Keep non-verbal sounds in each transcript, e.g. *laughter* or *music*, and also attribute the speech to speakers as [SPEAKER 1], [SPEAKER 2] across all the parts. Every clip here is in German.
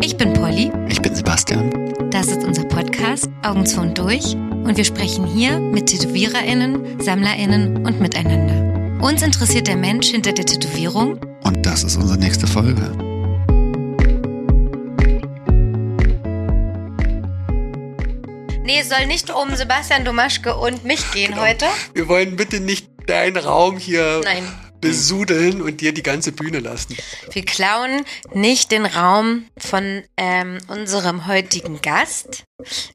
[SPEAKER 1] Ich bin Polly.
[SPEAKER 2] Ich bin Sebastian.
[SPEAKER 1] Das ist unser Podcast Augenzwund durch und wir sprechen hier mit TätowiererInnen, SammlerInnen und miteinander. Uns interessiert der Mensch hinter der Tätowierung
[SPEAKER 2] Und das ist unsere nächste Folge.
[SPEAKER 1] Nee, es soll nicht um Sebastian Domaschke und mich gehen heute.
[SPEAKER 3] Wir wollen bitte nicht deinen Raum hier
[SPEAKER 1] Nein.
[SPEAKER 3] besudeln und dir die ganze Bühne lassen.
[SPEAKER 1] Wir klauen nicht den Raum von ähm, unserem heutigen Gast,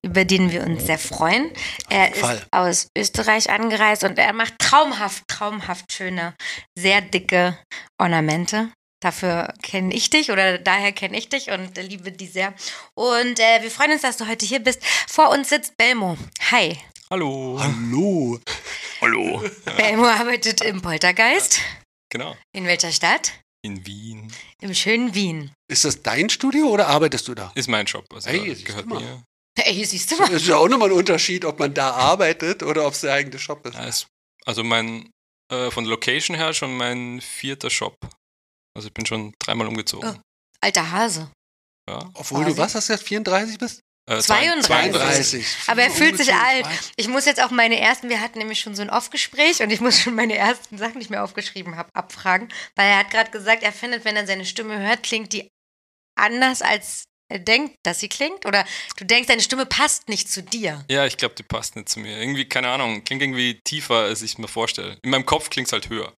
[SPEAKER 1] über den wir uns sehr freuen. Er ist
[SPEAKER 3] Fall.
[SPEAKER 1] aus Österreich angereist und er macht traumhaft, traumhaft schöne, sehr dicke Ornamente. Dafür kenne ich dich oder daher kenne ich dich und liebe die sehr. Und äh, wir freuen uns, dass du heute hier bist. Vor uns sitzt Belmo. Hi.
[SPEAKER 4] Hallo.
[SPEAKER 3] Hallo.
[SPEAKER 4] Hallo.
[SPEAKER 1] Belmo arbeitet im Poltergeist.
[SPEAKER 4] Genau.
[SPEAKER 1] In welcher Stadt?
[SPEAKER 4] In Wien
[SPEAKER 1] Im schönen Wien.
[SPEAKER 3] Ist das dein Studio oder arbeitest du da?
[SPEAKER 4] ist mein Job. Also
[SPEAKER 3] Hey, siehst
[SPEAKER 4] gehört
[SPEAKER 3] du mal.
[SPEAKER 4] mir.
[SPEAKER 1] Ey, siehst du mal.
[SPEAKER 3] Das ist ja auch nochmal ein Unterschied, ob man da arbeitet oder ob es der eigene Shop ist.
[SPEAKER 4] Ja, ist, also mein äh, von der Location her schon mein vierter Shop. Also ich bin schon dreimal umgezogen.
[SPEAKER 1] Oh. Alter Hase.
[SPEAKER 4] Ja.
[SPEAKER 3] Obwohl du,
[SPEAKER 1] Wahnsinn.
[SPEAKER 3] was hast du jetzt, 34 bist?
[SPEAKER 4] Äh,
[SPEAKER 1] 32.
[SPEAKER 3] 32.
[SPEAKER 1] Aber er fühlt sich alt.
[SPEAKER 3] Ungezogen.
[SPEAKER 1] Ich muss jetzt auch meine ersten, wir hatten nämlich schon so ein Off-Gespräch und ich muss schon meine ersten Sachen, die ich mir aufgeschrieben habe, abfragen, weil er hat gerade gesagt, er findet, wenn er seine Stimme hört, klingt die anders, als er denkt, dass sie klingt. Oder du denkst, deine Stimme passt nicht zu dir.
[SPEAKER 4] Ja, ich glaube, die passt nicht zu mir. Irgendwie, keine Ahnung, klingt irgendwie tiefer, als ich mir vorstelle. In meinem Kopf klingt es halt höher.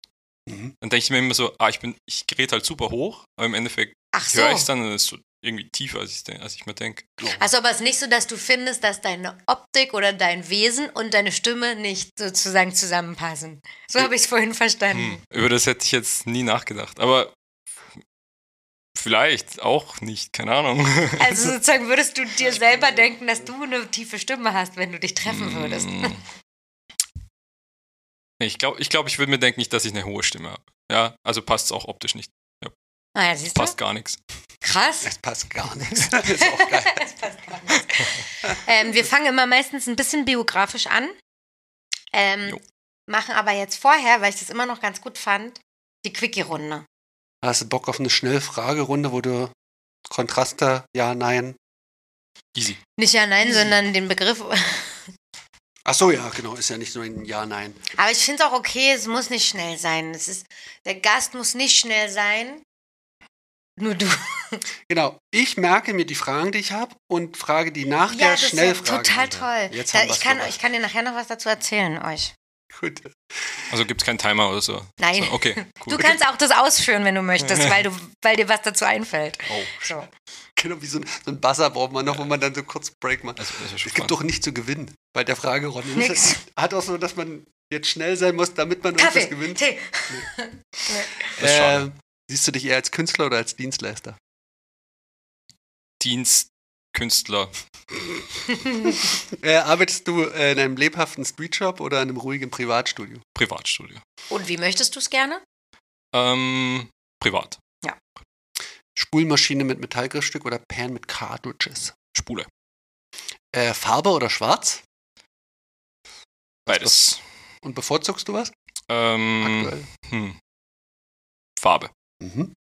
[SPEAKER 3] Mhm.
[SPEAKER 4] Dann denke ich mir immer so, ah, ich bin, ich rede halt super hoch, aber im Endeffekt
[SPEAKER 1] Ach so.
[SPEAKER 4] höre ich es dann und es ist so irgendwie tiefer, als ich, denk- als ich mir denke.
[SPEAKER 1] Also aber es ist nicht so, dass du findest, dass deine Optik oder dein Wesen und deine Stimme nicht sozusagen zusammenpassen. So habe ich es vorhin verstanden.
[SPEAKER 4] Hm, über das hätte ich jetzt nie nachgedacht. Aber vielleicht auch nicht, keine Ahnung. *laughs*
[SPEAKER 1] Also sozusagen würdest du dir selber denken, dass du eine tiefe Stimme hast, wenn du dich treffen
[SPEAKER 4] *laughs*
[SPEAKER 1] würdest.
[SPEAKER 4] Mm. Nee, Ich glaube, ich, glaub, ich würde mir denken, nicht, dass ich eine hohe Stimme habe. Ja, also passt es auch optisch nicht.
[SPEAKER 1] Ah, ja, siehst du?
[SPEAKER 4] Passt gar nichts.
[SPEAKER 1] Krass.
[SPEAKER 3] Das passt gar nichts. *laughs* Das ist auch geil.
[SPEAKER 1] *laughs* Das passt gar nicht. ähm, wir fangen immer meistens ein bisschen biografisch an, ähm,
[SPEAKER 4] Jo.
[SPEAKER 1] machen aber jetzt vorher, weil ich das immer noch ganz gut fand, die Quickie-Runde.
[SPEAKER 3] Hast du Bock auf eine Schnellfragerunde, wo du Kontraste, ja, nein.
[SPEAKER 4] Easy.
[SPEAKER 1] Nicht ja,
[SPEAKER 3] Hm.
[SPEAKER 1] nein, sondern den Begriff. *laughs*
[SPEAKER 3] Ach so, ja, genau, ist ja nicht nur ein Ja, nein.
[SPEAKER 1] Aber ich finde es auch okay, es muss nicht schnell sein. Es ist, der Gast muss nicht schnell sein. Nur du.
[SPEAKER 3] Genau, ich merke mir die Fragen, die ich habe und frage die nach der
[SPEAKER 1] das ist
[SPEAKER 3] Schnellfrage.
[SPEAKER 1] total toll.
[SPEAKER 3] Jetzt
[SPEAKER 1] da,
[SPEAKER 3] haben
[SPEAKER 1] ich,
[SPEAKER 3] wir's
[SPEAKER 1] kann,
[SPEAKER 3] gemacht.
[SPEAKER 1] ich kann dir nachher noch was dazu erzählen, euch.
[SPEAKER 3] Gut.
[SPEAKER 1] *laughs*
[SPEAKER 4] Also gibt es keinen Timer oder so.
[SPEAKER 1] Nein. *laughs*
[SPEAKER 4] So, okay,
[SPEAKER 1] Du
[SPEAKER 4] cool.
[SPEAKER 1] kannst auch das ausführen, wenn du
[SPEAKER 3] *laughs*
[SPEAKER 1] möchtest, weil, du, weil dir was dazu einfällt.
[SPEAKER 4] oh,
[SPEAKER 1] So.
[SPEAKER 3] Genau, wie so ein, so ein Buzzer braucht man noch, wo man dann so kurz Break macht.
[SPEAKER 4] Also, das, das ist schon
[SPEAKER 3] Es gibt
[SPEAKER 4] spannend.
[SPEAKER 3] doch nichts zu gewinnen bei der Fragerunde.
[SPEAKER 1] Nix.
[SPEAKER 3] Das Hat auch so, dass man jetzt schnell sein muss, damit man
[SPEAKER 1] Kaffee,
[SPEAKER 3] irgendwas gewinnt.
[SPEAKER 1] Tee. *laughs*
[SPEAKER 4] Das ist schade.
[SPEAKER 3] Ähm, siehst du dich eher als Künstler oder als Dienstleister?
[SPEAKER 4] Dienstkünstler.
[SPEAKER 3] Äh, arbeitest du äh, in einem lebhaften Streetshop oder in einem ruhigen Privatstudio?
[SPEAKER 4] Privatstudio.
[SPEAKER 1] Und wie möchtest du es gerne?
[SPEAKER 4] Ähm, privat.
[SPEAKER 3] Spulmaschine mit Metallgriffstück oder Pan mit Cartridges?
[SPEAKER 4] Spule.
[SPEAKER 3] Äh, Farbe oder Schwarz?
[SPEAKER 4] Beides.
[SPEAKER 3] Und bevorzugst du was?
[SPEAKER 4] Ähm,
[SPEAKER 3] Aktuell.
[SPEAKER 4] hm. Farbe.
[SPEAKER 3] Mhm.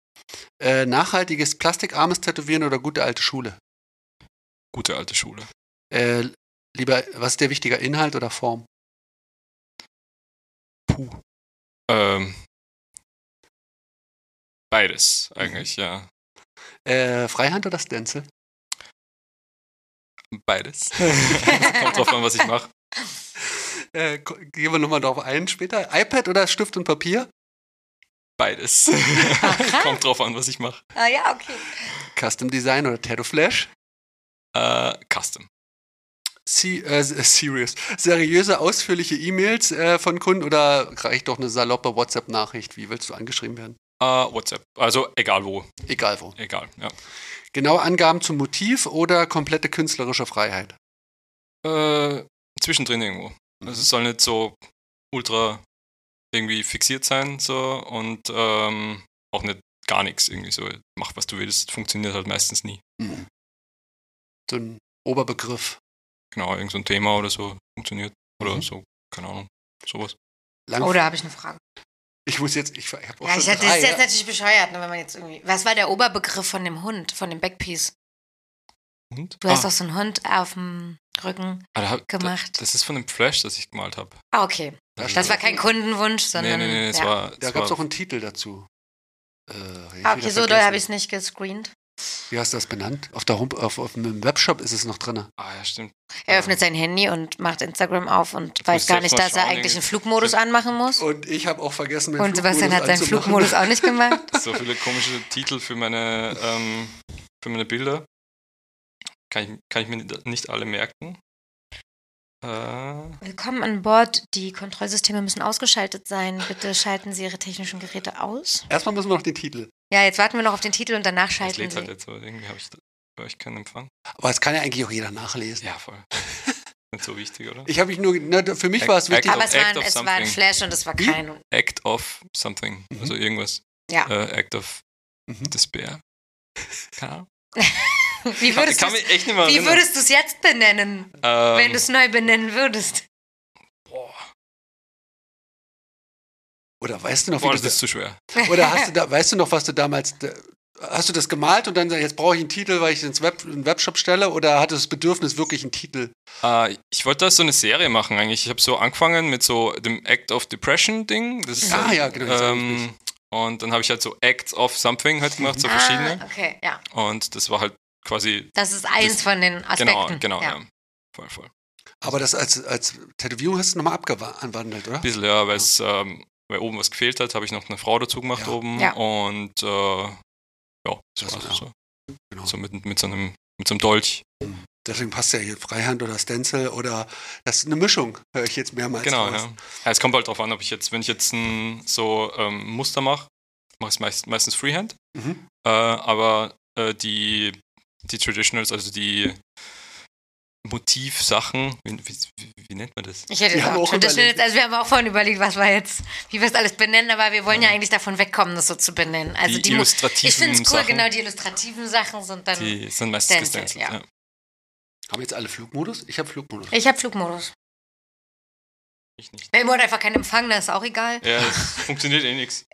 [SPEAKER 3] Äh, nachhaltiges plastikarmes Tätowieren oder gute alte Schule?
[SPEAKER 4] Gute alte Schule.
[SPEAKER 3] Äh, lieber, was ist dir wichtiger, Inhalt oder Form?
[SPEAKER 4] Puh. Ähm, beides eigentlich, ja.
[SPEAKER 3] Äh, Freihand oder Stencil?
[SPEAKER 1] *laughs*
[SPEAKER 4] Beides. Kommt drauf an, was ich mache.
[SPEAKER 3] Äh, ko- gehen wir nochmal drauf ein später. iPad oder Stift und Papier?
[SPEAKER 4] Beides. Kommt drauf an, was ich mache.
[SPEAKER 1] Ah ja, okay.
[SPEAKER 3] Custom Design oder Tattoo Flash?
[SPEAKER 4] Äh, Custom.
[SPEAKER 3] Se äh, s- äh, serious. Seriöse, ausführliche E-Mails äh, von Kunden oder reicht doch eine saloppe WhatsApp-Nachricht? Wie willst du angeschrieben werden?
[SPEAKER 4] Äh, WhatsApp. Also egal wo.
[SPEAKER 3] Egal wo.
[SPEAKER 4] Egal. Ja.
[SPEAKER 3] Genaue Angaben zum Motiv oder komplette künstlerische Freiheit?
[SPEAKER 4] Äh, zwischendrin irgendwo. Also
[SPEAKER 1] Mhm.
[SPEAKER 4] es soll nicht so ultra irgendwie fixiert sein so und ähm, auch nicht gar nichts irgendwie so. Mach was du willst, funktioniert halt meistens nie.
[SPEAKER 3] So ein Oberbegriff.
[SPEAKER 4] Genau, irgend so ein Thema oder so funktioniert. Oder
[SPEAKER 3] Mhm.
[SPEAKER 4] so, keine Ahnung. Sowas.
[SPEAKER 3] Lang
[SPEAKER 1] Oder habe ich eine Frage?
[SPEAKER 3] ich muss jetzt, ich, ich habe auch
[SPEAKER 1] Ja,
[SPEAKER 3] Oh, schon
[SPEAKER 1] ich, das
[SPEAKER 3] drei,
[SPEAKER 1] ist jetzt
[SPEAKER 3] ja.
[SPEAKER 1] natürlich bescheuert, ne, wenn man jetzt irgendwie. Was war der Oberbegriff von dem Hund, von dem Backpiece?
[SPEAKER 4] Hund?
[SPEAKER 1] Du hast
[SPEAKER 4] ah,
[SPEAKER 1] doch so einen Hund auf dem Rücken
[SPEAKER 4] ah, da hab-
[SPEAKER 1] gemacht.
[SPEAKER 4] Da, das ist von dem Flash, das ich gemalt habe.
[SPEAKER 1] ah, okay.
[SPEAKER 3] Das
[SPEAKER 1] Das war kein Kundenwunsch, sondern.
[SPEAKER 4] nee, nee, nee, das
[SPEAKER 1] ja.
[SPEAKER 4] war.
[SPEAKER 3] Da
[SPEAKER 4] Das
[SPEAKER 3] gab es
[SPEAKER 4] war
[SPEAKER 3] auch einen Titel dazu. Äh, ich
[SPEAKER 1] Ah,
[SPEAKER 3] wieder
[SPEAKER 1] okay, so doll
[SPEAKER 3] vergessen.
[SPEAKER 1] habe ich es nicht gescreent.
[SPEAKER 3] Wie hast du das benannt? Auf, der Home- auf, auf dem Webshop ist es noch drin.
[SPEAKER 4] ah, ja, stimmt.
[SPEAKER 1] Er öffnet sein Handy und macht Instagram auf und
[SPEAKER 4] Ich
[SPEAKER 1] weiß
[SPEAKER 4] muss
[SPEAKER 1] gar
[SPEAKER 4] selbst
[SPEAKER 1] nicht,
[SPEAKER 4] mal
[SPEAKER 1] dass er
[SPEAKER 4] schauen,
[SPEAKER 1] eigentlich
[SPEAKER 4] ey.
[SPEAKER 1] einen Flugmodus anmachen muss.
[SPEAKER 3] Und ich habe auch vergessen, meinen
[SPEAKER 1] Und Sebastian hat
[SPEAKER 3] Oh, Flugmodus
[SPEAKER 1] seinen
[SPEAKER 3] anzumachen.
[SPEAKER 1] Flugmodus auch nicht gemacht.
[SPEAKER 4] Ah, So viele komische Titel für meine, ähm, für meine Bilder. Kann ich, kann ich mir nicht alle merken. Äh,
[SPEAKER 1] Willkommen an Bord. Die Kontrollsysteme müssen ausgeschaltet sein. Bitte schalten Sie Ihre technischen Geräte aus.
[SPEAKER 3] Erstmal müssen wir noch den Titel.
[SPEAKER 1] Ja, jetzt warten wir noch auf den Titel und danach
[SPEAKER 4] das
[SPEAKER 1] schalten
[SPEAKER 4] lädt halt
[SPEAKER 1] Sie.
[SPEAKER 4] jetzt, aber irgendwie habe ich da- bei euch keinen Empfang.
[SPEAKER 3] Aber das kann ja eigentlich auch jeder nachlesen.
[SPEAKER 4] Ja, voll. *laughs* nicht so wichtig, oder?
[SPEAKER 3] Ich habe mich nur, ne, für mich war es wichtig.
[SPEAKER 4] Act
[SPEAKER 1] Aber
[SPEAKER 4] of-
[SPEAKER 1] es war, ein,
[SPEAKER 4] Act of
[SPEAKER 1] es war ein
[SPEAKER 4] something.
[SPEAKER 1] Flash und es war
[SPEAKER 3] Wie?
[SPEAKER 1] kein.
[SPEAKER 4] Act of something.
[SPEAKER 3] Mhm.
[SPEAKER 4] Also irgendwas.
[SPEAKER 1] Ja.
[SPEAKER 4] Äh, Act of
[SPEAKER 3] Mhm.
[SPEAKER 4] Despair. *laughs* Keine Ahnung.
[SPEAKER 1] Wie
[SPEAKER 4] Ich
[SPEAKER 1] würdest
[SPEAKER 4] kann mich echt nicht mehr erinnern.
[SPEAKER 1] du es jetzt benennen,
[SPEAKER 4] ähm,
[SPEAKER 1] wenn du es neu benennen würdest?
[SPEAKER 4] boah,
[SPEAKER 3] Oder weißt du noch, wie
[SPEAKER 4] boah,
[SPEAKER 3] du
[SPEAKER 4] das ist zu schwer.
[SPEAKER 3] Oder hast du da, weißt du noch, was du damals, da- hast du das gemalt und dann gesagt, jetzt brauche ich einen Titel, weil ich es ins Web, in den Webshop stelle? Oder hattest du das Bedürfnis, wirklich einen Titel?
[SPEAKER 4] Äh, ich wollte da so eine Serie machen eigentlich. Ich habe so angefangen mit so dem Act of Depression Ding. Das ist,
[SPEAKER 3] Ah, ja, genau, jetzt erinnere ich
[SPEAKER 4] Ähm, und dann habe ich halt so Acts of Something halt gemacht, so verschiedene.
[SPEAKER 1] Ah, okay, ja.
[SPEAKER 4] Und das war halt quasi.
[SPEAKER 1] Das ist eins
[SPEAKER 4] Das-
[SPEAKER 1] von den Aspekten.
[SPEAKER 4] Genau, genau, ja.
[SPEAKER 1] ja.
[SPEAKER 4] Voll, voll.
[SPEAKER 3] Aber das als, als Tätowierung hast du nochmal abgewandelt, oder?
[SPEAKER 4] Ein bisschen, ja, weil es, ähm, weil oben was gefehlt hat, habe ich noch eine Frau dazu gemacht
[SPEAKER 3] Ja.
[SPEAKER 4] oben.
[SPEAKER 1] Ja.
[SPEAKER 4] Und äh, ja, das
[SPEAKER 3] Das
[SPEAKER 4] war
[SPEAKER 3] war-
[SPEAKER 4] so.
[SPEAKER 3] genau.
[SPEAKER 4] So mit, mit so einem, mit so einem Dolch.
[SPEAKER 3] Deswegen passt ja hier Freihand oder Stencil oder das ist eine Mischung, höre ich jetzt mehrmals.
[SPEAKER 4] Genau,
[SPEAKER 3] raus.
[SPEAKER 4] ja. ja. Es kommt halt drauf an, ob ich jetzt, wenn ich jetzt ein so ähm, Muster mache, mache ich es meist, meistens Freehand.
[SPEAKER 3] Mhm.
[SPEAKER 4] Äh, aber äh, die, die Traditionals, also die Motivsachen, wie, wie, wie, wie nennt man das?
[SPEAKER 1] Ich hätte
[SPEAKER 3] Wir
[SPEAKER 1] jetzt
[SPEAKER 3] haben
[SPEAKER 1] auch
[SPEAKER 3] auch
[SPEAKER 1] Traditional-
[SPEAKER 3] überlegt.
[SPEAKER 1] also wir haben auch vorhin überlegt, was wir jetzt, wie wir es alles benennen, aber wir wollen ja, eigentlich davon wegkommen, das so zu benennen. Also
[SPEAKER 4] Mhm. die,
[SPEAKER 1] die, Mu-
[SPEAKER 4] illustrativen
[SPEAKER 1] ich finde es cool,
[SPEAKER 4] Sachen,
[SPEAKER 1] genau, die illustrativen Sachen sind dann.
[SPEAKER 4] die sind meistens
[SPEAKER 1] Stencil,
[SPEAKER 4] gestencelt.
[SPEAKER 1] ja.
[SPEAKER 4] Ja.
[SPEAKER 3] Haben jetzt alle Flugmodus? Ich habe Flugmodus.
[SPEAKER 1] ich habe Flugmodus.
[SPEAKER 4] Ich nicht.
[SPEAKER 1] Im hat einfach keinen Empfang, das ist auch egal.
[SPEAKER 4] Ja, es funktioniert eh nichts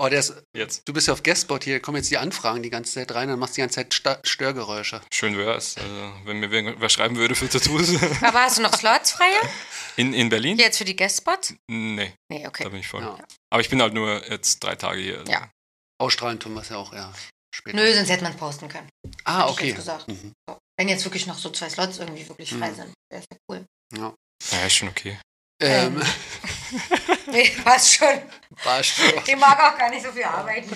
[SPEAKER 3] Oh, der ist,
[SPEAKER 4] jetzt.
[SPEAKER 3] du bist ja auf Guestbot hier, kommen jetzt die Anfragen die ganze Zeit rein und machst die ganze Zeit Sta Störgeräusche.
[SPEAKER 4] Schön wär's, also, wenn mir wer, wer schreiben würde
[SPEAKER 1] *laughs*
[SPEAKER 4] für Tattoos.
[SPEAKER 1] Aber hast du noch Slots freie?
[SPEAKER 4] In, in Berlin?
[SPEAKER 1] Jetzt für die Guest-Spots?
[SPEAKER 4] Nee,
[SPEAKER 1] Nee,
[SPEAKER 4] da
[SPEAKER 1] okay.
[SPEAKER 4] bin ich voll.
[SPEAKER 3] Ja.
[SPEAKER 4] Aber ich bin halt nur jetzt drei Tage hier. also.
[SPEAKER 1] Ja.
[SPEAKER 3] Ausstrahlen tun wir es ja auch, ja. Später.
[SPEAKER 1] Nö, sonst hätte man posten können.
[SPEAKER 3] ah,
[SPEAKER 1] hätte ich
[SPEAKER 3] okay.
[SPEAKER 1] jetzt gesagt.
[SPEAKER 3] Mhm.
[SPEAKER 1] Wenn jetzt wirklich noch so zwei Slots irgendwie wirklich frei
[SPEAKER 3] Mhm.
[SPEAKER 1] sind, wäre es ja cool.
[SPEAKER 4] Ja, ist schon okay.
[SPEAKER 3] Ähm, *laughs*
[SPEAKER 1] Nee, passt schon.
[SPEAKER 3] war schon.
[SPEAKER 1] Ich mag auch gar nicht so viel
[SPEAKER 3] *laughs*
[SPEAKER 1] arbeiten.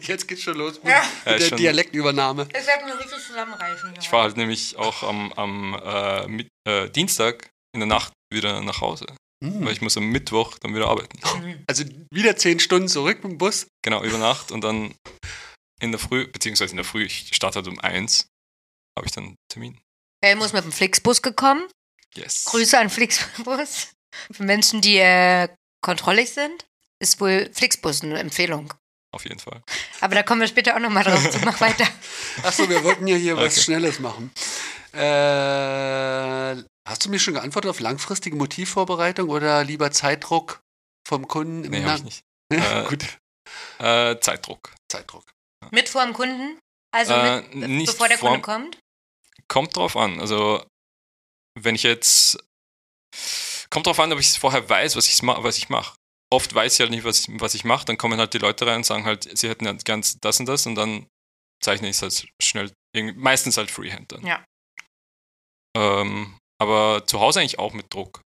[SPEAKER 3] Jetzt geht's
[SPEAKER 1] *laughs*
[SPEAKER 3] schon los mit
[SPEAKER 1] Ja.
[SPEAKER 4] Ja,
[SPEAKER 3] mit
[SPEAKER 4] ist
[SPEAKER 3] der
[SPEAKER 4] schon-
[SPEAKER 3] Dialektübernahme.
[SPEAKER 1] Ich werde mir richtig zusammenreißen.
[SPEAKER 4] Ich fahre halt nämlich auch am, am äh, mit, äh, Dienstag in der Nacht wieder nach Hause,
[SPEAKER 1] Hm.
[SPEAKER 4] weil ich muss am Mittwoch dann wieder arbeiten.
[SPEAKER 3] Hm. Also wieder zehn Stunden zurück mit dem Bus.
[SPEAKER 4] Genau, über Nacht und dann in der Früh, beziehungsweise in der Früh, ich starte halt um eins, habe ich dann einen Termin.
[SPEAKER 1] Bell muss mit dem Flixbus gekommen.
[SPEAKER 4] Yes.
[SPEAKER 1] Grüße an Flixbus. Für Menschen, die äh, kontrollig sind, ist wohl Flixbus eine Empfehlung.
[SPEAKER 4] Auf jeden Fall.
[SPEAKER 1] Aber da kommen wir später auch nochmal drauf zu.
[SPEAKER 3] *laughs*
[SPEAKER 1] Mach weiter.
[SPEAKER 3] Achso, wir wollten ja hier was
[SPEAKER 4] Okay.
[SPEAKER 3] Schnelles machen. Äh, hast du mir schon geantwortet auf langfristige Motivvorbereitung oder lieber Zeitdruck vom Kunden im
[SPEAKER 4] Nee, habe
[SPEAKER 3] Nacken?
[SPEAKER 4] ich nicht.
[SPEAKER 3] *laughs*
[SPEAKER 4] Äh,
[SPEAKER 3] Gut,
[SPEAKER 4] Äh, Zeitdruck.
[SPEAKER 3] Zeitdruck.
[SPEAKER 1] Mit vor dem Kunden? Also
[SPEAKER 4] Äh,
[SPEAKER 1] mit,
[SPEAKER 4] nicht
[SPEAKER 1] bevor der
[SPEAKER 4] vorm-
[SPEAKER 1] Kunde kommt?
[SPEAKER 4] Kommt drauf an. Also, wenn ich jetzt. Kommt drauf an, ob ich vorher weiß, was ich, ma was ich mache. Oft weiß ich halt nicht, was ich, was ich mache. Dann kommen halt die Leute rein und sagen halt, sie hätten halt ganz das und das und dann zeichne ich es halt schnell. irgendwie- Meistens halt Freehand dann.
[SPEAKER 1] Ja.
[SPEAKER 4] Ähm, aber zu Hause eigentlich auch mit Druck.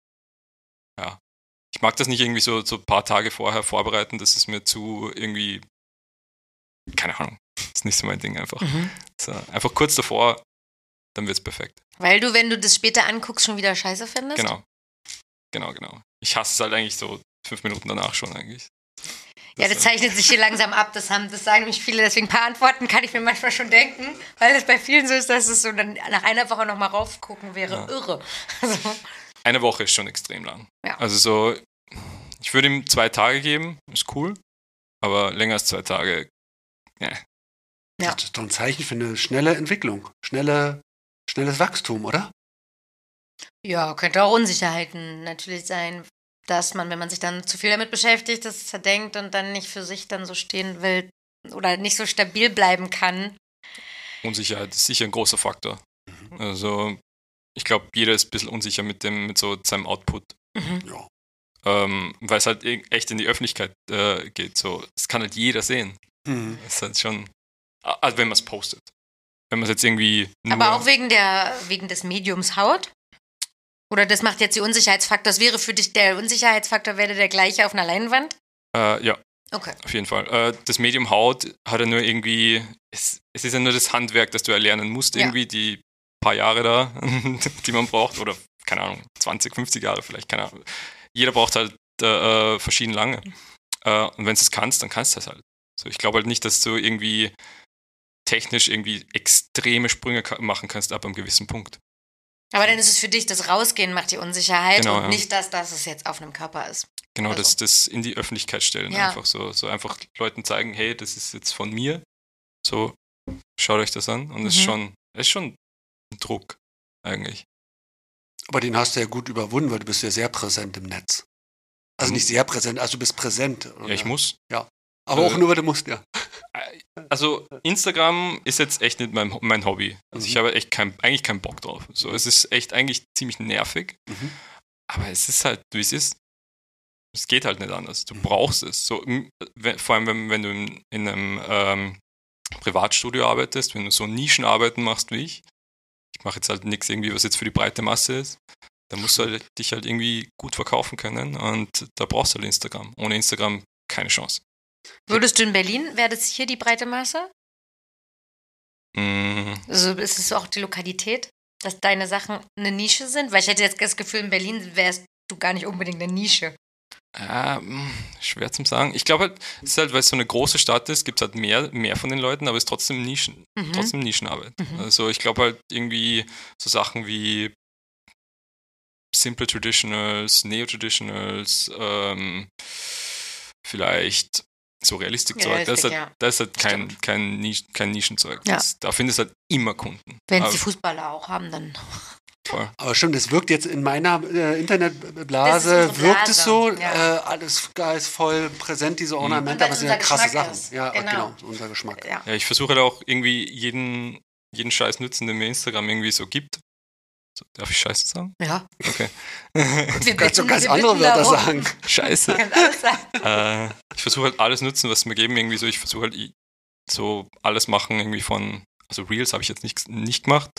[SPEAKER 4] Ja. Ich mag das nicht irgendwie so, so ein paar Tage vorher vorbereiten. Das ist mir zu irgendwie. Keine Ahnung. *laughs* Ist nicht so mein Ding einfach.
[SPEAKER 3] Mhm.
[SPEAKER 4] So, einfach kurz davor, dann wird's perfekt.
[SPEAKER 1] Weil du, wenn du das später anguckst, schon wieder scheiße findest?
[SPEAKER 4] Genau. Genau, genau. Ich hasse es halt eigentlich so fünf Minuten danach schon eigentlich.
[SPEAKER 1] Ja, das zeichnet sich hier langsam ab. Das, haben, das sagen nämlich viele. Deswegen ein paar Antworten kann ich mir manchmal schon denken, weil es bei vielen so ist, dass es so dann nach einer Woche nochmal raufgucken wäre.
[SPEAKER 4] Ja.
[SPEAKER 1] Irre. Also,
[SPEAKER 4] Eine Woche ist schon extrem lang.
[SPEAKER 1] Ja.
[SPEAKER 4] Also so, ich würde ihm zwei Tage geben, ist cool. Aber länger als zwei Tage,
[SPEAKER 1] Ja.
[SPEAKER 3] Das ist doch ein Zeichen für eine schnelle Entwicklung, schnelle, schnelles Wachstum, oder?
[SPEAKER 1] ja, könnte auch Unsicherheiten natürlich sein, dass man, wenn man sich dann zu viel damit beschäftigt, das zerdenkt und dann nicht für sich dann so stehen will oder nicht so stabil bleiben kann.
[SPEAKER 4] Unsicherheit ist sicher ein großer Faktor. Also ich glaube, jeder ist ein bisschen unsicher mit dem, mit so seinem Output.
[SPEAKER 1] Mhm.
[SPEAKER 3] Ja.
[SPEAKER 4] Ähm, weil es halt irg- echt in die Öffentlichkeit äh, geht. So, das kann halt jeder sehen.
[SPEAKER 3] Mhm.
[SPEAKER 4] Das ist halt schon. a- Also wenn man es postet. Wenn man es jetzt irgendwie. Nur,
[SPEAKER 1] Aber auch wegen, der, wegen des Mediums Haut? Oder das macht jetzt die Unsicherheitsfaktor. Das wäre für dich der Unsicherheitsfaktor, wäre der gleiche auf einer Leinwand?
[SPEAKER 4] äh, ja,
[SPEAKER 1] Okay.
[SPEAKER 4] auf jeden Fall. Äh, das Medium Haut hat ja nur irgendwie. Es, es ist ja nur das Handwerk, das du erlernen musst,
[SPEAKER 1] Ja.
[SPEAKER 4] irgendwie die paar Jahre da, *laughs* die man braucht. Oder keine Ahnung, 20, 50 Jahre vielleicht, keine Ahnung. Jeder braucht halt äh, äh, verschieden lange. Äh, und wenn du es kannst, dann kannst du das halt. So, ich glaube halt nicht, dass du irgendwie technisch irgendwie extreme Sprünge ka- machen kannst ab einem gewissen Punkt.
[SPEAKER 1] Aber dann ist es für dich, das Rausgehen macht die Unsicherheit
[SPEAKER 4] Genau,
[SPEAKER 1] und
[SPEAKER 4] ja.
[SPEAKER 1] nicht das, dass es jetzt auf einem Körper ist.
[SPEAKER 4] Genau,
[SPEAKER 1] Also-
[SPEAKER 4] das, das in die Öffentlichkeit stellen
[SPEAKER 1] Ja.
[SPEAKER 4] einfach so. So einfach Leuten zeigen, hey, das ist jetzt von mir. So, schaut euch das an. Und es ist
[SPEAKER 1] Mhm.
[SPEAKER 4] schon, es ist schon ein Druck eigentlich.
[SPEAKER 3] Aber den hast du ja gut überwunden, weil du bist ja sehr präsent im Netz. Also
[SPEAKER 4] Mhm.
[SPEAKER 3] nicht sehr präsent, also du bist präsent. oder?
[SPEAKER 4] Ja, ich muss.
[SPEAKER 3] Aber auch
[SPEAKER 4] Äh.
[SPEAKER 3] nur, weil du musst, ja.
[SPEAKER 4] Also Instagram ist jetzt echt nicht mein, mein Hobby. Also ich
[SPEAKER 3] Mhm.
[SPEAKER 4] habe echt kein, eigentlich keinen Bock drauf. So, es ist echt eigentlich ziemlich nervig.
[SPEAKER 3] Mhm.
[SPEAKER 4] Aber es ist halt, wie es ist. Es geht halt nicht anders. Du brauchst es. So, m- we- vor allem, wenn, wenn du in, in einem ähm, Privatstudio arbeitest, wenn du so Nischenarbeiten machst wie ich. Ich mache jetzt halt nichts irgendwie, was jetzt für die breite Masse ist. Dann musst du halt, dich halt irgendwie gut verkaufen können und da brauchst du halt Instagram. Ohne Instagram keine Chance.
[SPEAKER 1] Würdest du in Berlin, wäre das hier die breite Masse?
[SPEAKER 4] Mm,
[SPEAKER 1] Also ist es auch die Lokalität, dass deine Sachen eine Nische sind? Weil ich hätte jetzt das Gefühl, in Berlin wärst du gar nicht unbedingt eine Nische.
[SPEAKER 4] Ah, mh, schwer zum sagen. Ich glaube halt, es ist halt, weil es so eine große Stadt ist, gibt es halt mehr, mehr von den Leuten, aber es ist trotzdem Nischen,
[SPEAKER 1] Mhm.
[SPEAKER 4] trotzdem Nischenarbeit.
[SPEAKER 1] Mhm.
[SPEAKER 4] Also ich glaube halt irgendwie so Sachen wie Simple Traditionals, Neo Traditionals, ähm, vielleicht so Realistik-Zeug. das, ist
[SPEAKER 1] Realistik,
[SPEAKER 4] halt,
[SPEAKER 1] ja.
[SPEAKER 4] das ist halt kein, kein, Nisch, kein Nischenzeug.
[SPEAKER 1] Ja.
[SPEAKER 4] Das, da findest du halt immer Kunden.
[SPEAKER 1] Wenn es
[SPEAKER 4] Aber
[SPEAKER 1] die Fußballer auch haben, dann.
[SPEAKER 4] voll.
[SPEAKER 3] Aber stimmt, das wirkt jetzt in meiner äh,
[SPEAKER 1] Das ist
[SPEAKER 3] Internetblase,
[SPEAKER 1] unsere
[SPEAKER 3] wirkt es
[SPEAKER 1] Blase,
[SPEAKER 3] so,
[SPEAKER 1] ja.
[SPEAKER 3] äh, alles da ist voll präsent, diese
[SPEAKER 1] Und
[SPEAKER 3] Ornamente,
[SPEAKER 1] weil es
[SPEAKER 3] aber es sind ja
[SPEAKER 1] unser
[SPEAKER 3] krasse
[SPEAKER 1] Geschmack
[SPEAKER 3] Sachen.
[SPEAKER 1] ist.
[SPEAKER 3] Ja,
[SPEAKER 1] Genau.
[SPEAKER 3] genau. unser Geschmack.
[SPEAKER 1] Ja.
[SPEAKER 4] Ja, ich versuche halt auch irgendwie jeden, jeden Scheiß nutzen, den mir Instagram irgendwie so gibt. So, darf ich Scheiße sagen?
[SPEAKER 1] Ja.
[SPEAKER 4] Okay.
[SPEAKER 1] Wir
[SPEAKER 3] Kannst du
[SPEAKER 1] bitten-
[SPEAKER 3] ganz
[SPEAKER 1] wir
[SPEAKER 3] andere
[SPEAKER 1] bitten
[SPEAKER 3] Wörter
[SPEAKER 1] darum.
[SPEAKER 3] sagen.
[SPEAKER 1] Du
[SPEAKER 4] Scheiße.
[SPEAKER 1] kannst alles sagen.
[SPEAKER 4] äh, ich versuche halt alles nutzen, was sie mir geben. Irgendwie so, ich versuche halt i- so alles machen, irgendwie von. Also Reels habe ich jetzt nicht, nicht gemacht,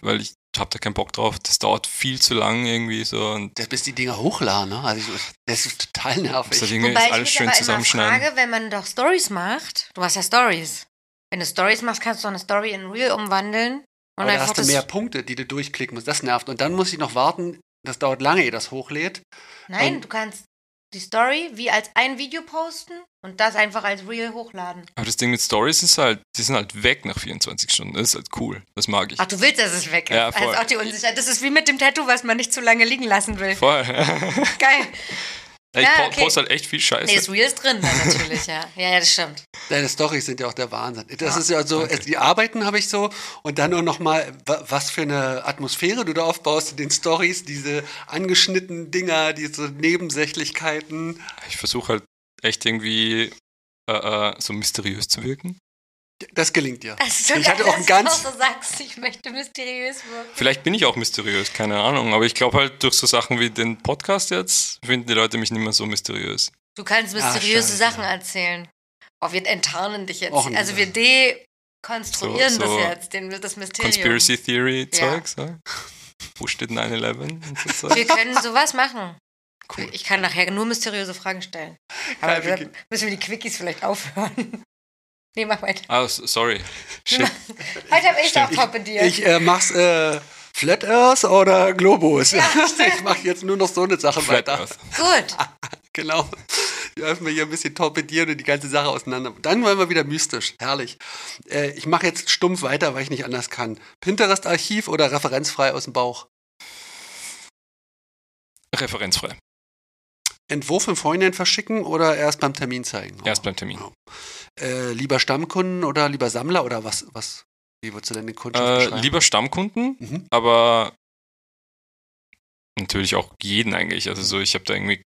[SPEAKER 4] weil ich habe da keinen Bock drauf. Das dauert viel zu lang irgendwie so. Und
[SPEAKER 3] Das bis die Dinger hochladen, ne? Also ich, das ist total
[SPEAKER 4] das halt
[SPEAKER 3] nervig.
[SPEAKER 4] irgendwie
[SPEAKER 1] Wobei
[SPEAKER 4] ist
[SPEAKER 1] ich
[SPEAKER 4] alles
[SPEAKER 1] mich
[SPEAKER 4] schön
[SPEAKER 1] aber immer
[SPEAKER 4] zusammenschneiden.
[SPEAKER 1] frage, wenn man doch Stories macht, du hast ja Stories. Wenn du Stories machst, kannst du doch eine Story in Real umwandeln. Und
[SPEAKER 3] Aber da
[SPEAKER 1] einfach
[SPEAKER 3] hast du
[SPEAKER 1] das,
[SPEAKER 3] mehr Punkte, die du durchklicken musst. Das nervt. Und dann muss ich noch warten, das dauert lange, ehe das hochlädt.
[SPEAKER 1] nein,
[SPEAKER 3] ein-
[SPEAKER 1] du kannst die Story wie als ein Video posten und das einfach als Real hochladen.
[SPEAKER 4] Aber das Ding mit Stories ist halt, die sind halt weg nach 24 Stunden. Das ist halt cool. Das mag ich.
[SPEAKER 1] Ach, du willst, dass es weg ist.
[SPEAKER 4] Ja,
[SPEAKER 1] also
[SPEAKER 4] voll.
[SPEAKER 1] auch die Unsicherheit. Das ist wie mit dem Tattoo, was man nicht zu lange liegen lassen
[SPEAKER 4] *laughs*
[SPEAKER 1] will.
[SPEAKER 4] Voll.
[SPEAKER 1] Geil.
[SPEAKER 4] ich
[SPEAKER 1] Ja,
[SPEAKER 4] po-
[SPEAKER 1] okay.
[SPEAKER 4] poste halt echt viel Scheiße.
[SPEAKER 1] Nee, das Real ist drin, dann natürlich, ja. Ja, ja, das stimmt.
[SPEAKER 3] Deine Storys sind ja auch der Wahnsinn. Das
[SPEAKER 1] Ja,
[SPEAKER 3] ist ja so, es- die Arbeiten habe ich so und dann auch nochmal, was für eine Atmosphäre du da aufbaust in den Stories, diese angeschnittenen Dinger, diese Nebensächlichkeiten.
[SPEAKER 4] ich versuche halt echt irgendwie äh, äh, so mysteriös zu wirken.
[SPEAKER 3] Das gelingt dir.
[SPEAKER 1] Das ist so
[SPEAKER 3] Ich
[SPEAKER 1] geil,
[SPEAKER 3] hatte auch
[SPEAKER 1] dass
[SPEAKER 3] ein
[SPEAKER 1] du
[SPEAKER 3] ganz-
[SPEAKER 1] so sagst, ich möchte mysteriös wirken.
[SPEAKER 4] Vielleicht bin ich auch mysteriös, keine Ahnung. Aber ich glaube halt, durch so Sachen wie den Podcast jetzt finden die Leute mich nicht mehr so mysteriös.
[SPEAKER 1] Du kannst
[SPEAKER 3] Ah,
[SPEAKER 1] mysteriöse
[SPEAKER 3] scheiße.
[SPEAKER 1] Sachen erzählen. Oh, wir enttarnen dich jetzt.
[SPEAKER 3] Och, nee.
[SPEAKER 1] also wir dekonstruieren
[SPEAKER 4] So-
[SPEAKER 1] das
[SPEAKER 4] so
[SPEAKER 1] jetzt, den, das Mysterium.
[SPEAKER 4] Conspiracy Theory
[SPEAKER 1] Ja.
[SPEAKER 4] Zeug, so. *laughs* Wo steht 9-11 und so
[SPEAKER 1] Wir
[SPEAKER 4] Zeug?
[SPEAKER 1] können sowas machen.
[SPEAKER 4] Cool.
[SPEAKER 1] Ich kann nachher nur mysteriöse Fragen stellen. Aber
[SPEAKER 3] Geil,
[SPEAKER 1] dann müssen wir die Quickies vielleicht aufhören. *laughs* Nee, mach weiter.
[SPEAKER 4] Ah, s- sorry. Shit.
[SPEAKER 1] Heute habe *laughs* ich
[SPEAKER 4] Stimmt.
[SPEAKER 1] auch Top in dir.
[SPEAKER 3] Ich äh, mach's äh, Flat Earth oder Globus. *laughs* ich mache jetzt nur noch so eine Sache
[SPEAKER 4] Flat
[SPEAKER 3] weiter.
[SPEAKER 4] Earth.
[SPEAKER 1] Gut.
[SPEAKER 3] Genau. Die dürfen wir hier ein bisschen torpedieren und die ganze Sache auseinander. Dann wollen wir wieder mystisch. Herrlich. Äh, ich mache jetzt stumpf weiter, weil ich nicht anders kann. Pinterest-Archiv oder referenzfrei aus dem Bauch?
[SPEAKER 4] Referenzfrei.
[SPEAKER 3] Entwurf im Freundin verschicken oder erst beim Termin zeigen?
[SPEAKER 4] Erst beim Termin.
[SPEAKER 3] Äh, lieber Stammkunden oder lieber Sammler oder was? was? Wie würdest du denn den Kundschaft
[SPEAKER 4] Äh,
[SPEAKER 3] beschreiben?
[SPEAKER 4] lieber Stammkunden,
[SPEAKER 3] Mhm.
[SPEAKER 4] aber natürlich auch jeden eigentlich. Also so, ich habe da irgendwie.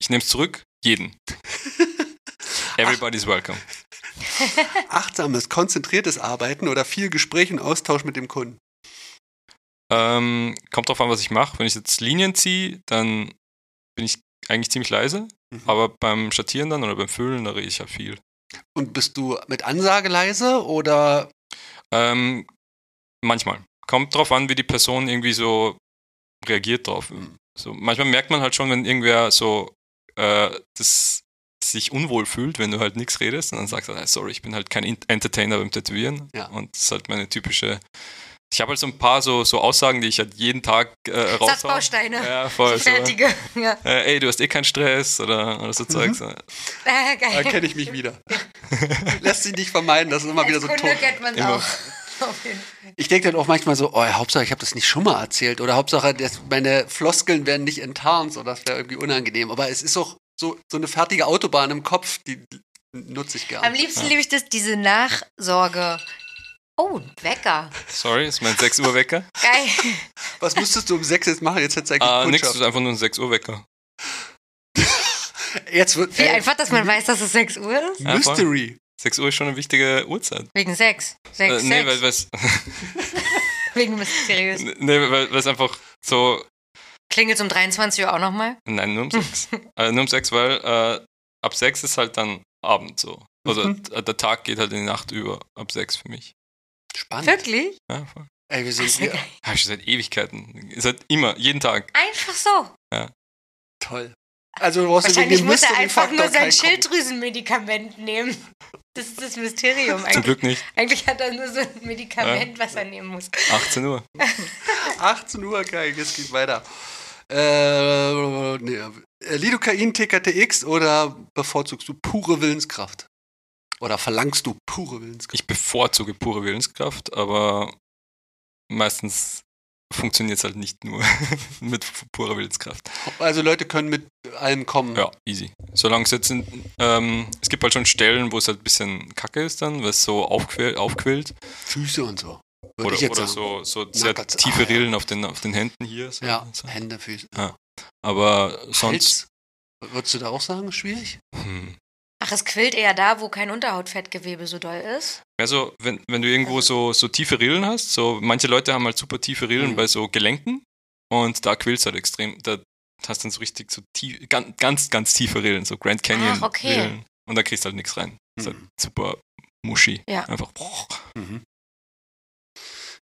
[SPEAKER 4] Ich nehme es zurück, jeden. Everybody's welcome.
[SPEAKER 3] Achtsames, konzentriertes Arbeiten oder viel Gespräch und Austausch mit dem Kunden?
[SPEAKER 4] Ähm, kommt drauf an, was ich mache. Wenn ich jetzt Linien ziehe, dann bin ich eigentlich ziemlich leise.
[SPEAKER 3] Mhm.
[SPEAKER 4] Aber beim Schattieren dann oder beim Füllen, da rede ich ja viel.
[SPEAKER 3] Und bist du mit Ansage leise oder
[SPEAKER 4] Ähm, manchmal. Kommt drauf an, wie die Person irgendwie so reagiert drauf.
[SPEAKER 3] Mhm.
[SPEAKER 4] So, manchmal merkt man halt schon, wenn irgendwer so äh, das sich unwohl fühlt, wenn du halt nichts redest und dann sagst du, "Ah, sorry, ich bin halt kein Ent- Entertainer beim Tätowieren.
[SPEAKER 3] Ja.
[SPEAKER 4] Und das ist halt meine typische. Ich habe halt so ein paar so, so Aussagen, die ich halt jeden Tag äh, raushaue.
[SPEAKER 1] Satzbausteine.
[SPEAKER 4] Ja, voll. So, äh,
[SPEAKER 1] Fertige. Ja. *laughs*
[SPEAKER 4] ey, du hast eh keinen Stress oder, oder so Zeugs. Äh,
[SPEAKER 1] Äh, geil.
[SPEAKER 3] da kenne ich mich
[SPEAKER 4] *laughs*
[SPEAKER 3] wieder? Lässt sich nicht vermeiden, das ist immer wieder
[SPEAKER 1] Als
[SPEAKER 3] so ein
[SPEAKER 1] Kunde
[SPEAKER 3] Ton.
[SPEAKER 1] kennt man es
[SPEAKER 4] Immer.
[SPEAKER 1] auch. *laughs* Auf jeden Fall.
[SPEAKER 3] Ich denke dann auch manchmal so, oh, Hauptsache, ich habe das nicht schon mal erzählt oder Hauptsache, das, meine Floskeln werden nicht enttarnt oder das wäre irgendwie unangenehm. Aber es ist auch so, so eine fertige Autobahn im Kopf, die nutze ich
[SPEAKER 1] Am
[SPEAKER 3] gerne.
[SPEAKER 1] liebsten liebe ich das, diese Nachsorge. Oh, ein Wecker.
[SPEAKER 4] Sorry, ist mein 6 Uhr Wecker.
[SPEAKER 3] *laughs*
[SPEAKER 1] Geil.
[SPEAKER 3] Was müsstest du um sechs jetzt machen? Jetzt hättest du eigentlich
[SPEAKER 4] Ah, nix,
[SPEAKER 3] Kundschaft.
[SPEAKER 4] das ist einfach nur ein 6 Uhr Wecker.
[SPEAKER 3] Jetzt wird
[SPEAKER 1] Wie
[SPEAKER 3] ey, Mhm.
[SPEAKER 1] einfach, dass man weiß, dass es 6 Uhr ist.
[SPEAKER 4] Ja, voll.
[SPEAKER 3] Mystery.
[SPEAKER 4] 6 Uhr ist schon eine wichtige Uhrzeit.
[SPEAKER 1] Wegen 6. 6,
[SPEAKER 4] Äh, nee, weil,
[SPEAKER 1] 6.
[SPEAKER 4] weil's-
[SPEAKER 1] Wegen mysteriös.
[SPEAKER 4] *laughs* nee, weil weil es einfach so
[SPEAKER 1] Klingelt um 23 Uhr auch nochmal.
[SPEAKER 4] Nein, nur um sechs. äh, nur um sechs, weil äh, ab sechs ist halt dann Abend so. Oder
[SPEAKER 3] Mhm.
[SPEAKER 4] d- der Tag geht halt in die Nacht über, ab sechs für mich.
[SPEAKER 3] Spannend.
[SPEAKER 1] Wirklich?
[SPEAKER 4] Ja, voll.
[SPEAKER 3] Ey, wir sind
[SPEAKER 1] Das ist
[SPEAKER 3] hier.
[SPEAKER 1] geil.
[SPEAKER 4] Hab ich schon seit Ewigkeiten. Seit immer, jeden Tag.
[SPEAKER 1] Einfach
[SPEAKER 4] Also,
[SPEAKER 1] so.
[SPEAKER 3] Toll. Also du brauchst wegen
[SPEAKER 1] Wahrscheinlich
[SPEAKER 3] dem
[SPEAKER 1] muss er
[SPEAKER 3] Mystery
[SPEAKER 1] einfach
[SPEAKER 3] Faktor
[SPEAKER 1] nur sein
[SPEAKER 3] kein Kompromiss.
[SPEAKER 1] Schilddrüsenmedikament nehmen. Das ist das Mysterium.
[SPEAKER 4] Zum
[SPEAKER 1] Eigentlich,
[SPEAKER 4] Glück nicht.
[SPEAKER 1] eigentlich hat er nur so ein Medikament, was er nehmen muss.
[SPEAKER 4] 18 Uhr.
[SPEAKER 3] 18 Uhr, geil, jetzt geht's weiter. Äh, nee, äh, Lidocain, TKTX oder bevorzugst du pure Willenskraft? Oder verlangst du pure Willenskraft?
[SPEAKER 4] Ich bevorzuge pure Willenskraft, aber meistens funktioniert es halt nicht nur *laughs* mit f- purer Willenskraft.
[SPEAKER 3] Also Leute können mit allem kommen.
[SPEAKER 4] Ja, easy. Solange es jetzt, in, ähm, es gibt halt schon Stellen, wo es halt ein bisschen kacke ist dann, weil es so aufquält, aufquält.
[SPEAKER 3] Füße und so. Würde
[SPEAKER 4] Oder,
[SPEAKER 3] ich jetzt
[SPEAKER 4] oder
[SPEAKER 3] sagen.
[SPEAKER 4] so, so sehr
[SPEAKER 3] Nackert- ah, ja.
[SPEAKER 4] tiefe Rillen auf, den, auf den Händen hier. So,
[SPEAKER 3] Ja,
[SPEAKER 4] so.
[SPEAKER 3] Hände, Füße.
[SPEAKER 4] Aber sonst.
[SPEAKER 3] Hals. Würdest du da auch sagen, schwierig?
[SPEAKER 4] Hm,
[SPEAKER 1] Ach, es quillt eher da, wo kein Unterhautfettgewebe so doll ist.
[SPEAKER 4] mehr so, wenn, wenn du irgendwo
[SPEAKER 1] Also
[SPEAKER 4] so, so tiefe Rillen hast, so manche Leute haben halt super tiefe Rillen
[SPEAKER 3] Mhm.
[SPEAKER 4] bei so Gelenken und da quillst du halt extrem. Da hast dann so richtig so tief, ganz, ganz, ganz tiefe Rillen, so Grand Canyon
[SPEAKER 1] Ach, okay.
[SPEAKER 4] Rillen. Und da kriegst du halt nichts rein. Ist halt
[SPEAKER 3] Mhm.
[SPEAKER 4] super muschi.
[SPEAKER 1] Ja.
[SPEAKER 4] Einfach. boah.
[SPEAKER 3] Mhm.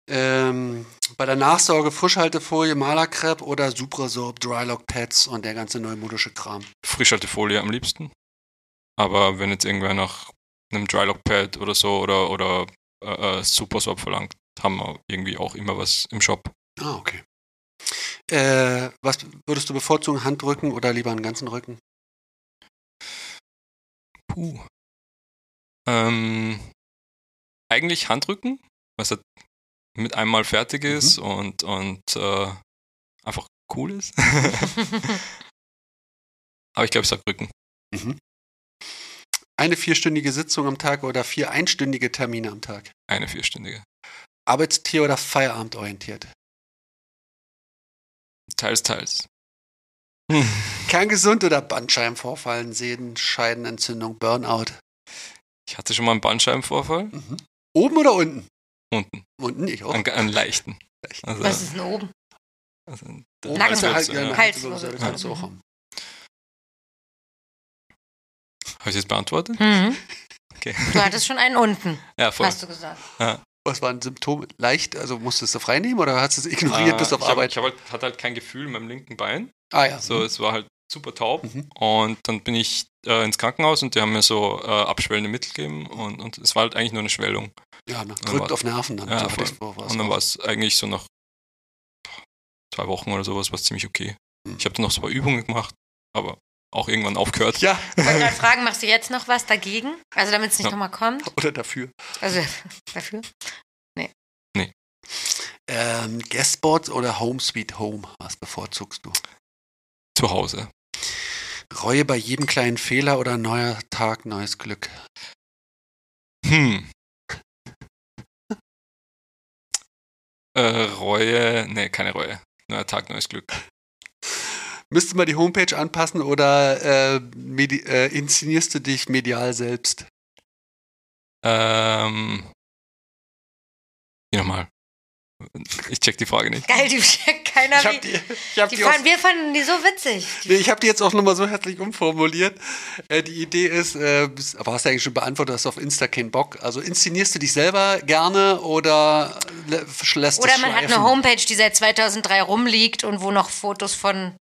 [SPEAKER 3] Ähm, bei der Nachsorge Frischhaltefolie, Malerkrepp oder Suprasorb, Drylock Pads und der ganze neumodische Kram.
[SPEAKER 4] Frischhaltefolie am liebsten. Aber wenn jetzt irgendwer nach einem Drylock-Pad oder so oder, oder äh, äh, Super Swap verlangt, haben wir irgendwie auch immer was im Shop.
[SPEAKER 3] Ah, okay. Äh, was würdest du bevorzugen, Handrücken oder lieber einen ganzen Rücken?
[SPEAKER 4] Puh. Ähm, eigentlich Handrücken, was halt mit einmal
[SPEAKER 3] Mhm.
[SPEAKER 4] fertig ist und, und äh, einfach
[SPEAKER 3] *laughs*
[SPEAKER 4] cool ist. Aber ich glaube, ich sag Rücken.
[SPEAKER 3] Eine vierstündige Sitzung am Tag oder vier einstündige Termine am Tag?
[SPEAKER 4] Eine vierstündige.
[SPEAKER 3] Arbeitstier oder Feierabendorientiert?
[SPEAKER 4] Teils, teils.
[SPEAKER 3] Kerngesund oder Bandscheibenvorfallen, Sehnen, Scheidenentzündung, Burnout?
[SPEAKER 4] Ich hatte schon mal einen Bandscheibenvorfall.
[SPEAKER 3] Oben oder unten?
[SPEAKER 4] Unten.
[SPEAKER 3] Unten, ich auch.
[SPEAKER 4] Einen, einen leichten. Also,
[SPEAKER 1] Was ist denn oben?
[SPEAKER 4] also,
[SPEAKER 3] Oben
[SPEAKER 1] Nacken-
[SPEAKER 3] also halt,
[SPEAKER 4] ja.
[SPEAKER 3] ja, eine
[SPEAKER 4] Habe
[SPEAKER 3] Halswirbelsäule kannst du auch haben.
[SPEAKER 4] ich jetzt beantwortet?
[SPEAKER 1] Mhm.
[SPEAKER 4] Okay.
[SPEAKER 1] Du hattest schon einen unten,
[SPEAKER 4] Ja, voll.
[SPEAKER 1] hast du gesagt.
[SPEAKER 3] Was war ein Symptom? Leicht, also musstest du frei nehmen oder hast du es ignoriert
[SPEAKER 4] Äh,
[SPEAKER 3] bis auf
[SPEAKER 4] ich hab-
[SPEAKER 3] Arbeit?
[SPEAKER 4] Ich hab halt, hatte halt kein Gefühl in meinem linken Bein.
[SPEAKER 3] ah ja.
[SPEAKER 4] So, es war halt super taub.
[SPEAKER 3] Mhm.
[SPEAKER 4] Und dann bin ich äh, ins Krankenhaus und die haben mir so äh, abschwellende Mittel gegeben und, und es war halt eigentlich nur eine Schwellung.
[SPEAKER 3] ja, na,
[SPEAKER 4] war's-
[SPEAKER 3] drückt auf Nerven dann.
[SPEAKER 4] Ja,
[SPEAKER 3] so hatte
[SPEAKER 4] voll.
[SPEAKER 3] ich's vor, war's
[SPEAKER 4] und dann
[SPEAKER 3] auch.
[SPEAKER 4] war es eigentlich so nach zwei Wochen oder sowas, war es ziemlich okay.
[SPEAKER 3] Mhm.
[SPEAKER 4] Ich habe dann noch so ein paar Übungen gemacht, aber auch irgendwann aufgehört.
[SPEAKER 3] Ja,
[SPEAKER 1] Ich wollte gerade fragen, machst du jetzt noch was dagegen? Also damit es nicht
[SPEAKER 4] Ja.
[SPEAKER 1] nochmal kommt?
[SPEAKER 3] oder dafür.
[SPEAKER 1] Also *laughs* dafür?
[SPEAKER 3] Ähm, Guestboards oder Home Sweet Home? Was bevorzugst du?
[SPEAKER 4] Zu Hause.
[SPEAKER 3] Reue bei jedem kleinen Fehler oder neuer Tag, neues Glück?
[SPEAKER 4] Hm. äh, Reue. Nee, keine Reue. Neuer Tag, neues Glück.
[SPEAKER 3] Müsste mal die Homepage anpassen oder äh, medi- äh, inszenierst du dich medial selbst?
[SPEAKER 4] Ähm, hier nochmal. Ich check die Frage nicht.
[SPEAKER 1] Geil, die checkt keiner.
[SPEAKER 3] Ich habe
[SPEAKER 1] wie,
[SPEAKER 3] die, ich hab
[SPEAKER 1] die
[SPEAKER 3] die, auf,
[SPEAKER 1] fanden, wir fanden die so witzig.
[SPEAKER 3] nee, ich hab die jetzt auch nochmal so herzlich umformuliert. Äh, die Idee ist, äh, bist- aber hast du eigentlich schon beantwortet, hast du auf Insta keinen Bock. Also inszenierst du dich selber gerne oder lä- lässt
[SPEAKER 1] Oder
[SPEAKER 3] es
[SPEAKER 1] man hat
[SPEAKER 3] schleifen?
[SPEAKER 1] eine Homepage, die seit 2003 rumliegt und wo noch Fotos von,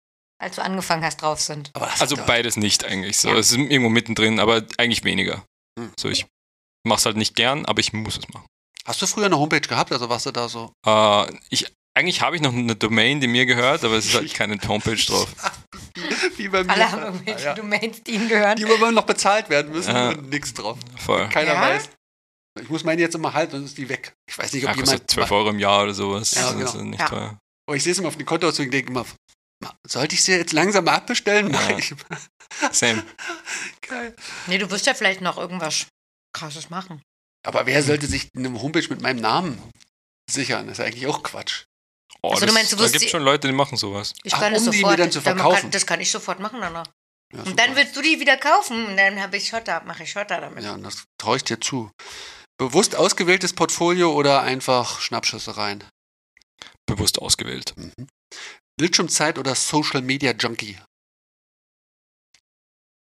[SPEAKER 1] als du angefangen hast, drauf sind.
[SPEAKER 3] Aber das
[SPEAKER 4] Also
[SPEAKER 3] hat-
[SPEAKER 4] beides nicht eigentlich. So, es ist irgendwo mittendrin, aber eigentlich weniger.
[SPEAKER 3] Hm.
[SPEAKER 4] So, ich mach's halt nicht gern, aber ich muss es machen.
[SPEAKER 3] hast du früher eine Homepage gehabt? Also warst du
[SPEAKER 1] *laughs*
[SPEAKER 3] da so?
[SPEAKER 4] Äh, ich, eigentlich habe ich noch eine Domain, die mir gehört, aber es
[SPEAKER 3] *laughs*
[SPEAKER 4] ist halt keine Homepage drauf.
[SPEAKER 3] Wie bei mir.
[SPEAKER 1] Alle haben irgendwelche
[SPEAKER 3] Ja, ja.
[SPEAKER 1] Domains, die ihnen gehören.
[SPEAKER 3] Die immer noch bezahlt werden müssen
[SPEAKER 4] Ja.
[SPEAKER 3] und nichts drauf.
[SPEAKER 4] Voll.
[SPEAKER 3] Keiner
[SPEAKER 1] Ja?
[SPEAKER 3] weiß. Ich muss meine jetzt immer halten, sonst ist die weg. Ich weiß nicht, ob
[SPEAKER 4] Ja, kostet
[SPEAKER 3] jemand.
[SPEAKER 4] 12 Euro im Jahr oder sowas.
[SPEAKER 3] Ja,
[SPEAKER 4] das ist
[SPEAKER 3] genau.
[SPEAKER 4] nicht
[SPEAKER 1] Ja.
[SPEAKER 4] teuer.
[SPEAKER 3] Oh, ich sehe es immer auf den Kontoauszug und denke immer, ma- sollte ich sie jetzt langsam mal abbestellen? Mach *laughs*
[SPEAKER 4] Ja.
[SPEAKER 3] ich. Also
[SPEAKER 4] Same.
[SPEAKER 3] Geil.
[SPEAKER 1] Nee, du wirst ja vielleicht noch irgendwas krasses machen.
[SPEAKER 3] Aber wer sollte sich eine Homepage mit meinem Namen sichern? Das ist eigentlich auch Quatsch.
[SPEAKER 4] Oh,
[SPEAKER 1] Also du
[SPEAKER 4] das,
[SPEAKER 1] meinst, du
[SPEAKER 4] da
[SPEAKER 1] wirst
[SPEAKER 4] gibt
[SPEAKER 3] eh
[SPEAKER 1] die-
[SPEAKER 4] schon Leute, die machen sowas.
[SPEAKER 1] Ich
[SPEAKER 3] Ach,
[SPEAKER 1] kann es
[SPEAKER 3] um die mir
[SPEAKER 1] sofort.
[SPEAKER 3] dann zu
[SPEAKER 1] man
[SPEAKER 3] verkaufen.
[SPEAKER 1] Kann, das kann ich sofort machen danach.
[SPEAKER 3] Ja,
[SPEAKER 1] Und dann
[SPEAKER 3] super.
[SPEAKER 1] willst du die wieder kaufen und dann habe ich Schotter, mache ich Schotter damit.
[SPEAKER 3] Ja, und das traue ich dir zu. Bewusst ausgewähltes Portfolio oder einfach Schnappschüsse rein?
[SPEAKER 4] Bewusst ausgewählt.
[SPEAKER 3] Bildschirmzeit oder Social Media Junkie?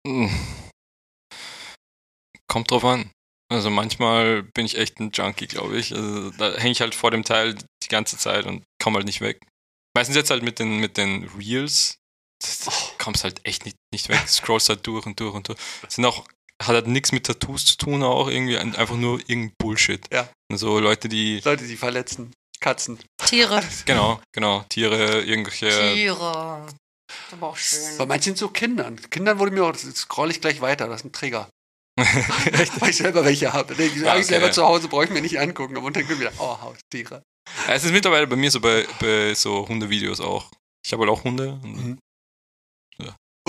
[SPEAKER 4] Hm. Kommt drauf an. Also manchmal bin ich echt ein Junkie, glaube ich. Also da hänge ich halt vor dem Teil die ganze Zeit und komme halt nicht weg. Meistens jetzt halt mit den, mit den Reels. Das,
[SPEAKER 3] Oh.
[SPEAKER 4] kommst halt echt nicht, nicht weg. Scrollst halt durch und durch und durch. Sind auch, hat halt nichts mit Tattoos zu tun, auch irgendwie. ein- Einfach nur irgendein Bullshit.
[SPEAKER 3] Ja.
[SPEAKER 4] So Leute, die.
[SPEAKER 3] Leute, die verletzen. Katzen.
[SPEAKER 1] Tiere.
[SPEAKER 4] Genau, genau. Tiere, irgendwelche.
[SPEAKER 1] Tiere. Das ist aber auch schön.
[SPEAKER 3] Bei manchen so Kindern. Kindern wurde mir auch, das scroll ich gleich weiter, das ist ein
[SPEAKER 4] *laughs*
[SPEAKER 3] Trigger. Weil ich selber welche habe. Die
[SPEAKER 4] Ja,
[SPEAKER 3] habe ich
[SPEAKER 4] okay.
[SPEAKER 3] selber zu Hause, brauche ich mir nicht angucken. Und dann kommt wieder, oh, Haustiere.
[SPEAKER 4] Es ist mittlerweile bei mir so bei, bei so Hundevideos auch. Ich habe halt auch Hunde.
[SPEAKER 3] Hm.
[SPEAKER 4] Und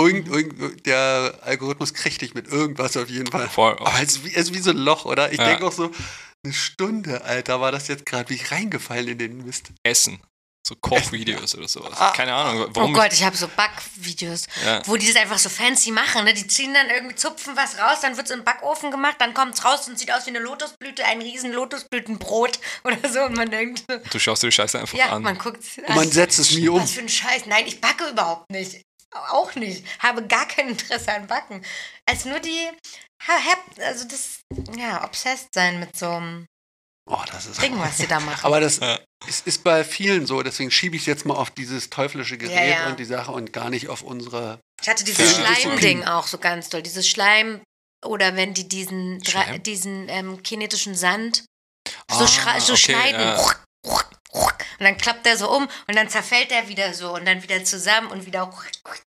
[SPEAKER 3] Irgend,
[SPEAKER 1] Mhm.
[SPEAKER 3] irgend, der Algorithmus kriegt dich mit irgendwas auf jeden Fall.
[SPEAKER 4] voll,
[SPEAKER 3] Aber es ist wie, es ist wie so ein Loch, oder? Ich
[SPEAKER 4] Ja.
[SPEAKER 3] denke auch so, eine Stunde, Alter, war das jetzt gerade, wie ich reingefallen in den Mist.
[SPEAKER 4] Essen. So Kochvideos oder sowas.
[SPEAKER 3] Ah.
[SPEAKER 4] Keine Ahnung,
[SPEAKER 1] Oh
[SPEAKER 4] warum.
[SPEAKER 1] Gott, ich habe so Backvideos,
[SPEAKER 4] Ja.
[SPEAKER 1] wo die das einfach so fancy machen. Ne? Die ziehen dann irgendwie, zupfen was raus, dann wird's im Backofen gemacht, dann kommt's raus und sieht aus wie eine Lotusblüte, ein riesen Lotusblütenbrot *laughs* oder so. Und man denkt,
[SPEAKER 4] Ich, du schaust dir die Scheiße einfach
[SPEAKER 1] ja,
[SPEAKER 4] an.
[SPEAKER 1] man guckt's.
[SPEAKER 3] Und man setzt es nie um.
[SPEAKER 1] Was für ein Scheiß. Nein, ich backe überhaupt nicht. Auch nicht. Habe gar kein Interesse an Backen. Als nur die, ha- hab- also das, ja, obsessed sein mit so einem
[SPEAKER 3] Oh, das ist.
[SPEAKER 1] Ding, was sie
[SPEAKER 4] *laughs*
[SPEAKER 1] da machen.
[SPEAKER 3] *laughs* Aber das
[SPEAKER 4] Ja.
[SPEAKER 3] ist, ist bei vielen so, deswegen schiebe ich es jetzt mal auf dieses teuflische Gerät
[SPEAKER 1] Ja, ja.
[SPEAKER 3] und die Sache und gar nicht auf unsere.
[SPEAKER 1] Ich hatte dieses
[SPEAKER 4] Filmdisziplin.
[SPEAKER 1] Schleimding auch so ganz doll. Dieses Schleim oder wenn die diesen, Dra-
[SPEAKER 4] Schleim?
[SPEAKER 1] diesen ähm, kinetischen Sand so,
[SPEAKER 4] Ah,
[SPEAKER 1] schra- so
[SPEAKER 4] okay,
[SPEAKER 1] schneiden.
[SPEAKER 4] ja.
[SPEAKER 1] Ruck, ruck, ruck. Und dann klappt der so um und dann zerfällt der wieder so und dann wieder zusammen und wieder. ruck, ruck.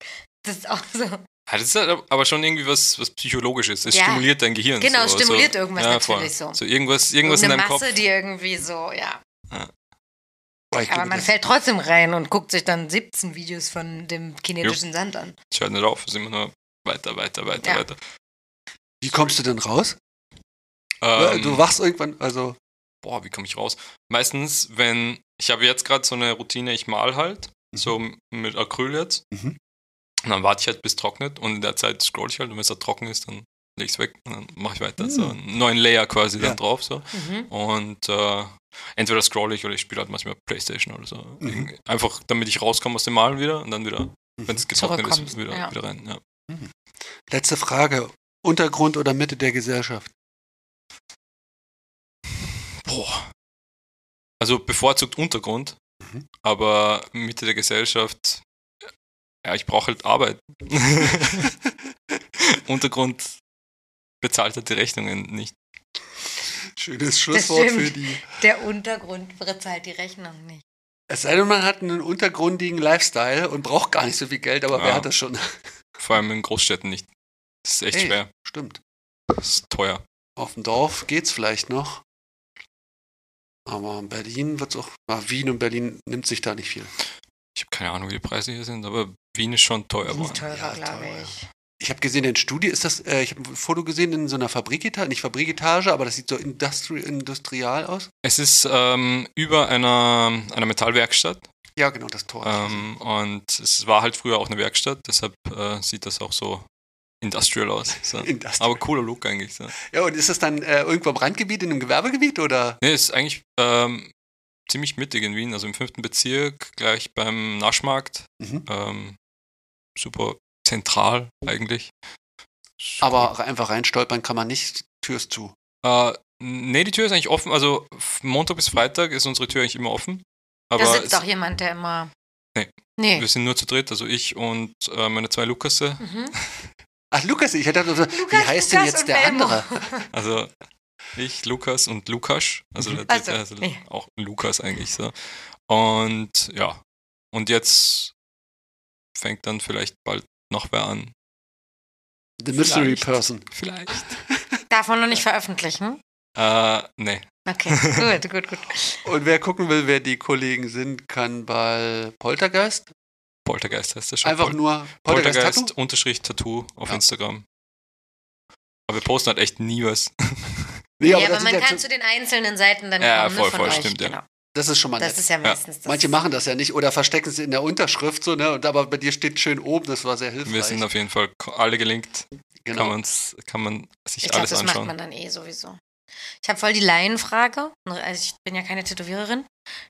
[SPEAKER 1] Das ist auch so.
[SPEAKER 4] Ja, das ist halt aber schon irgendwie was, was Psychologisches. Es
[SPEAKER 1] Ja.
[SPEAKER 4] stimuliert dein Gehirn.
[SPEAKER 1] Genau,
[SPEAKER 4] so,
[SPEAKER 1] es stimuliert
[SPEAKER 4] so.
[SPEAKER 1] irgendwas
[SPEAKER 4] ja, voll.
[SPEAKER 1] natürlich so.
[SPEAKER 4] So irgendwas, irgendwas in
[SPEAKER 1] eine
[SPEAKER 4] deinem
[SPEAKER 1] Masse,
[SPEAKER 4] Kopf.
[SPEAKER 1] die irgendwie so, ja.
[SPEAKER 3] Oh, ich
[SPEAKER 1] Aber
[SPEAKER 3] glaube,
[SPEAKER 1] man
[SPEAKER 3] das-
[SPEAKER 1] fällt trotzdem rein und guckt sich dann 17 Videos von dem kinetischen Sand an.
[SPEAKER 4] Ich höre nicht auf, es ist immer nur weiter, weiter, weiter,
[SPEAKER 1] Ja.
[SPEAKER 4] weiter.
[SPEAKER 3] wie kommst du denn raus?
[SPEAKER 4] Ähm,
[SPEAKER 3] du wachst irgendwann, also.
[SPEAKER 4] boah, wie komme ich raus? Meistens, wenn, ich habe jetzt gerade so eine Routine, ich mal halt,
[SPEAKER 2] Mhm.
[SPEAKER 4] so m- mit Acryl jetzt.
[SPEAKER 2] Mhm.
[SPEAKER 4] Und dann warte ich halt, bis trocknet und in der Zeit scroll ich halt und wenn es dann trocken ist, dann lege ich es weg und dann mache ich weiter. So einen neuen Layer quasi
[SPEAKER 2] Mhm. Ja.
[SPEAKER 4] dann drauf so.
[SPEAKER 1] Mhm.
[SPEAKER 4] Und äh, entweder scroll ich oder ich spiele halt manchmal Playstation oder so.
[SPEAKER 2] Mhm.
[SPEAKER 4] Irgendwie- Einfach damit ich rauskomme aus dem Malen wieder und dann wieder, wenn es getrocknet ist,
[SPEAKER 1] Zurückkommst,
[SPEAKER 4] wieder,
[SPEAKER 1] ja.
[SPEAKER 4] wieder rein. Ja.
[SPEAKER 3] mhm. Letzte Frage. Untergrund oder Mitte der Gesellschaft?
[SPEAKER 4] Boah. Also bevorzugt Untergrund, aber Mitte der Gesellschaft, ja, ich brauche halt *laughs* Arbeit. Untergrund bezahlt halt die Rechnungen nicht.
[SPEAKER 3] Schönes Schlusswort für
[SPEAKER 1] stimmt.
[SPEAKER 3] die.
[SPEAKER 1] Der Untergrund bezahlt die Rechnung nicht.
[SPEAKER 3] Es sei denn, man hat einen untergrundigen Lifestyle und braucht gar nicht so viel Geld, aber
[SPEAKER 4] Ja.
[SPEAKER 3] wer hat das schon? *laughs*
[SPEAKER 4] Vor allem in Großstädten nicht. Das ist echt
[SPEAKER 3] Ey.
[SPEAKER 4] schwer.
[SPEAKER 3] Stimmt.
[SPEAKER 4] Das ist teuer.
[SPEAKER 3] Auf dem Dorf geht's vielleicht noch. Aber in Berlin wird's auch. Na, Wien und Berlin nimmt sich da nicht viel.
[SPEAKER 4] Ich habe keine Ahnung, wie die Preise hier sind, aber Wien ist schon teuer.
[SPEAKER 1] Die ist
[SPEAKER 4] geworden.
[SPEAKER 1] teurer,
[SPEAKER 3] ja,
[SPEAKER 1] glaube
[SPEAKER 3] teurer.
[SPEAKER 1] ich.
[SPEAKER 3] Ich habe gesehen, in Studie ist das, äh, ich habe ein Foto gesehen in so einer Fabriketage, nicht Fabriketage, aber das sieht so industri industrial aus.
[SPEAKER 4] Es ist ähm, über einer, einer Metallwerkstatt
[SPEAKER 3] Ja, genau, das Tor. *laughs*
[SPEAKER 4] ähm, und es war halt früher auch eine Werkstatt, deshalb äh, sieht das auch so industrial aus. So.
[SPEAKER 3] Industrial.
[SPEAKER 4] Aber cooler Look eigentlich. So.
[SPEAKER 3] Ja, und ist das dann äh, irgendwo im Randgebiet, in einem Gewerbegebiet oder?
[SPEAKER 4] Nee, ist eigentlich ähm, ziemlich mittig in Wien, also im fünften Bezirk, gleich beim Naschmarkt.
[SPEAKER 3] Mhm.
[SPEAKER 4] Ähm, super zentral eigentlich.
[SPEAKER 3] Aber einfach reinstolpern kann man nicht, Tür ist zu.
[SPEAKER 4] Äh, nee, die Tür ist eigentlich offen. Also f- Montag bis Freitag ist unsere Tür eigentlich immer offen. Aber
[SPEAKER 1] da sitzt
[SPEAKER 4] es,
[SPEAKER 1] auch jemand, der immer.
[SPEAKER 4] Nee.
[SPEAKER 1] Nee.
[SPEAKER 4] wir sind nur zu dritt, also ich und äh, meine zwei Lukasse.
[SPEAKER 1] Mhm.
[SPEAKER 3] Ach, Lukas, ich hätte gedacht, wie
[SPEAKER 1] Lukas,
[SPEAKER 3] heißt denn
[SPEAKER 1] Lukas
[SPEAKER 3] jetzt
[SPEAKER 1] und
[SPEAKER 3] der
[SPEAKER 1] Belmo.
[SPEAKER 3] andere?
[SPEAKER 4] Also ich, Lukas und Lukas. Also,
[SPEAKER 3] Mhm.
[SPEAKER 4] der-
[SPEAKER 1] Also,
[SPEAKER 4] der- also
[SPEAKER 1] ja.
[SPEAKER 4] auch Lukas eigentlich so. Und ja. Und jetzt fängt dann vielleicht bald noch wer an.
[SPEAKER 3] The Mystery
[SPEAKER 4] Vielleicht.
[SPEAKER 3] Person.
[SPEAKER 4] Vielleicht.
[SPEAKER 1] Darf man noch nicht veröffentlichen?
[SPEAKER 4] Äh, nee.
[SPEAKER 1] Okay,
[SPEAKER 4] *laughs*
[SPEAKER 1] gut, gut, gut.
[SPEAKER 3] Und wer gucken will, wer die Kollegen sind, kann bei Poltergeist.
[SPEAKER 4] Poltergeist heißt das schon.
[SPEAKER 3] Einfach
[SPEAKER 4] Pol-
[SPEAKER 3] nur Poltergeist.
[SPEAKER 4] Poltergeist,
[SPEAKER 3] Tattoo?
[SPEAKER 4] unterstrich Tattoo auf
[SPEAKER 3] Ja.
[SPEAKER 4] Instagram. Aber wir posten halt echt nie was.
[SPEAKER 3] Nee,
[SPEAKER 1] ja,
[SPEAKER 3] aber
[SPEAKER 1] aber,
[SPEAKER 3] das,
[SPEAKER 1] man
[SPEAKER 3] ist ja,
[SPEAKER 1] kann
[SPEAKER 3] zu-
[SPEAKER 1] zu den einzelnen Seiten dann
[SPEAKER 4] Ja,
[SPEAKER 1] kommen. ne,
[SPEAKER 4] voll,
[SPEAKER 1] von
[SPEAKER 4] voll,
[SPEAKER 1] euch.
[SPEAKER 4] stimmt, ja.
[SPEAKER 1] genau.
[SPEAKER 3] das ist schon mal
[SPEAKER 1] Das
[SPEAKER 3] nett.
[SPEAKER 1] ist ja meistens. Das
[SPEAKER 3] Manche machen das ja nicht oder verstecken es in der Unterschrift so, ne? Und, aber bei dir steht schön oben, das war sehr hilfreich.
[SPEAKER 4] Wir sind auf jeden Fall ko- alle gelinkt. Kann,
[SPEAKER 3] genau.
[SPEAKER 4] man's, kann man sich
[SPEAKER 1] Ich glaube,
[SPEAKER 4] alles
[SPEAKER 1] das macht
[SPEAKER 4] anschauen.
[SPEAKER 1] man dann eh sowieso. Ich habe voll die Laienfrage. Also ich bin ja keine Tätowiererin.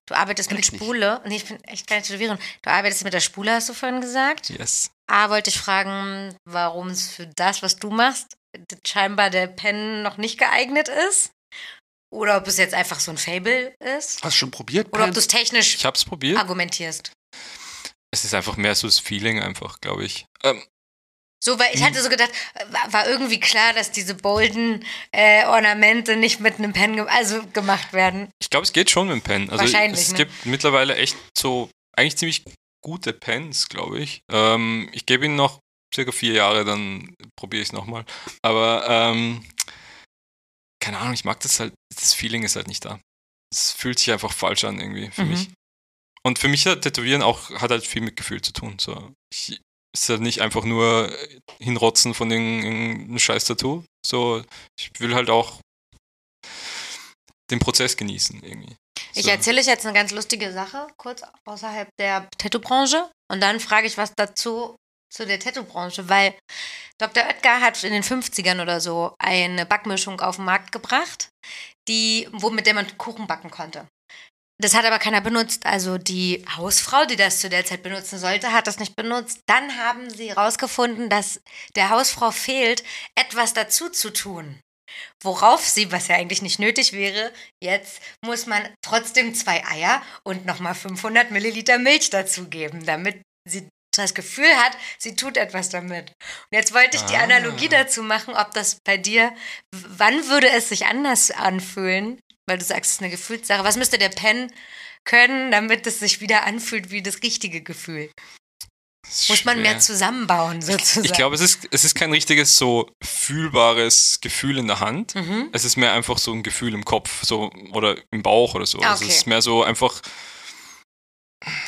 [SPEAKER 1] Du arbeitest mit
[SPEAKER 3] Echt nicht?
[SPEAKER 1] Spule. Nee, ich bin echt keine Tätowiererin. Du arbeitest mit der Spule, hast du vorhin gesagt.
[SPEAKER 4] Yes.
[SPEAKER 1] A, wollte ich fragen, warum es für das, was du machst, scheinbar der Pen noch nicht geeignet ist. Oder ob es jetzt einfach so ein Fable ist.
[SPEAKER 3] Hast du schon probiert?
[SPEAKER 1] Oder ob
[SPEAKER 3] Pam?
[SPEAKER 1] du es technisch
[SPEAKER 4] Ich hab's probiert.
[SPEAKER 1] argumentierst.
[SPEAKER 4] Es ist einfach mehr so das Feeling einfach, glaube ich. Ähm,
[SPEAKER 1] So, weil ich hatte so gedacht, war, war irgendwie klar, dass diese bolden äh, Ornamente nicht mit einem Pen ge also gemacht werden.
[SPEAKER 4] ich glaube, es geht schon mit dem Pen. Also
[SPEAKER 1] Wahrscheinlich,
[SPEAKER 4] Es
[SPEAKER 1] ne?
[SPEAKER 4] gibt mittlerweile echt so, eigentlich ziemlich gute Pens, glaube ich. Ähm, ich gebe ihnen noch circa vier Jahre, dann probiere ich es nochmal. Aber ähm, keine Ahnung, ich mag das halt, das Feeling ist halt nicht da. Es fühlt sich einfach falsch an irgendwie für
[SPEAKER 1] Mhm.
[SPEAKER 4] mich. Und für mich hat Tätowieren auch, hat halt viel mit Gefühl zu tun. So. Ich, es ist halt nicht einfach nur äh, hinrotzen von irgendeinem scheiß Tattoo. So, ich will halt auch den Prozess genießen irgendwie.
[SPEAKER 1] Ich
[SPEAKER 4] So.
[SPEAKER 1] erzähle euch jetzt eine ganz lustige Sache, kurz außerhalb der Tattoo-Branche. Und dann frage ich was dazu zu der Tattoo-Branche, weil Dr. Oetker hat in den 50ern oder so eine Backmischung auf den Markt gebracht, die, wo, mit der man Kuchen backen konnte. Das hat aber keiner benutzt. Also die Hausfrau, die das zu der Zeit benutzen sollte, hat das nicht benutzt. Dann haben sie herausgefunden, dass der Hausfrau fehlt, etwas dazu zu tun. Worauf sie, was ja eigentlich nicht nötig wäre, jetzt muss man trotzdem zwei Eier und nochmal 500 Milliliter Milch dazugeben, damit sie das Gefühl hat, sie tut etwas damit. Und jetzt wollte ich die
[SPEAKER 4] Ah.
[SPEAKER 1] Analogie dazu machen, ob das bei dir, w- wann würde es sich anders anfühlen? Weil du sagst, es ist eine Gefühlssache. Was müsste der Pen können, damit es sich wieder anfühlt wie das richtige Gefühl?
[SPEAKER 4] Es ist
[SPEAKER 1] Muss man mehr
[SPEAKER 4] schwer.
[SPEAKER 1] zusammenbauen, sozusagen.
[SPEAKER 4] Ich glaube, es ist, es ist kein richtiges so fühlbares Gefühl in der Hand.
[SPEAKER 1] Mhm.
[SPEAKER 4] Es ist mehr einfach so ein Gefühl im Kopf so, oder im Bauch oder so. Also
[SPEAKER 1] Ah,
[SPEAKER 4] Es
[SPEAKER 1] okay.
[SPEAKER 4] ist mehr so einfach,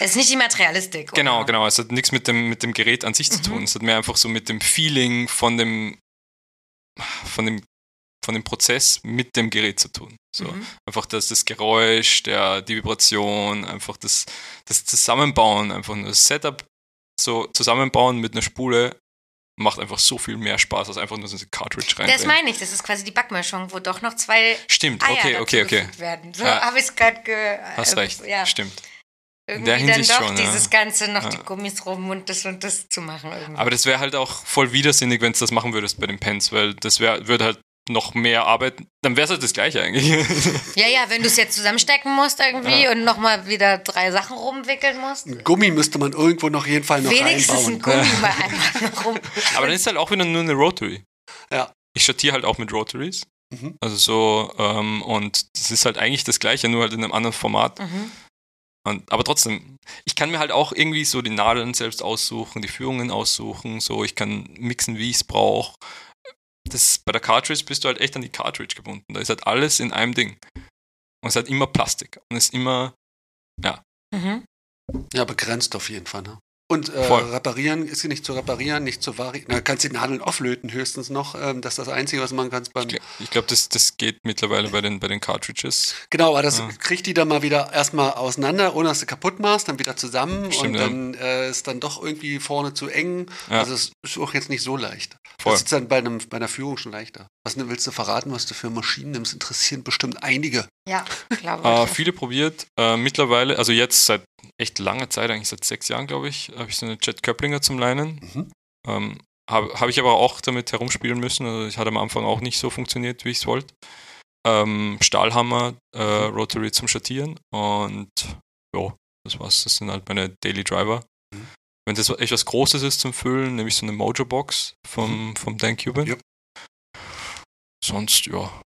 [SPEAKER 1] Es ist nicht die Materialistik. oder?
[SPEAKER 4] genau, genau. Es hat nichts mit dem, mit dem Gerät an sich zu
[SPEAKER 1] Mhm.
[SPEAKER 4] tun. Es hat mehr einfach so mit dem Feeling von dem, von dem, von dem Prozess mit dem Gerät zu tun. genau So.
[SPEAKER 1] Mhm.
[SPEAKER 4] Einfach das, das Geräusch, der, die Vibration, einfach das, das Zusammenbauen, einfach nur das Setup so zusammenbauen mit einer Spule macht einfach so viel mehr Spaß, als einfach nur so eine Cartridge rein.
[SPEAKER 1] Das meine ich, das ist quasi die Backmischung, wo doch noch zwei
[SPEAKER 4] Stimmt,
[SPEAKER 1] Eier
[SPEAKER 4] okay,
[SPEAKER 1] dazu
[SPEAKER 4] okay, okay.
[SPEAKER 1] gefügt werden. So
[SPEAKER 4] Ja.
[SPEAKER 1] habe ich es gerade ge...
[SPEAKER 4] Hast
[SPEAKER 1] Ah äh,
[SPEAKER 4] recht,
[SPEAKER 1] Ja,
[SPEAKER 4] stimmt.
[SPEAKER 1] irgendwie
[SPEAKER 4] der
[SPEAKER 1] dann
[SPEAKER 4] Hinsicht
[SPEAKER 1] doch
[SPEAKER 4] schon, ja.
[SPEAKER 1] dieses Ganze noch
[SPEAKER 4] Ja.
[SPEAKER 1] die Gummis rum und das und das zu machen. Irgendwie.
[SPEAKER 4] Aber das wäre halt auch voll widersinnig, wenn du das machen würdest bei den Pens, weil das wär, würde halt noch mehr Arbeit, dann wäre es halt das gleiche eigentlich. *laughs*
[SPEAKER 1] ja, ja, wenn du es jetzt zusammenstecken musst irgendwie und nochmal wieder drei Sachen rumwickeln musst.
[SPEAKER 3] Ein Gummi müsste man irgendwo noch jeden Fall noch
[SPEAKER 1] Wenigstens ein
[SPEAKER 3] reinbauen.
[SPEAKER 1] Gummi mal einfach noch rum.
[SPEAKER 4] Aber dann ist halt auch wieder nur eine Rotary.
[SPEAKER 3] Ja.
[SPEAKER 4] Ich schattiere halt auch mit Rotaries.
[SPEAKER 3] Mhm.
[SPEAKER 4] Also so, ähm, und das ist halt eigentlich das gleiche, nur halt in einem anderen Format.
[SPEAKER 1] Mhm.
[SPEAKER 4] Und, aber trotzdem, ich kann mir halt auch irgendwie so die Nadeln selbst aussuchen, die Führungen aussuchen, so ich kann mixen, wie ich es brauche. Das, bei der Cartridge bist du halt echt an die Cartridge gebunden. Da ist halt alles in einem Ding. Und es hat immer Plastik. Und es ist immer,
[SPEAKER 1] Mhm.
[SPEAKER 3] Ja, begrenzt auf jeden Fall. Ne? Und äh,
[SPEAKER 4] Voll.
[SPEAKER 3] reparieren ist nicht zu reparieren, nicht zu variieren. Na, kannst die Nadeln auflöten höchstens noch. Ähm, das ist das Einzige, was man kannst beim.
[SPEAKER 4] Ich, gl- ich glaube, das, das geht mittlerweile bei den, bei den Cartridges.
[SPEAKER 3] Genau, aber das
[SPEAKER 4] Ja.
[SPEAKER 3] kriegt die dann mal wieder erstmal auseinander, ohne dass du kaputt machst, dann wieder zusammen und
[SPEAKER 4] Stimmt, ja.
[SPEAKER 3] dann äh, ist dann doch irgendwie vorne zu eng.
[SPEAKER 4] Ja.
[SPEAKER 3] Also es ist auch jetzt nicht so leicht.
[SPEAKER 4] Voll.
[SPEAKER 3] Das ist dann bei, einem, bei einer Führung schon leichter. Was ne- willst du verraten, was du für Maschinen nimmst? Interessieren bestimmt einige.
[SPEAKER 1] Ja, glaube
[SPEAKER 4] Äh,
[SPEAKER 1] ich.
[SPEAKER 4] viele probiert. Äh, mittlerweile, also jetzt seit echt langer Zeit, eigentlich seit sechs Jahren, glaube ich, habe ich so eine Jet Köpplinger zum Leinen.
[SPEAKER 3] Mhm.
[SPEAKER 4] Ähm, habe hab ich aber auch damit herumspielen müssen. Also ich hatte am Anfang auch nicht so funktioniert, wie ich es wollte. Ähm, Stahlhammer, äh,
[SPEAKER 3] Mhm.
[SPEAKER 4] Rotary zum Schattieren und ja, das war's. Das sind halt meine Daily Driver.
[SPEAKER 3] Mhm.
[SPEAKER 4] Wenn das echt was Großes ist zum Füllen, nämlich so eine Mojo-Box vom, vom Dan Cuban.
[SPEAKER 3] Mhm. Ja.
[SPEAKER 4] Sonst, ja,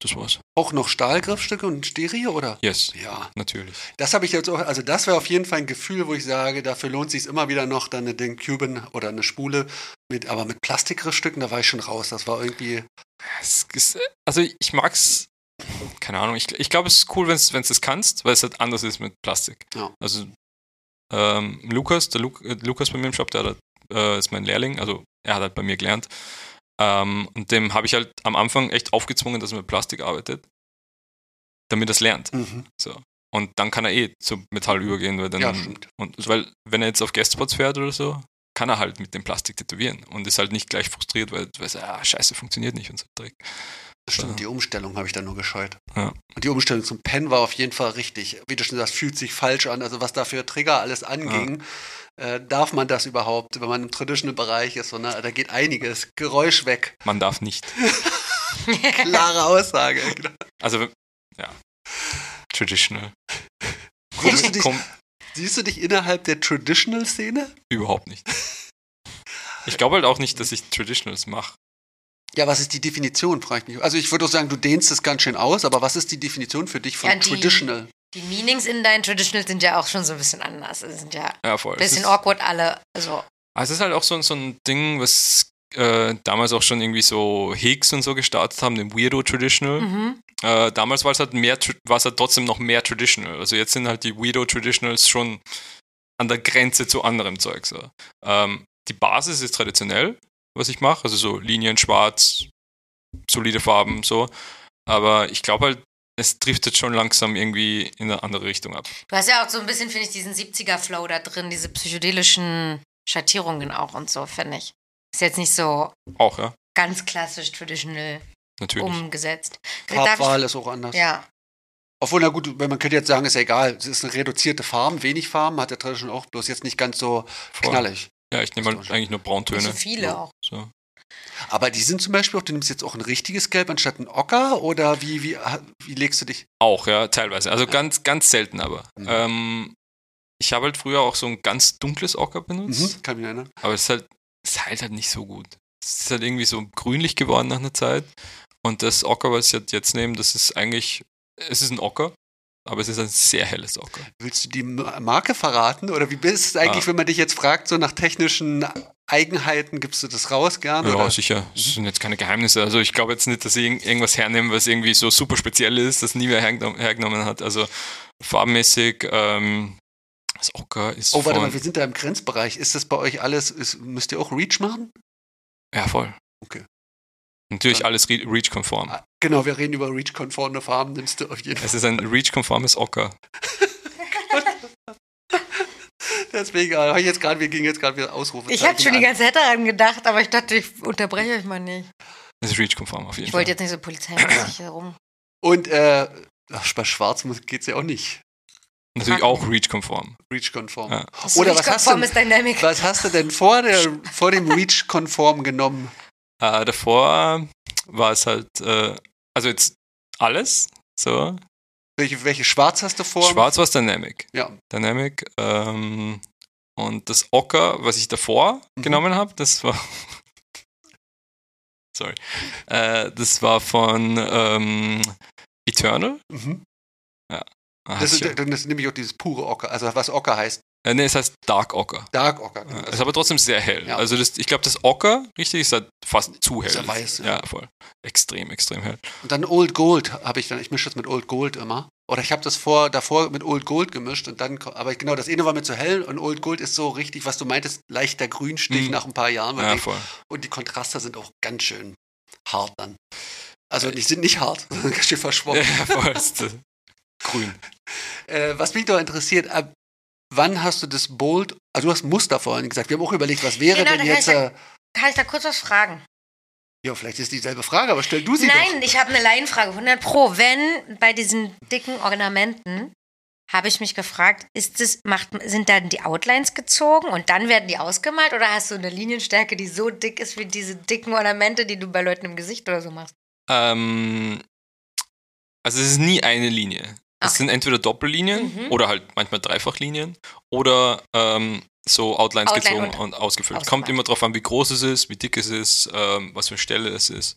[SPEAKER 4] das war's.
[SPEAKER 3] Auch noch Stahlgriffstücke und Stereo, oder?
[SPEAKER 4] Yes,
[SPEAKER 3] Ja,
[SPEAKER 4] natürlich.
[SPEAKER 3] das habe ich jetzt auch, also das wäre auf jeden Fall ein Gefühl, wo ich sage, dafür lohnt sich immer wieder noch, dann eine den Cuban oder eine Spule mit, aber mit Plastikriffstücken, da war ich schon raus. Das war irgendwie,
[SPEAKER 4] Es ist, also ich mag's, keine Ahnung, ich, ich glaube, es ist cool, wenn du es kannst, weil es halt anders ist mit Plastik.
[SPEAKER 3] Ja.
[SPEAKER 4] Also ähm, Lukas, der Lu äh, Lukas bei mir im Shop, der hat, äh, ist mein Lehrling, also er hat halt bei mir gelernt. Ähm, und dem habe ich halt am Anfang echt aufgezwungen, dass er mit Plastik arbeitet, damit er es lernt. So. Und dann kann er eh zu Metall übergehen, weil dann
[SPEAKER 3] Mhm. ja, stimmt.
[SPEAKER 4] und weil, wenn er jetzt auf Guestspots fährt oder so, kann er halt mit dem Plastik tätowieren und ist halt nicht gleich frustriert, weil, weil er, ah, scheiße, funktioniert nicht und so Dreck.
[SPEAKER 3] Stimmt, die Umstellung habe ich dann nur gescheut.
[SPEAKER 4] Ja.
[SPEAKER 3] Und die Umstellung zum Pen war auf jeden Fall richtig. Wie du schon sagst, fühlt sich falsch an. Also was da für Trigger alles anging, äh, darf man das überhaupt, wenn man im traditional Bereich ist, so, ne, da geht einiges. Geräusch weg.
[SPEAKER 4] Man darf nicht.
[SPEAKER 3] Klare *laughs* Aussage.
[SPEAKER 4] Also, wenn- ja. Traditional.
[SPEAKER 3] Würdest du dich-
[SPEAKER 4] Komm,
[SPEAKER 3] Siehst du dich innerhalb der Traditional-Szene?
[SPEAKER 4] überhaupt nicht. Ich glaube halt auch nicht, dass ich Traditionals mache.
[SPEAKER 3] Ja, was ist die Definition, frage ich mich. Also ich würde auch sagen, du dehnst es ganz schön aus, aber was ist die Definition für dich von
[SPEAKER 1] Ja, die-
[SPEAKER 3] Traditional?
[SPEAKER 1] *laughs* Die Meanings in deinen Traditionals sind ja auch schon so ein bisschen anders. Sie sind ja ein
[SPEAKER 4] Ja, voll. Es
[SPEAKER 1] bisschen
[SPEAKER 4] ist-
[SPEAKER 1] awkward alle. Also,
[SPEAKER 4] Aber Es ist halt auch so, so ein Ding, was äh, damals auch schon irgendwie so Higgs und so gestartet haben, den Weirdo Traditional.
[SPEAKER 1] mhm.
[SPEAKER 4] Äh, damals war es halt mehr, tra- war es halt trotzdem noch mehr Traditional. Also jetzt sind halt die Weirdo Traditionals schon an der Grenze zu anderem Zeug. So. Ähm, die Basis ist traditionell, was ich mache, also so Linien, Schwarz, solide Farben, so. Aber ich glaube halt, es driftet schon langsam irgendwie in eine andere Richtung ab.
[SPEAKER 1] du hast ja auch so ein bisschen, finde ich, diesen 70er-Flow da drin, diese psychedelischen Schattierungen auch und so, finde ich. Ist jetzt nicht so
[SPEAKER 4] Auch, ja,
[SPEAKER 1] ganz klassisch traditional
[SPEAKER 4] natürlich.
[SPEAKER 1] Um umgesetzt. Darf
[SPEAKER 3] Farbwahl ist auch anders.
[SPEAKER 1] ich, ja,
[SPEAKER 3] Obwohl, na gut, wenn man könnte jetzt sagen, ist ja egal. Es ist eine reduzierte Farben, wenig Farben, hat der Traditional auch, bloß jetzt nicht ganz so
[SPEAKER 4] Voll.
[SPEAKER 3] knallig.
[SPEAKER 4] Ja, ich nehme halt eigentlich nur Brauntöne.
[SPEAKER 1] nicht so Also viele
[SPEAKER 4] Ja,
[SPEAKER 1] auch.
[SPEAKER 4] So.
[SPEAKER 3] Aber die sind zum Beispiel auch, du nimmst jetzt auch ein richtiges Gelb anstatt ein Ocker oder wie, wie, wie legst du dich?
[SPEAKER 4] Auch, ja, teilweise. Also ganz, ganz selten aber. Ähm, ich habe halt früher auch so ein ganz dunkles Ocker benutzt.
[SPEAKER 3] Mhm. Kann mich erinnern.
[SPEAKER 4] Aber es ist halt, es heilt halt nicht so gut. Es ist halt irgendwie so grünlich geworden nach einer Zeit. Und das Ocker, was ich halt jetzt nehme, das ist eigentlich, es ist ein Ocker, aber es ist ein sehr helles Ocker.
[SPEAKER 3] Willst du die Ma- Marke verraten? Oder wie bist du eigentlich,
[SPEAKER 4] Ah.
[SPEAKER 3] wenn man dich jetzt fragt, so nach technischen Eigenheiten, gibst du das raus gerne?
[SPEAKER 4] Ja,
[SPEAKER 3] oder?
[SPEAKER 4] sicher.
[SPEAKER 3] Mhm.
[SPEAKER 4] Das sind jetzt keine Geheimnisse. Also ich glaube jetzt nicht, dass ich irgend- irgendwas hernehme, was irgendwie so super speziell ist, das nie mehr hergenommen, hergenommen hat. Also farbmäßig, ähm, das Ocker ist
[SPEAKER 3] Oh, warte
[SPEAKER 4] von,
[SPEAKER 3] mal, wir sind da im Grenzbereich. Ist das bei euch alles, ist, müsst ihr auch Reach machen?
[SPEAKER 4] ja voll.
[SPEAKER 3] Okay.
[SPEAKER 4] Natürlich alles Re- REACH-konform.
[SPEAKER 3] Ah, Genau, wir reden über Reach-konforme Farben, nimmst du auf jeden Fall. *laughs*
[SPEAKER 4] Es ist ein REACH-konformes Ocker.
[SPEAKER 3] Deswegen äh, hab ich jetzt gerade, wir gingen jetzt gerade wieder Ausrufe.
[SPEAKER 1] Ich habe schon die ganze Zeit daran gedacht, aber ich dachte, ich unterbreche euch mal nicht.
[SPEAKER 4] Es ist REACH-konform auf jeden
[SPEAKER 1] Ich
[SPEAKER 4] Fall.
[SPEAKER 1] wollte jetzt nicht so polizeimäßig herum.
[SPEAKER 3] Und äh, ach, bei Schwarz muss- geht's ja auch nicht.
[SPEAKER 4] Natürlich auch REACH-konform.
[SPEAKER 3] Reach-konform.
[SPEAKER 4] Ja.
[SPEAKER 1] So
[SPEAKER 3] Oder
[SPEAKER 1] nicht
[SPEAKER 3] was hast
[SPEAKER 1] konform
[SPEAKER 3] du-
[SPEAKER 1] ist Dynamic.
[SPEAKER 3] Was hast du denn vor, der, vor dem Reach-konform genommen?
[SPEAKER 4] Äh, davor war es halt, äh, also jetzt alles, so.
[SPEAKER 3] Welche, welche Schwarz hast du vor?
[SPEAKER 4] Schwarz war es Dynamic.
[SPEAKER 3] Ja.
[SPEAKER 4] Dynamic. Ähm, und das Ocker, was ich davor
[SPEAKER 3] Mhm.
[SPEAKER 4] genommen habe, das war. *laughs* Sorry. Äh, das war von ähm, Eternal.
[SPEAKER 3] Mhm.
[SPEAKER 4] Ah,
[SPEAKER 3] Das,
[SPEAKER 4] hat
[SPEAKER 3] ist,
[SPEAKER 4] sich-
[SPEAKER 3] das ist nämlich auch dieses pure Ocker, also was Ocker heißt,
[SPEAKER 4] äh, nee, es heißt Dark Ocker.
[SPEAKER 3] Dark Ocker. Also,
[SPEAKER 4] Ja, ist aber trotzdem sehr hell.
[SPEAKER 3] Ja.
[SPEAKER 4] Also das, ich glaube, das Ocker, richtig, ist halt fast zu hell.
[SPEAKER 3] Ist ja weiß, ja.
[SPEAKER 4] ja, voll. Extrem, extrem hell.
[SPEAKER 3] Und dann Old Gold habe ich dann, ich mische das mit Old Gold immer. Oder ich habe das vor, davor mit Old Gold gemischt und dann, ko- aber genau, das eine war mir zu hell und Old Gold ist so richtig, was du meintest, leichter Grünstich
[SPEAKER 4] Mhm.
[SPEAKER 3] nach ein paar Jahren. weil
[SPEAKER 4] Ja,
[SPEAKER 3] ich-
[SPEAKER 4] voll.
[SPEAKER 3] Und die Kontraste sind auch ganz schön hart dann.
[SPEAKER 4] Äh,
[SPEAKER 3] Also die sind nicht hart, *laughs* sondern ganz schön verschwommen.
[SPEAKER 4] *laughs* Ja, voll. Ist, äh, grün.
[SPEAKER 3] Äh, was mich doch interessiert, ab wann hast du das Bold, also du hast Muster vorhin gesagt, wir haben auch überlegt, was wäre
[SPEAKER 1] Genau, da
[SPEAKER 3] denn
[SPEAKER 1] kann
[SPEAKER 3] jetzt,
[SPEAKER 1] ich ja-
[SPEAKER 3] äh,
[SPEAKER 1] Kann ich da kurz was fragen?
[SPEAKER 3] ja vielleicht ist dieselbe Frage, aber stell du sie
[SPEAKER 1] Nein, ich habe eine Laienfrage. 100 Pro. Wenn bei diesen dicken Ornamenten, habe ich mich gefragt, ist das, macht, sind dann die Outlines gezogen und dann werden die ausgemalt oder hast du eine Linienstärke, die so dick ist wie diese dicken Ornamente, die du bei Leuten im Gesicht oder so machst?
[SPEAKER 4] Ähm, also es ist nie eine Linie. Es
[SPEAKER 1] Okay.
[SPEAKER 4] sind entweder Doppellinien
[SPEAKER 1] Ah. Mhm.
[SPEAKER 4] oder halt manchmal Dreifachlinien oder ähm, so Outlines
[SPEAKER 1] Outline
[SPEAKER 4] gezogen
[SPEAKER 1] und
[SPEAKER 4] und, ausgefüllt.
[SPEAKER 1] ausgemalt.
[SPEAKER 4] Kommt immer drauf an, wie groß es ist, wie dick es ist, ähm, was für eine Stelle es ist.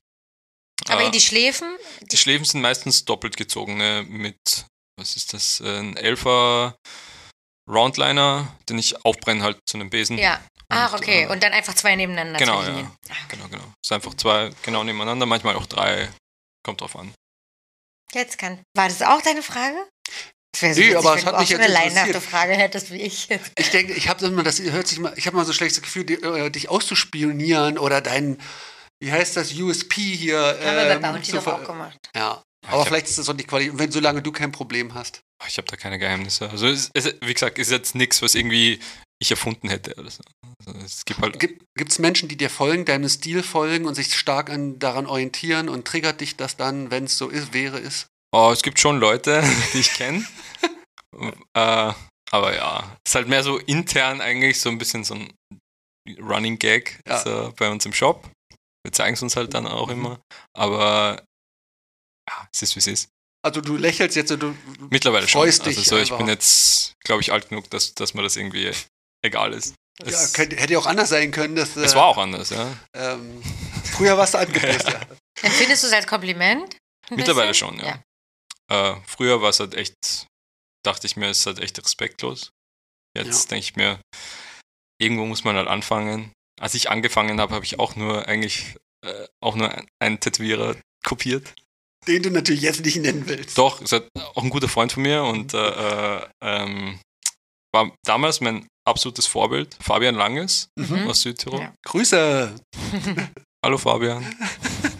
[SPEAKER 1] Aber
[SPEAKER 4] Äh,
[SPEAKER 1] die Schläfen,
[SPEAKER 4] die Schläfen sind meistens doppelt gezogene mit, was ist das, äh, ein Elfer Roundliner, den ich aufbrenne halt zu einem
[SPEAKER 3] Hm.
[SPEAKER 4] Besen.
[SPEAKER 1] ja. Ach,
[SPEAKER 4] Und,
[SPEAKER 1] okay.
[SPEAKER 4] äh,
[SPEAKER 1] Und dann einfach zwei nebeneinander.
[SPEAKER 4] genau,
[SPEAKER 1] zwei
[SPEAKER 4] ja.
[SPEAKER 1] Linien. Ah,
[SPEAKER 4] Genau, genau. Es sind einfach zwei genau nebeneinander, manchmal auch drei. Kommt drauf an.
[SPEAKER 1] Jetzt kann. War das auch deine Frage? Das wäre
[SPEAKER 3] Nee,
[SPEAKER 1] witzig,
[SPEAKER 3] aber es
[SPEAKER 1] wenn
[SPEAKER 3] hat
[SPEAKER 1] du auch
[SPEAKER 3] mich
[SPEAKER 1] so
[SPEAKER 3] jetzt
[SPEAKER 1] eine
[SPEAKER 3] interessiert.
[SPEAKER 1] leinhafte Frage hättest wie ich jetzt.
[SPEAKER 3] Ich denke, ich habe immer das hört sich mal, ich habe mal so ein schlechtes Gefühl, die, äh, dich auszuspionieren oder dein, wie heißt das, USP hier.
[SPEAKER 1] Haben wir
[SPEAKER 3] ähm,
[SPEAKER 1] bei Bounty
[SPEAKER 3] zu
[SPEAKER 1] doch
[SPEAKER 3] ver-
[SPEAKER 1] auch gemacht.
[SPEAKER 3] Ja.
[SPEAKER 4] Ich
[SPEAKER 3] Aber
[SPEAKER 4] hab-
[SPEAKER 3] vielleicht ist das auch nicht Qualität, wenn solange du kein Problem hast.
[SPEAKER 4] Ah, Ich habe da keine Geheimnisse. Also, es, es, wie gesagt, ist jetzt nichts, was irgendwie ich erfunden hätte. Oder so. also, es gibt halt.
[SPEAKER 3] Gibt es Menschen, die dir folgen, deinem Stil folgen und sich stark an, daran orientieren und triggert dich das dann, wenn es so ist, wäre es?
[SPEAKER 4] Oh, es gibt schon Leute, *laughs* die ich kenne. äh, aber ja, ist halt mehr so intern eigentlich so ein bisschen so ein Running Gag
[SPEAKER 3] Ja. Mhm.
[SPEAKER 4] so bei uns im Shop. Wir zeigen es uns halt dann auch immer. Aber ja, es ist wie es ist.
[SPEAKER 3] Also du lächelst jetzt und du
[SPEAKER 4] Mittlerweile
[SPEAKER 3] Freust
[SPEAKER 4] schon. Also
[SPEAKER 3] dich
[SPEAKER 4] so, ich
[SPEAKER 3] einfach.
[SPEAKER 4] bin jetzt, glaube ich, alt genug, dass, dass mir das irgendwie egal ist.
[SPEAKER 3] ja,
[SPEAKER 4] Es,
[SPEAKER 3] könnte, hätte ja auch anders sein können. Dass,
[SPEAKER 4] es
[SPEAKER 3] äh,
[SPEAKER 4] war auch anders, ja.
[SPEAKER 3] Ähm, früher warst du angepisst, ja.
[SPEAKER 1] Empfindest du es als Kompliment? Ein
[SPEAKER 4] *laughs* Mittlerweile
[SPEAKER 1] bisschen?
[SPEAKER 4] schon, ja. Äh, früher war es halt echt, dachte ich mir, es ist halt echt respektlos. Jetzt
[SPEAKER 3] Ja.
[SPEAKER 4] denke ich mir, irgendwo muss man halt anfangen. Als ich angefangen habe, habe ich auch nur eigentlich äh, auch nur ein- einen Tätowierer kopiert.
[SPEAKER 3] Den du natürlich jetzt nicht nennen willst.
[SPEAKER 4] Doch, ist halt auch ein guter Freund von mir und äh, äh, ähm, war damals mein absolutes Vorbild, Fabian Langes
[SPEAKER 1] Mhm.
[SPEAKER 4] aus Südtirol.
[SPEAKER 1] Ja.
[SPEAKER 3] Grüße.
[SPEAKER 4] Hallo Fabian.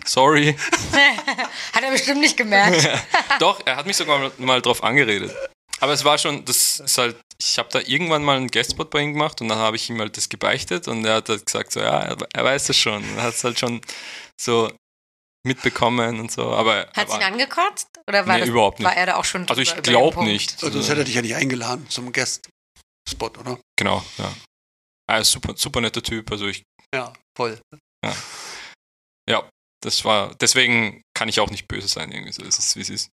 [SPEAKER 4] Sorry.
[SPEAKER 1] *laughs* Hat er bestimmt nicht gemerkt.
[SPEAKER 4] *laughs* Doch, er hat mich sogar mal- mal drauf angeredet. Aber es war schon, das ist halt, ich habe da irgendwann mal einen Guestspot bei ihm gemacht und dann habe ich ihm halt das gebeichtet und er hat halt gesagt, so, ja, er, er weiß das schon. Er hat es halt schon so mitbekommen und so. Aber er
[SPEAKER 1] Hat sie ihn
[SPEAKER 4] war-
[SPEAKER 1] angekotzt? Oder war,
[SPEAKER 4] Nee,
[SPEAKER 1] das,
[SPEAKER 4] überhaupt nicht.
[SPEAKER 1] war er da auch schon
[SPEAKER 4] also
[SPEAKER 1] drüber
[SPEAKER 4] ich
[SPEAKER 1] über den
[SPEAKER 4] glaube
[SPEAKER 1] Punkt?
[SPEAKER 4] nicht.
[SPEAKER 3] Sonst Also hätte er dich ja nicht eingeladen zum Guest-Spot, oder?
[SPEAKER 4] genau, ja. Ah, super, super netter Typ. Also ich,
[SPEAKER 3] Ja, voll.
[SPEAKER 4] das war, deswegen kann ich auch nicht böse sein irgendwie. So, es ist, wie es ist.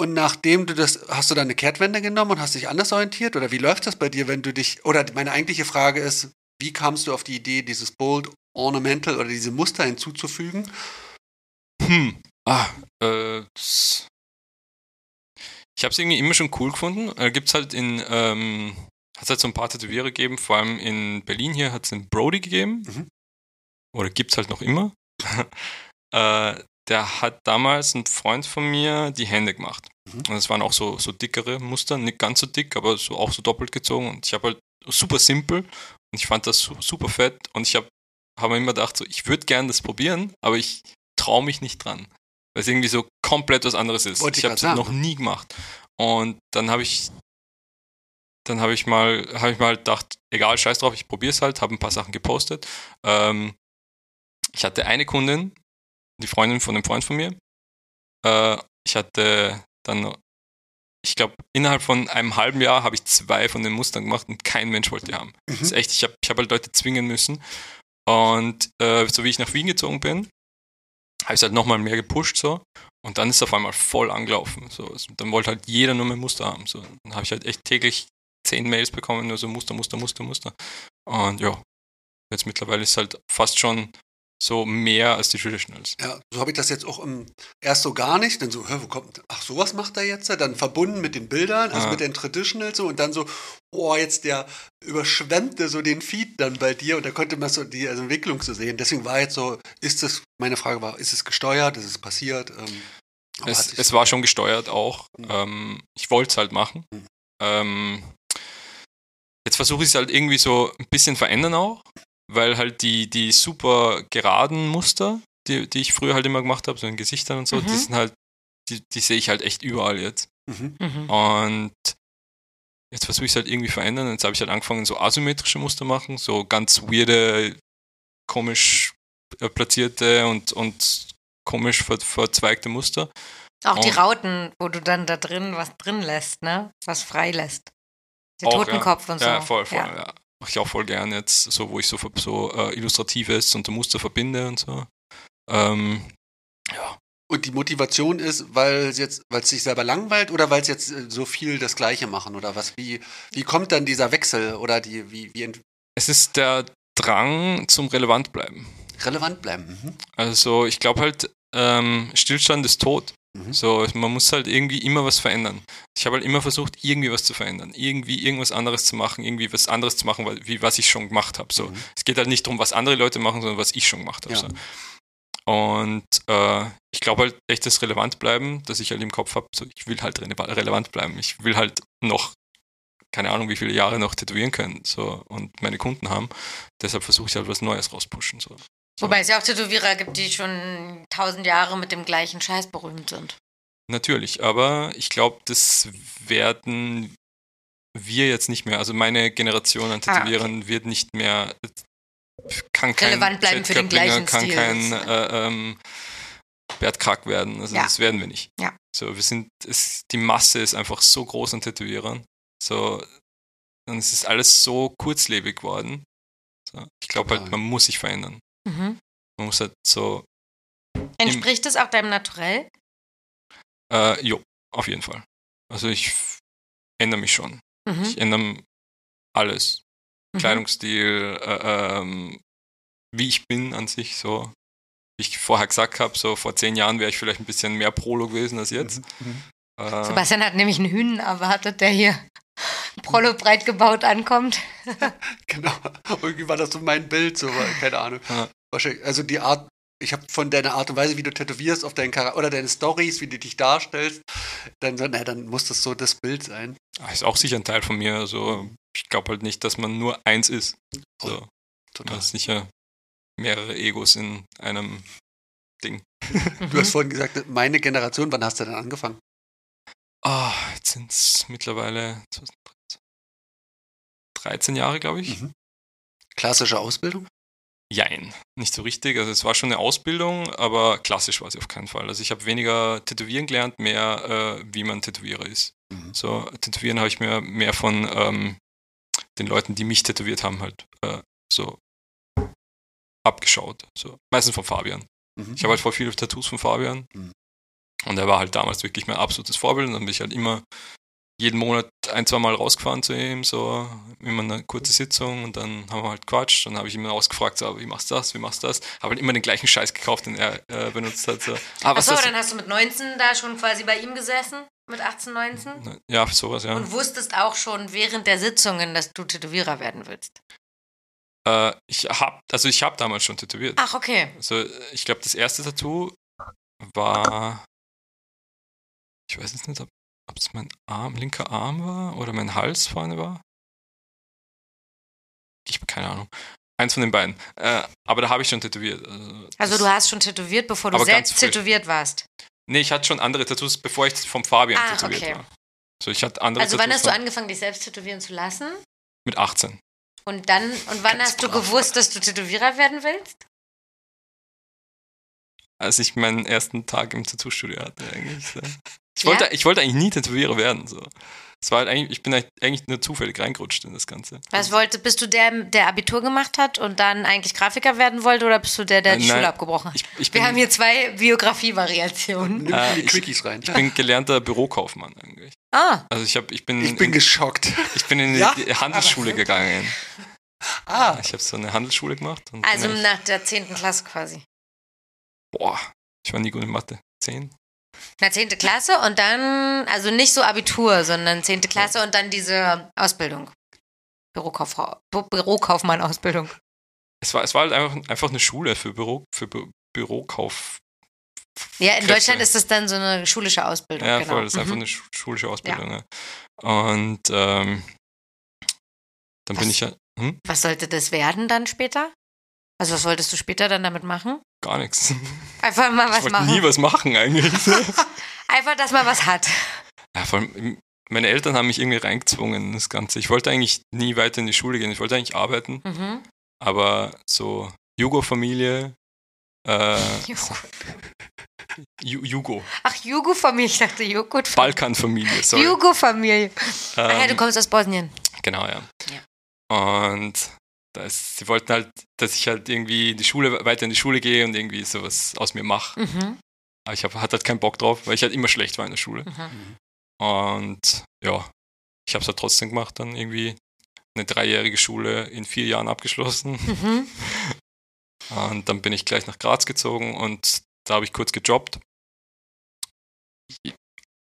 [SPEAKER 3] Und nachdem du das, hast du dann eine Kehrtwende genommen und hast dich anders orientiert? Oder wie läuft das bei dir, wenn du dich, oder meine eigentliche Frage ist, wie kamst du auf die Idee, dieses Bold Ornamental oder diese Muster hinzuzufügen?
[SPEAKER 4] Hm. Ah, äh, das- ich habe es irgendwie immer schon cool gefunden. Da gibt's halt in, ähm, hat halt so ein paar Tätowierer gegeben, vor allem in Berlin hier hat es einen Brody gegeben.
[SPEAKER 3] Mhm.
[SPEAKER 4] Oder gibt's halt noch immer. *laughs* äh, der hat damals ein Freund von mir die Hände gemacht.
[SPEAKER 3] Mhm.
[SPEAKER 4] Und es waren auch so, so dickere Muster, nicht ganz so dick, aber so, auch so doppelt gezogen. Und ich habe halt super simpel und ich fand das su super fett. Und ich habe hab mir immer gedacht, so, ich würde gern das probieren, aber ich traue mich nicht dran. Weil es irgendwie so komplett was anderes ist.
[SPEAKER 3] Wollte ich
[SPEAKER 4] ich habe es
[SPEAKER 3] grad sagen.
[SPEAKER 4] noch nie gemacht. Und dann habe ich dann habe ich mal, habe ich mal halt gedacht, egal, scheiß drauf, ich probiere es halt, habe ein paar Sachen gepostet. Ähm, ich hatte eine Kundin, die Freundin von einem Freund von mir. Äh, ich hatte dann, ich glaube, innerhalb von einem halben Jahr habe ich zwei von den Mustern gemacht und kein Mensch wollte die haben. Das ist echt, ich habe ich hab halt Leute zwingen müssen. Und äh, so wie ich nach Wien gezogen bin, habe ich es halt nochmal mehr gepusht so. Und dann ist es auf einmal voll angelaufen. So. Es- Dann wollte halt jeder nur mehr Muster haben. So. Dann habe ich halt echt täglich zehn Mails bekommen, nur so Muster, Muster, Muster, Muster. Und ja, jetzt mittlerweile ist halt fast schon so mehr als die Traditionals.
[SPEAKER 3] Ja, so habe ich das jetzt auch im, erst so gar nicht, dann so, hä, wo kommt, ach, sowas macht er jetzt, dann verbunden mit den Bildern, also
[SPEAKER 4] Ah.
[SPEAKER 3] mit den Traditionals so, und dann so, oh, jetzt der überschwemmte so den Feed dann bei dir, und da konnte man so die also Entwicklung so sehen. Deswegen war jetzt so, ist es, meine Frage war, ist es gesteuert, ist es passiert? Ähm, Aber hat
[SPEAKER 4] Es,
[SPEAKER 3] sich
[SPEAKER 4] es
[SPEAKER 3] so-
[SPEAKER 4] war schon gesteuert auch.
[SPEAKER 3] Mhm.
[SPEAKER 4] Ähm, ich wollte es halt machen.
[SPEAKER 3] Mhm.
[SPEAKER 4] Ähm, jetzt versuche ich es halt irgendwie so ein bisschen verändern auch, weil halt die, die super geraden Muster, die, die ich früher halt immer gemacht habe, so in Gesichtern und so, die
[SPEAKER 1] Mhm.
[SPEAKER 4] sind halt, die, die sehe ich halt echt überall jetzt.
[SPEAKER 3] Mhm.
[SPEAKER 1] Mhm.
[SPEAKER 4] Und jetzt versuche ich es halt irgendwie verändern. Jetzt habe ich halt angefangen, so asymmetrische Muster machen, so ganz weirde, komisch äh, platzierte und, und komisch ver verzweigte Muster.
[SPEAKER 1] Auch die
[SPEAKER 4] Oh.
[SPEAKER 1] Rauten, wo du dann da drin was drin lässt, ne? Was frei lässt. Der
[SPEAKER 4] Auch,
[SPEAKER 1] Totenkopf und so.
[SPEAKER 4] Ja, voll, voll.
[SPEAKER 1] Ja.
[SPEAKER 4] Ja. Mache ich auch voll gern jetzt, so wo ich so, ver- so äh, Illustratives und Muster verbinde und so. Ähm,
[SPEAKER 3] Und die Motivation ist, weil es jetzt, weil es sich selber langweilt oder weil es jetzt äh, so viel das Gleiche machen oder was? Wie, wie kommt dann dieser Wechsel oder die, wie, wie ent-
[SPEAKER 4] es ist der Drang zum relevant bleiben.
[SPEAKER 3] relevant bleiben? Mhm.
[SPEAKER 4] Also ich glaube halt, ähm, Stillstand ist tot.
[SPEAKER 3] Mhm.
[SPEAKER 4] So, man muss halt irgendwie immer was verändern. Ich habe halt immer versucht, irgendwie was zu verändern, irgendwie irgendwas anderes zu machen, irgendwie was anderes zu machen, weil- wie was ich schon gemacht habe. So,
[SPEAKER 3] Mhm.
[SPEAKER 4] es geht halt nicht darum, was andere Leute machen, sondern was ich schon gemacht habe.
[SPEAKER 3] Ja.
[SPEAKER 4] So. Und äh, ich glaube halt echt das relevant bleiben, dass ich halt im Kopf habe, so, ich will halt rele- relevant bleiben. Ich will halt noch, keine Ahnung, wie viele Jahre noch tätowieren können so, und meine Kunden haben. Deshalb versuche ich halt was Neues rauspushen. So.
[SPEAKER 1] Wobei es ja auch Tätowierer gibt, die schon tausend Jahre mit dem gleichen Scheiß berühmt sind.
[SPEAKER 4] Natürlich, aber ich glaube, das werden wir jetzt nicht mehr, also meine Generation an
[SPEAKER 1] Ah, okay.
[SPEAKER 4] Tätowierern wird nicht mehr, kann kein
[SPEAKER 1] Relevant bleiben für den
[SPEAKER 4] Zelt
[SPEAKER 1] gleichen
[SPEAKER 4] Köppinger, kann
[SPEAKER 1] Stil
[SPEAKER 4] kein
[SPEAKER 1] jetzt,
[SPEAKER 4] äh, ähm, Bert Krack werden, also
[SPEAKER 1] Ja.
[SPEAKER 4] das werden wir nicht.
[SPEAKER 1] Ja.
[SPEAKER 4] So, wir sind, es, die Masse ist einfach so groß an Tätowierern, so, und es ist alles so kurzlebig geworden. So, ich glaube halt,
[SPEAKER 3] Total.
[SPEAKER 4] man muss sich verändern.
[SPEAKER 1] Mhm.
[SPEAKER 4] Man muss halt so,
[SPEAKER 1] Entspricht es auch deinem Naturell?
[SPEAKER 4] äh, jo, auf jeden Fall. Also ich f- ändere mich schon.
[SPEAKER 1] Mhm.
[SPEAKER 4] Ich ändere alles.
[SPEAKER 1] Mhm.
[SPEAKER 4] Kleidungsstil, äh, ähm, wie ich bin an sich, so. Wie ich vorher gesagt habe, so vor zehn Jahren wäre ich vielleicht ein bisschen mehr Prolo gewesen als jetzt. Äh,
[SPEAKER 1] Mhm. Sebastian hat nämlich einen Hühn erwartet, der hier *laughs* prollo breit gebaut ankommt.
[SPEAKER 3] Genau. *laughs* Irgendwie war das so mein Bild, so, weil- keine Ahnung.
[SPEAKER 4] Ja.
[SPEAKER 3] Wahrscheinlich, also die Art, ich habe von deiner Art und Weise, wie du tätowierst, auf deinen Charakter oder deine Stories, wie du dich darstellst, dann, so, na, dann muss das so das Bild sein.
[SPEAKER 4] ist auch sicher ein Teil von mir.
[SPEAKER 1] Mhm.
[SPEAKER 4] Also ich glaube halt nicht, dass man nur eins ist. So,
[SPEAKER 3] Total.
[SPEAKER 4] man ist sicher mehrere Egos in einem.
[SPEAKER 3] Du
[SPEAKER 4] Mhm.
[SPEAKER 3] hast vorhin gesagt, meine Generation, wann hast du denn angefangen?
[SPEAKER 4] Ah, jetzt sind es mittlerweile 13 Jahre, glaube ich.
[SPEAKER 3] Mhm. Klassische Ausbildung?
[SPEAKER 4] Jein, nicht so richtig. Also es war schon eine Ausbildung, aber klassisch war sie auf keinen Fall. Also ich habe weniger tätowieren gelernt, mehr äh, wie man Tätowierer ist.
[SPEAKER 3] Mhm.
[SPEAKER 4] So tätowieren habe ich mir mehr von ähm, den Leuten, die mich tätowiert haben, halt äh, so abgeschaut. So. Meistens von Fabian.
[SPEAKER 3] Mhm.
[SPEAKER 4] Ich habe halt voll viele Tattoos von Fabian.
[SPEAKER 3] Mhm.
[SPEAKER 4] Und er war halt damals wirklich mein absolutes Vorbild. Und dann bin ich halt immer jeden Monat ein, zwei Mal rausgefahren zu ihm, so immer eine kurze Sitzung und dann haben wir halt quatscht und habe ich ihn immer ausgefragt, so, wie machst du das, wie machst du das? Habe halt immer den gleichen Scheiß gekauft, den er äh, benutzt hat. So. Ah, was
[SPEAKER 1] Achso,
[SPEAKER 4] das?
[SPEAKER 1] dann hast du mit 19 da schon quasi bei ihm gesessen, mit 18, 19?
[SPEAKER 4] Ja, sowas, ja.
[SPEAKER 1] Und wusstest auch schon während der Sitzungen, dass du Tätowierer werden willst.
[SPEAKER 4] Äh, ich hab, also ich habe damals schon tätowiert.
[SPEAKER 1] Ach, okay.
[SPEAKER 4] Also ich glaube, das erste Tattoo war, ich weiß jetzt nicht, ob es mein Arm, linker Arm war oder mein Hals vorne war. Ich habe keine Ahnung. Eins von den beiden. Äh, aber da habe ich schon tätowiert.
[SPEAKER 1] Also
[SPEAKER 4] das-
[SPEAKER 1] du hast schon tätowiert, bevor du
[SPEAKER 4] Aber ganz
[SPEAKER 1] selbst
[SPEAKER 4] frisch.
[SPEAKER 1] tätowiert warst.
[SPEAKER 4] Nee, ich hatte schon andere Tattoos, bevor ich vom Fabian
[SPEAKER 1] Ah,
[SPEAKER 4] tätowiert
[SPEAKER 1] okay.
[SPEAKER 4] war. So, ich hatte andere
[SPEAKER 1] Also wann
[SPEAKER 4] Tattoos
[SPEAKER 1] hast du
[SPEAKER 4] von-
[SPEAKER 1] angefangen, dich selbst tätowieren zu lassen?
[SPEAKER 4] mit 18.
[SPEAKER 1] Und dann, und wann
[SPEAKER 4] Ganz
[SPEAKER 1] hast du
[SPEAKER 4] brav.
[SPEAKER 1] gewusst, dass du Tätowierer werden willst?
[SPEAKER 4] Als ich meinen ersten Tag im Tattoo-Studio hatte, eigentlich. So. Ich,
[SPEAKER 1] Ja?
[SPEAKER 4] wollte, ich wollte eigentlich nie Tätowierer werden. So. Es war halt eigentlich, ich bin halt eigentlich nur zufällig reingerutscht in das Ganze.
[SPEAKER 1] Was wollte, bist du der, der Abitur gemacht hat und dann eigentlich Grafiker werden wollte oder bist du der, der die
[SPEAKER 4] Äh, nein.
[SPEAKER 1] Schule abgebrochen hat?
[SPEAKER 4] Ich, ich
[SPEAKER 1] Wir
[SPEAKER 4] bin-
[SPEAKER 1] haben hier zwei Biografie-Variationen.
[SPEAKER 3] Nimm
[SPEAKER 4] Äh,
[SPEAKER 3] die
[SPEAKER 4] ich-
[SPEAKER 3] Quickies rein.
[SPEAKER 4] Ich bin gelernter Bürokaufmann eigentlich.
[SPEAKER 1] Ah,
[SPEAKER 4] Also ich habe, ich bin,
[SPEAKER 3] Ich bin
[SPEAKER 4] in, *laughs*
[SPEAKER 3] geschockt.
[SPEAKER 4] ich bin in die
[SPEAKER 3] Ja,
[SPEAKER 4] die Handelsschule gegangen.
[SPEAKER 3] Ah,
[SPEAKER 4] Ich habe so eine Handelsschule gemacht. Und
[SPEAKER 1] also
[SPEAKER 4] bin echt-
[SPEAKER 1] nach der 10. Klasse quasi.
[SPEAKER 4] boah, ich war nie gut in Mathe. Zehn.
[SPEAKER 1] Na, 10. Klasse und dann, also nicht so Abitur, sondern 10. Klasse und dann diese Ausbildung. Bürokauffrau, Bu- Bürokaufmann-Ausbildung.
[SPEAKER 4] Es war, es war halt einfach, einfach eine Schule für Büro, für Bü Bürokauf,
[SPEAKER 1] Ja, in
[SPEAKER 4] Kräfte.
[SPEAKER 1] Deutschland ist das dann so eine schulische Ausbildung.
[SPEAKER 4] Ja,
[SPEAKER 1] genau.
[SPEAKER 4] voll, das ist einfach
[SPEAKER 1] Mhm.
[SPEAKER 4] eine schu- schulische Ausbildung. Ja. Und ähm, dann
[SPEAKER 1] Was?
[SPEAKER 4] bin ich ja hm,
[SPEAKER 1] Was sollte das werden dann später? Also was wolltest du später dann damit machen?
[SPEAKER 4] gar nichts. *laughs*
[SPEAKER 1] Einfach mal
[SPEAKER 4] ich
[SPEAKER 1] was
[SPEAKER 4] wollte
[SPEAKER 1] machen.
[SPEAKER 4] nie was machen eigentlich.
[SPEAKER 1] *laughs* Einfach, dass man was hat.
[SPEAKER 4] ja, vor allem, meine Eltern haben mich irgendwie reingezwungen in das Ganze. Ich wollte eigentlich nie weiter in die Schule gehen. Ich wollte eigentlich arbeiten,
[SPEAKER 1] Mhm.
[SPEAKER 4] aber so Jugo-Familie, äh, Ju- Jugo,
[SPEAKER 1] Ach, Jugo-Familie. Ich dachte Joghurt-Familie.
[SPEAKER 4] Balkan-Familie, sorry.
[SPEAKER 1] Jugo-Familie. Ach Ah ja, du
[SPEAKER 4] Ähm,
[SPEAKER 1] kommst aus Bosnien.
[SPEAKER 4] Genau, ja. Und da ist, sie wollten halt, dass ich halt irgendwie in die Schule, weiter in die Schule gehe und irgendwie sowas aus mir mache.
[SPEAKER 1] Mhm.
[SPEAKER 4] Aber ich hab, hatte halt keinen Bock drauf, weil ich halt immer schlecht war in der Schule.
[SPEAKER 1] Mhm.
[SPEAKER 4] Und ja, ich habe es halt trotzdem gemacht, dann irgendwie eine dreijährige Schule in vier Jahren abgeschlossen.
[SPEAKER 1] Mhm.
[SPEAKER 4] Und dann bin ich gleich nach Graz gezogen und da habe ich kurz gejobbt.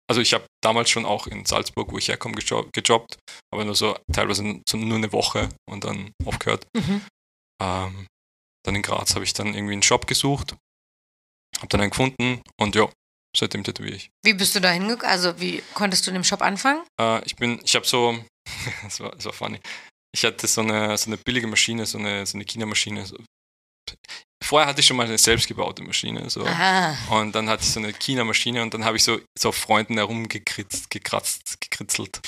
[SPEAKER 4] Also ich habe damals schon auch in Salzburg, wo ich herkomme, gejo- gejobbt, aber nur so teilweise so nur eine Woche und dann aufgehört.
[SPEAKER 1] Mhm.
[SPEAKER 4] Ähm, dann in Graz habe ich dann irgendwie einen Shop gesucht, habe dann einen gefunden und ja, seitdem tätowiere ich.
[SPEAKER 1] Wie bist du da hingekommen? Also wie konntest du in dem Shop anfangen?
[SPEAKER 4] Äh, ich bin, ich habe so, *laughs* das war, das war funny. Ich hatte so eine, so eine billige Maschine, so eine, so eine China-Maschine. So. Vorher hatte ich schon mal eine selbstgebaute Maschine. So.
[SPEAKER 1] Aha.
[SPEAKER 4] Und dann hatte ich so eine China-Maschine und dann habe ich so, so auf Freunden herumgekritzt, gekratzt, gekritzelt.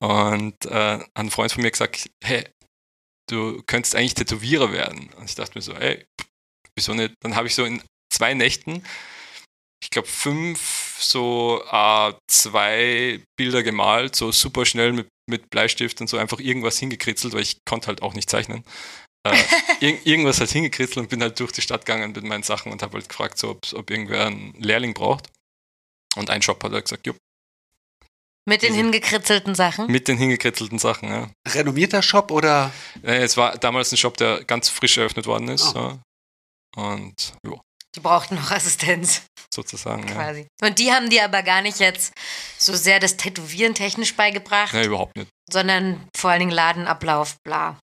[SPEAKER 4] Und äh, hat ein Freund von mir gesagt, hey, du könntest eigentlich Tätowierer werden. Und ich dachte mir so, ey, wieso nicht? Dann habe ich so in zwei Nächten, ich glaube fünf, so äh, zwei Bilder gemalt, so super schnell mit, mit Bleistift und so einfach irgendwas hingekritzelt, weil ich konnte halt auch nicht zeichnen. Äh, irg irgendwas halt hingekritzelt und bin halt durch die Stadt gegangen mit meinen Sachen und habe halt gefragt, so, ob's- ob irgendwer einen Lehrling braucht. Und ein Shop hat halt gesagt, jupp,
[SPEAKER 1] Mit den
[SPEAKER 4] Diese-
[SPEAKER 1] hingekritzelten Sachen.
[SPEAKER 4] mit den hingekritzelten Sachen. Ja.
[SPEAKER 3] Renommierter Shop oder?
[SPEAKER 4] Äh, Es war damals ein Shop, der ganz frisch eröffnet worden ist. Ja. Und ja,
[SPEAKER 1] Die brauchten noch *laughs* Assistenz
[SPEAKER 4] sozusagen. Ja.
[SPEAKER 1] quasi. Und die haben dir aber gar nicht jetzt so sehr das Tätowieren technisch beigebracht,
[SPEAKER 4] Nee, überhaupt nicht.
[SPEAKER 1] sondern vor allen Dingen Ladenablauf, bla.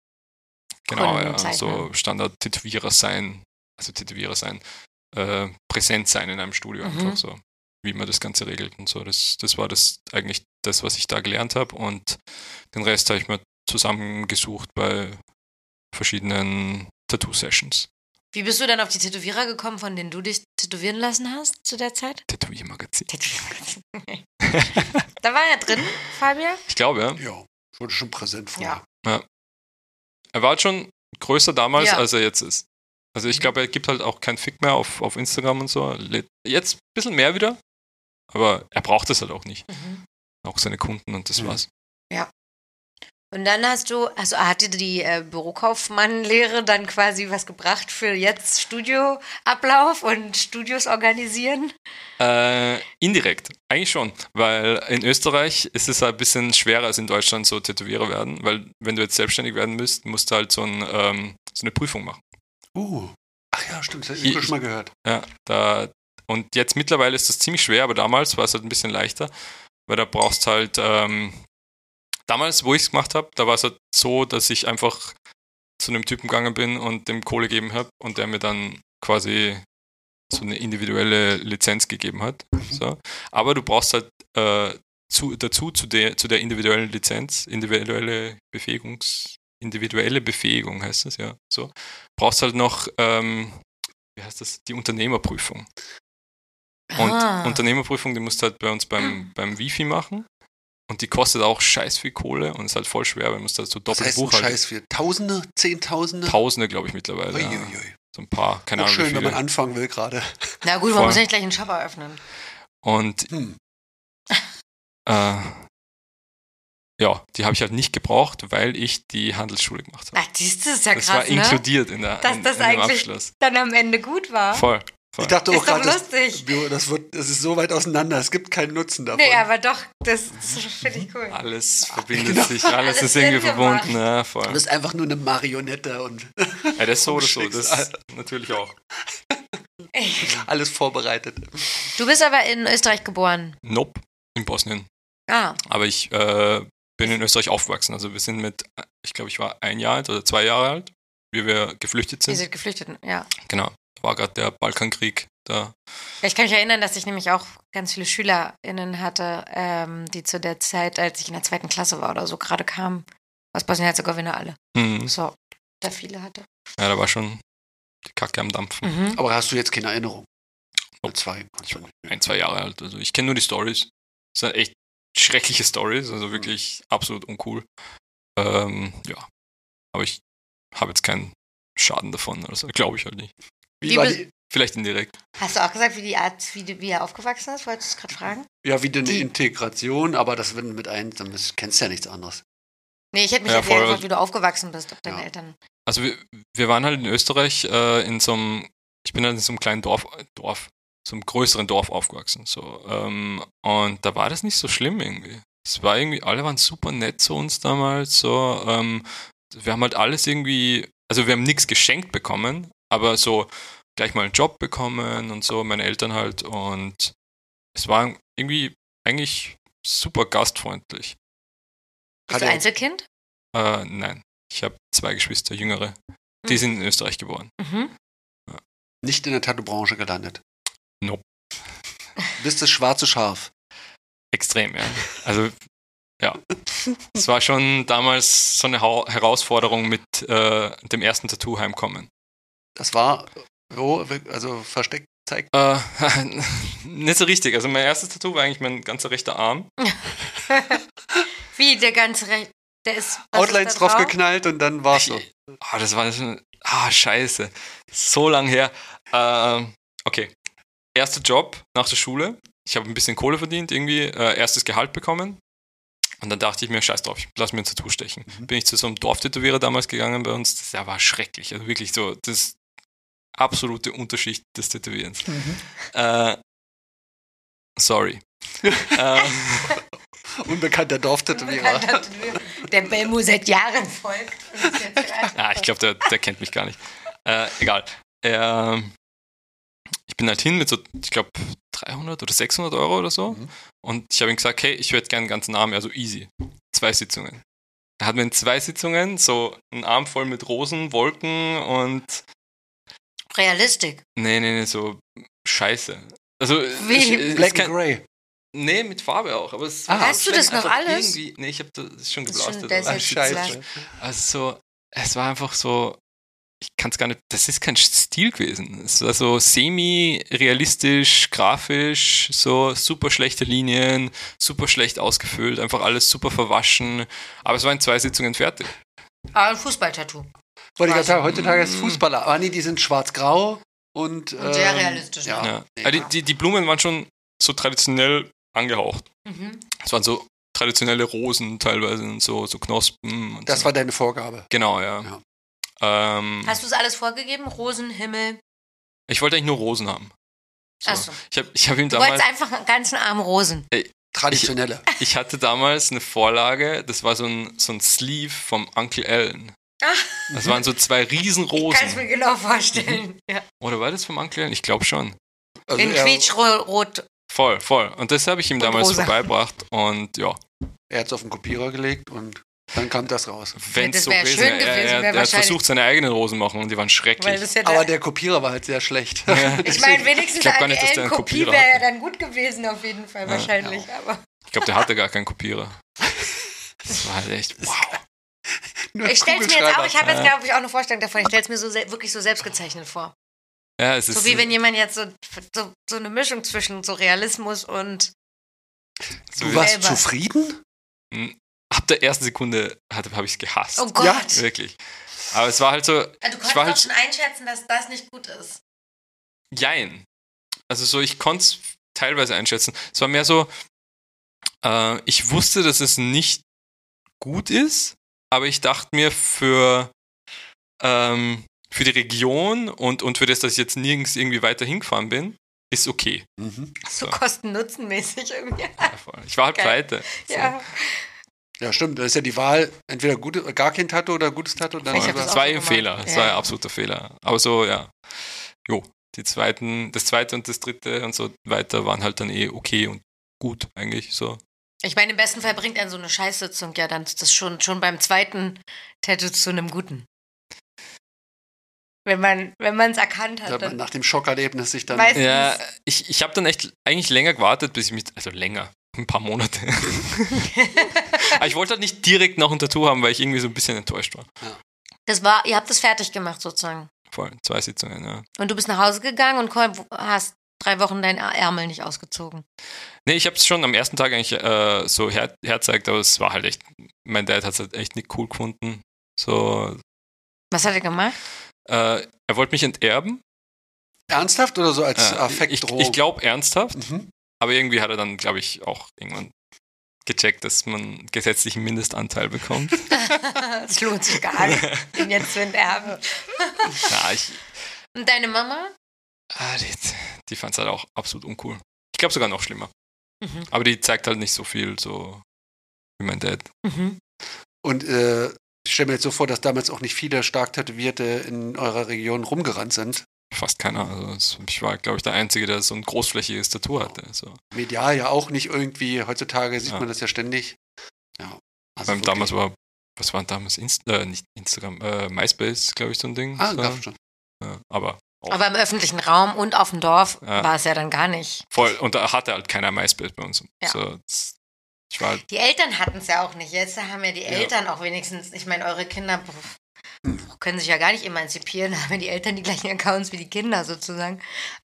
[SPEAKER 4] Genau,
[SPEAKER 1] Gründen ne?
[SPEAKER 4] ja,
[SPEAKER 1] zeichnen.
[SPEAKER 4] so Standard-Tätowierer sein, also Tätowierer sein, äh, präsent sein in einem Studio
[SPEAKER 1] Mhm.
[SPEAKER 4] einfach so, wie man das Ganze regelt und so. Das, das war das eigentlich das, was ich da gelernt habe und den Rest habe ich mir zusammengesucht bei verschiedenen Tattoo-Sessions.
[SPEAKER 1] Wie bist du dann auf die Tätowierer gekommen, von denen du dich tätowieren lassen hast zu der Zeit?
[SPEAKER 4] Tätowiermagazin.
[SPEAKER 1] Tätowierer.
[SPEAKER 4] *laughs*
[SPEAKER 1] da war er drin, Fabian.
[SPEAKER 4] Ich glaube, ja.
[SPEAKER 3] Ja, wurde schon präsent vorher.
[SPEAKER 1] Ja.
[SPEAKER 4] Er war halt schon größer damals,
[SPEAKER 1] Ja.
[SPEAKER 4] als er jetzt ist. Also ich glaube, er gibt halt auch keinen Fick mehr auf, auf Instagram und so. Lädt Jetzt ein bisschen mehr wieder, aber er braucht es halt auch nicht. Auch seine Kunden und das
[SPEAKER 3] Mhm.
[SPEAKER 4] war's.
[SPEAKER 1] Und dann hast du, also hatte die äh, Bürokaufmannlehre dann quasi was gebracht für jetzt Studioablauf und Studios organisieren?
[SPEAKER 4] Äh, indirekt, eigentlich schon, weil in Österreich ist es ein bisschen schwerer als in Deutschland so Tätowierer werden, weil wenn du jetzt selbstständig werden müsst, musst du halt so, ein, ähm, so eine Prüfung machen.
[SPEAKER 3] Uh. Ach ja, stimmt, das hab
[SPEAKER 4] Hier-
[SPEAKER 3] ich schon mal gehört.
[SPEAKER 4] Ja, da, und jetzt mittlerweile ist das ziemlich schwer, aber damals war es halt ein bisschen leichter, weil da brauchst halt, ähm, damals, wo ich es gemacht habe, da war es halt so, dass ich einfach zu einem Typen gegangen bin und dem Kohle gegeben habe und der mir dann quasi so eine individuelle Lizenz gegeben hat. So. Aber du brauchst halt äh, zu, dazu zu der, zu der individuellen Lizenz, individuelle Befähigungs, individuelle Befähigung heißt es, ja. So. Brauchst halt noch, ähm, wie heißt das, die Unternehmerprüfung. Und
[SPEAKER 1] Ah.
[SPEAKER 4] Unternehmerprüfung, die musst du halt bei uns beim, beim Wifi machen. Und die kostet auch scheiß viel Kohle und ist halt voll schwer, weil du musst halt so
[SPEAKER 3] Was
[SPEAKER 4] doppelt
[SPEAKER 3] heißt ein
[SPEAKER 4] buchhalten.
[SPEAKER 3] Scheiß für Tausende, Zehntausende?
[SPEAKER 4] Tausende, glaube ich, mittlerweile. Ja.
[SPEAKER 3] Uiuiui.
[SPEAKER 4] So ein paar, keine
[SPEAKER 3] Auch
[SPEAKER 4] Ahnung.
[SPEAKER 3] schön,
[SPEAKER 4] wie
[SPEAKER 3] wenn
[SPEAKER 4] viele.
[SPEAKER 3] man anfangen will gerade.
[SPEAKER 1] Na gut, man
[SPEAKER 4] Voll.
[SPEAKER 1] muss ja nicht gleich einen Shop eröffnen.
[SPEAKER 4] Und
[SPEAKER 3] Hm.
[SPEAKER 4] äh, ja, die habe ich halt nicht gebraucht, weil ich die Handelsschule gemacht habe.
[SPEAKER 1] Ach, siehst du, ist ja
[SPEAKER 4] das war
[SPEAKER 1] Ah, krass, ne?
[SPEAKER 4] inkludiert in, der,
[SPEAKER 1] Dass
[SPEAKER 4] in,
[SPEAKER 1] das
[SPEAKER 4] in dem
[SPEAKER 1] eigentlich-
[SPEAKER 4] Abschluss.
[SPEAKER 1] Dann am Ende gut war.
[SPEAKER 4] Voll. voll.
[SPEAKER 3] Ich dachte auch
[SPEAKER 1] Ist doch
[SPEAKER 3] gerade, das,
[SPEAKER 1] lustig.
[SPEAKER 3] Bio- das, wird- das ist so weit auseinander, es gibt keinen Nutzen davon.
[SPEAKER 1] Nee, aber doch, das, das finde ich cool.
[SPEAKER 4] alles verbindet
[SPEAKER 3] Genau.
[SPEAKER 4] sich, alles,
[SPEAKER 1] Alles
[SPEAKER 4] ist irgendwie
[SPEAKER 1] Sinn
[SPEAKER 4] verbunden. Ja, voll.
[SPEAKER 3] du bist einfach nur eine Marionette und *laughs*
[SPEAKER 4] Ja, das so oder so, das
[SPEAKER 3] Schicksal.
[SPEAKER 4] natürlich auch.
[SPEAKER 3] alles vorbereitet.
[SPEAKER 1] Du bist aber in Österreich geboren.
[SPEAKER 4] Nope, in Bosnien.
[SPEAKER 1] Ah,
[SPEAKER 4] Aber ich äh, bin in Österreich aufgewachsen. Also wir sind mit, ich glaube, ich war ein Jahr alt oder zwei Jahre alt, wie wir geflüchtet
[SPEAKER 1] ihr
[SPEAKER 4] sind.
[SPEAKER 1] seid Geflüchteten, ja.
[SPEAKER 4] Genau. Da war gerade der Balkankrieg. Da.
[SPEAKER 1] Ich kann mich erinnern, dass ich nämlich auch ganz viele SchülerInnen hatte, ähm, die zu der Zeit, als ich in der zweiten Klasse war oder so, gerade kamen. Aus Bosnien-Herzegowina alle.
[SPEAKER 4] Mhm.
[SPEAKER 1] So, da viele hatte.
[SPEAKER 4] Ja, da war schon die Kacke am Dampfen.
[SPEAKER 1] Mhm.
[SPEAKER 3] Aber hast du jetzt keine Erinnerung?
[SPEAKER 4] Oh.
[SPEAKER 3] Zwei.
[SPEAKER 4] Ein, zwei Jahre alt. Also ich kenne nur die Stories. Das sind echt schreckliche Stories, also wirklich absolut uncool. Ähm, ja. Aber ich habe jetzt keinen Schaden davon. Also glaube ich halt nicht.
[SPEAKER 3] Wie war
[SPEAKER 1] Liebe-
[SPEAKER 3] die,
[SPEAKER 4] Vielleicht indirekt.
[SPEAKER 1] Hast du auch gesagt, wie, die Art, wie, die- wie er aufgewachsen ist? Wolltest du es gerade fragen?
[SPEAKER 3] ja, wie deine
[SPEAKER 1] Die-
[SPEAKER 3] Integration, aber das wenn mit einem, dann bist- kennst du ja nichts anderes.
[SPEAKER 1] Nee, ich hätte mich
[SPEAKER 4] Ja,
[SPEAKER 1] jetzt eher
[SPEAKER 4] voll.
[SPEAKER 1] gefragt, wie du aufgewachsen bist, ob deine
[SPEAKER 3] Ja.
[SPEAKER 1] Eltern.
[SPEAKER 4] Also wir, wir waren halt in Österreich äh, in so einem, ich bin halt in so einem kleinen Dorf, Dorf, so einem größeren Dorf aufgewachsen. So, ähm, und da war das nicht so schlimm irgendwie. Es war irgendwie, alle waren super nett zu uns damals. So, ähm, wir haben halt alles irgendwie, also wir haben nichts geschenkt bekommen, aber so gleich mal einen Job bekommen und so, meine Eltern halt. Und es war irgendwie eigentlich super gastfreundlich.
[SPEAKER 1] Bist
[SPEAKER 3] Hat
[SPEAKER 1] du
[SPEAKER 3] er-
[SPEAKER 1] Einzelkind?
[SPEAKER 4] Äh, nein, ich habe zwei Geschwister, jüngere. Die
[SPEAKER 1] Mhm.
[SPEAKER 4] sind in Österreich geboren.
[SPEAKER 1] Mhm.
[SPEAKER 3] Nicht in der Tattoo-Branche gelandet.
[SPEAKER 4] Nope.
[SPEAKER 3] Bist das schwarze Schaf.
[SPEAKER 4] Extrem, ja. Also, ja. Es war schon damals so eine Hau- Herausforderung mit äh, dem ersten Tattoo heimkommen.
[SPEAKER 3] Das war, wo, also versteckt, zeigt.
[SPEAKER 4] Äh, *laughs* nicht so richtig. Also, mein erstes Tattoo war eigentlich mein ganzer rechter Arm.
[SPEAKER 1] Wie der ganze Recht. Der ist. was ist
[SPEAKER 3] Outlines
[SPEAKER 1] da drauf?
[SPEAKER 3] draufgeknallt und dann war's so.
[SPEAKER 4] Ich- Ah, das war so. Ah, scheiße. So lang her. Ähm, okay. Erster Job nach der Schule. Ich habe ein bisschen Kohle verdient, irgendwie. Äh, erstes Gehalt bekommen. Und dann dachte ich mir, scheiß drauf, ich lass mir ein Tattoo stechen. Bin ich zu so einem Dorftätowierer damals gegangen bei uns. Das war schrecklich. Also wirklich so das absolute Unterschicht des Tätowierens. Äh, sorry. ähm,
[SPEAKER 3] Unbekannter Dorftätowierer.
[SPEAKER 1] *laughs* Der Belmo seit Jahren folgt. und ist jetzt gerade-
[SPEAKER 4] Ah, ich glaube, der, der kennt mich gar nicht. Äh, egal. Ähm, ich bin halt hin mit so, ich glaube, 300 oder 600 Euro oder so.
[SPEAKER 3] Mhm.
[SPEAKER 4] Und ich habe ihm gesagt, hey, ich würde gerne einen ganzen Arm, also easy. Zwei Sitzungen. Da hatten wir in zwei Sitzungen so einen Arm voll mit Rosen, Wolken und
[SPEAKER 1] Realistik.
[SPEAKER 4] nee, nee, nee, so Scheiße. Also
[SPEAKER 1] Wie?
[SPEAKER 4] es- es- es
[SPEAKER 3] Black and
[SPEAKER 4] kann-
[SPEAKER 3] Grey.
[SPEAKER 4] Nee, mit Farbe auch. Aber es
[SPEAKER 3] Ah.
[SPEAKER 1] Weißt du das noch
[SPEAKER 4] einfach
[SPEAKER 1] alles?
[SPEAKER 4] Irgendwie, nee, ich habe das schon
[SPEAKER 1] Das ist schon-
[SPEAKER 4] geblastet.
[SPEAKER 1] der ist
[SPEAKER 4] aber-
[SPEAKER 1] ja
[SPEAKER 3] Scheiße.
[SPEAKER 4] Also so, es war einfach so, ich kann es gar nicht, das ist kein Stil gewesen. Es war so semi-realistisch, grafisch, so super schlechte Linien, super schlecht ausgefüllt, einfach alles super verwaschen. Aber es war in zwei Sitzungen fertig.
[SPEAKER 1] Aber Ah, ein Fußballtattoo.
[SPEAKER 3] Wollte ich gerade sagen, heutzutage ist
[SPEAKER 4] Mm.
[SPEAKER 3] Fußballer. Aber nee, die sind schwarz-grau und. ähm,
[SPEAKER 1] Und sehr realistisch,
[SPEAKER 3] Ah,
[SPEAKER 1] ne?
[SPEAKER 3] Ja.
[SPEAKER 4] Ja.
[SPEAKER 3] nee.
[SPEAKER 4] Also die, die, die Blumen waren schon so traditionell angehaucht.
[SPEAKER 1] Mhm.
[SPEAKER 4] Es waren so traditionelle Rosen teilweise und so, so Knospen. Und
[SPEAKER 3] Das
[SPEAKER 4] so.
[SPEAKER 3] war deine Vorgabe.
[SPEAKER 4] Genau, ja. Ähm,
[SPEAKER 1] Hast du es alles vorgegeben? Rosen, Himmel.
[SPEAKER 4] ich wollte eigentlich nur Rosen haben. So.
[SPEAKER 1] Achso.
[SPEAKER 4] Ich habe ich hab ihm
[SPEAKER 1] Du
[SPEAKER 4] damals.
[SPEAKER 1] wolltest einfach einen ganzen Arm Rosen.
[SPEAKER 3] Traditionelle.
[SPEAKER 1] Ah,
[SPEAKER 4] Ich hatte damals eine Vorlage, das war so ein, so ein Sleeve vom Uncle Allen. Das waren so
[SPEAKER 1] Ah.
[SPEAKER 4] zwei
[SPEAKER 1] Ich kann es mir
[SPEAKER 4] Riesenrosen.
[SPEAKER 1] genau vorstellen. Ja.
[SPEAKER 4] Oder war das vom Uncle Allen? Ich glaube schon.
[SPEAKER 3] Also
[SPEAKER 1] In
[SPEAKER 3] er,
[SPEAKER 1] quietschrot.
[SPEAKER 4] Voll, voll. Und das habe ich ihm
[SPEAKER 1] Und
[SPEAKER 4] damals
[SPEAKER 1] rosa.
[SPEAKER 4] vorbeigebracht. Und ja,
[SPEAKER 3] er hat es auf den Kopierer gelegt und dann kam das raus.
[SPEAKER 4] wenn
[SPEAKER 1] das
[SPEAKER 4] es so
[SPEAKER 1] wär
[SPEAKER 4] gewesen
[SPEAKER 1] schön
[SPEAKER 4] wäre,
[SPEAKER 1] gewesen, wär
[SPEAKER 4] er, er hat
[SPEAKER 1] wahrscheinlich-
[SPEAKER 4] versucht, seine eigenen Rosen machen und die waren
[SPEAKER 1] Weil
[SPEAKER 4] schrecklich.
[SPEAKER 1] das ja
[SPEAKER 3] Aber
[SPEAKER 1] der,
[SPEAKER 3] der Kopierer war halt sehr schlecht. *laughs*
[SPEAKER 4] Ja.
[SPEAKER 1] ich meine, wenigstens
[SPEAKER 4] Ich glaub gar
[SPEAKER 1] eine
[SPEAKER 4] nicht, dass der einen
[SPEAKER 1] Kopie
[SPEAKER 4] Kopierer
[SPEAKER 1] wäre ja
[SPEAKER 4] hatte.
[SPEAKER 1] dann gut gewesen, auf jeden Fall,
[SPEAKER 4] Ja.
[SPEAKER 1] wahrscheinlich.
[SPEAKER 4] *laughs*
[SPEAKER 1] Aber
[SPEAKER 4] *laughs* Ich glaube, der hatte gar keinen Kopierer. Das war halt echt, wow.
[SPEAKER 3] Nur
[SPEAKER 1] ich stelle es mir jetzt auch, ich habe jetzt,
[SPEAKER 4] Ja.
[SPEAKER 1] glaube ich, auch eine Vorstellung davon. Ich stelle es mir so sel- wirklich so selbst gezeichnet vor.
[SPEAKER 4] Ja, es ist
[SPEAKER 1] So wie wenn jemand jetzt so, so, so eine Mischung zwischen so Realismus und
[SPEAKER 4] so
[SPEAKER 3] Du
[SPEAKER 4] wie-
[SPEAKER 3] warst
[SPEAKER 1] selber.
[SPEAKER 3] zufrieden?
[SPEAKER 4] ab der ersten Sekunde habe hab ich es gehasst.
[SPEAKER 1] Oh Gott.
[SPEAKER 3] Ja.
[SPEAKER 4] Wirklich. Aber es war halt so,
[SPEAKER 1] Also, du
[SPEAKER 4] Ich
[SPEAKER 1] konntest
[SPEAKER 4] war
[SPEAKER 1] auch
[SPEAKER 4] halt-
[SPEAKER 1] schon einschätzen, dass das nicht gut ist.
[SPEAKER 4] Jein. Also so, ich konnte es teilweise einschätzen. Es war mehr so, äh, ich wusste, dass es nicht gut ist, aber ich dachte mir für, ähm, für die Region und, und für das, dass ich jetzt nirgends irgendwie weiter hingefahren bin,
[SPEAKER 1] *laughs*
[SPEAKER 4] ist okay.
[SPEAKER 3] Mhm.
[SPEAKER 1] So
[SPEAKER 4] So.
[SPEAKER 1] kosten-nutzen-mäßig irgendwie.
[SPEAKER 4] Ja, voll. Ich war halt
[SPEAKER 1] Geil.
[SPEAKER 4] pleite. So.
[SPEAKER 1] Ja.
[SPEAKER 3] Ja, stimmt. Da ist ja die Wahl, entweder gute, gar kein Tattoo oder gutes Tattoo. Dann
[SPEAKER 1] Ich hab
[SPEAKER 3] über-
[SPEAKER 1] das
[SPEAKER 4] Das
[SPEAKER 1] auch
[SPEAKER 4] war
[SPEAKER 1] so
[SPEAKER 4] ein
[SPEAKER 1] gemacht.
[SPEAKER 4] Fehler. Das
[SPEAKER 1] Ja.
[SPEAKER 4] war ein absoluter Fehler. Aber so, ja. Jo, die zweiten, das zweite und das dritte und so weiter waren halt dann eh okay und gut eigentlich so.
[SPEAKER 1] Ich meine, im besten Fall bringt einen so eine Scheißsitzung ja dann das schon, schon beim zweiten Tattoo zu einem guten. wenn man wenn man es erkannt
[SPEAKER 3] Da hat man
[SPEAKER 1] hatte.
[SPEAKER 3] nach dem Schockerlebnis sich dann.
[SPEAKER 1] Weiß-
[SPEAKER 4] Ja, ich, ich habe dann echt eigentlich länger gewartet, bis ich mich, also länger, *laughs* ein paar Monate. Aber ich wollte halt nicht direkt noch ein Tattoo haben, weil ich irgendwie so ein bisschen enttäuscht war.
[SPEAKER 1] *laughs* Das war, ihr habt das fertig gemacht sozusagen.
[SPEAKER 4] Vor allem zwei Sitzungen, ja.
[SPEAKER 1] Und du bist nach Hause gegangen und kon- hast drei Wochen deinen Ärmel nicht ausgezogen.
[SPEAKER 4] Nee, ich habe es schon am ersten Tag eigentlich äh, so her herzeigt, aber es war halt echt, mein Dad hat es halt echt nicht cool gefunden. So,
[SPEAKER 1] Was hat er gemacht?
[SPEAKER 4] äh, er wollte mich enterben.
[SPEAKER 3] Ernsthaft oder so als
[SPEAKER 4] Äh, ich
[SPEAKER 3] Affektdrohung?
[SPEAKER 4] ich glaube ernsthaft,
[SPEAKER 3] Mhm.
[SPEAKER 4] aber irgendwie hat er dann, glaube ich, auch irgendwann gecheckt, dass man gesetzlichen Mindestanteil bekommt.
[SPEAKER 1] Es lohnt sich gar nicht, ihn jetzt zu enterben.
[SPEAKER 4] Na, ich,
[SPEAKER 1] Und deine Mama?
[SPEAKER 4] Ah, die, die fand es halt auch absolut uncool. Ich glaube sogar noch schlimmer.
[SPEAKER 1] Mhm.
[SPEAKER 4] Aber die zeigt halt nicht so viel, so wie mein Dad.
[SPEAKER 1] Mhm.
[SPEAKER 3] Und äh, ich stelle mir jetzt so vor, dass damals auch nicht viele stark Tätowierte in eurer Region rumgerannt sind.
[SPEAKER 4] Fast keiner. Also es- ich war, glaube ich, der Einzige, der so ein großflächiges Tattoo hatte. Also, So.
[SPEAKER 3] Medial ja auch nicht irgendwie. Heutzutage sieht
[SPEAKER 4] Ja.
[SPEAKER 3] man das ja ständig. Ja. Also
[SPEAKER 4] Weil
[SPEAKER 3] wirklich-
[SPEAKER 4] damals war, was war damals? Inst äh, nicht Instagram, äh, MySpace, glaube ich, so ein Ding.
[SPEAKER 3] Ah,
[SPEAKER 4] so.
[SPEAKER 3] gab's schon.
[SPEAKER 4] Ja, aber
[SPEAKER 1] Aber im öffentlichen Raum und auf dem Dorf
[SPEAKER 4] Ja.
[SPEAKER 1] war es ja dann gar nicht.
[SPEAKER 4] voll, und da hatte halt keiner MySpace bei uns.
[SPEAKER 1] Ja.
[SPEAKER 4] So, das, ich war halt,
[SPEAKER 1] Die Eltern hatten es ja auch nicht. Jetzt haben ja die Eltern auch wenigstens, ich meine, eure Kinder pff, können sich ja gar nicht emanzipieren, *laughs* da haben ja die Eltern die gleichen Accounts wie die Kinder sozusagen.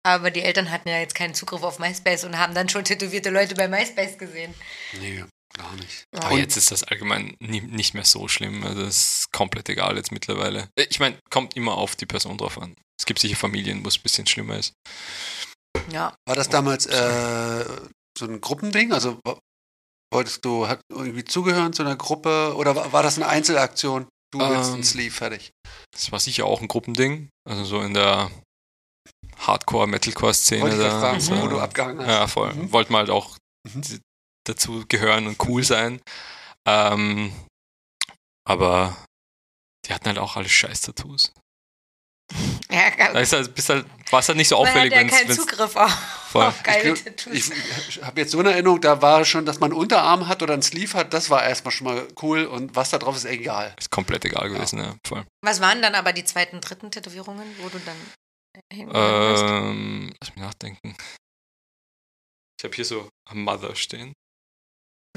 [SPEAKER 1] Aber die Eltern hatten ja jetzt keinen Zugriff auf MySpace und haben dann schon tätowierte Leute bei MySpace gesehen.
[SPEAKER 3] Nee, gar nicht.
[SPEAKER 4] aber jetzt ist das allgemein nie, nicht mehr so schlimm. Also es ist komplett egal jetzt mittlerweile. Äh, Ich meine, kommt immer auf die Person drauf an. Es gibt sicher Familien, wo es ein bisschen schlimmer ist.
[SPEAKER 1] Ja.
[SPEAKER 3] War das damals äh, so ein Gruppending? Also wa- wolltest du hat irgendwie zugehören zu einer Gruppe oder war, war das eine Einzelaktion? Du willst
[SPEAKER 4] Ähm.
[SPEAKER 3] einen Sleeve, fertig.
[SPEAKER 4] Das war sicher auch ein Gruppending. Also so in der Hardcore-Metalcore-Szene
[SPEAKER 3] Wollte ich
[SPEAKER 4] da.
[SPEAKER 3] gerade fragen,
[SPEAKER 4] so.
[SPEAKER 3] wo du abgehangen hast.
[SPEAKER 4] ja, voll.
[SPEAKER 3] Mhm.
[SPEAKER 4] Wollte man halt auch
[SPEAKER 3] Mhm.
[SPEAKER 4] d- dazu gehören und cool sein. Ähm, aber die hatten halt auch alle scheiß Tattoos.
[SPEAKER 1] ja
[SPEAKER 4] Da ist halt, bist halt, war es halt nicht so
[SPEAKER 1] man hat
[SPEAKER 4] auffällig,
[SPEAKER 1] ja
[SPEAKER 4] wenn
[SPEAKER 1] keinen
[SPEAKER 4] es.
[SPEAKER 1] Zugriff auf,
[SPEAKER 4] Voll.
[SPEAKER 1] auf geile
[SPEAKER 3] Ich glaub-
[SPEAKER 1] Tattoos.
[SPEAKER 3] Ich habe jetzt so eine Erinnerung, da war schon, dass man einen Unterarm hat oder einen Sleeve hat, das war erstmal schon mal cool und was da drauf ist, egal.
[SPEAKER 4] Ist komplett egal gewesen, ja. voll.
[SPEAKER 1] Was waren dann aber die zweiten, dritten Tätowierungen, wo du dann äh, hingegangen bist?
[SPEAKER 4] Ähm, lass mich nachdenken. Ich habe hier so a Mother stehen.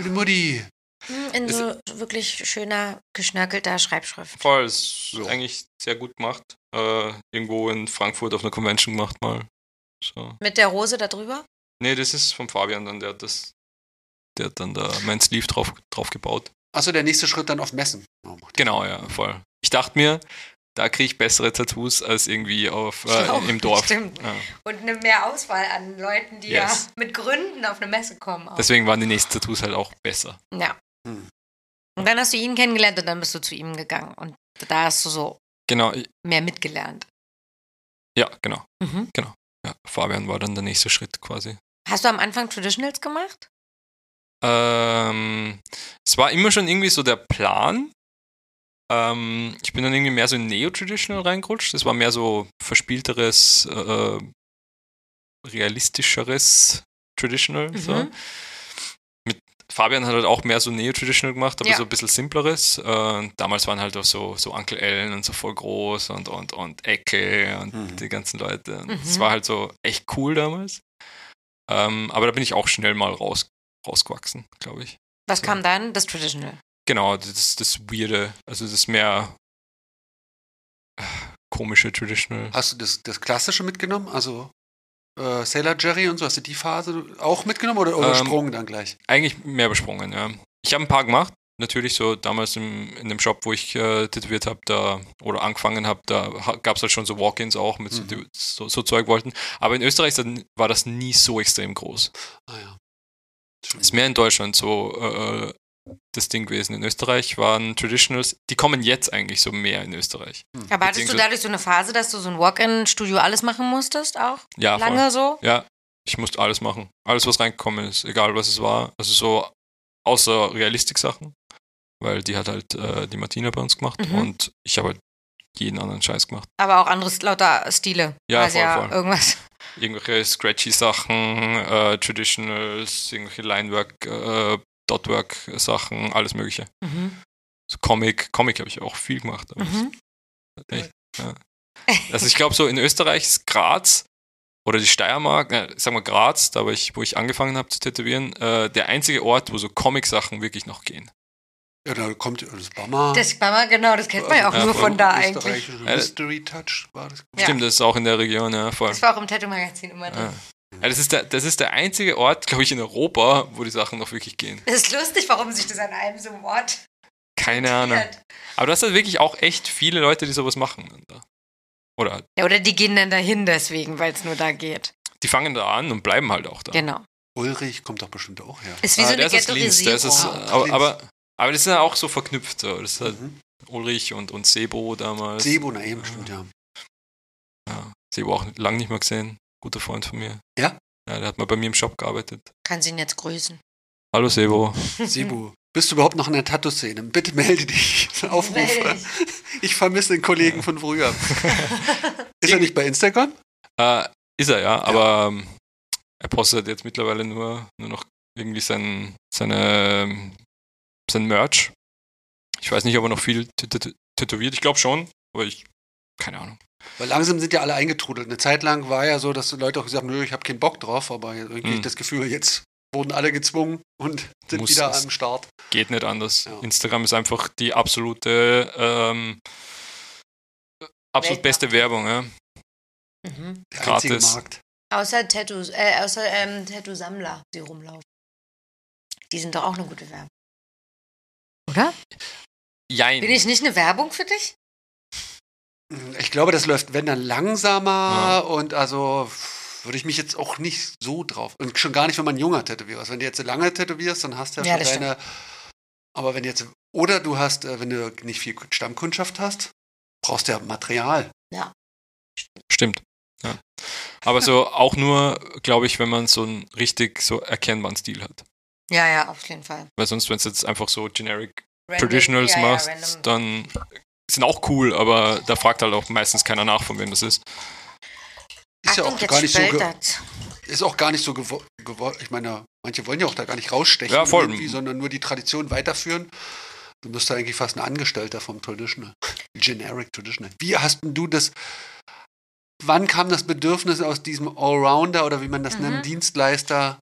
[SPEAKER 3] Die Mutti.
[SPEAKER 1] Hm, In
[SPEAKER 4] es-
[SPEAKER 1] so wirklich schöner, geschnörkelter Schreibschrift.
[SPEAKER 4] Voll, ist
[SPEAKER 3] Ja.
[SPEAKER 4] eigentlich sehr gut gemacht. Äh, irgendwo in Frankfurt auf einer Convention gemacht mal. So.
[SPEAKER 1] Mit der Rose da drüber?
[SPEAKER 4] Nee, das ist von Fabian dann, der hat das, der hat dann da mein Sleeve drauf, drauf gebaut.
[SPEAKER 3] Achso, der nächste Schritt dann auf Messen. Oh, macht der-
[SPEAKER 4] Genau, ja, voll. Ich dachte mir, da kriege ich bessere Tattoos als irgendwie auf,
[SPEAKER 1] Schlau,
[SPEAKER 4] äh, im Dorf.
[SPEAKER 1] stimmt.
[SPEAKER 4] Ja.
[SPEAKER 1] Und eine mehr Auswahl an Leuten, die
[SPEAKER 4] Yes.
[SPEAKER 1] ja mit Gründen auf eine Messe kommen. Auch.
[SPEAKER 4] Deswegen waren die nächsten Tattoos halt auch besser.
[SPEAKER 1] ja.
[SPEAKER 3] Hm.
[SPEAKER 1] Und dann hast du ihn kennengelernt und dann bist du zu ihm gegangen. Und da hast du so
[SPEAKER 4] Genau, ich-
[SPEAKER 1] mehr mitgelernt.
[SPEAKER 4] ja, genau.
[SPEAKER 1] Mhm.
[SPEAKER 4] Ja, Fabian war dann der nächste Schritt quasi.
[SPEAKER 1] Hast du am Anfang Traditionals gemacht?
[SPEAKER 4] Ähm, es war immer schon irgendwie so der Plan. Ähm, ich bin dann irgendwie mehr so in Neo-Traditional reingerutscht. Das war mehr so verspielteres, äh, realistischeres Traditional. So.
[SPEAKER 1] Mhm.
[SPEAKER 4] Fabian hat halt auch mehr so Neo-Traditional gemacht, aber
[SPEAKER 1] Ja.
[SPEAKER 4] so ein bisschen simpleres. Äh, und damals waren halt auch so, so Uncle Ellen und so voll groß und, und, und Ecke und
[SPEAKER 3] Mhm.
[SPEAKER 4] die ganzen Leute. Und
[SPEAKER 1] Mhm.
[SPEAKER 4] Das war halt so echt cool damals. Ähm, aber da bin ich auch schnell mal raus, rausgewachsen, glaube ich.
[SPEAKER 1] Was kam dann? Das Traditional.
[SPEAKER 4] Genau, das, das Weirde, also das mehr äh, komische Traditional.
[SPEAKER 3] Hast du das, das Klassische mitgenommen? Also äh, Sailor Jerry und so, hast du die Phase auch mitgenommen oder, oder
[SPEAKER 4] Ähm,
[SPEAKER 3] Sprung dann gleich?
[SPEAKER 4] Eigentlich mehr übersprungen, ja. Ich habe ein paar gemacht, natürlich so damals im, in dem Shop, wo ich äh, tätowiert habe, da oder angefangen habe, da gab es halt schon so Walk-ins auch mit so,
[SPEAKER 3] Mhm.
[SPEAKER 4] so, so Zeug wollten. Aber in Österreich dann war das nie so extrem groß.
[SPEAKER 3] Ah ja.
[SPEAKER 4] Ist mehr in Deutschland so äh, das Ding gewesen. In Österreich waren Traditionals, die kommen jetzt eigentlich so mehr in Österreich.
[SPEAKER 1] Aber hattest du
[SPEAKER 4] Beziehungsweise-
[SPEAKER 1] dadurch so eine Phase, dass du so ein Walk-in-Studio alles machen musstest auch?
[SPEAKER 4] Ja, voll.
[SPEAKER 1] Lange so?
[SPEAKER 4] Ja, ich musste alles machen. Alles, was reingekommen ist, egal was es war. Also so außer Realistik-Sachen, weil die hat halt äh, die Martina bei uns gemacht
[SPEAKER 1] Mhm.
[SPEAKER 4] und ich habe halt jeden anderen Scheiß gemacht.
[SPEAKER 1] Aber auch anderes lauter Stile.
[SPEAKER 4] Ja,
[SPEAKER 1] Weiß
[SPEAKER 4] voll,
[SPEAKER 1] ja
[SPEAKER 4] voll.
[SPEAKER 1] irgendwas.
[SPEAKER 4] Irgendwelche Scratchy-Sachen, äh, Traditionals, irgendwelche Linework, äh, Dotwork-Sachen, alles mögliche.
[SPEAKER 1] Mhm.
[SPEAKER 4] So Comic, Comic habe ich auch viel gemacht. Aber
[SPEAKER 1] Mhm.
[SPEAKER 4] das, echt, ja. Also ich glaube so in Österreich ist Graz oder die Steiermark, äh, sagen wir Graz, da wo ich, wo ich angefangen habe zu tätowieren, äh, der einzige Ort, wo so Comic-Sachen wirklich noch gehen.
[SPEAKER 3] Ja, da kommt das Bammer.
[SPEAKER 1] Das Spammer, genau, das kennt man ja auch
[SPEAKER 4] Ja,
[SPEAKER 1] nur
[SPEAKER 4] voll.
[SPEAKER 1] von da eigentlich.
[SPEAKER 3] Österreichische
[SPEAKER 4] Äh,
[SPEAKER 3] Mystery Touch war das.
[SPEAKER 1] Ja.
[SPEAKER 4] Stimmt, das ist auch in der Region, ja, voll.
[SPEAKER 1] Das war auch im Tattoo-Magazin immer drin.
[SPEAKER 4] Ja. Ja, das, ist der, das ist der einzige Ort, glaube ich, in Europa, wo die Sachen noch wirklich gehen.
[SPEAKER 1] Das ist lustig, warum sich das an einem so Wort
[SPEAKER 4] Keine Ahnung.
[SPEAKER 1] ändert.
[SPEAKER 4] Aber du hast halt wirklich auch echt viele Leute, die sowas machen. da. Oder
[SPEAKER 1] Ja, oder die gehen dann dahin deswegen, weil es nur da geht.
[SPEAKER 4] die fangen da an und bleiben halt auch da.
[SPEAKER 1] Genau.
[SPEAKER 3] Ulrich kommt doch bestimmt auch her.
[SPEAKER 1] Ist wie so
[SPEAKER 4] Ah, der
[SPEAKER 1] eine Oh,
[SPEAKER 4] ist aus Linz, der ist aus,
[SPEAKER 1] Ghettoisierung.
[SPEAKER 4] aber,
[SPEAKER 3] Linz.
[SPEAKER 4] aber, aber das ist ja auch so verknüpft. So. Das ist halt
[SPEAKER 3] Mhm.
[SPEAKER 4] Ulrich und, und Sebo damals.
[SPEAKER 3] Sebo, na eben, stimmt, ja.
[SPEAKER 4] Ja, Sebo auch lange nicht mehr gesehen. Guter Freund von mir.
[SPEAKER 3] Ja?
[SPEAKER 4] Ja, der hat mal bei mir im Shop gearbeitet.
[SPEAKER 1] Kann sie ihn jetzt grüßen.
[SPEAKER 4] Hallo Sebo.
[SPEAKER 3] Sebo, bist du überhaupt noch in der Tattoo-Szene? Bitte melde
[SPEAKER 4] *laughs*
[SPEAKER 3] dich.
[SPEAKER 1] Melde
[SPEAKER 3] Aufrufe.
[SPEAKER 1] dich.
[SPEAKER 3] Ich vermisse den Kollegen von
[SPEAKER 4] *laughs*
[SPEAKER 3] früher. Ist er nicht bei Instagram?
[SPEAKER 4] Äh, ist er ja, aber ähm, er postet jetzt mittlerweile nur, nur noch irgendwie sein, seine, ähm, sein Merch. Ich weiß nicht, ob er noch viel tät- tät- tätowiert. Ich glaube schon, aber ich, keine Ahnung.
[SPEAKER 3] Weil langsam sind ja alle eingetrudelt. Eine Zeit lang war ja so, dass die Leute auch gesagt haben, nö, ich habe keinen Bock drauf, aber irgendwie
[SPEAKER 4] Mhm.
[SPEAKER 3] ich das Gefühl, jetzt wurden alle gezwungen und sind
[SPEAKER 4] Muss
[SPEAKER 3] wieder
[SPEAKER 4] es.
[SPEAKER 3] am Start.
[SPEAKER 4] Geht nicht anders.
[SPEAKER 3] Ja.
[SPEAKER 4] Instagram ist einfach die absolute, ähm, äh, absolut
[SPEAKER 1] Weltmacht.
[SPEAKER 4] beste Werbung. Ja.
[SPEAKER 1] Mhm.
[SPEAKER 3] Der einzige
[SPEAKER 4] Gratis.
[SPEAKER 3] Markt.
[SPEAKER 1] Außer Tattoos, äh, außer ähm, Tattoo-Sammler, die rumlaufen. Die sind doch auch eine gute Werbung. Oder?
[SPEAKER 4] Jein.
[SPEAKER 1] Bin ich nicht eine Werbung für dich?
[SPEAKER 3] Ich glaube, das läuft, wenn dann langsamer
[SPEAKER 4] Ja.
[SPEAKER 3] und also würde ich mich jetzt auch nicht so drauf. Und schon gar nicht, wenn man ein junger Tätowierer ist. Also Wenn du jetzt lange tätowierst, dann hast du ja,
[SPEAKER 1] Ja,
[SPEAKER 3] schon
[SPEAKER 1] das
[SPEAKER 3] deine. Aber wenn jetzt, oder du hast, äh, wenn du nicht viel Stammkundschaft hast, brauchst du ja Material.
[SPEAKER 4] Stimmt. Ja. Aber so auch nur, glaube ich, wenn man so einen richtig so erkennbaren Stil hat.
[SPEAKER 1] Ja, ja, auf jeden Fall.
[SPEAKER 4] Weil sonst, wenn es jetzt einfach so generic
[SPEAKER 1] Random-
[SPEAKER 4] Traditionals
[SPEAKER 1] ja, ja,
[SPEAKER 4] machst,
[SPEAKER 1] random.
[SPEAKER 4] dann sind auch cool, aber da fragt halt auch meistens keiner nach, von wem das ist.
[SPEAKER 3] Ist ja
[SPEAKER 1] Achtung,
[SPEAKER 3] auch
[SPEAKER 1] jetzt
[SPEAKER 3] gar nicht so ge-
[SPEAKER 1] speltert.
[SPEAKER 3] ist auch gar nicht so gewollt. Ich meine, manche wollen ja auch da gar nicht rausstechen,
[SPEAKER 4] Ja, voll.
[SPEAKER 3] irgendwie, sondern nur die Tradition weiterführen. Du bist da eigentlich fast ein Angestellter vom Traditional. Generic Traditional. Wie hast denn du das? Wann kam das Bedürfnis aus diesem Allrounder oder wie man das
[SPEAKER 1] Mhm.
[SPEAKER 3] nennt, Dienstleister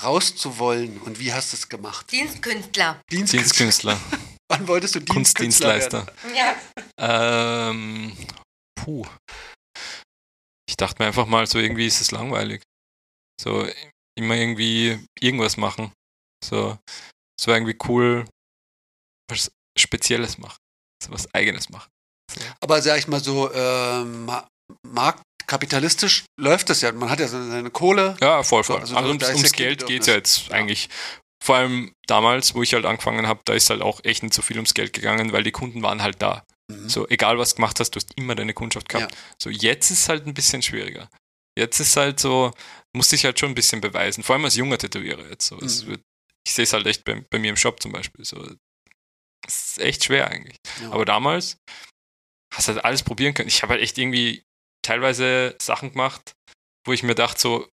[SPEAKER 3] rauszuwollen und wie hast du es gemacht?
[SPEAKER 1] Dienstkünstler.
[SPEAKER 3] Dienstkünstler.
[SPEAKER 4] Dienstkünstler,
[SPEAKER 3] *laughs* Wann wolltest du Dienstkünstler
[SPEAKER 4] Kunstdienstleister.
[SPEAKER 3] werden?
[SPEAKER 1] Ja.
[SPEAKER 4] Ähm, puh. Ich dachte mir einfach mal, so irgendwie ist es langweilig. So immer irgendwie irgendwas machen. So, es war irgendwie cool, was Spezielles machen. So was Eigenes machen.
[SPEAKER 3] Aber sag ich mal so, ähm, ma- marktkapitalistisch läuft das ja. Man hat ja so seine Kohle,
[SPEAKER 4] Ja, voll, voll.
[SPEAKER 3] Also
[SPEAKER 4] Also,
[SPEAKER 3] da-
[SPEAKER 4] ums,
[SPEAKER 3] da ist ja
[SPEAKER 4] ums
[SPEAKER 3] kein
[SPEAKER 4] Geld geht
[SPEAKER 3] Bedürfnis.
[SPEAKER 4] es ja jetzt
[SPEAKER 3] Ja.
[SPEAKER 4] eigentlich. Vor allem damals, wo ich halt angefangen habe, da ist halt auch echt nicht so viel ums Geld gegangen, weil die Kunden waren halt da.
[SPEAKER 3] Mhm.
[SPEAKER 4] So, egal was du gemacht hast, du hast immer deine Kundschaft gehabt. So, jetzt ist halt ein bisschen schwieriger. Jetzt ist halt so, musst dich halt schon ein bisschen beweisen. Vor allem als junger Tätowierer jetzt. So. Es
[SPEAKER 3] Mhm.
[SPEAKER 4] wird, ich sehe es halt echt bei, bei mir im Shop zum Beispiel. So. Es ist echt schwer eigentlich.
[SPEAKER 3] Ja.
[SPEAKER 4] Aber damals hast du halt alles probieren können. Ich habe halt echt irgendwie teilweise Sachen gemacht, wo ich mir dachte, so,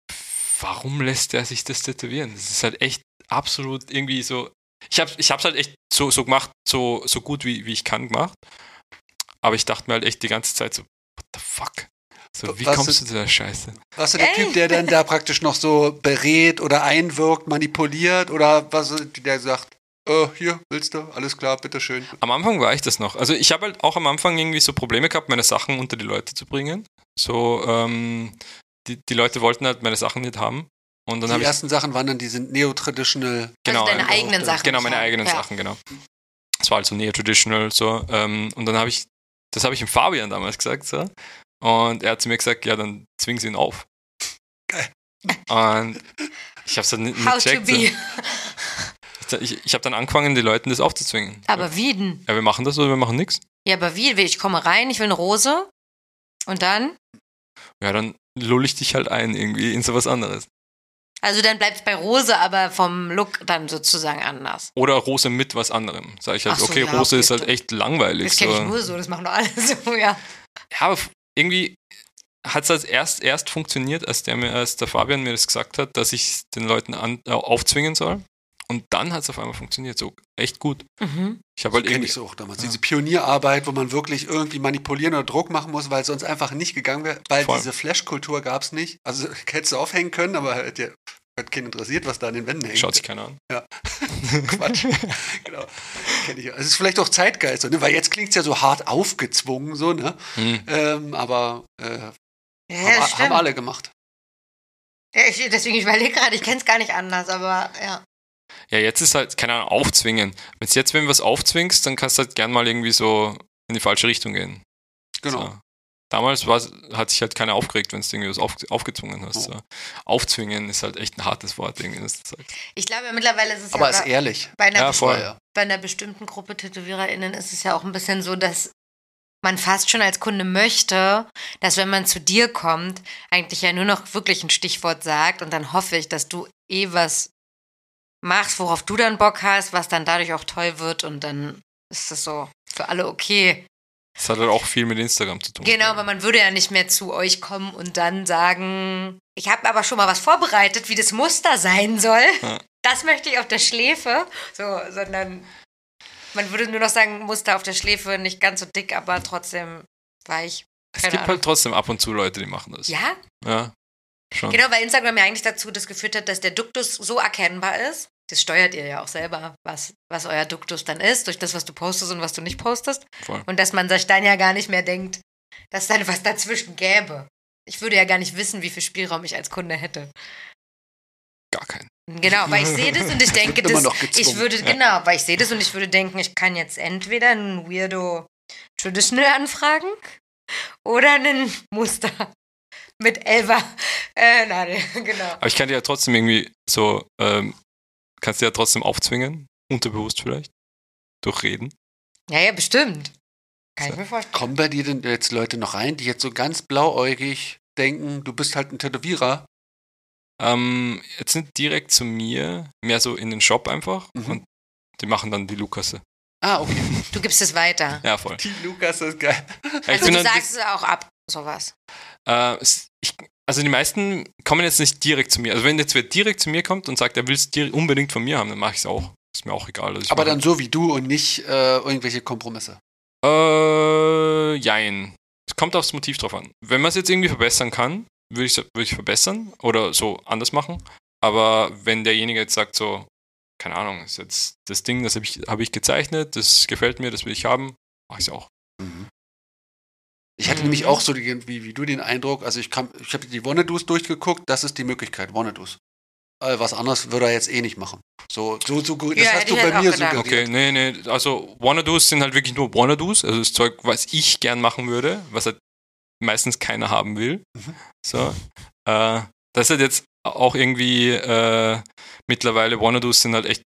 [SPEAKER 4] warum lässt der sich das tätowieren? Das ist halt echt absolut irgendwie so. Ich habe es ich hab's halt echt so, so gemacht, so, so gut wie, wie ich kann gemacht. Aber ich dachte mir halt echt die ganze Zeit so, what the fuck? So, wie
[SPEAKER 3] Was
[SPEAKER 4] kommst
[SPEAKER 3] ist-
[SPEAKER 4] du zu der Scheiße?
[SPEAKER 3] Warst du der
[SPEAKER 1] Ey.
[SPEAKER 3] Typ, der dann da praktisch noch so berät oder einwirkt, manipuliert oder was, der sagt, äh, hier, willst du, alles klar, bitteschön.
[SPEAKER 4] Am Anfang war ich das noch. Also ich habe halt auch am Anfang irgendwie so Probleme gehabt, meine Sachen unter die Leute zu bringen. So, ähm, die, die Leute wollten halt meine Sachen nicht haben. Und dann habe
[SPEAKER 3] die
[SPEAKER 4] ich
[SPEAKER 3] ersten Sachen waren dann diese Neo-Traditional.
[SPEAKER 4] genau,
[SPEAKER 1] also deine
[SPEAKER 4] ähm,
[SPEAKER 1] eigenen
[SPEAKER 3] auch,
[SPEAKER 1] Sachen.
[SPEAKER 4] Genau, meine eigenen
[SPEAKER 1] ja.
[SPEAKER 4] Sachen, genau. Das war halt so neo-traditional, so. Ähm, und dann habe ich, das habe ich dem Fabian damals gesagt, so. Und er hat zu mir gesagt, ja, dann zwingen sie ihn auf. Und ich habe es dann nicht nicht
[SPEAKER 1] How to
[SPEAKER 4] gecheckt. So.
[SPEAKER 1] be.
[SPEAKER 4] Ich, ich habe dann angefangen, die Leuten das aufzuzwingen.
[SPEAKER 1] Aber wie denn?
[SPEAKER 4] ja, wir machen das oder wir machen nichts.
[SPEAKER 1] Ja, aber wie? Ich komme rein, ich will eine Rose. Und dann?
[SPEAKER 4] Ja, dann lull ich dich halt ein irgendwie in sowas anderes.
[SPEAKER 1] Also dann bleibt es bei Rose, aber vom Look dann sozusagen anders.
[SPEAKER 4] Oder Rose mit was anderem. Sag ich halt,
[SPEAKER 1] Ach so,
[SPEAKER 4] okay,
[SPEAKER 1] ja,
[SPEAKER 4] Rose
[SPEAKER 1] okay,
[SPEAKER 4] ist halt
[SPEAKER 1] stimmt.
[SPEAKER 4] echt langweilig.
[SPEAKER 1] Das
[SPEAKER 4] so.
[SPEAKER 1] kenne ich nur so, das machen doch alle *laughs* so, ja.
[SPEAKER 4] Ja, aber f- irgendwie hat es halt erst, erst funktioniert, als der, mir, als der Fabian mir das gesagt hat, dass ich den Leuten an, äh, aufzwingen soll. Und dann hat es auf einmal funktioniert. So echt gut.
[SPEAKER 1] Mhm.
[SPEAKER 4] Ich habe
[SPEAKER 3] So
[SPEAKER 4] halt
[SPEAKER 3] kenne
[SPEAKER 4] irgendwie.
[SPEAKER 3] ich so auch damals.
[SPEAKER 4] Ja.
[SPEAKER 3] Diese Pionierarbeit, wo man wirklich irgendwie manipulieren oder Druck machen muss, weil es sonst einfach nicht gegangen wäre, weil
[SPEAKER 4] Voll.
[SPEAKER 3] diese Flash-Kultur gab es nicht. Also *laughs* hättest du aufhängen können, aber hätte hat keinen interessiert, was da an den Wänden hängt.
[SPEAKER 4] Schaut sich keiner an. *laughs*
[SPEAKER 3] Quatsch. *laughs* genau. Kenn ich. ja. Es ist vielleicht auch Zeitgeist, so, ne? weil jetzt klingt es ja so hart aufgezwungen, so, ne?
[SPEAKER 4] Hm.
[SPEAKER 3] Ähm, aber äh,
[SPEAKER 1] Ja,
[SPEAKER 3] haben,
[SPEAKER 1] das
[SPEAKER 3] a- haben
[SPEAKER 1] stimmt.
[SPEAKER 3] alle gemacht.
[SPEAKER 1] Ja, ich, deswegen, ich überlege gerade, ich kenne es gar nicht anders, aber ja.
[SPEAKER 4] Ja, jetzt ist halt, keine Ahnung, aufzwingen. Wenn's jetzt, wenn du was aufzwingst, dann kannst du halt gern mal irgendwie so in die falsche Richtung gehen.
[SPEAKER 3] Genau.
[SPEAKER 4] So. Damals war's- hat sich halt keiner aufgeregt, wenn du irgendwie was auf, aufgezwungen hast. So. Aufzwingen ist halt echt ein hartes Wort. Irgendwie, das halt, du sagst.
[SPEAKER 1] Ich glaube, ja, mittlerweile ist es
[SPEAKER 3] Aber
[SPEAKER 1] ja
[SPEAKER 3] ist
[SPEAKER 1] bei-
[SPEAKER 3] ehrlich.
[SPEAKER 1] bei, einer,
[SPEAKER 4] Ja, voll.
[SPEAKER 3] Ja, ja.
[SPEAKER 1] bei einer bestimmten Gruppe TätowiererInnen ist es ja auch ein bisschen so, dass man fast schon als Kunde möchte, dass wenn man zu dir kommt, eigentlich ja nur noch wirklich ein Stichwort sagt und dann hoffe ich, dass du eh was machst, worauf du dann Bock hast, was dann dadurch auch toll wird und dann ist das so für alle okay.
[SPEAKER 4] Das hat halt auch viel mit Instagram zu tun.
[SPEAKER 1] Genau, aber man würde ja nicht mehr zu euch kommen und dann sagen, ich habe aber schon mal was vorbereitet, wie das Muster sein soll.
[SPEAKER 4] Ja.
[SPEAKER 1] Das möchte ich auf der Schläfe. So, sondern man würde nur noch sagen, Muster auf der Schläfe, nicht ganz so dick, aber trotzdem weich.
[SPEAKER 4] es
[SPEAKER 1] keine
[SPEAKER 4] gibt
[SPEAKER 1] Ahnung.
[SPEAKER 4] halt trotzdem ab und zu Leute, die machen das.
[SPEAKER 1] Ja,
[SPEAKER 4] Ja, schon.
[SPEAKER 1] genau, weil Instagram ja eigentlich dazu das geführt hat, dass der Duktus so erkennbar ist. Das steuert ihr ja auch selber, was, was euer Duktus dann ist, durch das, was du postest und was du nicht postest.
[SPEAKER 4] Voll.
[SPEAKER 1] Und dass man sich dann ja gar nicht mehr denkt, dass dann was dazwischen gäbe. Ich würde ja gar nicht wissen, wie viel Spielraum ich als Kunde hätte.
[SPEAKER 4] Gar kein.
[SPEAKER 1] Genau, weil ich sehe das und ich denke,
[SPEAKER 3] Wird
[SPEAKER 1] das,
[SPEAKER 3] immer noch gezwungen,
[SPEAKER 1] ich würde,
[SPEAKER 4] ja.
[SPEAKER 1] genau, weil ich sehe das und ich würde denken, ich kann jetzt entweder einen Weirdo Traditional anfragen oder einen Muster mit Elva äh, Nadel, *laughs* genau.
[SPEAKER 4] Aber ich kann dir ja trotzdem irgendwie so, ähm, kannst dir ja trotzdem aufzwingen, unterbewusst vielleicht, durch Reden.
[SPEAKER 1] Ja, ja, bestimmt. Kann ich mir vorstellen.
[SPEAKER 3] Kommen bei dir denn jetzt Leute noch rein, die jetzt so ganz blauäugig denken, du bist halt ein Tätowierer?
[SPEAKER 4] Ähm, jetzt nicht direkt zu mir, mehr so in den Shop einfach
[SPEAKER 3] Mhm.
[SPEAKER 4] und die machen dann die Lukasse.
[SPEAKER 3] Ah, okay.
[SPEAKER 4] *laughs*
[SPEAKER 1] Du gibst es weiter.
[SPEAKER 4] Ja,
[SPEAKER 1] *laughs*
[SPEAKER 4] voll.
[SPEAKER 3] Die Lukas ist geil.
[SPEAKER 4] Ja, ich
[SPEAKER 1] Also
[SPEAKER 4] bin
[SPEAKER 1] du
[SPEAKER 4] dann,
[SPEAKER 1] sagst es auch ab, sowas.
[SPEAKER 4] äh, es- ich, also die meisten kommen jetzt nicht direkt zu mir. Also wenn jetzt wer direkt zu mir kommt und sagt, er will es dir- unbedingt von mir haben, dann mache ich es auch. Ist mir auch egal. Also ich
[SPEAKER 3] Aber
[SPEAKER 4] mach-
[SPEAKER 3] dann so wie du und nicht äh, irgendwelche Kompromisse.
[SPEAKER 4] Äh, jein. Es kommt aufs Motiv drauf an. Wenn man es jetzt irgendwie verbessern kann, würde ich, würd ich verbessern oder so anders machen. Aber wenn derjenige jetzt sagt, so, keine Ahnung, ist jetzt das Ding, das habe ich, hab ich gezeichnet, das gefällt mir, das will ich haben, mache ich es auch.
[SPEAKER 3] Ich hatte
[SPEAKER 1] Mhm.
[SPEAKER 3] nämlich auch so die, wie, wie du den Eindruck, also ich kam, ich habe die Wannadoos durchgeguckt, das ist die Möglichkeit, Wannadoos. Äh, was anderes würde er jetzt eh nicht machen. So, so, so gut. Das
[SPEAKER 1] Ja,
[SPEAKER 3] hast
[SPEAKER 1] hätte
[SPEAKER 3] du
[SPEAKER 1] ich jetzt
[SPEAKER 3] bei
[SPEAKER 1] auch
[SPEAKER 3] mir
[SPEAKER 1] gedacht.
[SPEAKER 3] suggeriert.
[SPEAKER 4] Okay, nee, nee, also Wannadoos sind halt wirklich nur Wannadoos, also das Zeug, was ich gern machen würde, was halt meistens keiner haben will.
[SPEAKER 3] Mhm.
[SPEAKER 4] So. Äh, das ist halt jetzt auch irgendwie äh, mittlerweile Wannadoos sind halt echt.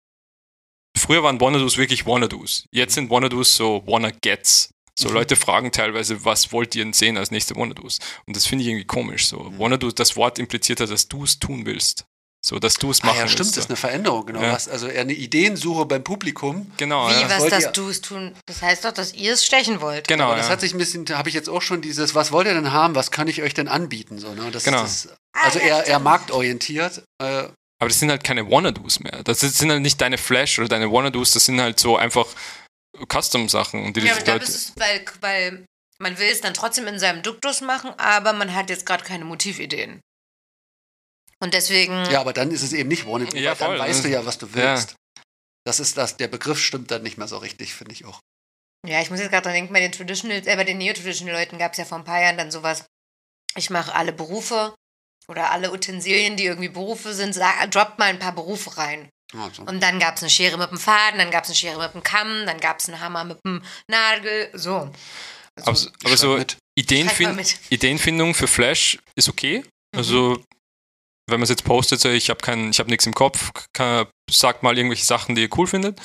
[SPEAKER 4] Früher waren Wannadoos wirklich Wannadoos. Jetzt sind Wannadoos so Wanna-Gets. So
[SPEAKER 3] Mhm.
[SPEAKER 4] Leute fragen teilweise, was wollt ihr denn sehen als nächste Wannadoos? Und das finde ich irgendwie komisch. So
[SPEAKER 3] Mhm.
[SPEAKER 4] Wannadoos, das Wort impliziert ja, dass du es tun willst. So, dass du es
[SPEAKER 3] Ah,
[SPEAKER 4] machen
[SPEAKER 3] ja, stimmt,
[SPEAKER 4] willst.
[SPEAKER 3] das ist
[SPEAKER 4] so.
[SPEAKER 3] eine Veränderung, genau.
[SPEAKER 4] Ja.
[SPEAKER 3] Was, also eher eine Ideensuche beim Publikum.
[SPEAKER 4] Genau,
[SPEAKER 1] Wie,
[SPEAKER 4] ja.
[SPEAKER 1] was,
[SPEAKER 3] Wollt
[SPEAKER 1] dass
[SPEAKER 3] ihr-
[SPEAKER 1] du es tun? Das heißt doch, dass ihr es stechen wollt.
[SPEAKER 4] genau.
[SPEAKER 3] Aber das
[SPEAKER 4] ja.
[SPEAKER 3] hat sich ein bisschen, da habe ich jetzt auch schon dieses, was wollt ihr denn haben, was kann ich euch denn anbieten? So, ne? das,
[SPEAKER 4] Genau.
[SPEAKER 3] das, also
[SPEAKER 1] Ah, ja,
[SPEAKER 3] eher, eher
[SPEAKER 1] stimmt.
[SPEAKER 3] marktorientiert. Äh,
[SPEAKER 4] Aber das sind halt keine Wannadoos mehr. Das ist- sind halt nicht deine Flash oder deine Wannadoos, das sind halt so einfach Custom-Sachen. Und die
[SPEAKER 1] Ja, aber ich glaube,
[SPEAKER 4] Leute-
[SPEAKER 1] es ist, weil, weil man will es dann trotzdem in seinem Duktus machen, aber man hat jetzt gerade keine Motivideen. Und deswegen,
[SPEAKER 3] ja, aber dann ist es eben nicht Wanted,
[SPEAKER 4] Ja,
[SPEAKER 3] weil
[SPEAKER 4] voll.
[SPEAKER 3] dann weißt du ja, was du
[SPEAKER 4] Ja.
[SPEAKER 3] willst. Das ist das, der Begriff stimmt dann nicht mehr so richtig, finde ich auch.
[SPEAKER 1] ja, ich muss jetzt gerade dran denken, bei den Traditional, äh, bei den Neo-Traditional-Leuten gab es ja vor ein paar Jahren dann sowas, ich mache alle Berufe oder alle Utensilien, die irgendwie Berufe sind, sag, droppt mal ein paar Berufe rein.
[SPEAKER 3] Also.
[SPEAKER 1] Und dann gab es eine Schere mit dem Faden, dann gab es eine Schere mit dem Kamm, dann gab es einen Hammer mit dem Nagel, so.
[SPEAKER 4] aber, so- aber so
[SPEAKER 3] Schreib mit.
[SPEAKER 1] Schreib mal
[SPEAKER 4] Ideenfind
[SPEAKER 1] mit. Mhm.
[SPEAKER 4] Ideenfindung für Flash ist okay. Also, wenn man es jetzt postet, so ich habe kein, ich hab nichts im Kopf, kann, sagt mal irgendwelche Sachen, die ihr cool findet.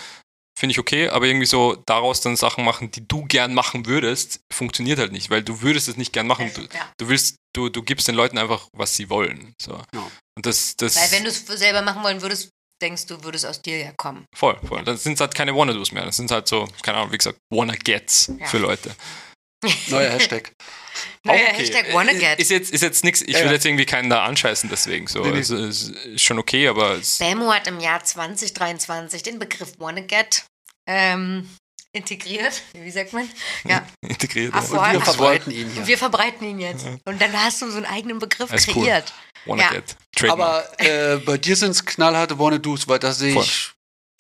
[SPEAKER 4] Finde ich okay, aber irgendwie so daraus dann Sachen machen, die du gern machen würdest, funktioniert halt nicht, weil du würdest es nicht gern machen. Du,
[SPEAKER 1] Ja.
[SPEAKER 4] du willst, du, du gibst den Leuten einfach, was sie wollen. So.
[SPEAKER 3] Ja.
[SPEAKER 4] Und das, das
[SPEAKER 1] Weil wenn du es selber machen wollen würdest, denkst du, würde es aus dir ja kommen.
[SPEAKER 4] Voll, voll. Dann sind es halt keine Wannadoos mehr. Das sind halt so, keine Ahnung, wie gesagt, Wanna-Gets
[SPEAKER 1] Ja.
[SPEAKER 4] für Leute.
[SPEAKER 1] *laughs*
[SPEAKER 3] Neuer Hashtag.
[SPEAKER 1] Naja, Hashtag wannaget.
[SPEAKER 4] Ist jetzt, ist jetzt nichts, ich
[SPEAKER 3] äh, Ja,
[SPEAKER 4] will
[SPEAKER 3] ja.
[SPEAKER 4] jetzt irgendwie keinen da anscheißen deswegen. So.
[SPEAKER 3] Nee, nee.
[SPEAKER 4] Also, es ist schon okay, aber es,
[SPEAKER 1] Bemo hat im Jahr 2023 den Begriff wannaget ähm, integriert. Wie sagt man?
[SPEAKER 4] Mhm.
[SPEAKER 1] Ja.
[SPEAKER 4] *laughs* integriert.
[SPEAKER 1] Ach,
[SPEAKER 4] ja.
[SPEAKER 1] vor
[SPEAKER 3] Und wir
[SPEAKER 1] allem-
[SPEAKER 3] verbreiten ihn
[SPEAKER 1] Und
[SPEAKER 3] hier.
[SPEAKER 1] wir verbreiten ihn jetzt. Und dann hast du so einen eigenen Begriff
[SPEAKER 4] Mhm. Alles cool.
[SPEAKER 1] kreiert.
[SPEAKER 4] Wanna
[SPEAKER 1] ja.
[SPEAKER 4] get. Trademark.
[SPEAKER 3] Aber äh, bei dir sind es knallharte Wanna Do's, weil das sehe
[SPEAKER 4] Voll.
[SPEAKER 3] ich.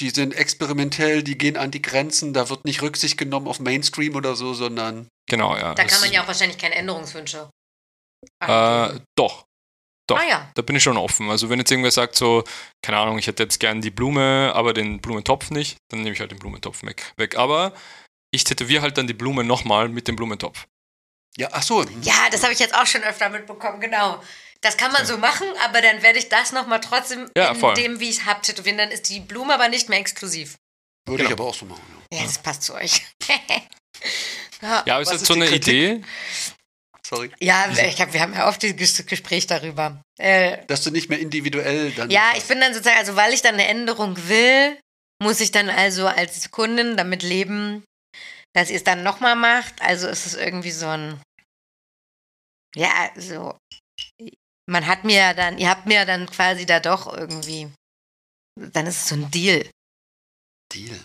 [SPEAKER 3] Die sind experimentell, die gehen an die Grenzen, da wird nicht Rücksicht genommen auf Mainstream oder so, sondern
[SPEAKER 4] genau, ja.
[SPEAKER 1] Da kann
[SPEAKER 4] das-
[SPEAKER 1] man ja auch wahrscheinlich keine Änderungswünsche.
[SPEAKER 4] Äh, doch, doch.
[SPEAKER 1] Ah ja.
[SPEAKER 4] da bin ich schon offen. Also wenn jetzt irgendwer sagt so, keine Ahnung, ich hätte jetzt gern die Blume, aber den Blumentopf nicht, dann nehme ich halt den Blumentopf weg. weg. Aber ich tätowiere halt dann die Blume nochmal mit dem Blumentopf.
[SPEAKER 3] ja, ach so, hm,
[SPEAKER 1] Ja, das habe ich jetzt auch schon öfter mitbekommen, genau. Das kann man so machen, aber dann werde ich das nochmal trotzdem
[SPEAKER 4] Ja,
[SPEAKER 1] in
[SPEAKER 4] voll.
[SPEAKER 1] dem, wie ich es habe, tätowieren. Dann ist die Blume aber nicht mehr exklusiv.
[SPEAKER 3] würde
[SPEAKER 4] Genau.
[SPEAKER 3] ich aber auch so machen. Ja.
[SPEAKER 1] Ja, das passt zu euch. *laughs*
[SPEAKER 4] Ja,
[SPEAKER 3] Was
[SPEAKER 4] ist jetzt
[SPEAKER 3] ist
[SPEAKER 4] so
[SPEAKER 3] die
[SPEAKER 4] eine
[SPEAKER 3] Kritik?
[SPEAKER 4] Idee.
[SPEAKER 3] Sorry.
[SPEAKER 1] ja, ich glaub, wir haben ja oft dieses Gespräch darüber. Äh,
[SPEAKER 3] Dass du nicht mehr individuell dann.
[SPEAKER 1] ja, ich bin dann sozusagen, also weil ich dann eine Änderung will, muss ich dann also als Kundin damit leben, dass ihr es dann nochmal macht. Also ist es irgendwie so ein, ja, so, man hat mir ja dann, ihr habt mir ja dann quasi da doch irgendwie, dann ist es so ein Deal.
[SPEAKER 3] Deal.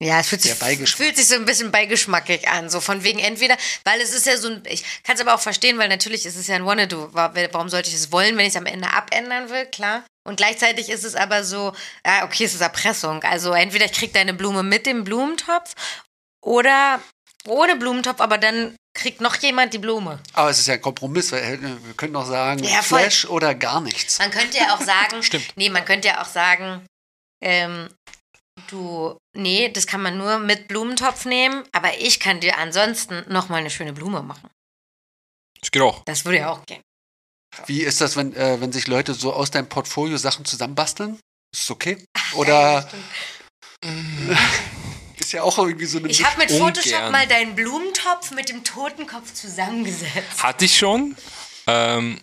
[SPEAKER 1] Ja, es fühlt sich,
[SPEAKER 3] Der Beigeschmack.
[SPEAKER 1] fühlt sich so ein bisschen beigeschmackig an. So von wegen entweder, weil es ist ja so ein. Ich kann es aber auch verstehen, weil natürlich ist es ja ein Wanna-Do. Wa- Warum sollte ich es wollen, wenn ich es am Ende abändern will? Klar. Und gleichzeitig ist es aber so, ah, okay, es ist Erpressung. Also entweder ich krieg deine Blume mit dem Blumentopf oder ohne Blumentopf, aber dann kriegt noch jemand die Blume.
[SPEAKER 3] Aber es ist ja ein Kompromiss, weil äh, wir können doch sagen,
[SPEAKER 1] Ja, voll.
[SPEAKER 3] Flash oder gar nichts.
[SPEAKER 1] Man könnte ja auch sagen,
[SPEAKER 4] *laughs* Stimmt.
[SPEAKER 1] nee, man könnte ja auch sagen, ähm, du, nee, das kann man nur mit Blumentopf nehmen, aber ich kann dir ansonsten nochmal eine schöne Blume machen.
[SPEAKER 4] Das geht auch.
[SPEAKER 1] Das würde ja auch gehen.
[SPEAKER 3] Wie ist das, wenn, äh, wenn sich Leute so aus deinem Portfolio Sachen zusammenbasteln? Ist es okay? Oder *laughs* ist ja auch irgendwie so eine
[SPEAKER 1] Ich habe mit Photoshop
[SPEAKER 4] Ungern.
[SPEAKER 1] mal deinen Blumentopf mit dem Totenkopf zusammengesetzt.
[SPEAKER 4] Hatte ich schon. Ähm,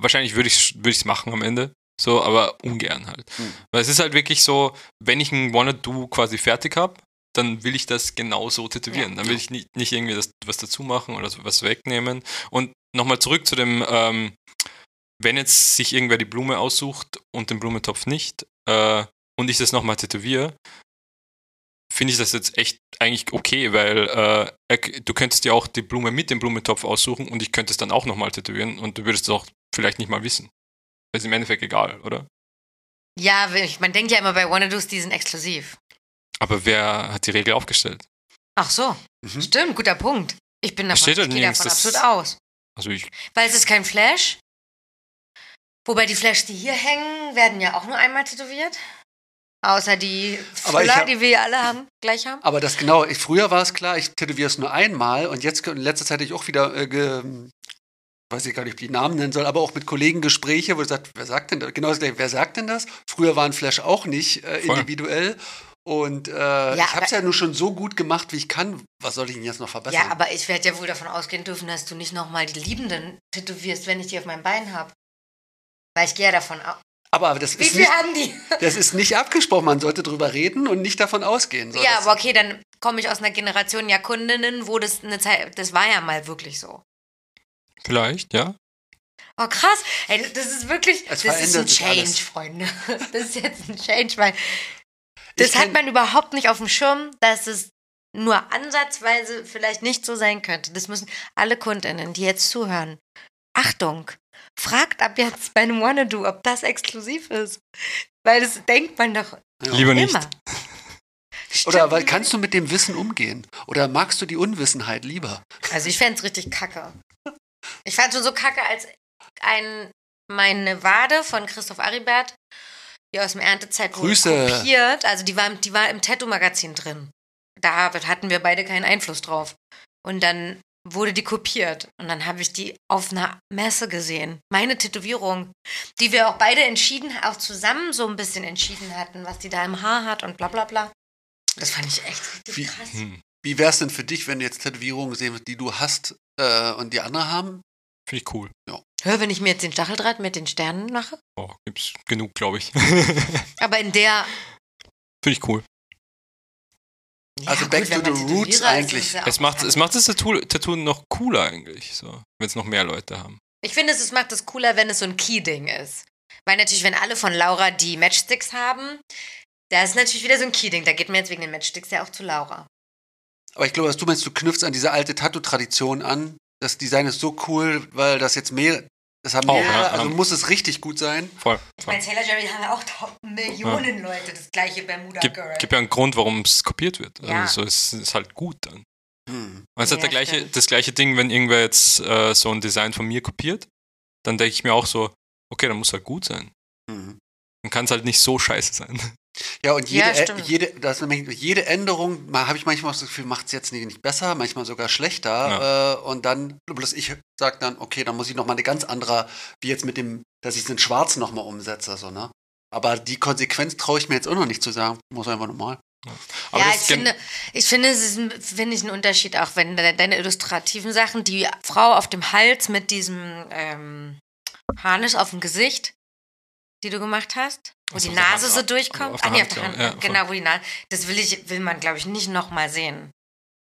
[SPEAKER 4] wahrscheinlich würde ich es machen am Ende. So, aber ungern halt.
[SPEAKER 3] Hm.
[SPEAKER 4] Weil es ist halt wirklich so, wenn ich ein Wanna-Do quasi fertig habe, dann will ich das genau so tätowieren. Dann will ich nicht, nicht irgendwie das, was dazu machen oder so was wegnehmen. Und nochmal zurück zu dem, ähm, wenn jetzt sich irgendwer die Blume aussucht und den Blumentopf nicht äh, und ich das nochmal tätowiere, finde ich das jetzt echt eigentlich okay, weil äh, er- du könntest ja auch die Blume mit dem Blumentopf aussuchen und ich könnte es dann auch nochmal tätowieren und du würdest es auch vielleicht nicht mal wissen. Ist im Endeffekt egal, oder?
[SPEAKER 1] Ja, weil ich- man denkt ja immer bei Wannadoos, die sind exklusiv.
[SPEAKER 4] Aber wer hat die Regel aufgestellt?
[SPEAKER 1] Ach so,
[SPEAKER 3] Mhm.
[SPEAKER 1] stimmt, guter Punkt. Ich bin davon,
[SPEAKER 4] steht
[SPEAKER 1] ich
[SPEAKER 4] halt
[SPEAKER 1] gehe
[SPEAKER 4] nirgends,
[SPEAKER 1] davon
[SPEAKER 4] das-
[SPEAKER 1] absolut aus.
[SPEAKER 4] Also ich,
[SPEAKER 1] Weil es ist kein Flash. Wobei die Flash, die hier hängen, werden ja auch nur einmal tätowiert. Außer die
[SPEAKER 3] Aber ich
[SPEAKER 1] Füller,
[SPEAKER 3] hab-
[SPEAKER 1] die wir ja alle haben, gleich haben.
[SPEAKER 3] Aber das genau, ich, früher war es klar, ich tätowiere es nur einmal und jetzt in letzter Zeit hatte ich auch wieder, äh, ge, weiß ich gar nicht, ob ich die Namen nennen soll, aber auch mit Kollegen Gespräche, wo ich sagt, wer sagt denn das? Genau das gleiche, wer sagt denn das? Früher waren Flash auch nicht äh,
[SPEAKER 4] Voll.
[SPEAKER 3] individuell. Und äh, ich habe
[SPEAKER 1] aber-
[SPEAKER 3] es ja nur schon so gut gemacht, wie ich kann. Was soll ich denn jetzt noch verbessern?
[SPEAKER 1] Ja, aber ich werde ja wohl davon ausgehen dürfen, dass du nicht nochmal die Liebenden tätowierst, wenn ich die auf meinem Bein habe. Weil ich gehe ja davon aus.
[SPEAKER 3] aber, das,
[SPEAKER 1] Wie
[SPEAKER 3] ist
[SPEAKER 1] viel
[SPEAKER 3] nicht,
[SPEAKER 1] haben die?
[SPEAKER 3] das ist nicht abgesprochen. Man sollte drüber reden und nicht davon ausgehen. So,
[SPEAKER 1] ja,
[SPEAKER 3] das-
[SPEAKER 1] aber okay, dann komme ich aus einer Generation ja Kundinnen, wo das eine Zeit, das war ja mal wirklich so.
[SPEAKER 4] vielleicht, ja.
[SPEAKER 1] Oh krass, ey, das ist wirklich,
[SPEAKER 3] Es
[SPEAKER 1] das ist ein
[SPEAKER 3] verändert sich
[SPEAKER 1] Change,
[SPEAKER 3] alles.
[SPEAKER 1] Freunde. *laughs* Das ist jetzt ein Change, weil
[SPEAKER 3] Ich
[SPEAKER 1] Das hat
[SPEAKER 3] kenn-
[SPEAKER 1] man überhaupt nicht auf dem Schirm, dass es nur ansatzweise vielleicht nicht so sein könnte. Das müssen alle KundInnen, die jetzt zuhören. Achtung! Fragt ab jetzt bei einem Wanna-Do, ob das exklusiv ist. Weil das denkt man doch
[SPEAKER 3] Ja.
[SPEAKER 4] Lieber nicht.
[SPEAKER 1] immer.
[SPEAKER 3] Oder weil, kannst du mit dem Wissen umgehen? Oder magst du die Unwissenheit lieber?
[SPEAKER 1] Also ich fänd's richtig kacke. Ich fand's schon so kacke, als ein, meine Wade von Christoph Aribert, die aus dem Erntezeit wurde
[SPEAKER 3] Grüße.
[SPEAKER 1] kopiert, also die war, im- die war im Tattoo-Magazin drin. Da hatten wir beide keinen Einfluss drauf. Und dann wurde die kopiert. Und dann habe ich die auf einer Messe gesehen. Meine Tätowierung, die wir auch beide entschieden, auch zusammen so ein bisschen entschieden hatten, was die da im Haar hat und bla bla bla. Das fand ich echt richtig
[SPEAKER 3] Wie-
[SPEAKER 1] krass.
[SPEAKER 4] Hm.
[SPEAKER 3] Wie wär's denn für dich, wenn du jetzt Tätowierungen sehen würdest, die du hast äh, und die andere haben?
[SPEAKER 4] Finde ich cool.
[SPEAKER 1] Hör, wenn ich mir jetzt den Stacheldraht mit den Sternen mache,
[SPEAKER 4] Oh, gibt's *laughs* genug, glaube ich. Finde
[SPEAKER 1] aber in der,
[SPEAKER 4] ich cool.
[SPEAKER 3] Also back to
[SPEAKER 1] wenn man
[SPEAKER 3] the
[SPEAKER 1] Tätowierer
[SPEAKER 3] roots
[SPEAKER 1] ist, ist
[SPEAKER 3] eigentlich.
[SPEAKER 1] es ja auch
[SPEAKER 4] Es macht,
[SPEAKER 1] bekannt.
[SPEAKER 4] es macht das Tattoo, Tattoo noch cooler eigentlich, so, wenn es noch mehr Leute haben.
[SPEAKER 1] Ich finde, es es macht es cooler, wenn es so ein Key-Ding ist. Weil natürlich, wenn alle von Laura die Matchsticks haben, da ist natürlich wieder so ein Key-Ding. Da geht mir jetzt wegen den Matchsticks ja auch zu Laura.
[SPEAKER 3] Aber ich glaube, was du meinst, du knüpfst an diese alte Tattoo-Tradition an. Das Design ist so cool, weil das jetzt mehr. Das haben
[SPEAKER 4] Auch,
[SPEAKER 3] mehrere,
[SPEAKER 4] ja,
[SPEAKER 3] also
[SPEAKER 4] ja.
[SPEAKER 3] muss es richtig gut sein.
[SPEAKER 4] Voll.
[SPEAKER 1] Bei
[SPEAKER 4] voll.
[SPEAKER 1] Taylor Jerry haben ja auch tausend Millionen Leute das gleiche Bermuda
[SPEAKER 4] Gibt,
[SPEAKER 1] Girl.
[SPEAKER 4] gibt ja einen Grund, warum es kopiert wird.
[SPEAKER 1] Ja.
[SPEAKER 4] Also so, es ist halt gut dann.
[SPEAKER 3] Hm.
[SPEAKER 4] Und es
[SPEAKER 1] Ja,
[SPEAKER 4] hat der gleiche,
[SPEAKER 1] stimmt.
[SPEAKER 4] das gleiche Ding, wenn irgendwer jetzt äh, so ein Design von mir kopiert, dann denke ich mir auch so, okay, dann muss halt gut sein.
[SPEAKER 3] Hm.
[SPEAKER 4] Dann kann es halt nicht so
[SPEAKER 1] *laughs*
[SPEAKER 4] scheiße sein.
[SPEAKER 3] Ja, und jede,
[SPEAKER 1] Ja, stimmt.
[SPEAKER 3] jede, das, ist nämlich- jede Änderung, mal habe ich manchmal auch das Gefühl, macht es jetzt nicht, nicht besser, manchmal sogar schlechter. Äh, und dann, bloß ich sage dann, okay, dann muss ich nochmal eine ganz andere, wie jetzt mit dem, dass ich es in Schwarz nochmal umsetze, so, ne? Aber die Konsequenz traue ich mir jetzt auch noch nicht zu sagen. Muss einfach normal.
[SPEAKER 1] ja,
[SPEAKER 4] das
[SPEAKER 1] ich
[SPEAKER 4] ist gen-
[SPEAKER 1] finde, ich finde, es ist, ein- finde ich einen Unterschied, auch wenn de- deine illustrativen Sachen, die Frau auf dem Hals mit diesem ähm, Harnisch auf dem Gesicht, die du gemacht hast, wo
[SPEAKER 4] Also
[SPEAKER 1] die
[SPEAKER 4] auf der
[SPEAKER 1] Nase
[SPEAKER 4] Hand,
[SPEAKER 1] so
[SPEAKER 4] auf-
[SPEAKER 1] durchkommt.
[SPEAKER 4] auf
[SPEAKER 1] Ah,
[SPEAKER 4] der
[SPEAKER 1] nee, auf
[SPEAKER 4] Hand,
[SPEAKER 1] der
[SPEAKER 4] ja.
[SPEAKER 1] Hand,
[SPEAKER 4] Ja, voll.
[SPEAKER 1] genau, wo die Nase. Das will ich, will man, glaube ich, nicht nochmal sehen.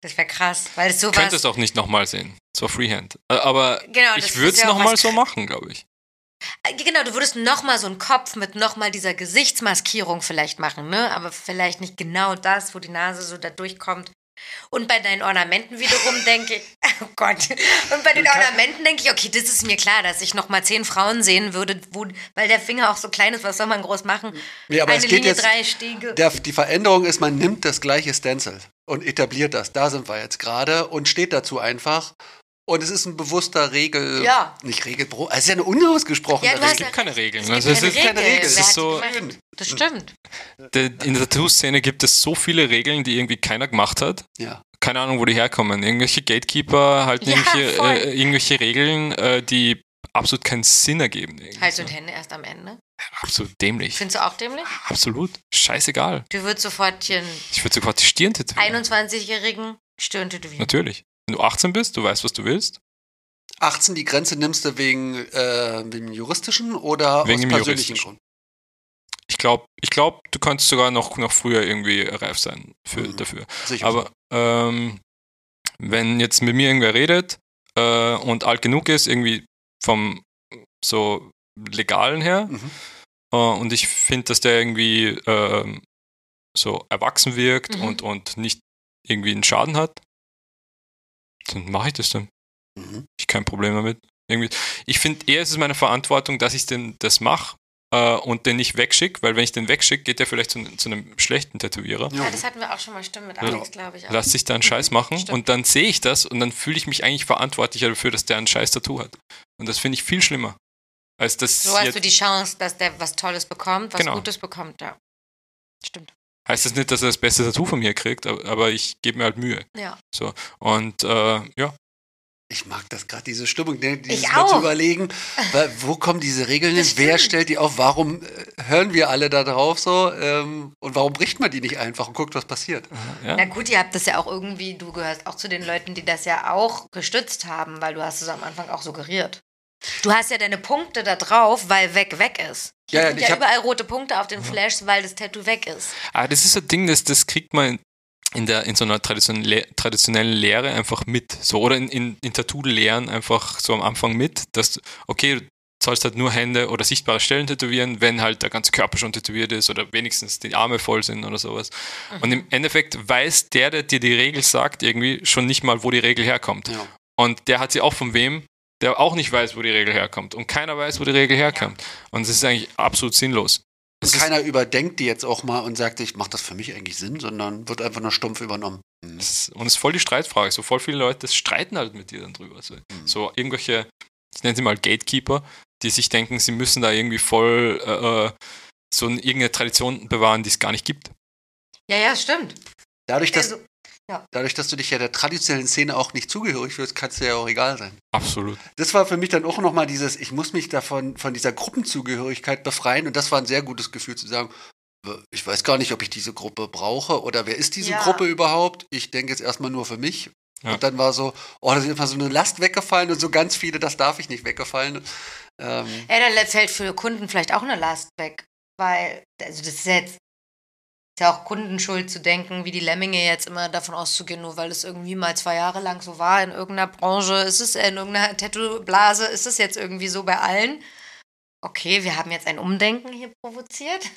[SPEAKER 1] Das wäre krass, weil es
[SPEAKER 4] Du
[SPEAKER 1] sowas.
[SPEAKER 4] könntest auch nicht nochmal sehen. Zwar Freehand. Äh, Aber
[SPEAKER 1] genau, das
[SPEAKER 4] ich
[SPEAKER 1] ist
[SPEAKER 4] würde es
[SPEAKER 1] ja auch
[SPEAKER 4] nochmal
[SPEAKER 1] was
[SPEAKER 4] so
[SPEAKER 1] kr-
[SPEAKER 4] machen, glaube ich.
[SPEAKER 1] Äh, Genau, du würdest nochmal so einen Kopf mit nochmal dieser Gesichtsmaskierung vielleicht machen, ne? Aber vielleicht nicht genau das, wo die Nase so da durchkommt. Und bei deinen Ornamenten wiederum
[SPEAKER 3] *laughs*
[SPEAKER 1] denke ich, *laughs* oh Gott. Und bei den Ornamenten denke ich, okay, das ist mir klar, dass ich nochmal zehn Frauen sehen würde, wo, weil der Finger auch so klein ist, was soll man groß machen?
[SPEAKER 3] Ja, aber
[SPEAKER 1] Eine
[SPEAKER 3] es geht
[SPEAKER 1] Linie,
[SPEAKER 3] jetzt-
[SPEAKER 1] drei Stege.
[SPEAKER 3] Der, die Veränderung ist, man nimmt das gleiche Stencil und etabliert das. Da sind wir jetzt gerade und steht dazu einfach. Und es ist ein bewusster Regel.
[SPEAKER 1] Ja.
[SPEAKER 3] Nicht Regelbruch. Es ist ja eine unausgesprochene
[SPEAKER 1] Ja, du
[SPEAKER 4] Es
[SPEAKER 1] hast
[SPEAKER 3] Regel.
[SPEAKER 4] gibt keine Regeln.
[SPEAKER 1] gibt
[SPEAKER 4] Also es
[SPEAKER 1] keine
[SPEAKER 4] ist,
[SPEAKER 1] Regeln.
[SPEAKER 3] keine Regel.
[SPEAKER 1] Wer
[SPEAKER 3] Es
[SPEAKER 4] ist
[SPEAKER 1] hat's
[SPEAKER 4] so-
[SPEAKER 1] gemacht?
[SPEAKER 3] Schön.
[SPEAKER 1] Das stimmt.
[SPEAKER 4] der- in der Tattoo-Szene gibt es so viele Regeln, die irgendwie keiner gemacht hat.
[SPEAKER 3] Ja.
[SPEAKER 4] Keine Ahnung, wo die herkommen. Irgendwelche Gatekeeper
[SPEAKER 1] *laughs*
[SPEAKER 4] halten
[SPEAKER 1] Ja,
[SPEAKER 4] irgendwelche,
[SPEAKER 1] voll.
[SPEAKER 4] äh, irgendwelche Regeln, äh, die absolut keinen Sinn ergeben. irgendwie.
[SPEAKER 1] Hals Halt und Hände erst am Ende.
[SPEAKER 4] Absolut dämlich.
[SPEAKER 1] Findest du auch dämlich?
[SPEAKER 4] Absolut. Scheißegal.
[SPEAKER 1] Du würdest sofort hier einen
[SPEAKER 4] Ich würde sogar die Stirn tätowieren.
[SPEAKER 1] 21-Jährigen Stirn tätowieren.
[SPEAKER 4] Natürlich. Wenn du 18 bist, du weißt, was du willst.
[SPEAKER 3] 18, die Grenze nimmst du wegen, äh, wegen dem juristischen oder
[SPEAKER 4] Wegen
[SPEAKER 3] aus
[SPEAKER 4] dem
[SPEAKER 3] persönlichen
[SPEAKER 4] juristischen.
[SPEAKER 3] Grund?
[SPEAKER 4] Ich glaube, ich glaub, du kannst sogar noch, noch früher irgendwie reif sein für,
[SPEAKER 3] Mhm.
[SPEAKER 4] dafür.
[SPEAKER 3] Sicher.
[SPEAKER 4] Aber ähm, wenn jetzt mit mir irgendwer redet äh, und alt genug ist, irgendwie vom so legalen her,
[SPEAKER 3] Mhm.
[SPEAKER 4] äh, und ich finde, dass der irgendwie ähm, so erwachsen wirkt
[SPEAKER 1] Mhm.
[SPEAKER 4] und, und nicht irgendwie einen Schaden hat, dann mache ich das dann.
[SPEAKER 3] Mhm.
[SPEAKER 4] Ich kein Problem damit. Irgendwie. Ich finde eher, ist es ist meine Verantwortung, dass ich den, das mache äh, und den nicht wegschicke, weil wenn ich den wegschicke, geht der vielleicht zu, zu einem schlechten Tätowierer
[SPEAKER 1] Ja,
[SPEAKER 3] Ja.
[SPEAKER 1] das hatten wir auch schon mal stimmt mit
[SPEAKER 4] Ja.
[SPEAKER 1] Alex, glaube ich. Auch.
[SPEAKER 4] lass dich da einen Scheiß machen
[SPEAKER 1] Mhm. Stimmt.
[SPEAKER 4] und dann sehe ich das und dann fühle ich mich eigentlich verantwortlicher dafür, dass der ein scheiß Tattoo hat. Und das finde ich viel schlimmer. Als das
[SPEAKER 1] so hast du
[SPEAKER 4] jetzt,
[SPEAKER 1] die Chance, dass der was Tolles bekommt, was
[SPEAKER 4] Genau.
[SPEAKER 1] Gutes bekommt, ja. Stimmt.
[SPEAKER 4] heißt das nicht, dass er das beste Tattoo von mir kriegt, aber, aber ich gebe mir halt Mühe.
[SPEAKER 1] Ja.
[SPEAKER 4] Und äh, ja,
[SPEAKER 3] Ich mag das gerade, diese Stimmung, ne? dieses
[SPEAKER 1] Ich
[SPEAKER 3] mal zu
[SPEAKER 1] auch.
[SPEAKER 3] überlegen, weil, wo kommen diese Regeln hin,
[SPEAKER 1] Das
[SPEAKER 3] wer
[SPEAKER 1] stimmt.
[SPEAKER 3] stellt die auf, warum äh, hören wir alle da drauf so ähm, und warum bricht man die nicht einfach und guckt, was passiert.
[SPEAKER 1] Na
[SPEAKER 4] ja.
[SPEAKER 1] gut, ihr habt das ja auch irgendwie, du gehörst auch zu den Leuten, die das ja auch gestützt haben, weil du hast es am Anfang auch suggeriert. Du hast ja deine Punkte da drauf, weil weg weg ist. Hier
[SPEAKER 3] Ja, ja,
[SPEAKER 1] sind
[SPEAKER 3] ich
[SPEAKER 1] ja
[SPEAKER 3] hab-
[SPEAKER 1] überall rote Punkte auf den Flashs, weil das Tattoo weg ist.
[SPEAKER 4] Aber Ah, das ist ein Ding, das, das kriegt man in, der, in so einer traditionelle- traditionellen Lehre einfach mit. So, oder in, in, in Tattoo-Lehren einfach so am Anfang mit, dass, du- okay, du sollst halt nur Hände oder sichtbare Stellen tätowieren, wenn halt der ganze Körper schon tätowiert ist oder wenigstens die Arme voll sind oder sowas. Und im Endeffekt weiß der, der dir die Regel sagt, irgendwie schon nicht mal, wo die Regel herkommt.
[SPEAKER 3] Ja.
[SPEAKER 4] Und der hat sie auch von wem, der auch nicht weiß, wo die Regel herkommt. Und keiner weiß, wo die Regel herkommt. Und es ist eigentlich absolut sinnlos.
[SPEAKER 3] Und
[SPEAKER 4] Es ist-
[SPEAKER 3] keiner überdenkt die jetzt auch mal und sagt, ich mache das für mich eigentlich Sinn, sondern wird einfach nur stumpf übernommen. Mhm.
[SPEAKER 4] Das, und es ist voll die Streitfrage. So voll viele Leute streiten halt mit dir dann drüber. So, so irgendwelche, ich nenne sie mal Gatekeeper, die sich denken, sie müssen da irgendwie voll äh, äh, so eine, irgendeine Tradition bewahren, die es gar nicht gibt.
[SPEAKER 1] Ja, ja, stimmt.
[SPEAKER 3] Dadurch, dass,
[SPEAKER 1] Also,
[SPEAKER 3] dadurch, dass du dich ja der traditionellen Szene auch nicht zugehörig wirst, kannst du ja auch egal sein.
[SPEAKER 4] Absolut.
[SPEAKER 3] Das war für mich dann auch nochmal dieses, ich muss mich davon, von dieser Gruppenzugehörigkeit befreien und das war ein sehr gutes Gefühl zu sagen, ich weiß gar nicht, ob ich diese Gruppe brauche oder wer ist diese
[SPEAKER 1] Ja.
[SPEAKER 3] Gruppe überhaupt? Ich denke jetzt erstmal nur für mich.
[SPEAKER 4] Ja.
[SPEAKER 3] Und dann war so, oh, da ist einfach so eine Last weggefallen und so ganz viele, das darf ich nicht weggefallen. Ähm,
[SPEAKER 1] ja, dann fällt für Kunden vielleicht auch eine Last weg, weil, also das ist ja jetzt Ist ja auch Kundenschuld zu denken, wie die Lemminge jetzt immer davon auszugehen, nur weil es irgendwie mal zwei Jahre lang so war in irgendeiner Branche, ist es in irgendeiner Tattoo-Blase, ist es jetzt irgendwie so bei allen. Okay, wir haben jetzt ein Umdenken hier provoziert.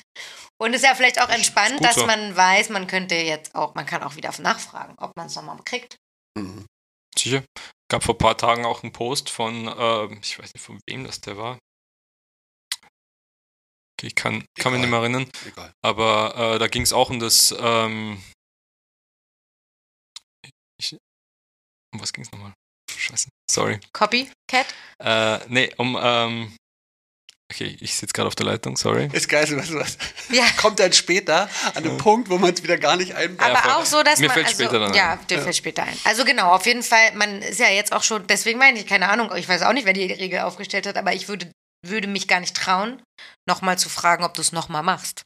[SPEAKER 1] Und ist ja vielleicht auch entspannt,
[SPEAKER 4] gut
[SPEAKER 1] dass
[SPEAKER 4] so.
[SPEAKER 1] man weiß, man könnte jetzt auch, man kann auch wieder nachfragen, ob man es nochmal kriegt.
[SPEAKER 3] Mhm.
[SPEAKER 4] Sicher. Gab vor ein paar Tagen auch einen Post von, äh, ich weiß nicht von wem das der war. Okay, ich kann, kann
[SPEAKER 3] Egal.
[SPEAKER 4] mich nicht mehr erinnern.
[SPEAKER 3] Egal.
[SPEAKER 4] Aber äh, da ging es auch um das, ähm, ich, um was ging es nochmal? Scheiße, sorry.
[SPEAKER 1] Copycat?
[SPEAKER 4] Äh, nee, um, ähm, okay, ich sitze gerade auf der Leitung, sorry.
[SPEAKER 3] Ist geil, weißt du was?
[SPEAKER 1] Ja.
[SPEAKER 3] Kommt dann später an den Punkt, wo man es wieder gar nicht einbaut.
[SPEAKER 4] Ja,
[SPEAKER 1] Aber
[SPEAKER 4] voll.
[SPEAKER 1] auch so, dass
[SPEAKER 4] Mir
[SPEAKER 1] man.
[SPEAKER 4] fällt
[SPEAKER 1] also,
[SPEAKER 4] später dann ein.
[SPEAKER 1] ja, dir fällt später ein. Also genau, auf jeden Fall, man ist ja jetzt auch schon, deswegen meine ich, keine Ahnung, ich weiß auch nicht, wer die Regel aufgestellt hat, aber ich würde, würde mich gar nicht trauen, nochmal zu fragen, ob du es nochmal machst.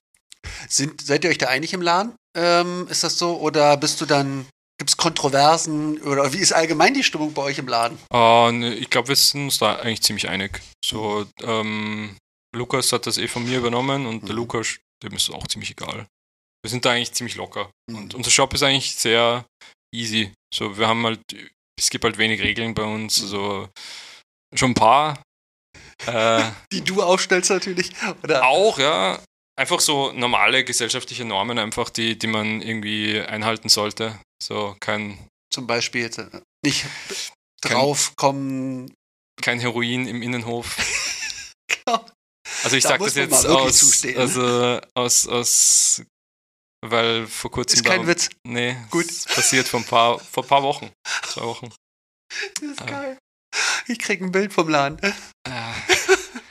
[SPEAKER 3] Sind, seid ihr euch da einig im Laden? Ähm, ist das so? Oder bist du dann, gibt es Kontroversen? Oder wie ist allgemein die Stimmung bei euch im Laden?
[SPEAKER 4] Äh, nee, ich glaube, wir sind uns da eigentlich ziemlich einig. So, ähm, Lukas hat das eh von mir übernommen und der
[SPEAKER 3] Mhm.
[SPEAKER 4] Lukas, dem ist es auch ziemlich egal. Wir sind da eigentlich ziemlich locker.
[SPEAKER 3] Mhm.
[SPEAKER 4] Und unser Shop ist eigentlich sehr easy. So, wir haben halt, es gibt halt wenig Regeln bei uns, also schon ein paar. Äh,
[SPEAKER 3] Die du aufstellst natürlich? Oder?
[SPEAKER 4] auch, ja. Einfach so normale gesellschaftliche Normen einfach, die, die man irgendwie einhalten sollte. So kein,
[SPEAKER 3] zum Beispiel jetzt äh, nicht
[SPEAKER 4] Kein-
[SPEAKER 3] draufkommen.
[SPEAKER 4] kein Heroin
[SPEAKER 3] *laughs*
[SPEAKER 4] im Innenhof. Also ich
[SPEAKER 3] Da
[SPEAKER 4] sage
[SPEAKER 3] muss man
[SPEAKER 4] das
[SPEAKER 3] mal
[SPEAKER 4] jetzt
[SPEAKER 3] wirklich
[SPEAKER 4] aus,
[SPEAKER 3] zustehen. ne?
[SPEAKER 4] also aus, aus, weil vor kurzem
[SPEAKER 3] Ist kein
[SPEAKER 4] da-
[SPEAKER 3] Witz.
[SPEAKER 4] Nee,
[SPEAKER 3] Gut.
[SPEAKER 4] es passiert vor ein paar, vor ein paar Wochen, zwei Wochen.
[SPEAKER 3] Das ist
[SPEAKER 4] Ah.
[SPEAKER 3] geil. Ich krieg ein Bild vom Laden.
[SPEAKER 4] Äh,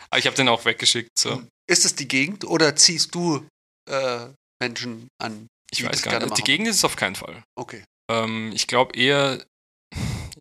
[SPEAKER 4] Aber ich habe den auch weggeschickt. So.
[SPEAKER 3] Ist es die Gegend oder ziehst du äh, Menschen an?
[SPEAKER 4] Ich
[SPEAKER 3] Die das
[SPEAKER 4] weiß gar
[SPEAKER 3] gerne
[SPEAKER 4] nicht. Die
[SPEAKER 3] machen.
[SPEAKER 4] Gegend ist es auf keinen Fall.
[SPEAKER 3] Okay.
[SPEAKER 4] Ähm, ich glaube eher,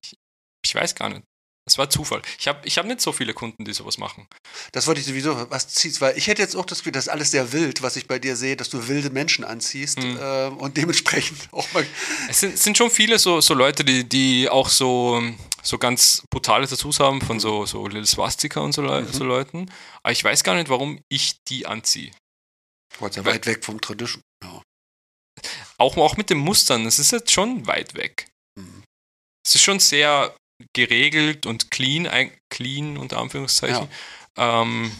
[SPEAKER 4] ich, ich weiß gar nicht. Es war Zufall. Ich habe ich hab nicht so viele Kunden, die sowas machen.
[SPEAKER 3] Das wollte ich sowieso, was ziehst, weil ich hätte jetzt auch das Gefühl, das ist alles sehr wild, was ich bei dir sehe, dass du wilde Menschen anziehst
[SPEAKER 4] Mhm.
[SPEAKER 3] ähm, und dementsprechend *laughs* auch mal.
[SPEAKER 4] Es sind, sind schon viele so, so Leute, die, die auch so, so ganz brutale Tattoos haben von so, so Lil Swastika und so, Leu-
[SPEAKER 3] Mhm.
[SPEAKER 4] so Leuten. Aber ich weiß gar nicht, warum ich die anziehe.
[SPEAKER 3] Gott sei
[SPEAKER 4] Weil-
[SPEAKER 3] weit weg vom Tradition. Ja.
[SPEAKER 4] Auch, auch mit den Mustern, es ist jetzt schon weit weg.
[SPEAKER 3] Mhm.
[SPEAKER 4] Es ist schon sehr geregelt und clean, ein- clean unter Anführungszeichen. Ähm,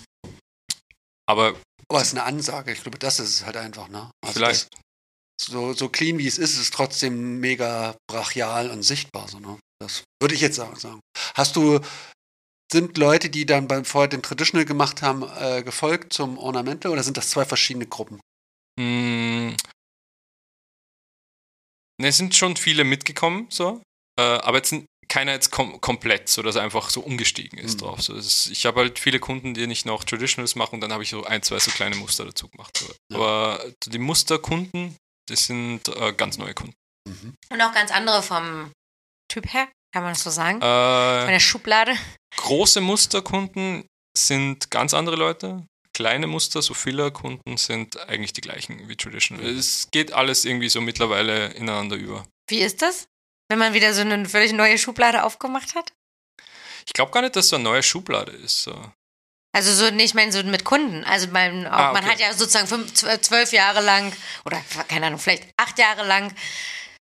[SPEAKER 4] aber
[SPEAKER 3] Aber es ist eine Ansage, ich glaube, das ist es halt einfach, ne? Also
[SPEAKER 4] vielleicht,
[SPEAKER 3] Das, so, so clean wie es ist, ist es trotzdem mega brachial und sichtbar, so, ne? Das würde ich jetzt sagen. sagen. Hast du, sind Leute, die dann beim vorher den Traditional gemacht haben, äh, gefolgt zum Ornamente oder sind das zwei verschiedene Gruppen?
[SPEAKER 4] Mm. Ne, es sind schon viele mitgekommen, so. Äh, aber jetzt sind keiner jetzt kom komplett, so dass er einfach so umgestiegen ist
[SPEAKER 3] Mhm.
[SPEAKER 4] drauf. So, es ist, ich habe halt viele Kunden, die nicht noch Traditionals machen und dann habe ich so ein, zwei so kleine Muster dazu gemacht. So.
[SPEAKER 3] Ja.
[SPEAKER 4] Aber die Musterkunden, das sind äh, ganz neue Kunden.
[SPEAKER 1] Und auch ganz andere vom Typ her, kann man das so sagen. Von
[SPEAKER 4] Äh,
[SPEAKER 1] der Schublade.
[SPEAKER 4] große Musterkunden sind ganz andere Leute. Kleine Muster, so viele Kunden sind eigentlich die gleichen wie Traditional. Es geht alles irgendwie so mittlerweile ineinander über.
[SPEAKER 1] Wie ist das? Wenn man wieder so eine völlig neue Schublade aufgemacht hat?
[SPEAKER 4] Ich glaube gar nicht, dass so eine neue Schublade ist. So.
[SPEAKER 1] Also so, nee, ich meine so mit Kunden. Also man, auch,
[SPEAKER 4] Ah,
[SPEAKER 1] man
[SPEAKER 4] okay.
[SPEAKER 1] hat ja sozusagen fünf, zw- zwölf Jahre lang oder keine Ahnung, vielleicht acht Jahre lang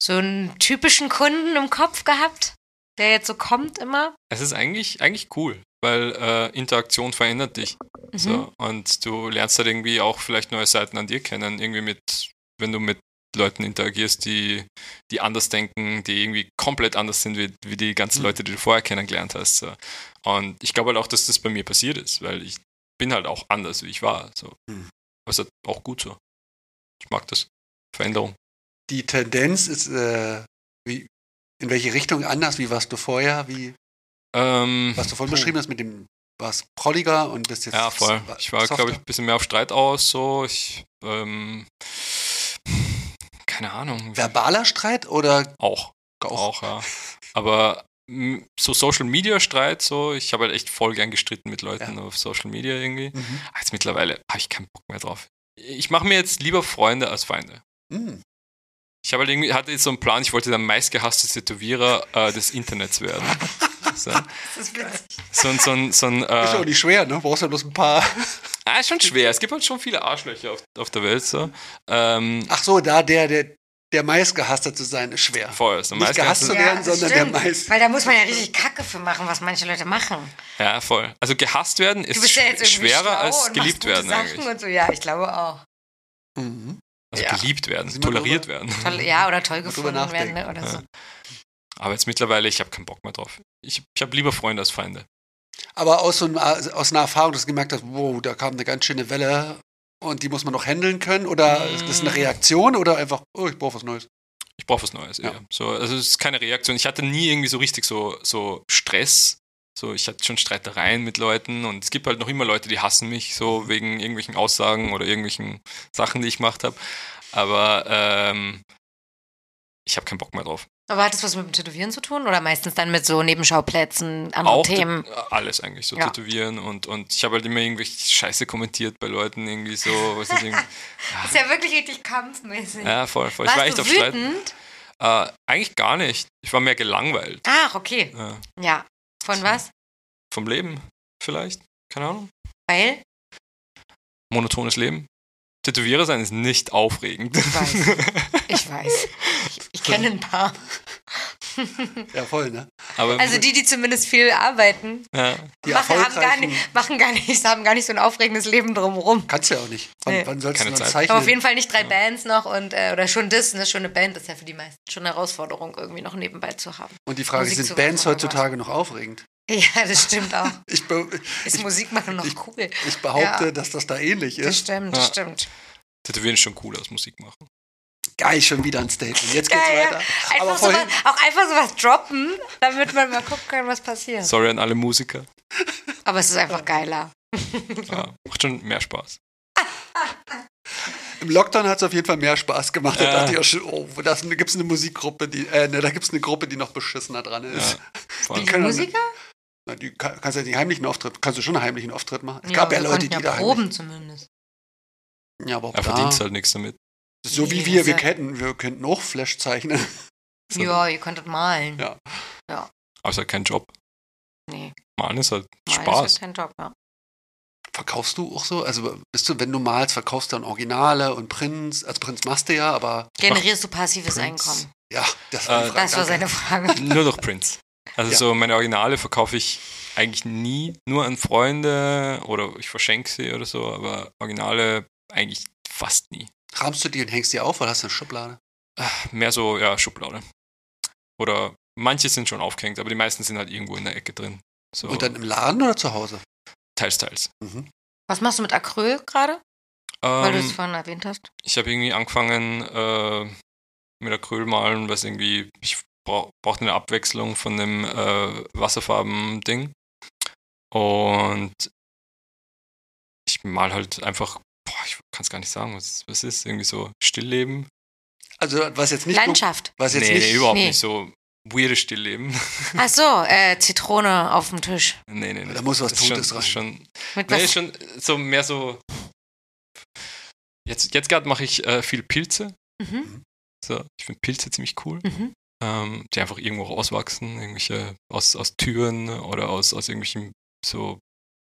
[SPEAKER 1] so einen typischen Kunden im Kopf gehabt, der jetzt so kommt immer.
[SPEAKER 4] Es ist eigentlich, eigentlich cool, weil äh, Interaktion verändert dich.
[SPEAKER 1] Mhm.
[SPEAKER 4] So. Und du lernst halt irgendwie auch vielleicht neue Seiten an dir kennen. Irgendwie mit, wenn du mit Leuten interagierst, die, die anders denken, die irgendwie komplett anders sind wie, wie die ganzen Leute, die du vorher kennengelernt hast. So. Und ich glaube halt auch, dass das bei mir passiert ist, weil ich bin halt auch anders, wie ich war. So.
[SPEAKER 3] Mhm.
[SPEAKER 4] Aber es ist halt auch gut so. Ich mag das. Veränderung.
[SPEAKER 3] Die Tendenz ist, äh, wie, in welche Richtung anders, wie warst du vorher, wie,
[SPEAKER 4] Ähm,
[SPEAKER 3] was du vorhin
[SPEAKER 4] Puh.
[SPEAKER 3] beschrieben hast mit dem, warst prolliger und bist jetzt.
[SPEAKER 4] Ja, voll.
[SPEAKER 3] wa-
[SPEAKER 4] Ich war,
[SPEAKER 3] softer.
[SPEAKER 4] glaube ich, ein bisschen mehr auf Streit aus, so. Ich, ähm, keine Ahnung.
[SPEAKER 3] Verbaler Streit oder
[SPEAKER 4] Auch, auch, ja. Aber m, so Social Media Streit, so. Ich habe halt echt voll gern gestritten mit Leuten auf Social Media irgendwie.
[SPEAKER 3] Mhm.
[SPEAKER 4] Aber Jetzt mittlerweile habe ich keinen Bock mehr drauf. Ich mache mir jetzt lieber Freunde als Feinde.
[SPEAKER 3] Mhm.
[SPEAKER 4] Ich habe halt irgendwie, hatte jetzt so einen Plan, ich wollte der meistgehasste Tätowierer äh, des Internets werden. So, so, ein- so, ein- so ein.
[SPEAKER 3] Ist ja
[SPEAKER 4] Äh,
[SPEAKER 3] auch nicht schwer, ne? Brauchst ja bloß ein paar.
[SPEAKER 4] ah, ist schon schwer. Es gibt halt schon viele Arschlöcher auf, auf der Welt. So. Ähm,
[SPEAKER 3] Ach so, da der, der, der meistgehasste zu sein, ist schwer.
[SPEAKER 4] voll. Also So,
[SPEAKER 3] Nicht
[SPEAKER 4] meist
[SPEAKER 3] gehasst zu werden,
[SPEAKER 1] das
[SPEAKER 3] sondern
[SPEAKER 1] stimmt.
[SPEAKER 3] der meist.
[SPEAKER 1] Weil da muss man ja richtig Kacke für machen, was manche Leute machen.
[SPEAKER 4] ja, voll. Also gehasst werden ist
[SPEAKER 1] Du bist ja jetzt
[SPEAKER 4] sch-
[SPEAKER 1] irgendwie
[SPEAKER 4] schwerer
[SPEAKER 1] schlau
[SPEAKER 4] als
[SPEAKER 1] und machst
[SPEAKER 4] geliebt
[SPEAKER 1] gute
[SPEAKER 4] werden
[SPEAKER 1] Sachen
[SPEAKER 4] eigentlich.
[SPEAKER 1] Und so. Ja, ich glaube auch.
[SPEAKER 3] Mhm.
[SPEAKER 4] Also
[SPEAKER 1] Ja.
[SPEAKER 4] geliebt werden,
[SPEAKER 3] Sind wir
[SPEAKER 4] toleriert werden.
[SPEAKER 1] Toll, ja, oder toll
[SPEAKER 3] Muss drüber
[SPEAKER 1] gefunden werden ne, oder so.
[SPEAKER 4] Aber jetzt mittlerweile, ich habe keinen Bock mehr drauf. Ich, ich habe lieber Freunde als Feinde.
[SPEAKER 3] Aber aus, so einem, aus einer Erfahrung, dass du gemerkt hast, wow, da kam eine ganz schöne Welle und die muss man noch handeln können? Oder ist das
[SPEAKER 4] Mhm.
[SPEAKER 3] eine Reaktion oder einfach, oh, ich brauche was Neues?
[SPEAKER 4] Ich brauche was Neues.
[SPEAKER 3] Ja.
[SPEAKER 4] eher. So, also es ist keine Reaktion. Ich hatte nie irgendwie so richtig so, so Stress. So, ich hatte schon Streitereien mit Leuten und es gibt halt noch immer Leute, die hassen mich, so wegen irgendwelchen Aussagen oder irgendwelchen Sachen, die ich gemacht habe. Aber ähm, ich habe keinen Bock mehr drauf.
[SPEAKER 1] Aber hat das was mit dem Tätowieren zu tun? Oder meistens dann mit so Nebenschauplätzen, anderen
[SPEAKER 4] Auch Äh,
[SPEAKER 1] Themen?
[SPEAKER 4] t- alles eigentlich, so
[SPEAKER 1] Ja.
[SPEAKER 4] tätowieren und, und ich habe halt immer irgendwelche Scheiße kommentiert bei Leuten, irgendwie so, was ist irgendwie,
[SPEAKER 1] *laughs* ist ja wirklich richtig kampfmäßig.
[SPEAKER 4] ja, voll, voll.
[SPEAKER 1] Warst
[SPEAKER 4] ich war echt
[SPEAKER 1] du
[SPEAKER 4] auf Streit.
[SPEAKER 1] wütend?
[SPEAKER 4] Äh, eigentlich gar nicht. Ich war mehr gelangweilt.
[SPEAKER 1] Ach, Ah, okay.
[SPEAKER 4] Ja.
[SPEAKER 1] Ja. Von was?
[SPEAKER 4] Vom Leben vielleicht. Keine Ahnung.
[SPEAKER 1] Weil?
[SPEAKER 4] Monotones Leben. Tätowierer sein ist nicht aufregend. *laughs*
[SPEAKER 1] weiß. Ich weiß. Ich, ich kenne ein paar.
[SPEAKER 4] Also
[SPEAKER 3] Ja, voll, ne?
[SPEAKER 4] Aber
[SPEAKER 1] Also die, die zumindest viel arbeiten,
[SPEAKER 4] ja,
[SPEAKER 3] Die
[SPEAKER 1] machen, haben gar
[SPEAKER 3] Erfolgreichen
[SPEAKER 1] nicht, machen gar nicht, *laughs* haben gar nicht so ein aufregendes Leben drumherum.
[SPEAKER 3] kannst du ja auch nicht. Wann,
[SPEAKER 1] Nee.
[SPEAKER 3] wann sollst
[SPEAKER 4] Keine
[SPEAKER 3] du dann
[SPEAKER 4] Zeit.
[SPEAKER 3] zeichnen?
[SPEAKER 1] Aber auf jeden Fall nicht drei Bands noch und äh, oder schon das, ne, schon eine Band ist ja für die meisten schon eine Herausforderung, irgendwie noch nebenbei zu haben.
[SPEAKER 3] und die Frage,
[SPEAKER 1] Musik
[SPEAKER 3] sind
[SPEAKER 1] zu
[SPEAKER 3] Bands
[SPEAKER 1] machen, aber-
[SPEAKER 3] heutzutage noch aufregend?
[SPEAKER 1] Ja, das stimmt
[SPEAKER 4] *laughs*
[SPEAKER 1] auch.
[SPEAKER 3] Ich, be
[SPEAKER 1] Ist Musik machen noch
[SPEAKER 3] ich-
[SPEAKER 1] cool.
[SPEAKER 3] ich behaupte,
[SPEAKER 1] Ja.
[SPEAKER 3] dass das da ähnlich
[SPEAKER 1] Das
[SPEAKER 3] ist.
[SPEAKER 1] stimmt, das
[SPEAKER 4] Ja.
[SPEAKER 1] stimmt.
[SPEAKER 4] Tätowieren ist schon cool als Musik machen.
[SPEAKER 3] Geil, schon wieder ein Statement. Jetzt geht's
[SPEAKER 1] Geil,
[SPEAKER 3] weiter. Aber
[SPEAKER 1] Einfach so
[SPEAKER 3] vorhin,
[SPEAKER 1] was, auch einfach sowas droppen, damit man mal gucken kann, was passiert.
[SPEAKER 4] Sorry an alle Musiker.
[SPEAKER 1] Aber es ist einfach geiler.
[SPEAKER 4] Ja, macht schon mehr Spaß.
[SPEAKER 3] im Lockdown hat es auf jeden Fall mehr Spaß gemacht. Da
[SPEAKER 4] Ja.
[SPEAKER 3] dachte ich auch schon, oh, da gibt es eine Musikgruppe, die, äh, ne, da gibt's eine Gruppe, die noch beschissener dran ist.
[SPEAKER 4] Ja, voll.
[SPEAKER 3] Die können-
[SPEAKER 1] Musiker?
[SPEAKER 3] Na, die kann, kannst ja den heimlichen Auftritt, kannst du schon einen heimlichen Auftritt machen. Es
[SPEAKER 1] Ja,
[SPEAKER 3] gab ja
[SPEAKER 1] wir
[SPEAKER 3] Leute,
[SPEAKER 1] konnten
[SPEAKER 3] die
[SPEAKER 1] ja
[SPEAKER 3] da heimlich-
[SPEAKER 1] proben zumindest.
[SPEAKER 3] Ja, aber auch
[SPEAKER 4] Er
[SPEAKER 3] da,
[SPEAKER 4] verdient halt nichts damit.
[SPEAKER 3] so wie
[SPEAKER 1] Nee,
[SPEAKER 3] wir,
[SPEAKER 1] das
[SPEAKER 3] wir
[SPEAKER 1] ist
[SPEAKER 3] könnten, wir könnten auch Flash zeichnen.
[SPEAKER 1] Ja, ihr könntet malen.
[SPEAKER 3] Ja.
[SPEAKER 4] Aber es ist halt kein Job.
[SPEAKER 1] Nee.
[SPEAKER 4] Malen ist halt
[SPEAKER 1] Malen Ist
[SPEAKER 4] Spaß.
[SPEAKER 1] ja kein Job, ja.
[SPEAKER 3] Verkaufst du auch so? Also bist du, wenn du malst, verkaufst du dann Originale und Prints? Also Prints machst du ja, aber
[SPEAKER 1] Generierst du passives
[SPEAKER 4] Prinz.
[SPEAKER 1] Einkommen?
[SPEAKER 3] ja, das war, die
[SPEAKER 4] Äh,
[SPEAKER 3] Frage,
[SPEAKER 1] Das war
[SPEAKER 3] danke.
[SPEAKER 1] seine Frage.
[SPEAKER 3] *laughs*
[SPEAKER 4] Nur durch Prints. Also
[SPEAKER 3] Ja.
[SPEAKER 4] so meine Originale verkaufe ich eigentlich nie, nur an Freunde oder ich verschenke sie oder so, aber Originale eigentlich fast nie.
[SPEAKER 3] Rahmst du die und hängst die auf oder hast du eine Schublade?
[SPEAKER 4] Mehr so, ja, Schublade. Oder manche sind schon aufgehängt, aber die meisten sind halt irgendwo in der Ecke drin. So,
[SPEAKER 3] Und dann im Laden oder zu Hause?
[SPEAKER 4] teils, teils.
[SPEAKER 1] Was machst du mit Acryl gerade? Weil du es
[SPEAKER 4] Ähm,
[SPEAKER 1] vorhin erwähnt hast.
[SPEAKER 4] ich habe irgendwie angefangen äh, mit Acryl malen, was irgendwie, ich brauch- brauchte eine Abwechslung von dem äh, Wasserfarben-Ding. Und ich mal halt einfach, boah, ich kann es gar nicht sagen, was, was ist, irgendwie so Stillleben.
[SPEAKER 3] Also was jetzt nicht, *laughs*
[SPEAKER 1] Landschaft.
[SPEAKER 3] was jetzt
[SPEAKER 4] nee,
[SPEAKER 3] nicht
[SPEAKER 4] nee, überhaupt
[SPEAKER 1] Nee.
[SPEAKER 4] nicht so weirde Stillleben. *laughs*
[SPEAKER 1] Ach so, äh, Zitrone auf dem Tisch.
[SPEAKER 4] nee, nee, nee.
[SPEAKER 3] Da muss was
[SPEAKER 4] Das ist schon-
[SPEAKER 3] Totes
[SPEAKER 4] das ist Schon,
[SPEAKER 1] Mit
[SPEAKER 4] Nee,
[SPEAKER 1] was?
[SPEAKER 4] ist schon so mehr so. Jetzt, jetzt gerade mache ich äh, viel Pilze.
[SPEAKER 1] Mhm.
[SPEAKER 4] So, ich finde Pilze ziemlich cool.
[SPEAKER 1] Mhm.
[SPEAKER 4] Ähm, die einfach irgendwo rauswachsen, irgendwelche aus, aus Türen oder aus, aus irgendwelchen so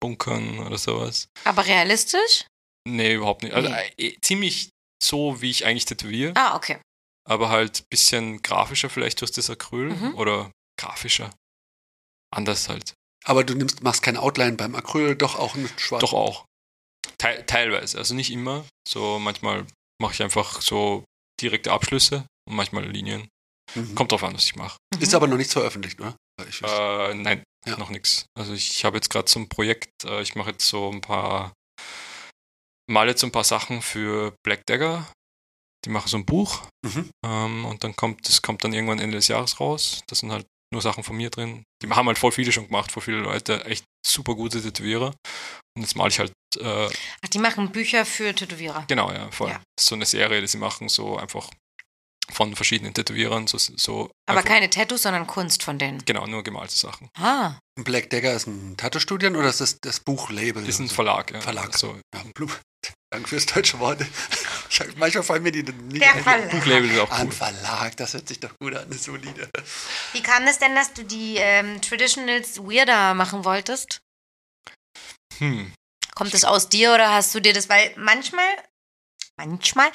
[SPEAKER 4] Bunkern oder sowas.
[SPEAKER 1] Aber realistisch?
[SPEAKER 4] Nee, überhaupt nicht. Also
[SPEAKER 1] Nee.
[SPEAKER 4] äh, ziemlich so, wie ich eigentlich tätowiere,
[SPEAKER 1] Ah, okay.
[SPEAKER 4] aber halt ein bisschen grafischer vielleicht durch das Acryl
[SPEAKER 1] Mhm.
[SPEAKER 4] oder grafischer. Anders halt.
[SPEAKER 3] Aber du nimmst, machst kein Outline beim Acryl, doch auch mit schwarz.
[SPEAKER 4] Doch auch. Teil, teilweise, also nicht immer. So manchmal mache ich einfach so direkte Abschlüsse und manchmal Linien.
[SPEAKER 3] Mhm.
[SPEAKER 4] Kommt drauf an, was ich mache.
[SPEAKER 1] Mhm.
[SPEAKER 3] Ist aber noch nichts veröffentlicht, oder? Weil ich-
[SPEAKER 4] Äh, nein,
[SPEAKER 3] Ja.
[SPEAKER 4] noch nichts. Also ich habe jetzt gerade so ein Projekt, äh, ich mache jetzt so ein paar, male jetzt so ein paar Sachen für Black Dagger. Die machen so ein Buch
[SPEAKER 3] Mhm.
[SPEAKER 4] ähm, und dann kommt, das kommt dann irgendwann Ende des Jahres raus. Das sind halt nur Sachen von mir drin. Die haben halt voll viele schon gemacht, voll viele Leute, echt super gute Tätowierer. Und jetzt male ich halt äh,
[SPEAKER 1] Ach, die machen Bücher für Tätowierer.
[SPEAKER 4] Genau, ja, voll.
[SPEAKER 1] Ja.
[SPEAKER 4] Das ist So eine Serie, die sie machen, so einfach von verschiedenen Tätowierern, so, so
[SPEAKER 1] Aber
[SPEAKER 3] Also-
[SPEAKER 4] einfach,
[SPEAKER 1] keine Tattoos, sondern Kunst von denen.
[SPEAKER 4] genau, nur gemalte Sachen.
[SPEAKER 1] Ah,
[SPEAKER 3] Und Black Dagger ist ein Tattoo-Studien oder ist das das Buchlabel?
[SPEAKER 4] Ist ein
[SPEAKER 3] Also,
[SPEAKER 4] Verlag, ja.
[SPEAKER 3] Verlag.
[SPEAKER 4] So,
[SPEAKER 3] ja, Blum. Danke fürs deutsche Wort. Ich hab, manchmal fallen mir die nicht
[SPEAKER 1] Der
[SPEAKER 3] ein.
[SPEAKER 1] Verlag.
[SPEAKER 4] Buchlabel ist auch
[SPEAKER 3] An
[SPEAKER 4] cool.
[SPEAKER 3] Verlag, das hört sich doch gut an, ist solide.
[SPEAKER 1] Wie kam es denn, dass du die ähm, Traditionals weirder machen wolltest?
[SPEAKER 4] Hm.
[SPEAKER 1] Kommt es aus dir oder hast du dir das, weil manchmal, manchmal,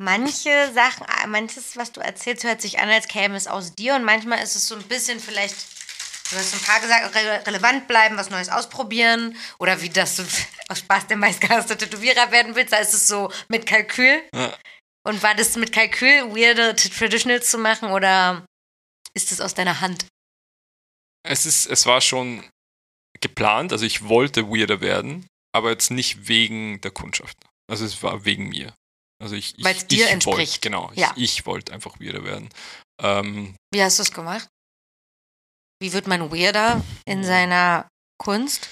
[SPEAKER 1] manche Sachen, ah, manches, was du erzählst, hört sich an, als käme es aus dir und manchmal ist es so ein bisschen vielleicht, du hast so ein paar gesagt, re relevant bleiben, was Neues ausprobieren oder wie, dass du *laughs* aus Spaß der meistgehasste Tätowierer werden willst, da ist es so mit Kalkül.
[SPEAKER 4] Ja.
[SPEAKER 1] Und war das mit Kalkül, weirde T- Traditionals zu machen oder ist es aus deiner Hand?
[SPEAKER 4] Es, ist, es war schon geplant, also ich wollte weirder werden, aber jetzt nicht wegen der Kundschaft. Also es war wegen mir. Also ich, ich,
[SPEAKER 1] Weil's dir
[SPEAKER 4] ich
[SPEAKER 1] entspricht.
[SPEAKER 4] Wollt, genau,
[SPEAKER 1] Ja.
[SPEAKER 4] ich, ich wollte einfach weirder werden. Ähm,
[SPEAKER 1] Wie hast du es gemacht? Wie wird man weirder in seiner Kunst?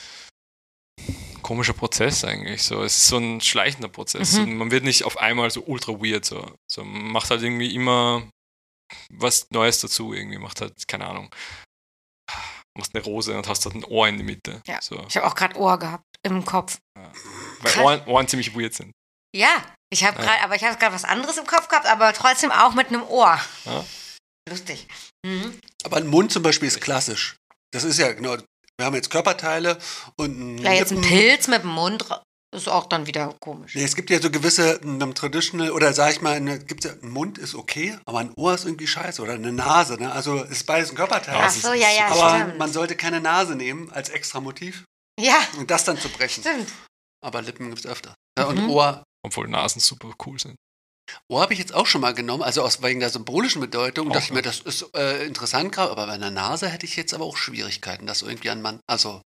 [SPEAKER 4] komischer Prozess eigentlich. So. Es ist so ein schleichender Prozess.
[SPEAKER 1] Mhm.
[SPEAKER 4] Und man wird nicht auf einmal so ultra weird. So. So, man macht halt irgendwie immer was Neues dazu. Irgendwie macht halt, keine Ahnung, machst eine Rose und hast halt ein Ohr in die Mitte.
[SPEAKER 1] Ja.
[SPEAKER 4] So.
[SPEAKER 1] Ich habe auch gerade Ohr gehabt im Kopf.
[SPEAKER 4] Weil Ohren, Ohren ziemlich weird sind.
[SPEAKER 1] Ja, ich habe
[SPEAKER 4] Ja.
[SPEAKER 1] gerade, aber ich habe gerade was anderes im Kopf gehabt, aber trotzdem auch mit einem Ohr.
[SPEAKER 4] Ja.
[SPEAKER 1] Lustig. Mhm.
[SPEAKER 3] Aber ein Mund zum Beispiel ist klassisch. Das ist ja, genau, wir haben jetzt Körperteile und ein
[SPEAKER 1] Ja, jetzt ein Pilz mit dem Mund ra- ist auch dann wieder komisch.
[SPEAKER 3] Nee, es gibt ja so gewisse, in einem Traditional, oder sag ich mal, in einer- gibt's ja, ein Mund ist okay, aber ein Ohr ist irgendwie scheiße oder eine Nase, ne? Also ist beides ein Körperteil.
[SPEAKER 1] Ach
[SPEAKER 4] das
[SPEAKER 1] so,
[SPEAKER 4] ist-
[SPEAKER 1] ja, ja,
[SPEAKER 3] aber
[SPEAKER 1] stimmt.
[SPEAKER 3] man sollte keine Nase nehmen als extra Motiv
[SPEAKER 1] ja,
[SPEAKER 3] und das dann zu brechen.
[SPEAKER 1] stimmt. Mhm.
[SPEAKER 3] Aber Lippen gibt's öfter. Ja, und Ohr,
[SPEAKER 4] Obwohl Nasen super cool sind.
[SPEAKER 3] Ohr habe ich jetzt auch schon mal genommen, also aus wegen der symbolischen Bedeutung,
[SPEAKER 4] Auch,
[SPEAKER 3] dachte ich
[SPEAKER 4] ja.
[SPEAKER 3] mir, das ist äh, interessant gerade, aber bei einer Nase hätte ich jetzt aber auch Schwierigkeiten, das irgendwie an Mann, also.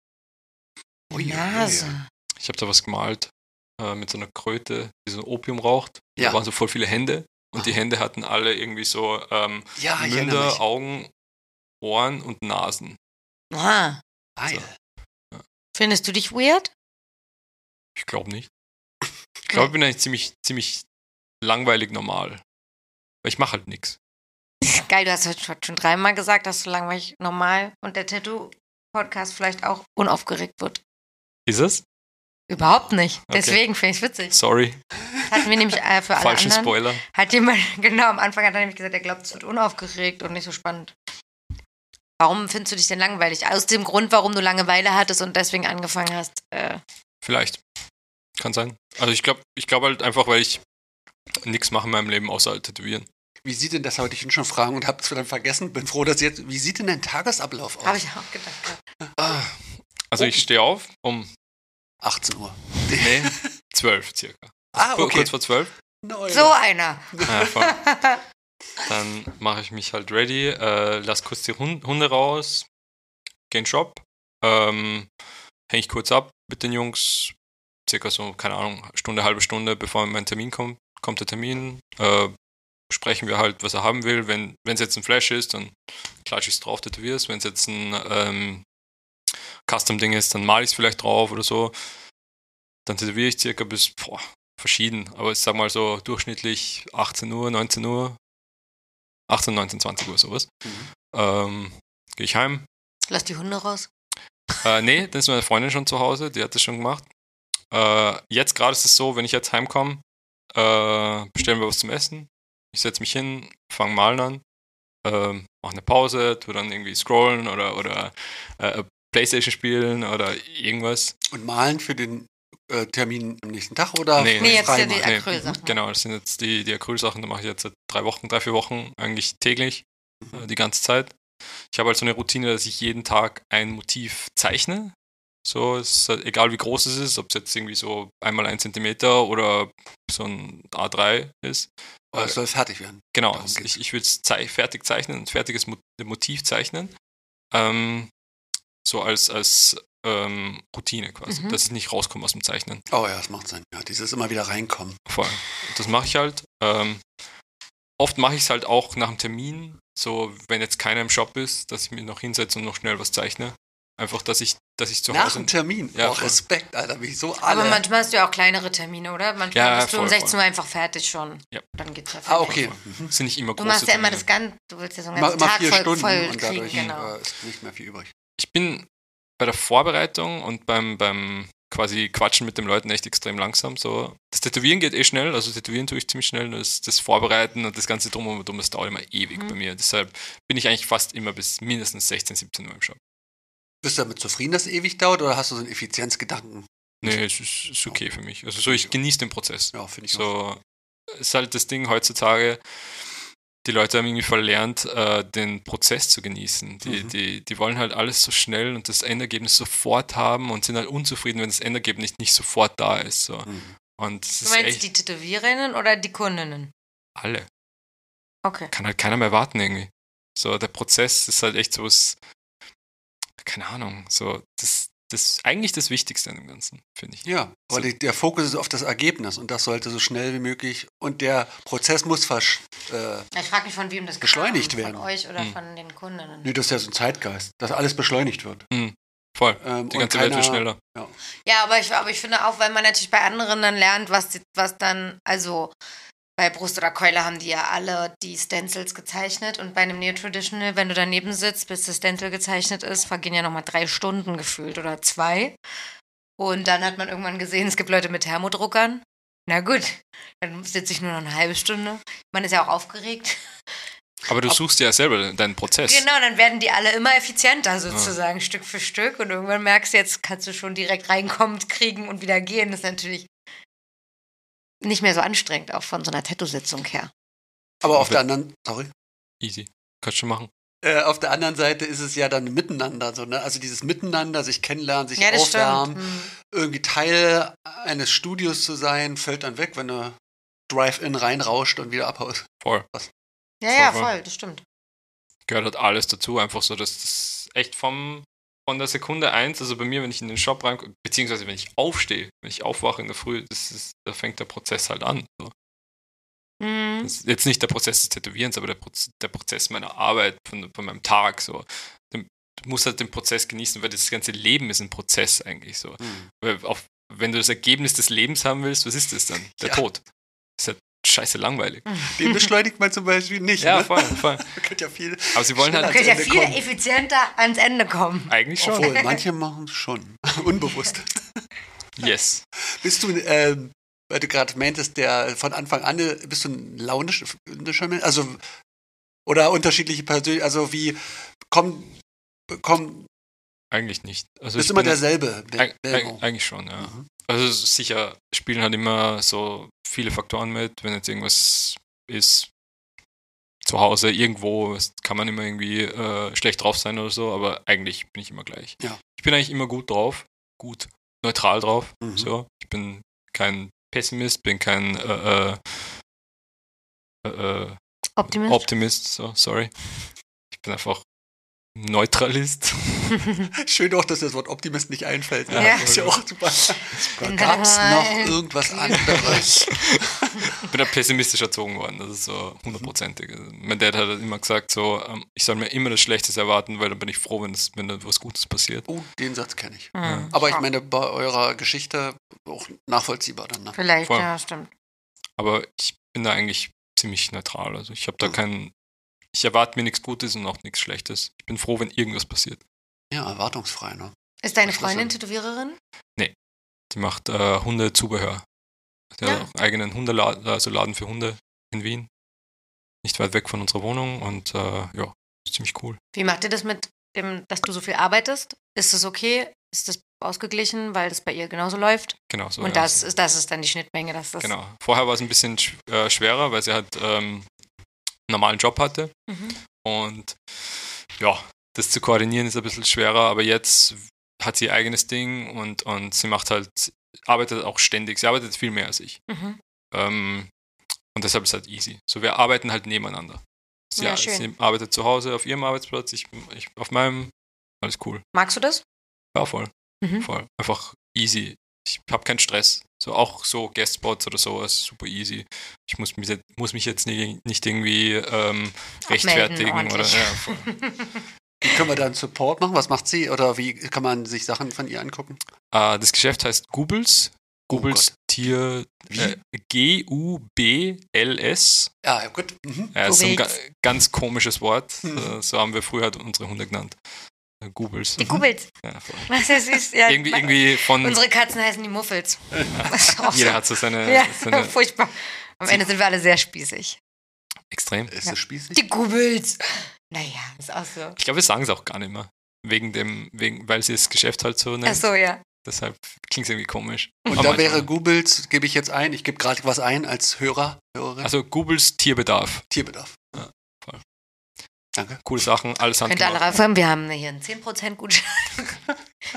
[SPEAKER 3] Ui, ui, ui.
[SPEAKER 1] Nase.
[SPEAKER 4] Ich habe da was gemalt äh, mit so einer Kröte, die so Opium raucht.
[SPEAKER 3] Ja.
[SPEAKER 4] Da waren so voll viele Hände. Und die Hände hatten alle irgendwie so ähm,
[SPEAKER 3] Ja, Ah, ich erinnere
[SPEAKER 4] Münder,
[SPEAKER 3] mich.
[SPEAKER 4] Augen, Ohren und Nasen.
[SPEAKER 1] Ah,
[SPEAKER 3] Geil.
[SPEAKER 1] findest du dich weird?
[SPEAKER 4] Ich glaube nicht. Ich glaube, ich bin eigentlich ziemlich, ziemlich langweilig normal. Weil ich mache halt nichts.
[SPEAKER 1] Geil, du hast heute schon- schon dreimal gesagt, dass du langweilig normal und der Tattoo-Podcast vielleicht auch unaufgeregt wird.
[SPEAKER 4] Ist es?
[SPEAKER 1] Überhaupt nicht.
[SPEAKER 4] Okay.
[SPEAKER 1] Deswegen finde ich es witzig.
[SPEAKER 4] Sorry.
[SPEAKER 1] Das hatten wir nämlich äh, für alle
[SPEAKER 4] Falschen
[SPEAKER 1] anderen.
[SPEAKER 4] Spoiler.
[SPEAKER 1] Hat jemand, *laughs* genau, am Anfang hat er nämlich gesagt, er glaubt, es wird unaufgeregt und nicht so spannend. Warum findest du dich denn langweilig? Aus dem Grund, warum du Langeweile hattest und deswegen angefangen hast. Äh,
[SPEAKER 4] Vielleicht. Kann sein. Also ich glaube ich glaub halt einfach, weil ich nichts mache in meinem Leben außer tätowieren.
[SPEAKER 3] Wie sieht denn das heute? Ich bin schon fragen und hab's dann vergessen. Bin froh, dass jetzt. Wie sieht denn dein Tagesablauf aus?
[SPEAKER 1] Habe ich auch gedacht.
[SPEAKER 4] Also
[SPEAKER 3] Oh.
[SPEAKER 4] ich stehe auf um
[SPEAKER 3] 18 Uhr. *laughs*
[SPEAKER 4] nee, 12 circa.
[SPEAKER 3] Ah,
[SPEAKER 4] Kur-
[SPEAKER 3] okay.
[SPEAKER 4] Kurz vor 12.
[SPEAKER 3] Neun.
[SPEAKER 1] So einer.
[SPEAKER 4] Ja, Ah, voll. Dann mache ich mich halt ready, äh, lass kurz die Hun- Hunde raus, geh in den Shop, ähm, hänge ich kurz ab mit den Jungs, circa so, keine Ahnung, Stunde, halbe Stunde, bevor mein Termin kommt, kommt der Termin, äh, sprechen wir halt, was er haben will. Wenn es jetzt ein Flash ist, dann klatsche ich es drauf, tätowiere es. Wenn es jetzt ein ähm, Custom-Ding ist, dann male ich es vielleicht drauf oder so. Dann tätowiere ich circa bis, boah, verschieden, aber ich sag mal so durchschnittlich 18 Uhr, 19 Uhr, 18, 19, 20 Uhr sowas. Ähm, Gehe ich heim.
[SPEAKER 1] Lass die Hunde raus.
[SPEAKER 4] Äh, nee, dann ist meine Freundin schon zu Hause, die hat das schon gemacht. Äh, jetzt gerade ist es so, wenn ich jetzt heimkomme, äh, bestellen wir was zum Essen. Ich setze mich hin, fange malen an, ähm, mache eine Pause, tu dann irgendwie scrollen oder, oder äh, Playstation spielen oder irgendwas.
[SPEAKER 3] Und malen für den äh, Termin am nächsten Tag oder?
[SPEAKER 4] Nee,
[SPEAKER 1] Nee, jetzt
[SPEAKER 3] frei
[SPEAKER 1] sind die
[SPEAKER 3] malen?
[SPEAKER 1] Acrylsachen.
[SPEAKER 4] Genau, das sind jetzt die, die Acrylsachen, da mache ich jetzt seit drei Wochen, drei, vier Wochen eigentlich täglich, äh, die ganze Zeit. Ich habe halt so eine Routine, dass ich jeden Tag ein Motiv zeichne. So, es ist halt egal wie groß es ist, ob es jetzt irgendwie so einmal ein Zentimeter oder so ein A3 ist.
[SPEAKER 3] Aber es soll fertig werden.
[SPEAKER 4] Genau,
[SPEAKER 3] Darum
[SPEAKER 4] es-
[SPEAKER 3] geht's.
[SPEAKER 4] ich, ich will es zei fertig zeichnen, ein fertiges Mo Motiv zeichnen. Ähm, so als, als ähm, Routine quasi,
[SPEAKER 1] Mhm.
[SPEAKER 4] dass ich nicht rauskomme aus dem Zeichnen.
[SPEAKER 3] Oh ja, das macht Sinn. Ja, dieses immer wieder reinkommen.
[SPEAKER 4] Voll. Und Das mache ich halt. Ähm, oft mache ich es halt auch nach dem Termin, so wenn jetzt keiner im Shop ist, dass ich mir noch hinsetze und noch schnell was zeichne. Einfach, dass ich, dass ich zu
[SPEAKER 3] Nach
[SPEAKER 4] Hause.
[SPEAKER 3] dem Termin.
[SPEAKER 4] also- Ja,
[SPEAKER 3] oh,
[SPEAKER 4] voll.
[SPEAKER 3] Respekt, Alter, wie so alle.
[SPEAKER 1] Aber manchmal hast du ja auch kleinere Termine, oder? Manchmal
[SPEAKER 4] Ja,
[SPEAKER 1] bist du um
[SPEAKER 4] voll,
[SPEAKER 1] 16 Uhr einfach fertig schon.
[SPEAKER 4] Ja.
[SPEAKER 1] Dann geht's ja
[SPEAKER 3] ah,
[SPEAKER 1] fertig.
[SPEAKER 3] okay. Mhm.
[SPEAKER 4] sind nicht immer
[SPEAKER 1] Du
[SPEAKER 4] große
[SPEAKER 1] machst ja immer das
[SPEAKER 4] Termine.
[SPEAKER 1] Ganze, du willst ja so einen
[SPEAKER 3] Mal,
[SPEAKER 1] ganzen
[SPEAKER 3] mal
[SPEAKER 1] Also Tag
[SPEAKER 3] vier
[SPEAKER 1] voll,
[SPEAKER 3] Stunden
[SPEAKER 1] voll
[SPEAKER 3] und
[SPEAKER 1] kriegen,
[SPEAKER 3] dadurch
[SPEAKER 1] genau.
[SPEAKER 3] äh, ist nicht mehr viel übrig.
[SPEAKER 4] Ich bin bei der Vorbereitung und beim, beim quasi Quatschen mit den Leuten echt extrem langsam. So. Das Tätowieren geht eh schnell, also Tätowieren tue ich ziemlich schnell. Das, das Vorbereiten und das ganze Drum und Drum, das dauert immer ewig
[SPEAKER 1] Mhm.
[SPEAKER 4] bei mir. Deshalb bin ich eigentlich fast immer bis mindestens 16, 17 Uhr im Shop.
[SPEAKER 3] Bist du damit zufrieden, dass es ewig dauert oder hast du so einen Effizienzgedanken?
[SPEAKER 4] Nee, es ist, ist okay für mich. Also so,
[SPEAKER 1] Mhm.
[SPEAKER 4] ich genieße den Prozess.
[SPEAKER 3] Ja, finde ich auch.
[SPEAKER 4] So ist halt das Ding heutzutage, die Leute haben irgendwie verlernt, äh, den Prozess zu genießen. Die,
[SPEAKER 3] Mhm.
[SPEAKER 4] die, die wollen halt alles so schnell und das Endergebnis sofort haben und sind halt unzufrieden, wenn das Endergebnis nicht sofort da ist. So.
[SPEAKER 3] Mhm.
[SPEAKER 4] Und das
[SPEAKER 1] Du
[SPEAKER 4] ist
[SPEAKER 1] meinst
[SPEAKER 4] echt
[SPEAKER 1] die Tätowiererinnen oder die Kundinnen?
[SPEAKER 4] alle.
[SPEAKER 1] Okay.
[SPEAKER 4] Kann halt keiner mehr warten irgendwie. So, der Prozess ist halt echt so was, keine Ahnung, so, das, das ist eigentlich das Wichtigste an dem Ganzen, finde ich.
[SPEAKER 3] Ja, aber
[SPEAKER 4] So.
[SPEAKER 3] die, der Fokus ist auf das Ergebnis und das sollte so schnell wie möglich und der Prozess muss versch. Äh,
[SPEAKER 1] Ich frage mich, von wem das kam.
[SPEAKER 3] Beschleunigt werden.
[SPEAKER 1] Von euch oder
[SPEAKER 4] Hm.
[SPEAKER 1] von den Kundinnen?
[SPEAKER 3] nee, das ist ja so ein Zeitgeist, dass alles beschleunigt wird.
[SPEAKER 4] Voll.
[SPEAKER 3] Ähm,
[SPEAKER 4] Die
[SPEAKER 3] und
[SPEAKER 4] ganze Welt
[SPEAKER 3] keiner-
[SPEAKER 4] wird schneller.
[SPEAKER 1] Ja, aber ich, aber ich finde auch, weil man natürlich bei anderen dann lernt, was, die- was dann, also bei Brust oder Keule haben die ja alle die Stencils gezeichnet und bei einem Neo-Traditional, wenn du daneben sitzt, bis das Stencil gezeichnet ist, vergehen ja nochmal drei Stunden gefühlt oder zwei. Und dann hat man irgendwann gesehen, es gibt Leute mit Thermodruckern. Na gut, dann sitze ich nur noch eine halbe Stunde. Man ist ja auch aufgeregt.
[SPEAKER 4] Aber du suchst ja selber deinen Prozess.
[SPEAKER 1] Genau, dann werden die alle immer effizienter sozusagen, Stück für Stück. Und irgendwann merkst du, jetzt kannst du schon direkt reinkommen, kriegen und wieder gehen. Das ist natürlich nicht mehr so anstrengend, auch von so einer Tattoo-Sitzung her.
[SPEAKER 3] Aber auf der anderen, sorry.
[SPEAKER 4] Easy. Kannst schon machen.
[SPEAKER 3] Äh, auf der anderen Seite ist es ja dann miteinander, so, ne? also dieses Miteinander, sich kennenlernen, sich
[SPEAKER 1] ja, das
[SPEAKER 3] aufwärmen,
[SPEAKER 1] stimmt. Hm.
[SPEAKER 3] irgendwie Teil eines Studios zu sein, fällt dann weg, wenn du Drive-In reinrauscht und wieder *laughs* abhaust.
[SPEAKER 4] Voll.
[SPEAKER 1] Ja, ja,
[SPEAKER 4] Voll, voll.
[SPEAKER 1] voll, das stimmt.
[SPEAKER 4] Gehört halt alles dazu. Einfach so, dass das echt vom, von der Sekunde eins, also bei mir, wenn ich in den Shop reinkomme, beziehungsweise wenn ich aufstehe, wenn ich aufwache in der Früh, das ist, da fängt der Prozess halt an.
[SPEAKER 3] Mhm.
[SPEAKER 4] So.
[SPEAKER 1] Hm.
[SPEAKER 4] Das ist jetzt nicht der Prozess des Tätowierens, aber der, Proz der Prozess meiner Arbeit, von, von meinem Tag. So. Den, du musst halt den Prozess genießen, weil das ganze Leben ist ein Prozess eigentlich. So.
[SPEAKER 3] Mhm.
[SPEAKER 4] Weil auf, wenn du das Ergebnis des Lebens haben willst, was ist das dann? Der
[SPEAKER 3] Ja. Mhm.
[SPEAKER 4] Tod. Ist halt scheiße langweilig.
[SPEAKER 3] Den beschleunigt man zum Beispiel nicht.
[SPEAKER 4] Ja,
[SPEAKER 3] ne?
[SPEAKER 4] voll, voll.
[SPEAKER 3] Man könnte ja viel.
[SPEAKER 4] Aber
[SPEAKER 3] *laughs*
[SPEAKER 4] sie wollen
[SPEAKER 1] Du
[SPEAKER 4] halt
[SPEAKER 1] könntest ja
[SPEAKER 3] Ende
[SPEAKER 1] viel
[SPEAKER 3] kommen.
[SPEAKER 1] effizienter ans Ende kommen.
[SPEAKER 4] eigentlich schon.
[SPEAKER 3] Obwohl, manche machen es schon. *laughs* Unbewusst.
[SPEAKER 4] Yes.
[SPEAKER 3] Bist du, ähm, weil du gerade meintest, der von Anfang an, äh, bist du ein launischer Mensch? Also, oder unterschiedliche Persönlichkeiten, also wie, komm, komm,
[SPEAKER 4] Eigentlich nicht. Also
[SPEAKER 3] bist
[SPEAKER 4] ich
[SPEAKER 3] immer
[SPEAKER 4] bin-
[SPEAKER 3] derselbe.
[SPEAKER 4] Eig
[SPEAKER 3] Belmo.
[SPEAKER 4] eig eigentlich schon, ja.
[SPEAKER 3] Mhm.
[SPEAKER 4] Also es ist sicher, spielen halt immer so viele Faktoren mit, wenn jetzt irgendwas ist zu Hause, irgendwo, es kann man immer irgendwie äh, schlecht drauf sein oder so, aber eigentlich bin ich immer gleich.
[SPEAKER 3] Ja.
[SPEAKER 4] Ich bin eigentlich immer gut drauf, gut, neutral drauf,
[SPEAKER 3] Mhm.
[SPEAKER 4] so. Ich bin kein Pessimist, bin kein äh, äh, äh,
[SPEAKER 1] Optimist.
[SPEAKER 4] Optimist, so, sorry. Ich bin einfach Neutralist. *laughs*
[SPEAKER 3] Schön auch, dass dir das Wort Optimist nicht einfällt. ne?
[SPEAKER 1] Ja.
[SPEAKER 3] Ist ja auch super. Gab es noch
[SPEAKER 1] International.
[SPEAKER 3] irgendwas anderes?
[SPEAKER 4] Ich bin da pessimistisch erzogen worden, das ist so hundertprozentig. Also Mein Dad hat immer gesagt, so, ähm, ich soll mir immer das Schlechteste erwarten, weil dann bin ich froh, wenn, es- wenn da was Gutes passiert.
[SPEAKER 3] Oh, den Satz kenne ich.
[SPEAKER 1] Hm.
[SPEAKER 3] Aber ich meine, bei eurer Geschichte auch nachvollziehbar dann. Ne?
[SPEAKER 1] Vielleicht,
[SPEAKER 4] Voll.
[SPEAKER 1] ja, stimmt.
[SPEAKER 4] Aber ich bin da eigentlich ziemlich neutral. Also ich habe da
[SPEAKER 3] Mhm.
[SPEAKER 4] keinen, ich erwarte mir nichts Gutes und auch nichts Schlechtes. Ich bin froh, wenn irgendwas passiert.
[SPEAKER 3] Ja, erwartungsfrei. Ne?
[SPEAKER 1] Ist deine
[SPEAKER 3] Was ist das
[SPEAKER 1] Freundin
[SPEAKER 3] denn?
[SPEAKER 1] Tätowiererin?
[SPEAKER 4] Die macht äh, Hundezubehör. Hat ja.
[SPEAKER 1] Ja.
[SPEAKER 4] einen eigenen Hundeladen, also Laden für Hunde in Wien. Nicht weit weg von unserer Wohnung und äh, ja, ist ziemlich cool.
[SPEAKER 1] Wie macht ihr das mit dem, dass du so viel arbeitest? Ist das okay? Ist das ausgeglichen, weil das bei ihr genauso läuft?
[SPEAKER 4] Genau so.
[SPEAKER 1] Und
[SPEAKER 4] ja.
[SPEAKER 1] das ist, das ist dann die Schnittmenge, dass das.
[SPEAKER 4] Genau. Vorher war es ein bisschen sch äh, schwerer, weil sie halt ähm, einen normalen Job hatte.
[SPEAKER 1] Mhm.
[SPEAKER 4] Und ja, das zu koordinieren ist ein bisschen schwerer, aber jetzt hat sie ihr eigenes Ding und, und sie macht halt, arbeitet auch ständig. Sie arbeitet viel mehr als ich.
[SPEAKER 1] Mhm.
[SPEAKER 4] Ähm, und deshalb ist es halt easy. So, wir arbeiten halt nebeneinander. Sie,
[SPEAKER 1] Ja, schön.
[SPEAKER 4] sie arbeitet zu Hause auf ihrem Arbeitsplatz, ich, ich auf meinem. Alles cool.
[SPEAKER 1] Magst du das?
[SPEAKER 4] Ja, voll.
[SPEAKER 1] Mhm.
[SPEAKER 4] Voll. Einfach easy. Ich habe keinen Stress. So auch so Guestspots oder sowas, super easy. Ich muss mich jetzt, muss mich jetzt nicht, nicht irgendwie ähm, rechtfertigen oder
[SPEAKER 1] ordentlich.
[SPEAKER 4] ja, voll.
[SPEAKER 3] Wie können wir dann Support machen? Was macht sie? Oder wie kann man sich Sachen von ihr angucken?
[SPEAKER 4] Äh, das Geschäft heißt Gubels.
[SPEAKER 3] Oh
[SPEAKER 4] Gubels
[SPEAKER 3] Gott.
[SPEAKER 4] Tier
[SPEAKER 3] Wie?
[SPEAKER 4] äh, G-U-B-L-S.
[SPEAKER 3] Ja, ja, gut. Mhm.
[SPEAKER 4] Ja, ist so ein ga
[SPEAKER 1] Gubels.
[SPEAKER 4] ganz komisches Wort.
[SPEAKER 3] Hm.
[SPEAKER 4] Äh, So haben wir früher halt unsere Hunde genannt. Gubels.
[SPEAKER 5] Die Kubbels.
[SPEAKER 4] Ja, voll.
[SPEAKER 5] Was ist süß. Ja,
[SPEAKER 4] irgendwie,
[SPEAKER 5] ma-
[SPEAKER 4] irgendwie von.
[SPEAKER 5] Unsere Katzen heißen die Muffels.
[SPEAKER 1] *laughs*
[SPEAKER 5] Das ist auch so.
[SPEAKER 4] Jeder hat so seine.
[SPEAKER 5] Ja, *laughs*
[SPEAKER 4] seine
[SPEAKER 5] furchtbar. Am Ende sind wir alle sehr spießig.
[SPEAKER 4] extrem.
[SPEAKER 3] Ist das spießig?
[SPEAKER 5] Die Kubbels. Naja, ist auch so.
[SPEAKER 4] Ich glaube, wir sagen es auch gar nicht mehr. Wegen dem, wegen, weil sie das Geschäft halt so
[SPEAKER 5] Ach
[SPEAKER 4] nennen.
[SPEAKER 5] so, ja.
[SPEAKER 4] Deshalb klingt es irgendwie komisch.
[SPEAKER 3] Und da wäre Googles, gebe ich jetzt ein, ich gebe gerade was ein als Hörer, Hörerin.
[SPEAKER 4] Also Googles Tierbedarf.
[SPEAKER 3] Tierbedarf.
[SPEAKER 4] Ja, voll.
[SPEAKER 3] Danke.
[SPEAKER 4] Coole Sachen, alles
[SPEAKER 1] Könnt ihr alle
[SPEAKER 4] handgemacht.
[SPEAKER 1] raufhören? Wir haben hier einen 10% Gutschein. *laughs*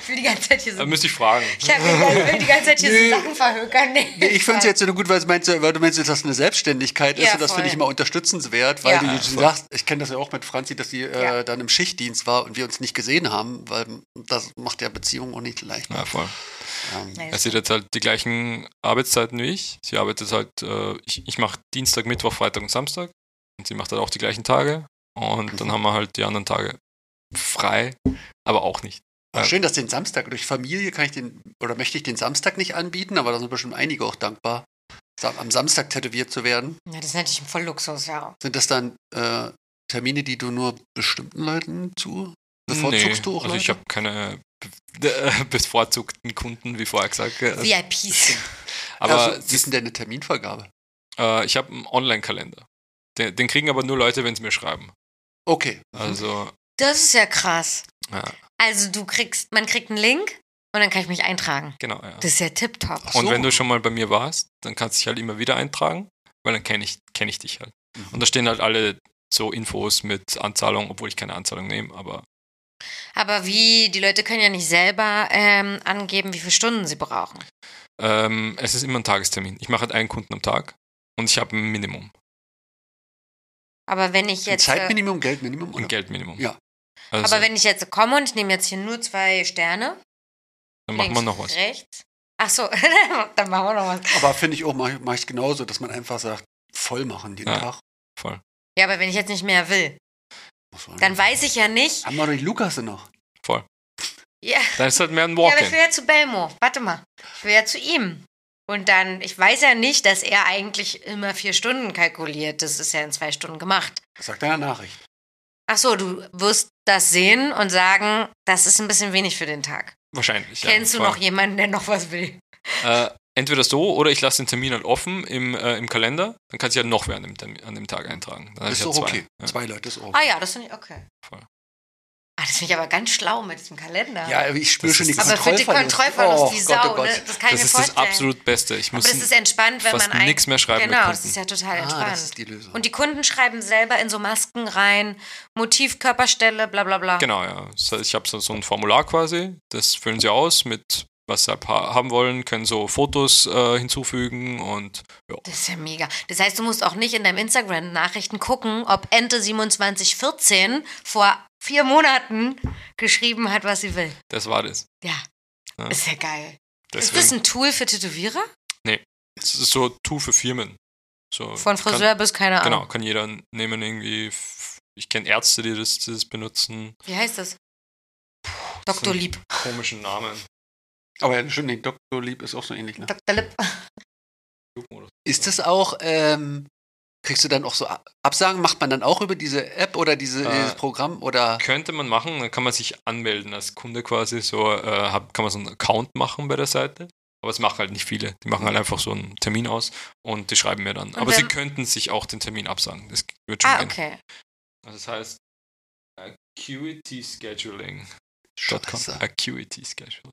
[SPEAKER 1] Für die ganze Zeit hier
[SPEAKER 4] Da
[SPEAKER 1] so.
[SPEAKER 4] müsste
[SPEAKER 3] *laughs*
[SPEAKER 4] ich fragen.
[SPEAKER 1] Ich hab ich will die ganze Zeit hier
[SPEAKER 3] Nö.
[SPEAKER 1] so Sachen verhökern. Nee,
[SPEAKER 3] Nee, ich finde es jetzt nur gut, weil du meinst, weil du meinst, dass das eine Selbstständigkeit ist
[SPEAKER 1] Ja,
[SPEAKER 3] und das finde
[SPEAKER 1] voll.
[SPEAKER 3] ich mal unterstützenswert, weil
[SPEAKER 1] Ja.
[SPEAKER 3] du,
[SPEAKER 4] Ja,
[SPEAKER 3] du
[SPEAKER 4] voll.
[SPEAKER 3] sagst, ich kenne das ja auch mit Franzi, dass sie äh,
[SPEAKER 1] Ja.
[SPEAKER 3] dann im Schichtdienst war und wir uns nicht gesehen haben, weil das macht ja Beziehungen auch nicht leicht.
[SPEAKER 4] Ja, voll.
[SPEAKER 3] Ähm,
[SPEAKER 1] Nee.
[SPEAKER 4] Er sieht jetzt halt die gleichen Arbeitszeiten wie ich. Sie arbeitet halt, äh, ich, ich mache Dienstag, Mittwoch, Freitag und Samstag. Und sie macht halt auch die gleichen Tage. Und
[SPEAKER 3] Mhm.
[SPEAKER 4] dann haben wir halt die anderen Tage frei, aber auch nicht.
[SPEAKER 3] aber
[SPEAKER 4] Ja.
[SPEAKER 3] Schön, dass den Samstag durch Familie kann ich den oder möchte ich den Samstag nicht anbieten, aber da sind bestimmt einige auch dankbar, sa- am Samstag tätowiert zu werden.
[SPEAKER 1] Ja, das ist natürlich voll Luxus, ja.
[SPEAKER 3] Sind das dann äh, Termine, die du nur bestimmten Leuten zu bevorzugst du auch
[SPEAKER 4] Also
[SPEAKER 3] Leute?
[SPEAKER 4] ich habe keine be *laughs* äh, bevorzugten Kunden, wie vorher gesagt. äh,
[SPEAKER 1] VIPs.
[SPEAKER 4] Aber
[SPEAKER 3] also,
[SPEAKER 4] es
[SPEAKER 3] wie ist
[SPEAKER 4] ist,
[SPEAKER 3] denn deine Terminvergabe?
[SPEAKER 4] äh, ich habe einen Online-Kalender. Den, den kriegen aber nur Leute, wenn sie mir schreiben.
[SPEAKER 3] Okay.
[SPEAKER 1] Mhm.
[SPEAKER 4] Also,
[SPEAKER 1] Das ist ja krass.
[SPEAKER 4] ja,
[SPEAKER 1] Also du kriegst, man kriegt einen Link und dann kann ich mich eintragen.
[SPEAKER 4] genau. Ja.
[SPEAKER 1] Das ist ja tipptopp.
[SPEAKER 3] Ach
[SPEAKER 4] Und
[SPEAKER 3] so.
[SPEAKER 4] wenn du schon mal bei mir warst, dann kannst du dich halt immer wieder eintragen, weil dann kenne ich, kenn ich dich halt.
[SPEAKER 1] Mhm.
[SPEAKER 4] Und da stehen halt alle so Infos mit Anzahlung, obwohl ich keine Anzahlung nehme, aber
[SPEAKER 1] Aber wie, die Leute können ja nicht selber ähm, angeben, wie viele Stunden sie brauchen.
[SPEAKER 4] ähm, es ist immer ein Tagestermin. Ich mache halt einen Kunden am Tag und ich habe ein Minimum,
[SPEAKER 1] Aber wenn ich
[SPEAKER 3] Ein
[SPEAKER 1] jetzt... äh,
[SPEAKER 3] Zeitminimum, Geldminimum?
[SPEAKER 4] ein
[SPEAKER 3] Oder?
[SPEAKER 4] Geldminimum.
[SPEAKER 3] Ja.
[SPEAKER 4] Also,
[SPEAKER 1] Aber wenn ich jetzt komme und ich nehme jetzt hier nur zwei Sterne,
[SPEAKER 4] dann machen wir
[SPEAKER 1] links,
[SPEAKER 4] noch was.
[SPEAKER 1] rechts. Ach so, *laughs* dann machen wir noch was.
[SPEAKER 3] Aber finde ich auch, mache mach ich genauso, dass man einfach sagt, voll machen den
[SPEAKER 4] Ja.
[SPEAKER 3] Tag.
[SPEAKER 4] Voll.
[SPEAKER 1] Ja, aber wenn ich jetzt nicht mehr will,
[SPEAKER 3] Muss man-
[SPEAKER 1] dann weiß ich ja nicht.
[SPEAKER 3] haben wir doch die Lukasse noch.
[SPEAKER 1] Ja,
[SPEAKER 4] Da ist halt mehr ein
[SPEAKER 1] ja aber ich
[SPEAKER 4] Walk-In.
[SPEAKER 1] will ja zu Belmo. Warte mal, ich will ja zu ihm. Und dann, ich weiß ja nicht, dass er eigentlich immer vier Stunden kalkuliert. Das ist ja in zwei Stunden gemacht.
[SPEAKER 3] Sagt deine Nachricht.
[SPEAKER 1] Ach so, du wirst das sehen und sagen, das ist ein bisschen wenig für den Tag.
[SPEAKER 4] Wahrscheinlich.
[SPEAKER 1] Kennst du
[SPEAKER 4] voll.
[SPEAKER 1] noch jemanden, der noch was will?
[SPEAKER 4] Äh, entweder so oder ich lasse den Termin halt offen im, äh, im Kalender, dann kann sich halt noch wer an dem, Termin, an dem Tag eintragen. Dann hab
[SPEAKER 3] ist
[SPEAKER 4] ich halt
[SPEAKER 3] doch okay.
[SPEAKER 4] Ja.
[SPEAKER 3] Zwei Leute ist auch.
[SPEAKER 1] Ah ja, das finde ich okay.
[SPEAKER 4] Voll.
[SPEAKER 1] Ah, das finde ich aber ganz schlau mit diesem Kalender.
[SPEAKER 3] Ja, ich spüre
[SPEAKER 4] Das
[SPEAKER 3] schon die
[SPEAKER 4] ist-
[SPEAKER 1] Aber für
[SPEAKER 3] Kontrollverlust.
[SPEAKER 1] die Kontrollverlust,
[SPEAKER 3] Oh,
[SPEAKER 1] die
[SPEAKER 3] Gott,
[SPEAKER 1] Sau,
[SPEAKER 3] oh Gott.
[SPEAKER 1] ne? das kann ich
[SPEAKER 4] Das
[SPEAKER 1] mir
[SPEAKER 4] ist
[SPEAKER 1] vorstellen.
[SPEAKER 4] das absolut Beste. Ich muss
[SPEAKER 1] Aber das ist entspannt, wenn
[SPEAKER 4] fast
[SPEAKER 1] man eigentlich-
[SPEAKER 4] nichts mehr schreiben mit
[SPEAKER 1] Genau, das
[SPEAKER 4] Kunden.
[SPEAKER 1] ist ja total
[SPEAKER 3] Ah, das
[SPEAKER 1] entspannt.
[SPEAKER 3] ist die Lösung.
[SPEAKER 1] Und die Kunden schreiben selber in so Masken rein, Motiv, Körperstelle, bla bla bla.
[SPEAKER 4] Genau, ja. Das heißt, Ich habe so, so ein Formular quasi, das füllen sie aus mit, was sie ha- haben wollen, können so Fotos äh, hinzufügen und
[SPEAKER 1] Das ist ja mega. Das heißt, du musst auch nicht in deinem Instagram-Nachrichten gucken, ob Ente 2714 vor vier Monaten geschrieben hat, was sie will.
[SPEAKER 4] das war das.
[SPEAKER 1] Ja.
[SPEAKER 4] Ja.
[SPEAKER 1] Ist ja geil.
[SPEAKER 4] Deswegen,
[SPEAKER 1] Ist das ein Tool für Tätowierer?
[SPEAKER 4] das ist so Tool für Firmen. So,
[SPEAKER 1] Von Friseur bis keine
[SPEAKER 4] Oh, Kann,
[SPEAKER 1] Ahnung.
[SPEAKER 4] genau, kann jeder nehmen irgendwie. f- Ich kenne Ärzte, die das, die das benutzen.
[SPEAKER 1] Wie heißt das? Dr.
[SPEAKER 4] so-
[SPEAKER 1] Lieb.
[SPEAKER 4] Komischen Namen.
[SPEAKER 3] Aber ja, stimmt, den Dr. Lieb ist auch so ähnlich. Ne?
[SPEAKER 1] Dr. Lipp.
[SPEAKER 3] Ist das auch, ähm, kriegst du dann auch so A- Absagen? Macht man dann auch über diese App oder diese,
[SPEAKER 4] Äh,
[SPEAKER 3] dieses Programm? Oder
[SPEAKER 4] Könnte man machen, dann kann man sich anmelden als Kunde quasi, so äh, hab, kann man so einen Account machen bei der Seite. Aber es machen halt nicht viele. Die machen halt einfach so einen Termin aus und die schreiben mir dann. Aber sie
[SPEAKER 1] wenn-
[SPEAKER 4] könnten sich auch den Termin absagen. Das wird schon
[SPEAKER 1] Ah,
[SPEAKER 4] gehen.
[SPEAKER 1] okay.
[SPEAKER 4] Also das heißt Acuity Scheduling.
[SPEAKER 3] Scheiße,
[SPEAKER 4] Acuity Scheduling.
[SPEAKER 3] hat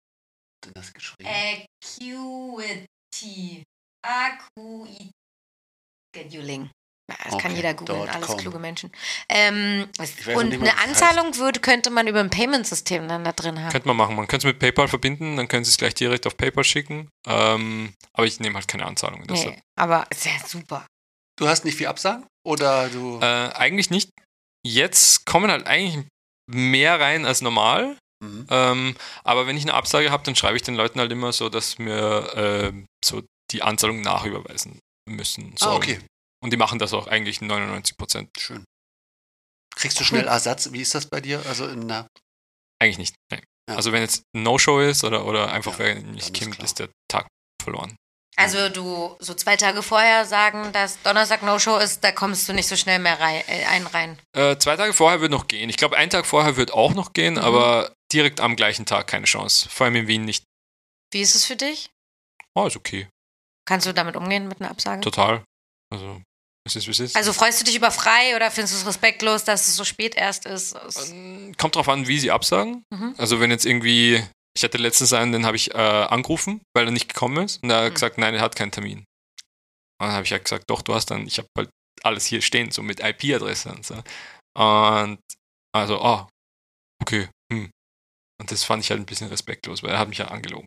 [SPEAKER 3] denn das geschrieben?
[SPEAKER 1] Äh. Acuity. Acuity. Scheduling. Ja, Das kann
[SPEAKER 3] Okay,
[SPEAKER 1] jeder googeln,
[SPEAKER 3] dot
[SPEAKER 1] alles
[SPEAKER 3] com.
[SPEAKER 1] kluge Menschen. Ähm,
[SPEAKER 3] Ich weiß noch
[SPEAKER 1] und
[SPEAKER 3] nicht mal,
[SPEAKER 1] eine
[SPEAKER 3] was das
[SPEAKER 1] Anzahlung würde, könnte man über ein Payment-System dann da drin haben.
[SPEAKER 4] Könnte man machen. Man könnte es mit PayPal verbinden, dann können sie es gleich direkt auf PayPal schicken. Ähm, aber ich nehme halt keine Anzahlung. Deshalb.
[SPEAKER 1] Nee, aber ist ja super.
[SPEAKER 3] Du hast nicht viel Absagen? Oder du.
[SPEAKER 4] Äh, eigentlich nicht. Jetzt kommen halt eigentlich mehr rein als normal.
[SPEAKER 3] Mhm.
[SPEAKER 4] Ähm, aber wenn ich eine Absage habe, dann schreibe ich den Leuten halt immer so, dass mir ähm, so die Anzahlung nachüberweisen müssen.
[SPEAKER 3] Ah,
[SPEAKER 4] sollen.
[SPEAKER 3] okay,
[SPEAKER 4] Und die machen das auch eigentlich 99 Prozent.
[SPEAKER 3] schön. Kriegst du schnell Ersatz? Wie ist das bei dir? Also in einer
[SPEAKER 4] Eigentlich nicht. Nee.
[SPEAKER 3] Ja.
[SPEAKER 4] Also wenn jetzt No-Show ist oder, oder einfach
[SPEAKER 3] Ja,
[SPEAKER 4] wer
[SPEAKER 3] dann
[SPEAKER 4] nicht
[SPEAKER 3] ist
[SPEAKER 4] kommt,
[SPEAKER 3] klar.
[SPEAKER 4] ist der Tag verloren.
[SPEAKER 1] Also du so zwei Tage vorher sagen, dass Donnerstag No-Show ist, da kommst du nicht so schnell mehr rein, äh, einen rein.
[SPEAKER 4] Äh, zwei Tage vorher wird noch gehen. Ich glaube, ein Tag vorher wird auch noch
[SPEAKER 3] Mhm.
[SPEAKER 4] gehen, aber direkt am gleichen Tag keine Chance. Vor allem in Wien nicht.
[SPEAKER 1] Wie ist es für dich?
[SPEAKER 4] Oh, ist okay.
[SPEAKER 1] Kannst du damit umgehen mit einer Absage?
[SPEAKER 4] Total. Also, es ist, wie es ist.
[SPEAKER 1] Also freust du dich über frei oder findest du es respektlos, dass es so spät erst ist? Es-
[SPEAKER 4] Ähm, Kommt drauf an, wie sie absagen.
[SPEAKER 1] Mhm.
[SPEAKER 4] Also wenn jetzt irgendwie, ich hatte letztens einen, den habe ich äh, angerufen, weil er nicht gekommen ist. Und er hat
[SPEAKER 1] Mhm.
[SPEAKER 4] gesagt, nein, er hat keinen Termin. Und dann habe ich halt gesagt, doch, du hast dann, ich habe halt alles hier stehen, so mit IP-Adresse und so. Und also, ah, okay, hm. Und das fand ich halt ein bisschen respektlos, weil er hat mich ja angelogen.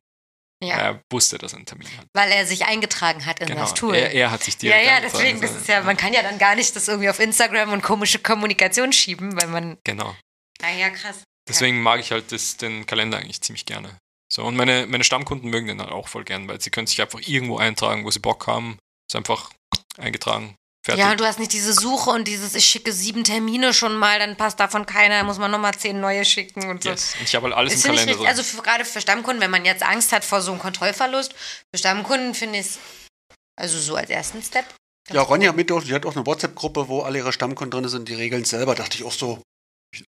[SPEAKER 1] Ja.
[SPEAKER 4] Er wusste, dass er einen Termin hat. Genau.
[SPEAKER 1] Weil er sich eingetragen hat in das Tool.
[SPEAKER 4] Er, er hat sich
[SPEAKER 1] ja,
[SPEAKER 4] direkt
[SPEAKER 1] ja,
[SPEAKER 4] eingetragen.
[SPEAKER 1] deswegen, das ist ja, man kann ja dann gar nicht das irgendwie auf Instagram und komische Kommunikation schieben, weil man.
[SPEAKER 4] Genau.
[SPEAKER 1] Naja, krass.
[SPEAKER 4] Deswegen mag ich halt das, den Kalender eigentlich ziemlich gerne. So, und meine, meine Stammkunden mögen den halt auch voll gern, weil sie können sich einfach irgendwo eintragen, wo sie Bock haben. Ist einfach eingetragen, fertig.
[SPEAKER 1] Ja, und du hast nicht diese Suche und dieses, ich schicke sieben Termine schon mal, dann passt davon keiner, muss man nochmal zehn neue schicken und so.
[SPEAKER 4] yes. Und ich habe halt alles
[SPEAKER 1] Das
[SPEAKER 4] im
[SPEAKER 1] finde ich
[SPEAKER 4] Kalender
[SPEAKER 1] richtig,
[SPEAKER 4] drin.
[SPEAKER 1] also für, gerade für Stammkunden, wenn man jetzt Angst hat vor so einem Kontrollverlust, für Stammkunden finde ich es, also so als ersten Step. ganz
[SPEAKER 3] Ja, Ronja
[SPEAKER 1] cool.
[SPEAKER 3] mit auch, die hat auch eine WhatsApp-Gruppe, wo alle ihre Stammkunden drin sind, die regeln es selber. Dachte ich auch so,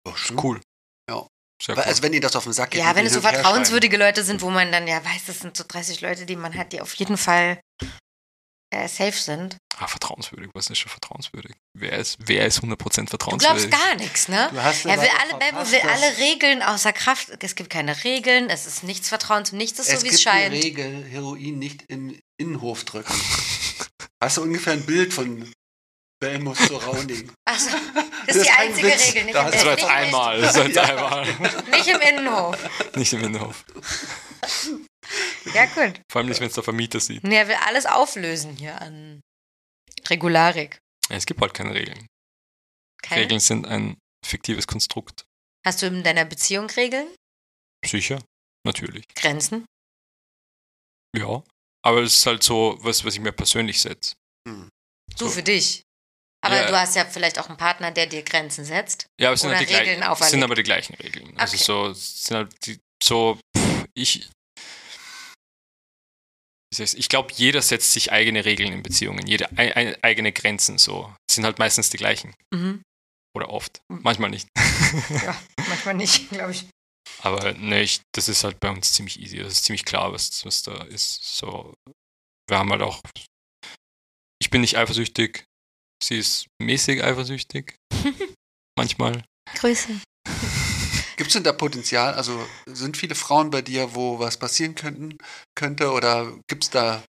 [SPEAKER 3] oh, stimmt.
[SPEAKER 4] cool.
[SPEAKER 3] Ja.
[SPEAKER 4] Sehr
[SPEAKER 3] Weil,
[SPEAKER 4] cool.
[SPEAKER 3] also wenn ihr das auf den Sack geht.
[SPEAKER 1] Mhm. Ja,
[SPEAKER 3] und
[SPEAKER 1] wenn
[SPEAKER 3] die
[SPEAKER 1] es so
[SPEAKER 3] hin und her
[SPEAKER 1] vertrauenswürdige Leute sind, wo man dann ja weiß, das sind so 30 Leute, die man hat, die auf jeden Fall äh, safe sind.
[SPEAKER 4] ah, vertrauenswürdig, was ist schon vertrauenswürdig? Wer ist, wer ist 100%
[SPEAKER 1] Du
[SPEAKER 4] vertrauenswürdig?
[SPEAKER 1] glaubst gar nichts, ne?
[SPEAKER 3] Du hast
[SPEAKER 1] Er will
[SPEAKER 3] aber
[SPEAKER 1] alle, Bebo
[SPEAKER 3] verpasst,
[SPEAKER 1] will
[SPEAKER 3] dass-
[SPEAKER 1] alle Regeln außer Kraft. Es gibt keine Regeln, es ist nichts Vertrauens, nichts ist
[SPEAKER 3] es
[SPEAKER 1] so, wie
[SPEAKER 3] gibt
[SPEAKER 1] es scheint.
[SPEAKER 3] die Regel, Heroin nicht in Innenhof drücken. Hast du ungefähr ein Bild von Belmus
[SPEAKER 1] *laughs*
[SPEAKER 3] zu Rauning? *laughs*
[SPEAKER 1] Also, das ist
[SPEAKER 3] Das ist
[SPEAKER 1] die
[SPEAKER 3] kein
[SPEAKER 1] einzige
[SPEAKER 3] Witz.
[SPEAKER 1] Regel. Nicht
[SPEAKER 3] Da
[SPEAKER 1] im,
[SPEAKER 4] *laughs* das war
[SPEAKER 1] nicht,
[SPEAKER 4] jetzt
[SPEAKER 1] im-
[SPEAKER 4] einmal, das war
[SPEAKER 3] *laughs*
[SPEAKER 4] jetzt
[SPEAKER 3] Ja.
[SPEAKER 4] einmal.
[SPEAKER 1] nicht im Innenhof.
[SPEAKER 4] Nicht im Innenhof.
[SPEAKER 1] Ja, gut.
[SPEAKER 4] Vor allem nicht, wenn es der Vermieter sieht.
[SPEAKER 1] Nee, er will alles auflösen hier an Regularik.
[SPEAKER 4] Ja, Es gibt halt keine Regeln.
[SPEAKER 1] Keine?
[SPEAKER 4] Regeln sind ein fiktives Konstrukt.
[SPEAKER 1] Hast du in deiner Beziehung Regeln?
[SPEAKER 4] Sicher, natürlich.
[SPEAKER 1] Grenzen?
[SPEAKER 4] Ja. Aber es ist halt so, was, was ich mir persönlich setze.
[SPEAKER 1] Du
[SPEAKER 4] So.
[SPEAKER 1] für dich. Aber
[SPEAKER 4] Ja.
[SPEAKER 1] du hast ja vielleicht auch einen Partner, der dir Grenzen setzt.
[SPEAKER 4] Ja, aber es sind,
[SPEAKER 1] Oder
[SPEAKER 4] halt die
[SPEAKER 1] Regeln
[SPEAKER 4] gleichen, es sind
[SPEAKER 1] auferlegt.
[SPEAKER 4] aber die gleichen Regeln. Also
[SPEAKER 1] Okay.
[SPEAKER 4] so, es sind halt die, so, pff, ich. wie soll ich's- Ich glaube, jeder setzt sich eigene Regeln in Beziehungen, jede ei- ei- eigene Grenzen so. Es sind halt meistens die gleichen.
[SPEAKER 1] Mhm.
[SPEAKER 4] Oder oft.
[SPEAKER 1] Hm.
[SPEAKER 4] Manchmal nicht.
[SPEAKER 1] Manchmal nicht, glaube ich.
[SPEAKER 4] Aber ne, ich, das ist halt bei uns ziemlich easy. Das ist ziemlich klar, was, was da ist. So, wir haben halt auch. Ich bin nicht eifersüchtig. Sie ist
[SPEAKER 1] *laughs*
[SPEAKER 4] mäßig eifersüchtig. Manchmal.
[SPEAKER 1] Grüße.
[SPEAKER 3] Gibt es denn da Potenzial? Also sind viele Frauen bei dir, wo was passieren könnten, könnte? Oder gibt es da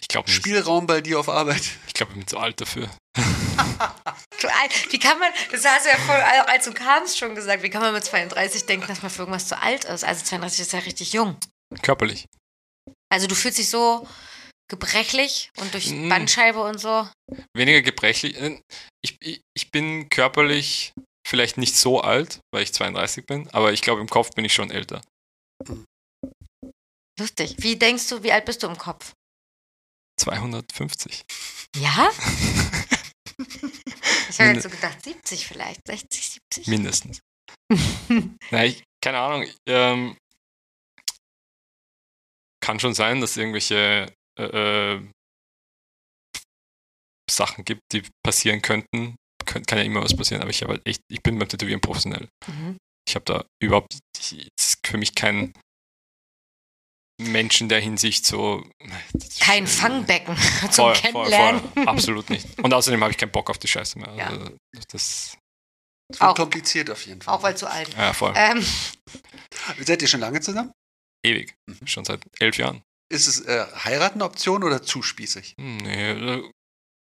[SPEAKER 4] Ich glaube nicht.
[SPEAKER 3] Spielraum bei dir auf Arbeit?
[SPEAKER 4] Ich glaube, ich bin zu alt dafür.
[SPEAKER 1] Du, Al- wie kann man, das hast du ja voll, auch als du kamst schon gesagt, wie kann man mit 32 denken, dass man für irgendwas zu alt ist? Also 32 ist ja richtig jung.
[SPEAKER 4] Körperlich.
[SPEAKER 1] Also du fühlst dich so gebrechlich und durch
[SPEAKER 4] Mhm.
[SPEAKER 1] Bandscheibe und so.
[SPEAKER 4] Weniger gebrechlich. äh, Ich, ich, ich bin körperlich vielleicht nicht so alt, weil ich 32 bin, aber ich glaube, im Kopf bin ich schon älter.
[SPEAKER 1] Lustig. Wie denkst du, wie alt bist du im Kopf?
[SPEAKER 4] 250.
[SPEAKER 1] Ja? Ich habe
[SPEAKER 4] Minde-
[SPEAKER 1] jetzt so gedacht, 70 vielleicht, 60, 70.
[SPEAKER 4] Mindestens. Na, ich, keine Ahnung. Ähm, kann schon sein, dass es irgendwelche äh, äh, Sachen gibt, die passieren könnten. Kön kann ja immer was passieren, aber ich, hab halt echt, ich bin beim Tätowieren professionell.
[SPEAKER 1] Mhm.
[SPEAKER 4] Ich habe da überhaupt ich, es ist für mich kein Mensch in der Hinsicht so.
[SPEAKER 1] Kein Fangbecken *laughs* zum
[SPEAKER 4] Voll, voll,
[SPEAKER 1] Kennenlernen.
[SPEAKER 4] voll. Absolut nicht. Und außerdem habe ich keinen Bock auf die Scheiße mehr. Also, Das,
[SPEAKER 3] Es wird
[SPEAKER 1] Auch-
[SPEAKER 3] kompliziert auf jeden Fall.
[SPEAKER 1] Auch weil zu alt.
[SPEAKER 4] ja, voll.
[SPEAKER 1] Ähm,
[SPEAKER 3] Seid ihr schon lange zusammen?
[SPEAKER 4] Ewig.
[SPEAKER 1] mhm.
[SPEAKER 4] Schon seit elf Jahren.
[SPEAKER 3] Ist es äh, heiraten eine Option oder zu spießig?
[SPEAKER 4] Hm, Nee, also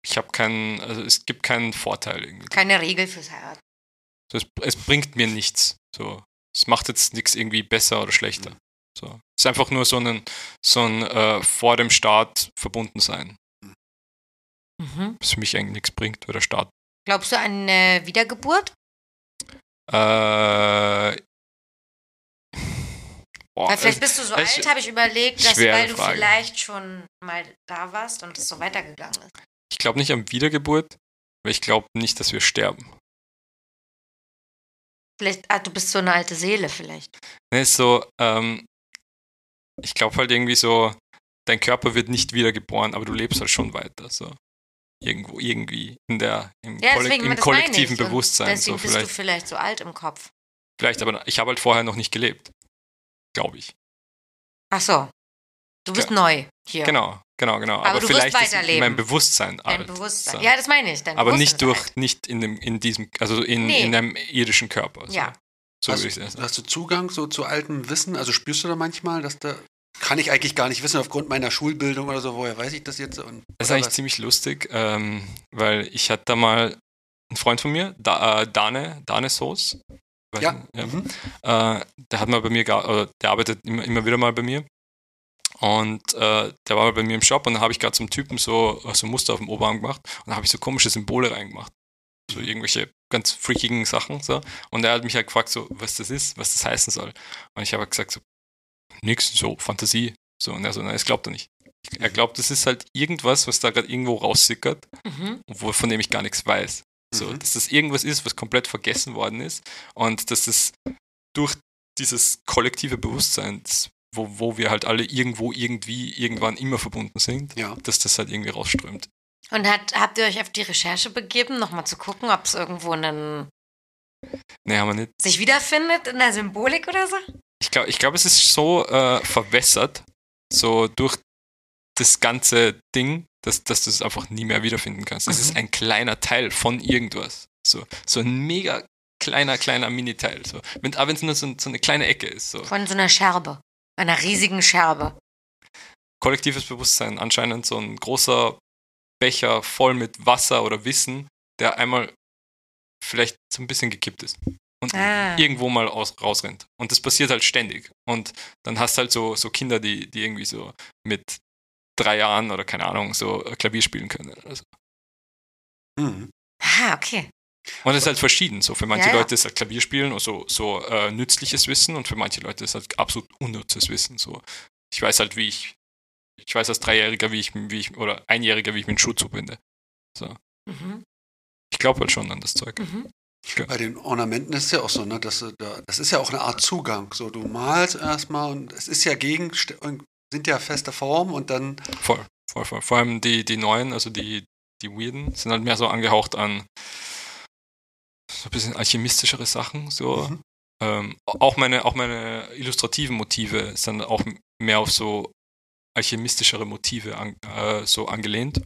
[SPEAKER 4] ich habe keinen, also es gibt keinen Vorteil irgendwie.
[SPEAKER 1] keine Regel fürs Heiraten.
[SPEAKER 4] So, es, es bringt mir nichts. So, es macht jetzt nichts irgendwie besser oder
[SPEAKER 1] Mhm.
[SPEAKER 4] schlechter. So, es ist einfach nur so ein, so ein äh, vor dem Staat verbunden sein, was für mich eigentlich nichts bringt, weil der Staat.
[SPEAKER 1] Mhm. Glaubst du an äh, Wiedergeburt?
[SPEAKER 4] Äh, boah,
[SPEAKER 1] Weil vielleicht
[SPEAKER 4] äh,
[SPEAKER 1] bist du so
[SPEAKER 4] es-
[SPEAKER 1] alt, habe ich überlegt, dass
[SPEAKER 4] schwere
[SPEAKER 1] weil du
[SPEAKER 4] Frage.
[SPEAKER 1] vielleicht schon mal da warst und es so weitergegangen ist.
[SPEAKER 4] ich glaube nicht an Wiedergeburt, weil ich glaube nicht, dass wir sterben.
[SPEAKER 1] Vielleicht, ah, du bist so eine alte Seele vielleicht.
[SPEAKER 4] Ne, ist so, ähm, ich glaube halt irgendwie so, dein Körper wird nicht wiedergeboren, aber du lebst halt schon weiter. So. Irgendwo, irgendwie in der, im,
[SPEAKER 1] Ja, deswegen,
[SPEAKER 4] Kolle- im
[SPEAKER 1] das meine ich.
[SPEAKER 4] kollektiven
[SPEAKER 1] Und
[SPEAKER 4] Bewusstsein.
[SPEAKER 1] Deswegen
[SPEAKER 4] So,
[SPEAKER 1] bist
[SPEAKER 4] vielleicht,
[SPEAKER 1] du vielleicht so alt im Kopf.
[SPEAKER 4] vielleicht, aber ich habe halt vorher noch nicht gelebt. Glaube ich.
[SPEAKER 1] Ach so.
[SPEAKER 6] Du bist neu hier.
[SPEAKER 4] Genau, genau, genau.
[SPEAKER 1] Aber
[SPEAKER 4] Aber,
[SPEAKER 1] du wirst
[SPEAKER 4] vielleicht ist
[SPEAKER 1] weiterleben.
[SPEAKER 4] mein Bewusstsein
[SPEAKER 1] Dein
[SPEAKER 4] alt.
[SPEAKER 1] Bewusstsein.
[SPEAKER 4] So.
[SPEAKER 1] Ja, das meine ich. Dein
[SPEAKER 4] aber nicht durch,
[SPEAKER 1] Bewusstsein.
[SPEAKER 4] nicht in, dem, in diesem, also in,
[SPEAKER 1] Nee.
[SPEAKER 4] in einem irdischen Körper. So,
[SPEAKER 1] Ja.
[SPEAKER 4] so
[SPEAKER 3] hast,
[SPEAKER 4] würde ich es
[SPEAKER 3] hast du Zugang so zu altem Wissen? Also spürst du da manchmal, dass da. Kann ich eigentlich gar nicht wissen, aufgrund meiner Schulbildung oder so, woher weiß ich das jetzt? Und,
[SPEAKER 4] Das ist
[SPEAKER 3] oder
[SPEAKER 4] eigentlich
[SPEAKER 3] was?
[SPEAKER 4] ziemlich lustig, ähm, weil ich hatte da mal einen Freund von mir, da, äh, Dane, Dane Soos. Weiß
[SPEAKER 3] Ja.
[SPEAKER 4] nicht,
[SPEAKER 3] Mhm.
[SPEAKER 4] Äh, der hat mal bei mir, gear- oder der arbeitet immer, immer wieder mal bei mir. Und äh, der war mal bei mir im Shop und da habe ich gerade zum Typen so, so Muster auf dem Oberarm gemacht und da habe ich so komische Symbole reingemacht. So irgendwelche ganz freakigen Sachen. So. Und er hat mich halt gefragt, so, was das ist, was das heißen soll. Und ich habe halt gesagt, so, nix, so Fantasie. So, und er so, nein, das glaubt er nicht. Er glaubt, das ist halt irgendwas, was da gerade irgendwo raussickert,
[SPEAKER 6] Mhm.
[SPEAKER 4] obwohl von dem ich gar nichts weiß. So,
[SPEAKER 3] Mhm.
[SPEAKER 4] dass das irgendwas ist, was komplett vergessen worden ist und dass das durch dieses kollektive Bewusstsein, das- wo, wo wir halt alle irgendwo, irgendwie, irgendwann immer verbunden sind,
[SPEAKER 3] Ja.
[SPEAKER 4] dass das halt irgendwie rausströmt.
[SPEAKER 6] Und hat, habt ihr euch auf die Recherche begeben, nochmal zu gucken, ob es irgendwo einen
[SPEAKER 4] Nee, haben wir nicht.
[SPEAKER 6] sich wiederfindet in der Symbolik oder so?
[SPEAKER 4] Ich glaube, ich glaub, es ist so äh, verwässert, so durch das ganze Ding, dass, dass du es einfach nie mehr wiederfinden kannst. Es
[SPEAKER 3] Mhm.
[SPEAKER 4] ist ein kleiner Teil von irgendwas. So, so ein mega kleiner, kleiner Miniteil. So. Wenn, aber wenn es nur so, so eine kleine Ecke ist. So.
[SPEAKER 6] Von so einer Scherbe. Einer riesigen Scherbe.
[SPEAKER 4] Kollektives Bewusstsein, anscheinend so ein großer Becher voll mit Wasser oder Wissen, der einmal vielleicht so ein bisschen gekippt ist. Und
[SPEAKER 6] Ah.
[SPEAKER 4] irgendwo mal aus, rausrennt. Und das passiert halt ständig. Und dann hast halt so, so Kinder, die, die irgendwie so mit drei Jahren oder keine Ahnung, so äh, Klavier spielen können. oder so.
[SPEAKER 3] Mhm.
[SPEAKER 6] Ah, okay.
[SPEAKER 4] Und es ist halt verschieden. So für manche
[SPEAKER 6] Ja, ja.
[SPEAKER 4] Leute ist halt Klavierspielen und so, so äh, nützliches Wissen und für manche Leute ist halt absolut unnützes Wissen. So ich weiß halt, wie ich, ich weiß als Dreijähriger, wie ich, wie ich oder Einjähriger, wie ich mir einen Schuh zubinde.
[SPEAKER 6] Mhm.
[SPEAKER 4] Ich glaube halt schon an das Zeug.
[SPEAKER 6] Mhm.
[SPEAKER 3] Bei den Ornamenten ist es ja auch so, ne, dass du da, das ist ja auch eine Art Zugang. So, du malst erstmal und es ist ja gegen, sind ja feste Formen und dann
[SPEAKER 4] Voll, voll, voll. Vor allem die, die neuen, also die, die weirden, sind halt mehr so angehaucht an so ein bisschen alchemistischere Sachen. So.
[SPEAKER 3] Mhm.
[SPEAKER 4] Ähm, auch, meine, auch meine illustrativen Motive sind auch m- mehr auf so alchemistischere Motive an, äh, so angelehnt.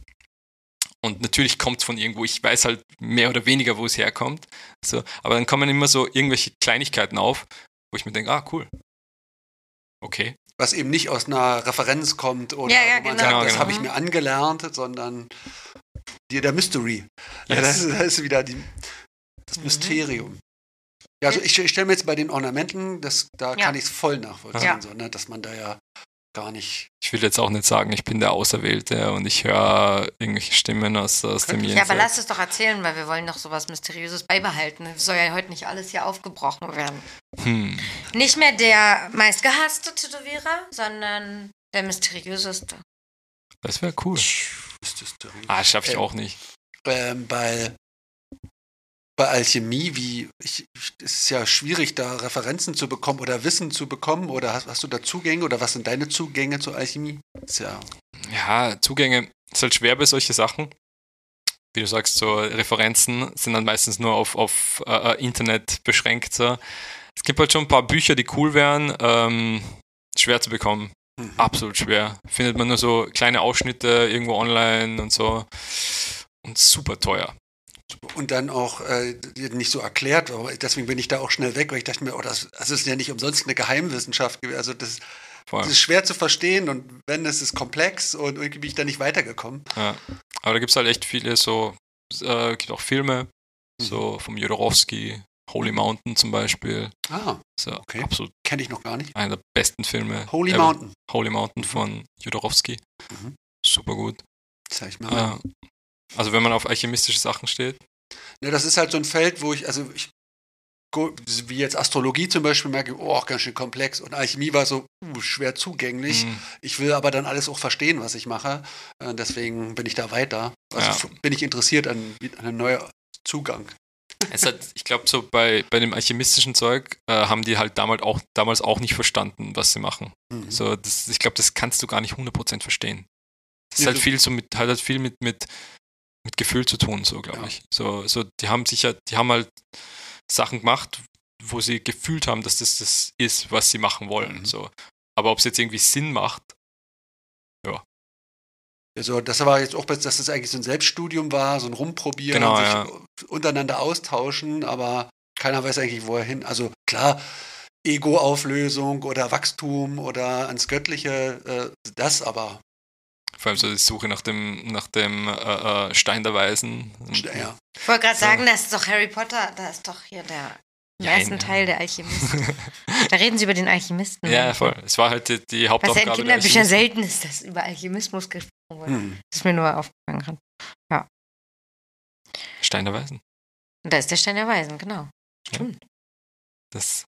[SPEAKER 4] Und natürlich kommt es von irgendwo, ich weiß halt mehr oder weniger, wo es herkommt. So, aber dann kommen immer so irgendwelche Kleinigkeiten auf, wo ich mir denke, ah, cool. Okay.
[SPEAKER 3] was eben nicht aus einer Referenz kommt oder
[SPEAKER 6] Ja, ja,
[SPEAKER 3] wo
[SPEAKER 6] genau.
[SPEAKER 3] man sagt, das
[SPEAKER 4] Genau,
[SPEAKER 3] habe ich
[SPEAKER 6] genau.
[SPEAKER 3] mir angelernt, sondern die, der Mystery. Ja,
[SPEAKER 4] Yes.
[SPEAKER 3] das, ist- *laughs* das ist wieder die,
[SPEAKER 6] Mhm.
[SPEAKER 3] das Mysterium. Ja, also ich, ich stelle mir jetzt bei den Ornamenten, das, da
[SPEAKER 6] Ja.
[SPEAKER 3] kann ich es voll nachvollziehen,
[SPEAKER 6] Ja.
[SPEAKER 3] so, ne, dass man da ja gar nicht.
[SPEAKER 4] Ich will jetzt auch nicht sagen, ich bin der Auserwählte und ich höre irgendwelche Stimmen aus, aus dem
[SPEAKER 6] Ja, aber
[SPEAKER 4] Jenseits.
[SPEAKER 6] lasst es doch erzählen, weil wir wollen doch sowas Mysteriöses beibehalten. Es soll ja heute nicht alles hier aufgebrochen werden.
[SPEAKER 4] hm.
[SPEAKER 6] Nicht mehr der meistgehasste Tätowierer, sondern der mysteriöseste.
[SPEAKER 4] Das wäre cool.
[SPEAKER 3] Mysterium.
[SPEAKER 4] Ah, schaffe ich
[SPEAKER 3] Äh,
[SPEAKER 4] auch nicht.
[SPEAKER 3] ähm, bei, bei Alchemie, wie ich, ich, es ist ja schwierig, da Referenzen zu bekommen oder Wissen zu bekommen oder hast, hast du da Zugänge oder was sind deine Zugänge zur Alchemie? Ist ja,
[SPEAKER 4] Ja, Zugänge ist halt schwer bei solchen Sachen. Wie du sagst, so Referenzen sind dann meistens nur auf, auf äh, äh, Internet beschränkt. So. Es gibt halt schon ein paar Bücher, die cool wären. Ähm, schwer zu bekommen.
[SPEAKER 3] Mhm.
[SPEAKER 4] Absolut schwer. Findet man nur so kleine Ausschnitte irgendwo online und so. Und super teuer.
[SPEAKER 3] und dann auch äh, nicht so erklärt, aber deswegen bin ich da auch schnell weg, weil ich dachte mir, oh, das, das ist ja nicht umsonst eine Geheimwissenschaft. gewesen. Also das,
[SPEAKER 4] Vor
[SPEAKER 3] das
[SPEAKER 4] allem.
[SPEAKER 3] ist schwer zu verstehen und wenn, es ist komplex und irgendwie bin ich da nicht weitergekommen.
[SPEAKER 4] Ja. Aber da gibt es halt echt viele so, äh, gibt auch Filme,
[SPEAKER 3] Mhm.
[SPEAKER 4] so vom Jodorowsky, Holy Mountain zum Beispiel.
[SPEAKER 3] Ah,
[SPEAKER 4] So
[SPEAKER 3] Mhm. Okay.
[SPEAKER 4] absolut
[SPEAKER 3] kenne ich noch gar nicht.
[SPEAKER 4] einer der besten Filme.
[SPEAKER 3] Holy
[SPEAKER 4] ever.
[SPEAKER 3] Mountain,
[SPEAKER 4] Holy Mountain von Jodorowsky.
[SPEAKER 3] Mhm.
[SPEAKER 4] Super gut.
[SPEAKER 3] zeig ich mal. an.
[SPEAKER 4] Äh, also wenn man auf alchemistische Sachen steht.
[SPEAKER 3] Ne, das ist halt so ein Feld, wo ich, also ich, go- wie jetzt Astrologie zum Beispiel, merke, oh, ganz schön komplex. Und Alchemie war so uh, schwer zugänglich.
[SPEAKER 4] mh,
[SPEAKER 3] Ich will aber dann alles auch verstehen, was ich mache. Äh, deswegen bin ich da weiter. Also
[SPEAKER 4] Ja.
[SPEAKER 3] f- bin ich interessiert an, wie- an einem neuen Zugang.
[SPEAKER 4] Es hat, ich glaube, so bei, bei dem alchemistischen Zeug äh, haben die halt damals auch, damals auch nicht verstanden, was sie machen.
[SPEAKER 3] Mhm.
[SPEAKER 4] So, das, ich glaube, das kannst du gar nicht 100% verstehen. Das
[SPEAKER 3] Nee,
[SPEAKER 4] ist halt
[SPEAKER 3] du-
[SPEAKER 4] viel, so mit, hat halt viel mit, mit, mit Gefühl zu tun, so glaube
[SPEAKER 3] Ja.
[SPEAKER 4] ich. So, so, die haben sicher, die haben halt Sachen gemacht, wo sie gefühlt haben, dass das das ist, was sie machen wollen.
[SPEAKER 3] Mhm.
[SPEAKER 4] So. Aber ob es jetzt irgendwie Sinn macht,
[SPEAKER 3] Also das war jetzt auch, dass das eigentlich so ein Selbststudium war, so ein Rumprobieren,
[SPEAKER 4] Genau,
[SPEAKER 3] sich
[SPEAKER 4] ja.
[SPEAKER 3] untereinander austauschen, aber keiner weiß eigentlich, wo er hin. Also klar, Ego-Auflösung oder Wachstum oder ans Göttliche, äh, das aber.
[SPEAKER 4] vor allem so die Suche nach dem, nach dem äh, äh, Stein der Weisen.
[SPEAKER 3] Ja.
[SPEAKER 1] Ich wollte gerade
[SPEAKER 4] So.
[SPEAKER 1] sagen, das ist doch Harry Potter, da ist doch hier der im
[SPEAKER 4] Jein,
[SPEAKER 1] ersten
[SPEAKER 4] ja.
[SPEAKER 1] Teil der Alchemist.
[SPEAKER 4] *laughs*
[SPEAKER 1] Da reden sie über den Alchemisten.
[SPEAKER 4] ja, voll. Es war halt die, die
[SPEAKER 1] Was ja in
[SPEAKER 4] Hauptaufgabe. der
[SPEAKER 1] Kinderbüchern
[SPEAKER 4] Alchemisten.
[SPEAKER 1] selten ist, dass über Alchemismus gesprochen wird.
[SPEAKER 4] Mhm.
[SPEAKER 3] Hm.
[SPEAKER 1] Das ist mir nur aufgefallen gerade.
[SPEAKER 4] Stein der Weisen.
[SPEAKER 1] Und da ist der Stein der Weisen, genau.
[SPEAKER 4] das,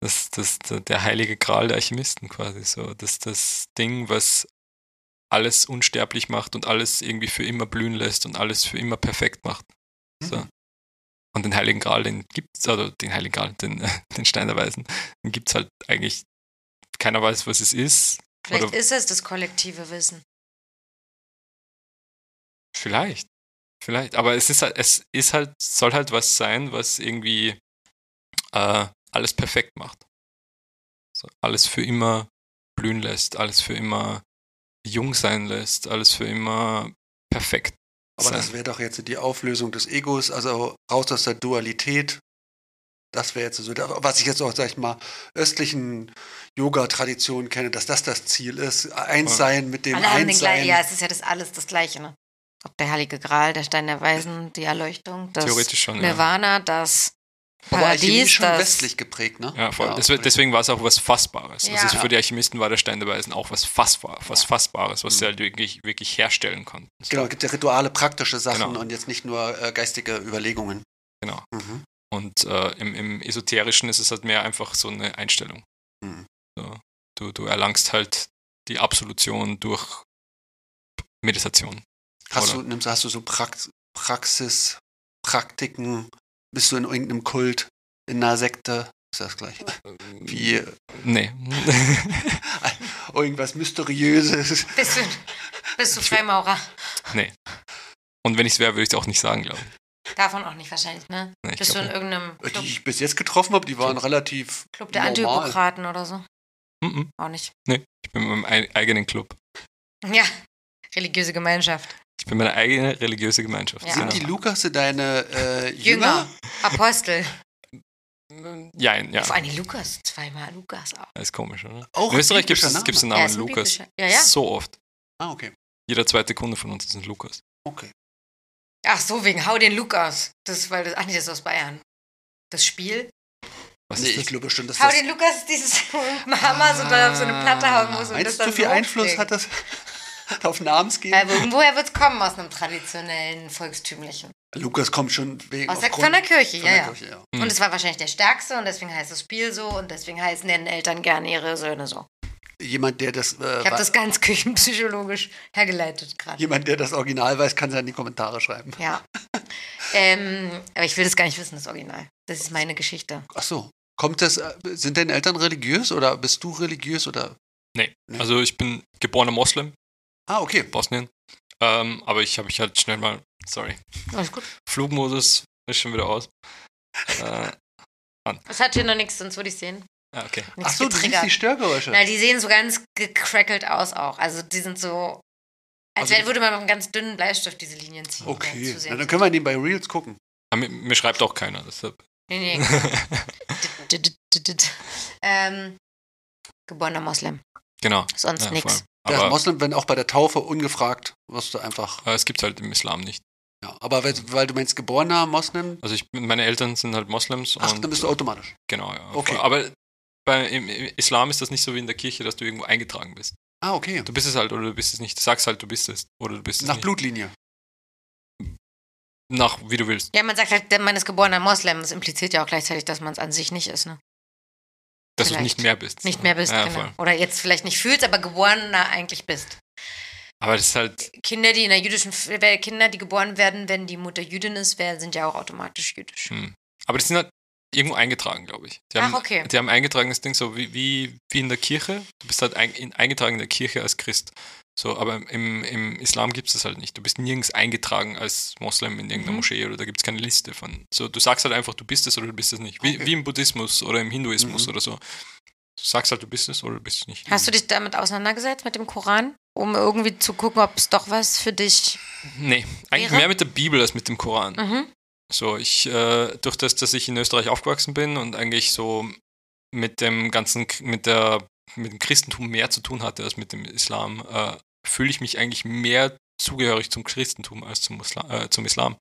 [SPEAKER 4] das, das, der- der heilige Gral der Alchemisten quasi. So, das, das Ding, was alles unsterblich macht und alles irgendwie für immer blühen lässt und alles für immer perfekt macht. So. Und den heiligen Gral, den gibt's, also den heiligen Gral, den, *laughs* äh, den Stein der Weisen, den gibt's halt eigentlich, keiner weiß, was es ist.
[SPEAKER 1] Vielleicht
[SPEAKER 4] oder
[SPEAKER 1] ist es das kollektive Wissen.
[SPEAKER 4] vielleicht. Vielleicht. Aber es ist halt, es ist halt, soll halt was sein, was irgendwie äh, alles perfekt macht. So, alles für immer blühen lässt, alles für immer jung sein lässt, alles für immer perfekt.
[SPEAKER 3] Aber das
[SPEAKER 4] sein.
[SPEAKER 3] wäre doch jetzt die Auflösung des Egos, also raus aus der Dualität. Das wäre jetzt so, was ich jetzt auch, sag ich mal, östlichen Yoga-Traditionen kenne, dass das das Ziel ist. Eins
[SPEAKER 4] Ja.
[SPEAKER 3] sein mit dem
[SPEAKER 1] Alle haben den gleichen. Ja,
[SPEAKER 3] Einssein.
[SPEAKER 1] es ist ja das alles das Gleiche, ne? Ob der Heilige Gral, der Stein der Weisen, die Erleuchtung, das
[SPEAKER 4] Theoretisch schon. Ja.
[SPEAKER 1] Nirvana, das
[SPEAKER 3] Aber Alchemie
[SPEAKER 1] Paradies,
[SPEAKER 3] schon
[SPEAKER 1] das.
[SPEAKER 3] westlich geprägt, ne?
[SPEAKER 4] Ja, voll. Das wird- deswegen war es auch was Fassbares.
[SPEAKER 1] Ja.
[SPEAKER 4] Also es- für die Alchemisten war der Stein der Weisen auch was, Fassbar, was Fassbares, was sie
[SPEAKER 1] Mhm.
[SPEAKER 4] halt wirklich, wirklich herstellen konnten. So.
[SPEAKER 3] Genau, gibt ja Rituale, praktische Sachen
[SPEAKER 4] Genau.
[SPEAKER 3] und jetzt nicht nur äh, geistige Überlegungen.
[SPEAKER 4] Genau.
[SPEAKER 3] Mhm.
[SPEAKER 4] Und äh, im, im Esoterischen ist es halt mehr einfach so eine Einstellung.
[SPEAKER 3] Mhm.
[SPEAKER 4] So, du, du erlangst halt die Absolution durch Meditation.
[SPEAKER 3] Hast, du,
[SPEAKER 4] Oder-
[SPEAKER 3] nimmst, hast du so Prax Praxis, Praktiken? Bist du in irgendeinem Kult, in einer Sekte? Ist das gleich?
[SPEAKER 4] ähm,
[SPEAKER 3] Wie äh,
[SPEAKER 4] Nee. *laughs*
[SPEAKER 3] irgendwas Mysteriöses.
[SPEAKER 1] Bist du, bist du Freimaurer?
[SPEAKER 4] Und wenn ich es wäre, würde ich es auch nicht sagen, glaube ich.
[SPEAKER 1] Davon auch nicht wahrscheinlich, ne?
[SPEAKER 4] Nee, ich
[SPEAKER 1] Bist du
[SPEAKER 4] glaub
[SPEAKER 1] in
[SPEAKER 4] nicht.
[SPEAKER 1] irgendeinem
[SPEAKER 3] Die
[SPEAKER 1] Club,
[SPEAKER 3] ich bis jetzt getroffen habe, die waren relativ.
[SPEAKER 1] Club der
[SPEAKER 3] normal.
[SPEAKER 1] Antihokraten oder so?
[SPEAKER 4] Mm, mm.
[SPEAKER 1] Auch nicht.
[SPEAKER 4] Ich bin in meinem ei- eigenen Club.
[SPEAKER 1] Ja, religiöse Gemeinschaft.
[SPEAKER 4] Ich bin meine eigene religiöse Gemeinschaft.
[SPEAKER 1] Ja.
[SPEAKER 3] Sind die Lukas deine äh, Jünger?
[SPEAKER 1] Jünger, Apostel.
[SPEAKER 4] Ja, *laughs* Genau. ja.
[SPEAKER 1] Vor allem Lukas, zweimal Lukas auch.
[SPEAKER 4] Das ist komisch, oder?
[SPEAKER 3] Auch
[SPEAKER 4] in Österreich gibt
[SPEAKER 3] biblischer
[SPEAKER 4] es
[SPEAKER 3] Name?
[SPEAKER 4] gibt's den
[SPEAKER 1] Ja,
[SPEAKER 4] Namen
[SPEAKER 1] ist ein
[SPEAKER 4] Lukas.
[SPEAKER 1] biblischer- Ja, ja.
[SPEAKER 4] So oft.
[SPEAKER 3] Ah, okay.
[SPEAKER 4] Jeder zweite Kunde von uns ist ein Lukas.
[SPEAKER 3] okay.
[SPEAKER 1] Ach so, wegen Hau den Lukas. Das ist, weil das, ach nee, das ist aus Bayern. Das Spiel?
[SPEAKER 4] Was
[SPEAKER 3] Nee,
[SPEAKER 4] ist
[SPEAKER 3] ich
[SPEAKER 4] das?
[SPEAKER 3] glaube schon, dass
[SPEAKER 1] Hau
[SPEAKER 3] das.
[SPEAKER 1] den Lukas ist dieses, *laughs* wo man Hammer so doll auf so eine Platte hauen muss. Und das
[SPEAKER 3] Meinst du,
[SPEAKER 1] dann
[SPEAKER 3] zu viel
[SPEAKER 1] so
[SPEAKER 3] Einfluss
[SPEAKER 1] hochschlägt.
[SPEAKER 3] hat das *laughs* auf Namensgebung?
[SPEAKER 1] Ja, wo- woher wird es kommen aus einem traditionellen, volkstümlichen?
[SPEAKER 3] Lukas kommt schon wegen.
[SPEAKER 1] Aus der,
[SPEAKER 3] aufgrund-
[SPEAKER 1] von der Kirche,
[SPEAKER 3] von
[SPEAKER 1] ja,
[SPEAKER 3] der
[SPEAKER 1] ja.
[SPEAKER 3] Kirche, Hm. ja.
[SPEAKER 4] Mhm.
[SPEAKER 1] Und es war wahrscheinlich der Stärkste und deswegen heißt das Spiel so und deswegen heißen deren Eltern gerne ihre Söhne so.
[SPEAKER 3] Jemand, der das, äh,
[SPEAKER 1] Ich habe
[SPEAKER 3] wa-
[SPEAKER 1] das ganz *laughs* küchenpsychologisch hergeleitet gerade.
[SPEAKER 3] jemand, der das Original weiß, kann es ja in die Kommentare schreiben. *laughs*
[SPEAKER 1] Ja. ähm, aber ich will das gar nicht wissen, das Original. Das ist meine Geschichte.
[SPEAKER 3] Ach so. Kommt das, äh, sind deine Eltern religiös oder bist du religiös oder?
[SPEAKER 4] Nee.
[SPEAKER 3] Nee.
[SPEAKER 4] Also ich bin geborener Moslem,
[SPEAKER 3] Ah, okay.
[SPEAKER 4] Bosnien. Ähm, aber ich habe mich halt schnell mal, sorry,
[SPEAKER 1] Alles gut.
[SPEAKER 4] Flugmodus ist schon wieder aus. Äh,
[SPEAKER 1] Es hat hier noch nichts, sonst würde ich sehen.
[SPEAKER 4] ah, okay.
[SPEAKER 1] Nichts
[SPEAKER 3] Ach so, du siehst die Störgeräusche.
[SPEAKER 1] Na, die sehen so ganz gecrackelt aus auch. Also die sind so, als
[SPEAKER 3] Also-
[SPEAKER 1] wär- würde man mit einem ganz dünnen Bleistift diese Linien ziehen. um
[SPEAKER 3] okay.
[SPEAKER 1] Zu
[SPEAKER 3] Na,
[SPEAKER 1] sehen
[SPEAKER 3] dann können wir den bei Reels gucken.
[SPEAKER 4] Ah, mir, mir schreibt auch keiner, deshalb.
[SPEAKER 1] Nee, nee.
[SPEAKER 3] *laughs*
[SPEAKER 1] Dit, dit, dit. ähm, geborener Moslem.
[SPEAKER 4] *laughs* genau.
[SPEAKER 1] Sonst
[SPEAKER 4] Ja,
[SPEAKER 1] nix.
[SPEAKER 4] voll.
[SPEAKER 3] Der
[SPEAKER 4] Aber
[SPEAKER 3] Moslem, wenn auch bei der Taufe ungefragt, wirst du einfach.
[SPEAKER 4] äh, es gibt halt im Islam nicht.
[SPEAKER 3] Ja. Aber weil, weil du meinst, geborener Moslem,
[SPEAKER 4] Also ich, meine Eltern sind halt Moslems
[SPEAKER 3] ach,
[SPEAKER 4] und
[SPEAKER 3] dann bist du automatisch.
[SPEAKER 4] genau, ja.
[SPEAKER 3] Okay.
[SPEAKER 4] Aber bei, im, im Islam ist das nicht so wie in der Kirche, dass du irgendwo eingetragen bist.
[SPEAKER 3] Ah, okay.
[SPEAKER 4] Du bist es halt oder du bist es nicht. Du sagst halt, du bist es oder du bist es
[SPEAKER 3] Nach
[SPEAKER 4] nicht.
[SPEAKER 3] Blutlinie.
[SPEAKER 4] Nach wie du willst.
[SPEAKER 1] Ja, man sagt halt, man ist geborener Moslem. Das impliziert ja auch gleichzeitig, dass man es an sich nicht ist, ne?
[SPEAKER 4] Dass du
[SPEAKER 1] Vielleicht.
[SPEAKER 4] nicht mehr bist.
[SPEAKER 1] Nicht mehr bist,
[SPEAKER 4] ja,
[SPEAKER 1] genau.
[SPEAKER 4] voll.
[SPEAKER 1] Oder jetzt vielleicht nicht fühlst, aber geborener eigentlich bist.
[SPEAKER 4] Aber das ist halt,
[SPEAKER 1] Kinder, die in der jüdischen, F- wer- Kinder, die geboren werden, wenn die Mutter Jüdin ist, wer- sind ja auch automatisch jüdisch.
[SPEAKER 4] hm. aber die sind halt irgendwo eingetragen, glaube ich. Die haben,
[SPEAKER 1] Ach, okay.
[SPEAKER 4] Die haben eingetragen das Ding so wie, wie, wie in der Kirche. Du bist halt ein, in, eingetragen in der Kirche als Christ. So, aber im, im Islam gibt es das halt nicht. Du bist nirgends eingetragen als Moslem in
[SPEAKER 1] Mhm.
[SPEAKER 4] irgendeiner Moschee oder da gibt es keine Liste von. So, du sagst halt einfach, du bist es oder du bist es nicht. Wie,
[SPEAKER 3] Okay.
[SPEAKER 4] wie im Buddhismus oder im Hinduismus
[SPEAKER 3] Mhm.
[SPEAKER 4] oder so. Du sagst halt, du bist es oder du bist es nicht.
[SPEAKER 1] Hast du dich damit auseinandergesetzt mit dem Koran, um irgendwie zu gucken, ob es doch was für dich?
[SPEAKER 4] Nee, eigentlich
[SPEAKER 1] Wäre?
[SPEAKER 4] mehr mit der Bibel als mit dem Koran.
[SPEAKER 1] Mhm.
[SPEAKER 4] So, ich, äh, durch das, dass ich in Österreich aufgewachsen bin und eigentlich so mit dem ganzen, K- mit der, mit dem Christentum mehr zu tun hatte als mit dem Islam, äh, fühle ich mich eigentlich mehr zugehörig zum Christentum als zum, Musla äh, zum Islam.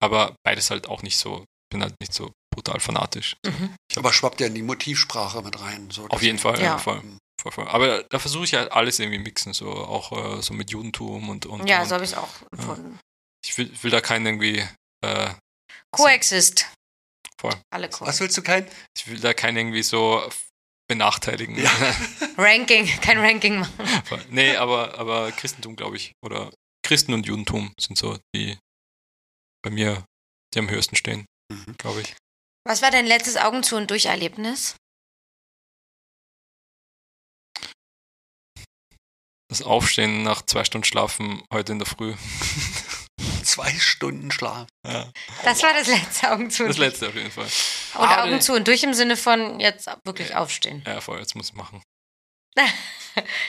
[SPEAKER 4] Aber beides halt auch nicht so, bin halt nicht so brutal fanatisch.
[SPEAKER 1] Mhm.
[SPEAKER 3] Aber schwappt ja in die Motivsprache mit rein. So,
[SPEAKER 4] Auf jeden Fall,
[SPEAKER 1] Ja.
[SPEAKER 4] ja. voll, voll, voll. Aber da versuche ich halt alles irgendwie mixen, so auch äh, so mit Judentum und, und,
[SPEAKER 1] Ja,
[SPEAKER 4] und
[SPEAKER 1] so habe ich es auch empfunden.
[SPEAKER 4] ich will, will da keinen irgendwie, äh,
[SPEAKER 1] Coexist.
[SPEAKER 4] Voll.
[SPEAKER 1] Alle coexist.
[SPEAKER 3] Was willst du kein?
[SPEAKER 4] ich will da keinen irgendwie so benachteiligen.
[SPEAKER 1] Ranking, *laughs* kein Ranking machen.
[SPEAKER 4] Aber- nee, aber, aber Christentum, glaube ich, oder Christen und Judentum sind so die bei mir, die am höchsten stehen,
[SPEAKER 3] Mhm.
[SPEAKER 4] glaube ich.
[SPEAKER 1] Was war dein letztes Augen zu und durch Erlebnis?
[SPEAKER 4] Das Aufstehen nach zwei Stunden Schlafen heute in der Früh. *laughs*
[SPEAKER 3] Zwei Stunden Schlaf.
[SPEAKER 4] Ja,
[SPEAKER 1] Das war das letzte Augen zu und
[SPEAKER 4] das
[SPEAKER 1] durch.
[SPEAKER 4] letzte auf jeden Fall.
[SPEAKER 1] Und
[SPEAKER 4] Ah, nee.
[SPEAKER 1] Augen zu und durch im Sinne von jetzt wirklich aufstehen.
[SPEAKER 4] Ja, voll, jetzt muss ich machen.
[SPEAKER 1] Das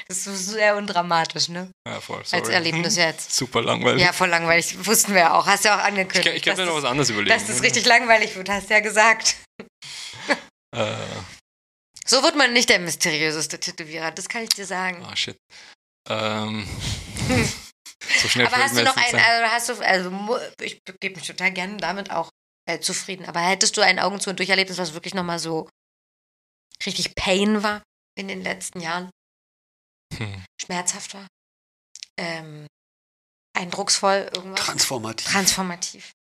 [SPEAKER 1] ist so sehr undramatisch, ne?
[SPEAKER 4] Ja, voll, sorry.
[SPEAKER 1] Als Erlebnis jetzt.
[SPEAKER 4] *laughs* Super langweilig.
[SPEAKER 1] Ja, voll langweilig. Wussten wir ja auch. Hast ja auch
[SPEAKER 4] ich
[SPEAKER 1] angekündigt.
[SPEAKER 4] kann- ich kann mir
[SPEAKER 1] dass
[SPEAKER 4] noch was ne?
[SPEAKER 1] das-
[SPEAKER 4] anderes überlegen.
[SPEAKER 1] dass das richtig langweilig wird, hast ja gesagt.
[SPEAKER 4] Äh, ah,
[SPEAKER 1] So wird man nicht der mysteriöseste Tätowierer, das kann ich dir sagen.
[SPEAKER 4] ah, shit.
[SPEAKER 1] *laughs*
[SPEAKER 4] Ähm, so schnell
[SPEAKER 1] aber
[SPEAKER 4] fällt
[SPEAKER 1] hast
[SPEAKER 4] mir
[SPEAKER 1] du noch
[SPEAKER 4] jetzt nichts
[SPEAKER 1] einen,
[SPEAKER 4] ein.
[SPEAKER 1] also hast du, also mu- ich gebe mich total gerne damit auch äh, zufrieden, aber hättest du einen Augen zu und durch Erlebnis, was wirklich nochmal so richtig Pain war in den letzten Jahren, äh,
[SPEAKER 4] Hm.
[SPEAKER 1] schmerzhaft war, ähm, eindrucksvoll, irgendwas?
[SPEAKER 3] Transformativ.
[SPEAKER 1] transformativ.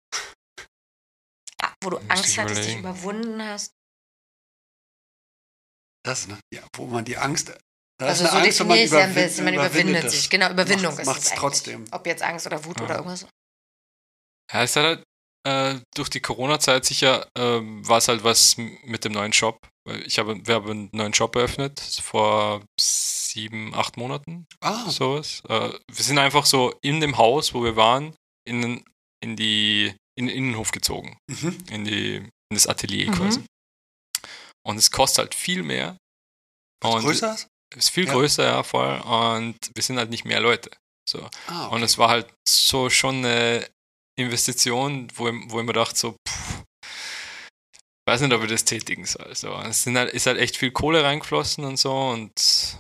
[SPEAKER 1] Ah, Wo du
[SPEAKER 4] Muss
[SPEAKER 1] Angst
[SPEAKER 4] ich
[SPEAKER 1] hattest, dich
[SPEAKER 4] überlegen.
[SPEAKER 1] überwunden hast.
[SPEAKER 3] das, ne? Ja, wo man die Angst. Da
[SPEAKER 1] Also
[SPEAKER 3] ist
[SPEAKER 1] so
[SPEAKER 3] eine Angst, und man
[SPEAKER 1] definiere ich es ja ein
[SPEAKER 3] überwin-
[SPEAKER 1] bisschen. Man überwindet
[SPEAKER 3] es.
[SPEAKER 1] sich. Genau, Überwindung
[SPEAKER 3] Macht's-
[SPEAKER 1] ist
[SPEAKER 3] macht's
[SPEAKER 1] es eigentlich.
[SPEAKER 3] trotzdem.
[SPEAKER 1] Ob jetzt Angst oder Wut
[SPEAKER 4] Ja.
[SPEAKER 1] oder irgendwas.
[SPEAKER 4] Ja, es hat halt äh, durch die Corona-Zeit sicher ähm, war es halt was m- mit dem neuen Shop. Weil Ich habe, wir haben einen neuen Shop eröffnet vor sieben, acht Monaten,
[SPEAKER 1] genau.
[SPEAKER 3] Ah,
[SPEAKER 4] sowas. Äh, wir sind einfach so in dem Haus, wo wir waren, in, den- in die in den Innenhof gezogen,
[SPEAKER 3] mhm.
[SPEAKER 4] in die in das Atelier
[SPEAKER 1] Mhm.
[SPEAKER 4] quasi. Und es kostet halt viel mehr. Und
[SPEAKER 3] größer? ist?
[SPEAKER 4] Ist viel
[SPEAKER 3] Ja.
[SPEAKER 4] größer, ja, voll. Und wir sind halt nicht mehr Leute. So.
[SPEAKER 3] Ah, okay.
[SPEAKER 4] Und es war halt so schon eine Investition, wo, ich- wo ich mir dachte, so, pff, weiß nicht, ob ich das tätigen soll. So, es sind halt, ist halt echt viel Kohle reingeflossen und so und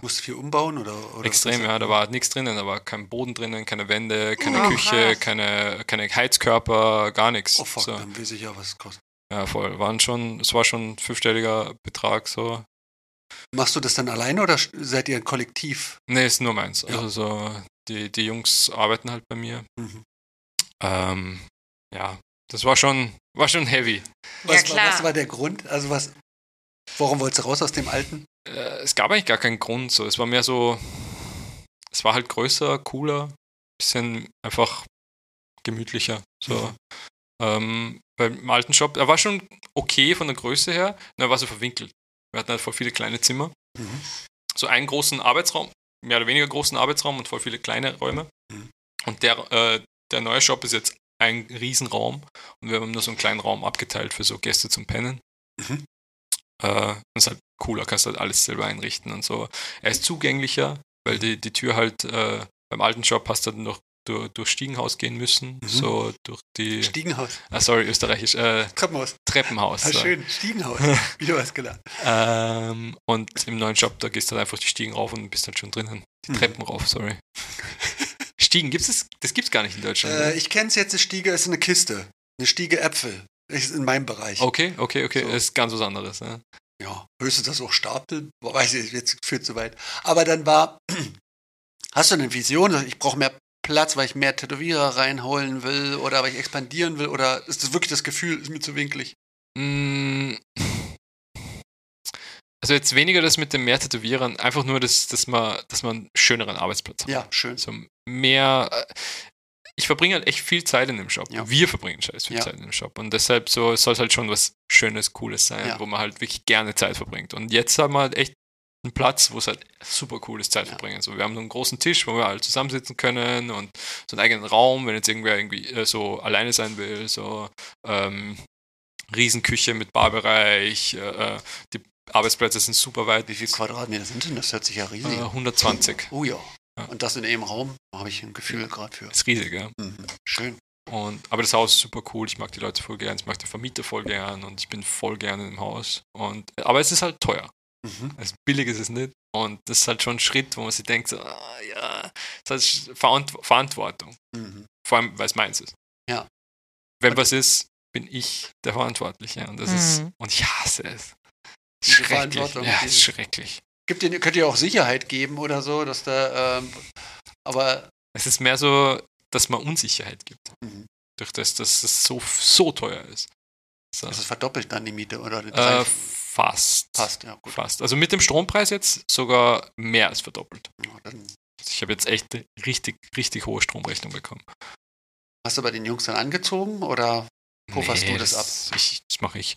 [SPEAKER 3] Musst du viel umbauen oder? oder
[SPEAKER 4] extrem, ja, da war halt nichts drinnen, da war kein Boden drinnen, keine Wände, keine
[SPEAKER 1] Oh,
[SPEAKER 4] Küche,
[SPEAKER 1] krass.
[SPEAKER 4] keine, keine Heizkörper, gar nichts.
[SPEAKER 3] Oh fuck,
[SPEAKER 4] so.
[SPEAKER 3] dann will ich ja was kosten.
[SPEAKER 4] Ja, voll. Waren schon, es war schon ein fünfstelliger Betrag, so.
[SPEAKER 3] Machst du das dann alleine oder sch- seid ihr ein Kollektiv?
[SPEAKER 4] Nee, ist nur meins.
[SPEAKER 3] Ja.
[SPEAKER 4] Also so, die, die Jungs arbeiten halt bei mir.
[SPEAKER 3] Mhm.
[SPEAKER 4] Ähm, ja, das war schon, war schon heavy.
[SPEAKER 3] Was, war-
[SPEAKER 1] klar.
[SPEAKER 3] was war der Grund? Also was? Warum wolltest du raus aus dem Alten?
[SPEAKER 4] äh, es gab eigentlich gar keinen Grund so. Es war mehr so, es war halt größer, cooler, bisschen einfach gemütlicher. So.
[SPEAKER 3] Mhm.
[SPEAKER 4] Ähm, beim alten Shop, er war schon okay von der Größe her, nur er war so verwinkelt. Wir hatten halt voll viele kleine Zimmer.
[SPEAKER 3] Mhm.
[SPEAKER 4] So einen großen Arbeitsraum, mehr oder weniger großen Arbeitsraum und voll viele kleine Räume.
[SPEAKER 3] Mhm.
[SPEAKER 4] Und der, äh, der neue Shop ist jetzt ein Riesenraum und wir haben nur so einen kleinen Raum abgeteilt für so Gäste zum Pennen.
[SPEAKER 3] Mhm.
[SPEAKER 4] Äh, das ist halt cooler, kannst halt alles selber einrichten und so. Er ist zugänglicher, weil die, die Tür halt äh, beim alten Shop hast du dann noch durch, durch Stiegenhaus gehen müssen,
[SPEAKER 3] Mhm.
[SPEAKER 4] so durch die,
[SPEAKER 3] Stiegenhaus.
[SPEAKER 4] ah, sorry, österreichisch, äh,
[SPEAKER 3] Treppenhaus.
[SPEAKER 4] Treppenhaus.
[SPEAKER 3] Ah,
[SPEAKER 4] so.
[SPEAKER 3] schön.
[SPEAKER 4] *laughs*
[SPEAKER 3] Stiegenhaus. Wieder was gelernt.
[SPEAKER 4] Ähm, und im neuen Shop, da gehst du halt einfach die Stiegen rauf und bist dann schon drinnen. Die
[SPEAKER 3] Mhm.
[SPEAKER 4] Treppen rauf, sorry. *laughs* Stiegen gibt's das? Das gibt's gar nicht in Deutschland.
[SPEAKER 3] Äh,
[SPEAKER 4] oder?
[SPEAKER 3] ich kenn's jetzt, eine Stiege ist eine Kiste. Eine Stiege Äpfel. Ist in meinem Bereich.
[SPEAKER 4] okay, okay, okay.
[SPEAKER 3] so.
[SPEAKER 4] Das ist ganz was anderes. Ne?
[SPEAKER 3] Ja, höchstens das auch Stapel. Boah, Weiß ich, jetzt führt zu weit. Aber dann war, *clears throat* hast du eine Vision? Ich brauche mehr Platz, weil ich mehr Tätowierer reinholen will oder weil ich expandieren will oder ist das wirklich das Gefühl, ist mir zu winkelig?
[SPEAKER 4] Mm. Also jetzt weniger das mit dem mehr Tätowierern, einfach nur, dass, dass, man, dass man einen schöneren Arbeitsplatz hat.
[SPEAKER 3] Ja, schön.
[SPEAKER 4] So mehr. äh, Ich verbringe halt echt viel Zeit in dem Shop.
[SPEAKER 3] Ja.
[SPEAKER 4] Wir verbringen scheiß viel
[SPEAKER 3] Ja.
[SPEAKER 4] Zeit in dem Shop. Und deshalb so, es soll halt schon was Schönes, Cooles sein,
[SPEAKER 3] Ja.
[SPEAKER 4] wo man halt wirklich gerne Zeit verbringt. Und jetzt haben wir halt echt einen Platz, wo es halt super cool ist, Zeit
[SPEAKER 3] Ja.
[SPEAKER 4] verbringen. So, wir haben so einen großen Tisch, wo wir alle zusammensitzen können und so einen eigenen Raum, wenn jetzt irgendwer irgendwie äh, so alleine sein will, so ähm, Riesenküche mit Barbereich, äh, äh, die Arbeitsplätze sind super weit,
[SPEAKER 3] Wie viel Quadratmeter sind denn? Das hört sich ja
[SPEAKER 4] äh,
[SPEAKER 3] riesig an.
[SPEAKER 4] 120.
[SPEAKER 3] Oh ja.
[SPEAKER 4] Ja.
[SPEAKER 3] Und das in einem Raum, habe ich ein Gefühl gerade für.
[SPEAKER 4] Ist riesig, ja.
[SPEAKER 3] Mhm. Schön.
[SPEAKER 4] Und, aber das Haus ist super cool, ich mag die Leute voll gern, ich mag den Vermieter voll gern und ich bin voll gerne im Haus. Und, aber es ist halt teuer.
[SPEAKER 3] Mhm.
[SPEAKER 4] Also billig ist es nicht. Und das ist halt schon ein Schritt, wo man sich denkt, so, ah, ja, das ist halt Verant- Verantwortung.
[SPEAKER 3] Mhm.
[SPEAKER 4] Vor allem, weil es meins ist.
[SPEAKER 3] Ja.
[SPEAKER 4] Wenn was ist, bin ich der Verantwortliche. Und das ist, und ich hasse es.
[SPEAKER 3] Diese
[SPEAKER 4] Schrecklich.
[SPEAKER 3] Verantwortung,
[SPEAKER 4] Ja, es
[SPEAKER 3] diese-
[SPEAKER 4] ist schrecklich.
[SPEAKER 3] Gibt ihr, könnt ihr auch Sicherheit geben oder so, dass da, ähm, aber
[SPEAKER 4] Es ist mehr so, dass man Unsicherheit gibt.
[SPEAKER 3] Mhm.
[SPEAKER 4] Durch das, dass es so, so teuer ist. So.
[SPEAKER 3] das ist verdoppelt dann die Miete oder die
[SPEAKER 4] äh,
[SPEAKER 3] Preis-
[SPEAKER 4] fast.
[SPEAKER 3] passt, ja gut.
[SPEAKER 4] Fast. Also mit dem Strompreis jetzt sogar mehr als verdoppelt.
[SPEAKER 3] Ja, dann
[SPEAKER 4] Also ich habe jetzt echt eine richtig, richtig hohe Stromrechnung bekommen.
[SPEAKER 3] hast du bei den Jungs dann angezogen oder pufferst du das ab?
[SPEAKER 4] Ich, das mache ich.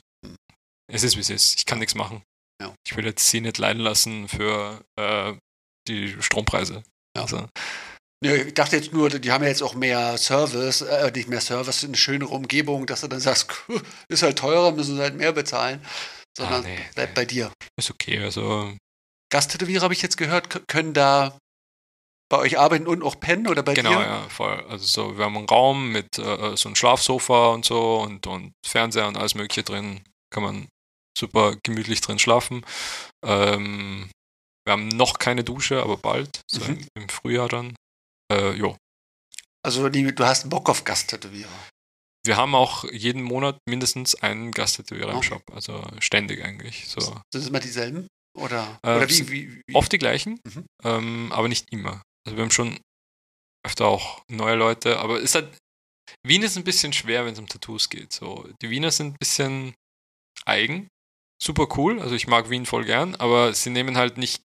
[SPEAKER 4] Es ist, wie es ist. Ich kann nichts machen.
[SPEAKER 3] Ja.
[SPEAKER 4] Ich will jetzt sie nicht leiden lassen für äh, die Strompreise.
[SPEAKER 3] Ja.
[SPEAKER 4] Also,
[SPEAKER 3] Nö, ich dachte jetzt nur, die haben ja jetzt auch mehr Service, äh, nicht mehr Service, eine schönere Umgebung, dass du dann sagst, ist halt teurer, müssen sie halt mehr bezahlen,
[SPEAKER 4] ah,
[SPEAKER 3] sondern
[SPEAKER 4] nee,
[SPEAKER 3] bleibt
[SPEAKER 4] nee.
[SPEAKER 3] bei dir.
[SPEAKER 4] Ist okay. Also,
[SPEAKER 3] Gasttätowierer habe ich jetzt gehört, k- können da bei euch arbeiten und auch pennen oder bei
[SPEAKER 4] genau,
[SPEAKER 3] dir?
[SPEAKER 4] ja, voll. Also, so, wir haben einen Raum mit äh, so einem Schlafsofa und so und, und Fernseher und alles Mögliche drin. Kann man super gemütlich drin schlafen. Ähm, wir haben noch keine Dusche, aber bald, so
[SPEAKER 3] Mhm.
[SPEAKER 4] im, im Frühjahr dann. Äh, jo.
[SPEAKER 3] Also die, du hast Bock auf Gasttätowierer.
[SPEAKER 4] Wir haben auch jeden Monat mindestens einen Gasttätowierer im
[SPEAKER 3] Okay.
[SPEAKER 4] Shop, also ständig eigentlich. So.
[SPEAKER 3] Sind es immer dieselben? Oder,
[SPEAKER 4] Äh,
[SPEAKER 3] oder wie,
[SPEAKER 4] sind
[SPEAKER 3] wie, wie?
[SPEAKER 4] Oft die gleichen,
[SPEAKER 3] Mhm.
[SPEAKER 4] ähm, aber nicht immer. Also wir haben schon öfter auch neue Leute, aber ist halt, Wien ist ein bisschen schwer, wenn es um Tattoos geht. So. Die Wiener sind ein bisschen eigen, super cool, also ich mag Wien voll gern, aber sie nehmen halt nicht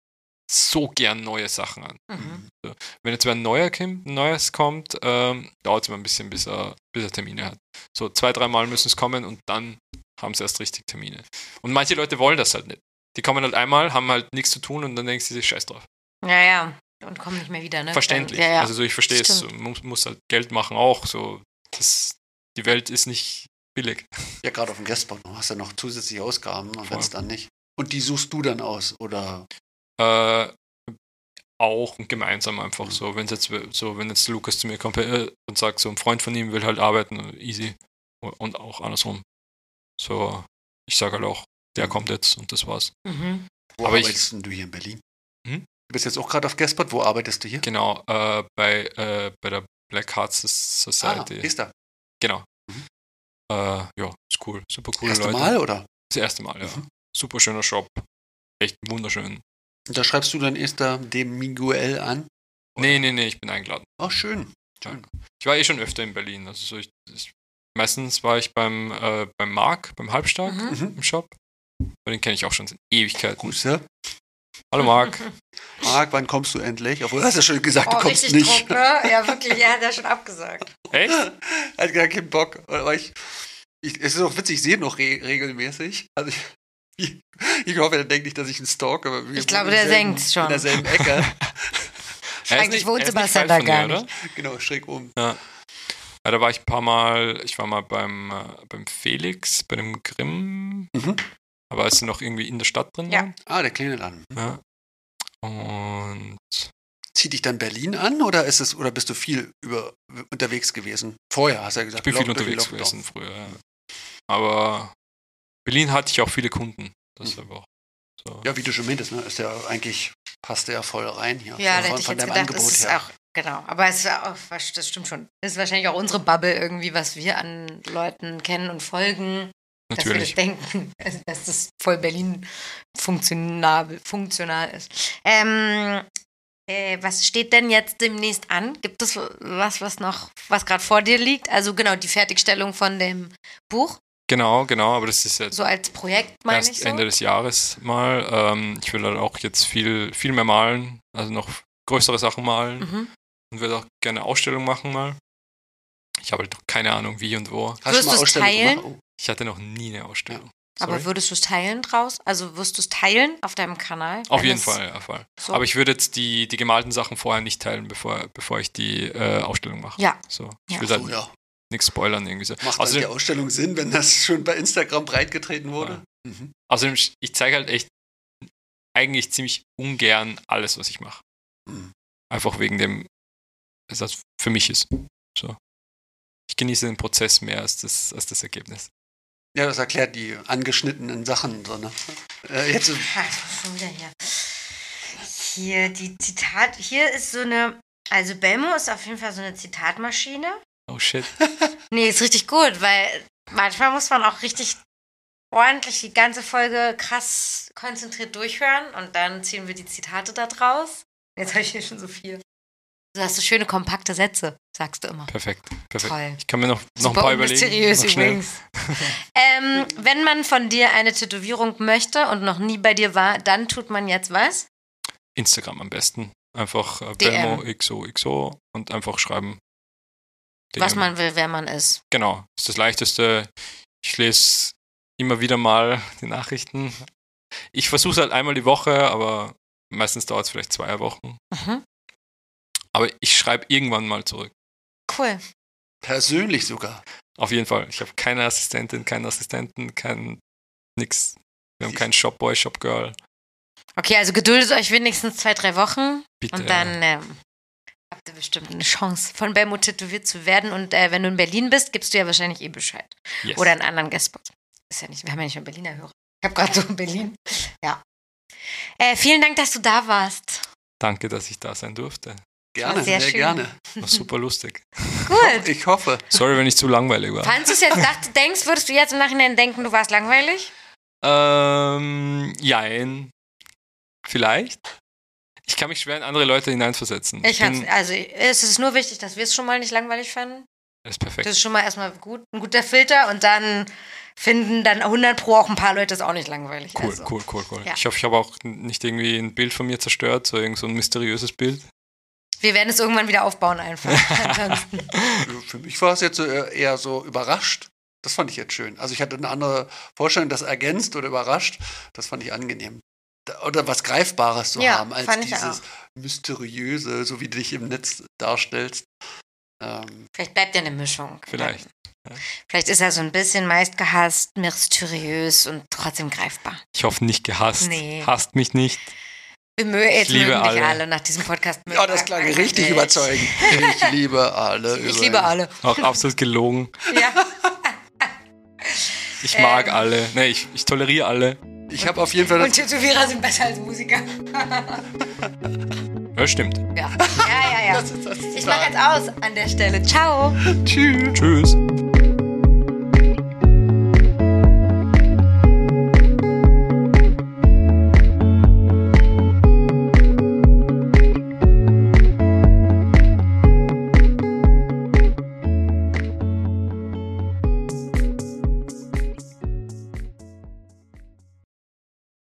[SPEAKER 4] so gern neue Sachen an.
[SPEAKER 6] Mhm.
[SPEAKER 4] Wenn jetzt wer ein neuer kommt, ein neues kommt, ähm, dauert es immer ein bisschen, bis er, bis er Termine hat. So zwei, dreimal müssen es kommen und dann haben sie erst richtig Termine. Und manche Leute wollen das halt nicht. Die kommen halt einmal, haben halt nichts zu tun und dann denken sie sich scheiß drauf.
[SPEAKER 6] Ja, ja. Und komm nicht mehr wieder, ne?
[SPEAKER 4] Verständlich.
[SPEAKER 6] Ja, ja.
[SPEAKER 4] Also so, ich verstehe es. So,
[SPEAKER 6] Stimmt.
[SPEAKER 4] man muss- muss halt Geld machen auch. So, das, die Welt ist nicht billig.
[SPEAKER 3] Ja, gerade auf dem Guestbot. Du hast ja noch zusätzliche Ausgaben und
[SPEAKER 4] Voll.
[SPEAKER 3] wenn es dann nicht. Und die suchst du dann aus oder
[SPEAKER 4] äh, auch und gemeinsam
[SPEAKER 3] Mhm.
[SPEAKER 4] einfach so. Wenn jetzt so, wenn jetzt Lukas zu mir kommt äh, und sagt, so ein Freund von ihm will halt arbeiten, easy. Und auch andersrum. So, ich sage halt auch,
[SPEAKER 3] Mhm.
[SPEAKER 4] der kommt jetzt und das war's.
[SPEAKER 6] Mhm.
[SPEAKER 3] wo
[SPEAKER 4] Aber ich-
[SPEAKER 3] arbeitest denn du hier in Berlin?
[SPEAKER 4] Hm?
[SPEAKER 3] Du bist jetzt auch gerade auf Guestbot. Wo arbeitest du hier?
[SPEAKER 4] Genau, äh, bei, äh, bei der Black Hearts Society.
[SPEAKER 3] Ah, ist da.
[SPEAKER 4] genau.
[SPEAKER 3] Mhm.
[SPEAKER 4] Äh, ja, ist cool. Super coole
[SPEAKER 3] Erste
[SPEAKER 4] Leute.
[SPEAKER 3] Mal oder?
[SPEAKER 4] Das erste Mal, ja.
[SPEAKER 3] Mhm.
[SPEAKER 4] Super schöner Shop. Echt wunderschön.
[SPEAKER 3] Und da schreibst du dann erst da dem Miguel an.
[SPEAKER 4] Nee, nee, nee, ich bin eingeladen.
[SPEAKER 3] Oh, schön. Schön.
[SPEAKER 4] Ich war eh schon öfter in Berlin. Also so ich, ich, meistens war ich beim, äh, beim Marc, beim Halbstark
[SPEAKER 6] Mhm.
[SPEAKER 3] Mhm.
[SPEAKER 4] im Shop. Aber den kenne ich auch schon seit Ewigkeiten.
[SPEAKER 3] Grüße.
[SPEAKER 6] *laughs*
[SPEAKER 4] Hallo Marc.
[SPEAKER 3] Marc, wann kommst du endlich? Obwohl, du hast ja schon gesagt,
[SPEAKER 6] Oh,
[SPEAKER 3] du kommst
[SPEAKER 6] richtig
[SPEAKER 3] nicht.
[SPEAKER 6] Druck, ne? Ja, wirklich, er hat ja schon abgesagt.
[SPEAKER 4] Echt?
[SPEAKER 3] Er hat gar keinen Bock. Aber ich, ich, es ist auch witzig, ich sehe ihn noch re regelmäßig. Also ich, *laughs* ich hoffe, er denkt nicht, dass ich ihn stalke. aber wir
[SPEAKER 6] Ich glaube,
[SPEAKER 3] wohnen
[SPEAKER 6] der
[SPEAKER 3] im selben-
[SPEAKER 6] denkt's schon.
[SPEAKER 3] In
[SPEAKER 6] *laughs*
[SPEAKER 3] derselben Ecke.
[SPEAKER 4] Er ist
[SPEAKER 6] Eigentlich
[SPEAKER 4] nicht-
[SPEAKER 6] wohnt
[SPEAKER 4] er ist
[SPEAKER 6] Sebastian
[SPEAKER 4] nicht weit
[SPEAKER 6] da gar
[SPEAKER 4] von mir, oder?
[SPEAKER 3] genau, schräg um.
[SPEAKER 4] Ja, da war ich ein paar Mal, ich war mal beim, äh, beim Felix, bei dem Grimm.
[SPEAKER 3] Mhm.
[SPEAKER 4] Aber als sie noch irgendwie in der Stadt drin
[SPEAKER 6] Ja.
[SPEAKER 4] waren.
[SPEAKER 3] Ah, der kleine Laden.
[SPEAKER 4] Ja. Und
[SPEAKER 3] Zieht dich dann Berlin an oder ist es oder bist du viel über, unterwegs gewesen? Vorher hast du ja gesagt,
[SPEAKER 4] ich bin viel
[SPEAKER 3] Lockdown,
[SPEAKER 4] unterwegs
[SPEAKER 3] Lockdown.
[SPEAKER 4] gewesen früher. Ja. Aber Berlin hatte ich auch viele Kunden. Deshalb auch. So.
[SPEAKER 3] Mhm. Ja, wie du schon meintest, ne? ist ja eigentlich passt der ja voll rein
[SPEAKER 6] Ja,
[SPEAKER 3] hier. Von-
[SPEAKER 6] da hätte
[SPEAKER 3] von
[SPEAKER 6] ich jetzt
[SPEAKER 3] deinem
[SPEAKER 6] gedacht, es ist
[SPEAKER 3] her.
[SPEAKER 6] auch, genau. Aber es ist auch, das stimmt schon. Ist wahrscheinlich auch unsere Bubble irgendwie, was wir an Leuten kennen und folgen,
[SPEAKER 4] Natürlich.
[SPEAKER 6] dass wir das denken, *laughs* also, dass das voll Berlin funktional, funktional ist. Ähm, äh, was steht denn jetzt demnächst an? Gibt es was, was noch, was gerade vor dir liegt? Also genau, die Fertigstellung von dem Buch
[SPEAKER 4] Genau, genau, aber das ist jetzt
[SPEAKER 1] So als Projekt, meine
[SPEAKER 4] erst
[SPEAKER 1] ich so.
[SPEAKER 4] Ende des Jahres mal. Ähm, ich will dann auch jetzt viel, viel mehr malen, also noch größere Sachen malen
[SPEAKER 1] Mhm.
[SPEAKER 4] und werde auch gerne Ausstellung machen mal. Ich habe halt noch keine Ahnung wie und wo.
[SPEAKER 3] Hast
[SPEAKER 1] Wirst
[SPEAKER 3] du mal
[SPEAKER 1] du's
[SPEAKER 3] Ausstellung
[SPEAKER 1] teilen?
[SPEAKER 3] gemacht?
[SPEAKER 4] Ich hatte noch nie eine Ausstellung.
[SPEAKER 1] Aber
[SPEAKER 4] Sorry.
[SPEAKER 1] würdest du es teilen draus? Also wirst du es teilen auf deinem Kanal?
[SPEAKER 4] Auf
[SPEAKER 1] Wenn
[SPEAKER 4] jeden
[SPEAKER 1] es
[SPEAKER 4] Fall, auf Fall.
[SPEAKER 1] So.
[SPEAKER 4] Aber ich würde jetzt die, die gemalten Sachen vorher nicht teilen, bevor, bevor ich die äh, Ausstellung mache.
[SPEAKER 1] Ja.
[SPEAKER 4] So.
[SPEAKER 1] Ja.
[SPEAKER 4] Ich will
[SPEAKER 3] Oh,
[SPEAKER 4] halt
[SPEAKER 3] so, ja.
[SPEAKER 4] nichts spoilern irgendwie so.
[SPEAKER 3] Macht dann
[SPEAKER 4] Außerdem,
[SPEAKER 3] die Ausstellung Sinn, wenn das *laughs* schon bei Instagram breitgetreten wurde? Mhm.
[SPEAKER 4] außerdem, ich zeige halt echt eigentlich ziemlich ungern alles, was ich mache.
[SPEAKER 3] Mhm.
[SPEAKER 4] Einfach wegen dem, dass das für mich ist. So. Ich genieße den Prozess mehr als das, als das Ergebnis.
[SPEAKER 3] Ja, das erklärt die angeschnittenen Sachen. So, ne? äh, jetzt,
[SPEAKER 1] Ha, schon wieder hier. Hier, die Zitat, hier ist so eine, also Belmo ist auf jeden Fall so eine Zitatmaschine.
[SPEAKER 4] Oh shit.
[SPEAKER 1] *laughs* Nee, ist richtig gut, weil manchmal muss man auch richtig ordentlich die ganze Folge krass konzentriert durchhören und dann ziehen wir die Zitate da draus. Jetzt habe ich hier schon so viel. Du hast so schöne kompakte Sätze, sagst du immer.
[SPEAKER 4] Perfekt. Perfekt.
[SPEAKER 1] Toll.
[SPEAKER 4] Ich kann mir noch, noch ein
[SPEAKER 1] Super
[SPEAKER 4] paar überlegen.
[SPEAKER 1] unseriös
[SPEAKER 4] noch schnell.
[SPEAKER 1] übrigens. ähm, wenn man von dir eine Tätowierung möchte und noch nie bei dir war, dann tut man jetzt was?
[SPEAKER 4] Instagram am besten. Einfach äh,
[SPEAKER 1] DM.
[SPEAKER 4] Belmo XOXO und einfach schreiben.
[SPEAKER 1] Was
[SPEAKER 4] DM.
[SPEAKER 1] man will, wer man ist.
[SPEAKER 4] Genau, ist das leichteste. Ich lese immer wieder mal die Nachrichten. Ich versuche es halt einmal die Woche, aber meistens dauert es vielleicht zwei Wochen.
[SPEAKER 1] Mhm.
[SPEAKER 4] Aber ich schreibe irgendwann mal zurück.
[SPEAKER 1] Cool.
[SPEAKER 3] persönlich sogar.
[SPEAKER 4] Auf jeden Fall. Ich habe keine Assistentin, keinen Assistenten, kein nix. Wir haben
[SPEAKER 3] Siehst-
[SPEAKER 4] keinen Shopboy, Shopgirl.
[SPEAKER 1] Okay, also geduldet euch wenigstens zwei, drei Wochen
[SPEAKER 4] Bitte.
[SPEAKER 1] und dann ähm, habt ihr bestimmt eine Chance, von Belmo tätowiert zu werden. Und äh, wenn du in Berlin bist, gibst du ja wahrscheinlich eh Bescheid.
[SPEAKER 4] yes.
[SPEAKER 1] Oder in anderen Guestspots. Ist ja nicht, wir haben ja nicht mehr Berliner Hörer. Ich habe gerade so *laughs* in Berlin. Ja. Äh, vielen Dank, dass du da warst.
[SPEAKER 4] Danke, dass ich da sein durfte.
[SPEAKER 3] Gerne,
[SPEAKER 1] sehr
[SPEAKER 3] sehr,
[SPEAKER 1] schön.
[SPEAKER 3] gerne.
[SPEAKER 1] *laughs*
[SPEAKER 4] War super lustig.
[SPEAKER 1] Gut.
[SPEAKER 3] Ich hoffe.
[SPEAKER 4] Sorry, wenn ich zu langweilig war.
[SPEAKER 1] Fandst du es jetzt, dacht, denkst, würdest du jetzt im Nachhinein denken, du warst langweilig?
[SPEAKER 4] Ähm, jein. Vielleicht. Ich kann mich schwer in andere Leute hineinversetzen.
[SPEAKER 1] Ich
[SPEAKER 4] bin-
[SPEAKER 1] hat's, also es ist nur wichtig, dass wir es schon mal nicht langweilig fanden.
[SPEAKER 4] Das ist perfekt.
[SPEAKER 1] Das ist schon mal erstmal gut, ein guter Filter und dann finden dann 100 Pro auch ein paar Leute es auch nicht langweilig.
[SPEAKER 4] Cool,
[SPEAKER 1] also.
[SPEAKER 4] cool, cool, cool.
[SPEAKER 1] ja.
[SPEAKER 4] Ich hoffe, ich habe auch nicht irgendwie ein Bild von mir zerstört, so irgend so ein mysteriöses Bild.
[SPEAKER 1] Wir werden es irgendwann wieder aufbauen einfach. Ansonsten.
[SPEAKER 3] Für mich war es jetzt so, äh, eher so überrascht. Das fand ich jetzt schön. Also ich hatte eine andere Vorstellung, das ergänzt oder überrascht. Das fand ich angenehm. Da- Oder was Greifbares zu
[SPEAKER 1] Ja,
[SPEAKER 3] haben, als
[SPEAKER 1] fand ich
[SPEAKER 3] dieses Mysteriöse, so wie du dich im Netz darstellst. Ähm,
[SPEAKER 1] Vielleicht bleibt ja eine Mischung.
[SPEAKER 4] Vielleicht.
[SPEAKER 1] Vielleicht ist er so ein bisschen meist gehasst, mysteriös und trotzdem greifbar.
[SPEAKER 4] Ich hoffe, nicht gehasst.
[SPEAKER 1] Nee.
[SPEAKER 4] Hasst mich nicht.
[SPEAKER 1] Wir mögen, jetzt
[SPEAKER 4] liebe
[SPEAKER 1] mögen dich
[SPEAKER 4] alle.
[SPEAKER 1] alle nach diesem Podcast. mögen
[SPEAKER 3] ja, das
[SPEAKER 1] wir
[SPEAKER 3] klang
[SPEAKER 1] alle
[SPEAKER 3] richtig
[SPEAKER 1] dich. *laughs*
[SPEAKER 3] überzeugend. Ich liebe alle.
[SPEAKER 1] äh, Ich liebe alle. *laughs*
[SPEAKER 4] Auch absolut gelogen.
[SPEAKER 1] Ja.
[SPEAKER 4] Ich mag
[SPEAKER 1] Ähm.
[SPEAKER 4] alle. Nee, ich, ich toleriere alle.
[SPEAKER 3] Ich habe auf jeden Fall
[SPEAKER 1] Und Tätowierer sind besser als Musiker.
[SPEAKER 4] Ja, stimmt.
[SPEAKER 1] Ja, ja, ja. ja. Ich mache jetzt aus an der Stelle. Ciao.
[SPEAKER 3] Tschüss.
[SPEAKER 4] Tschüss.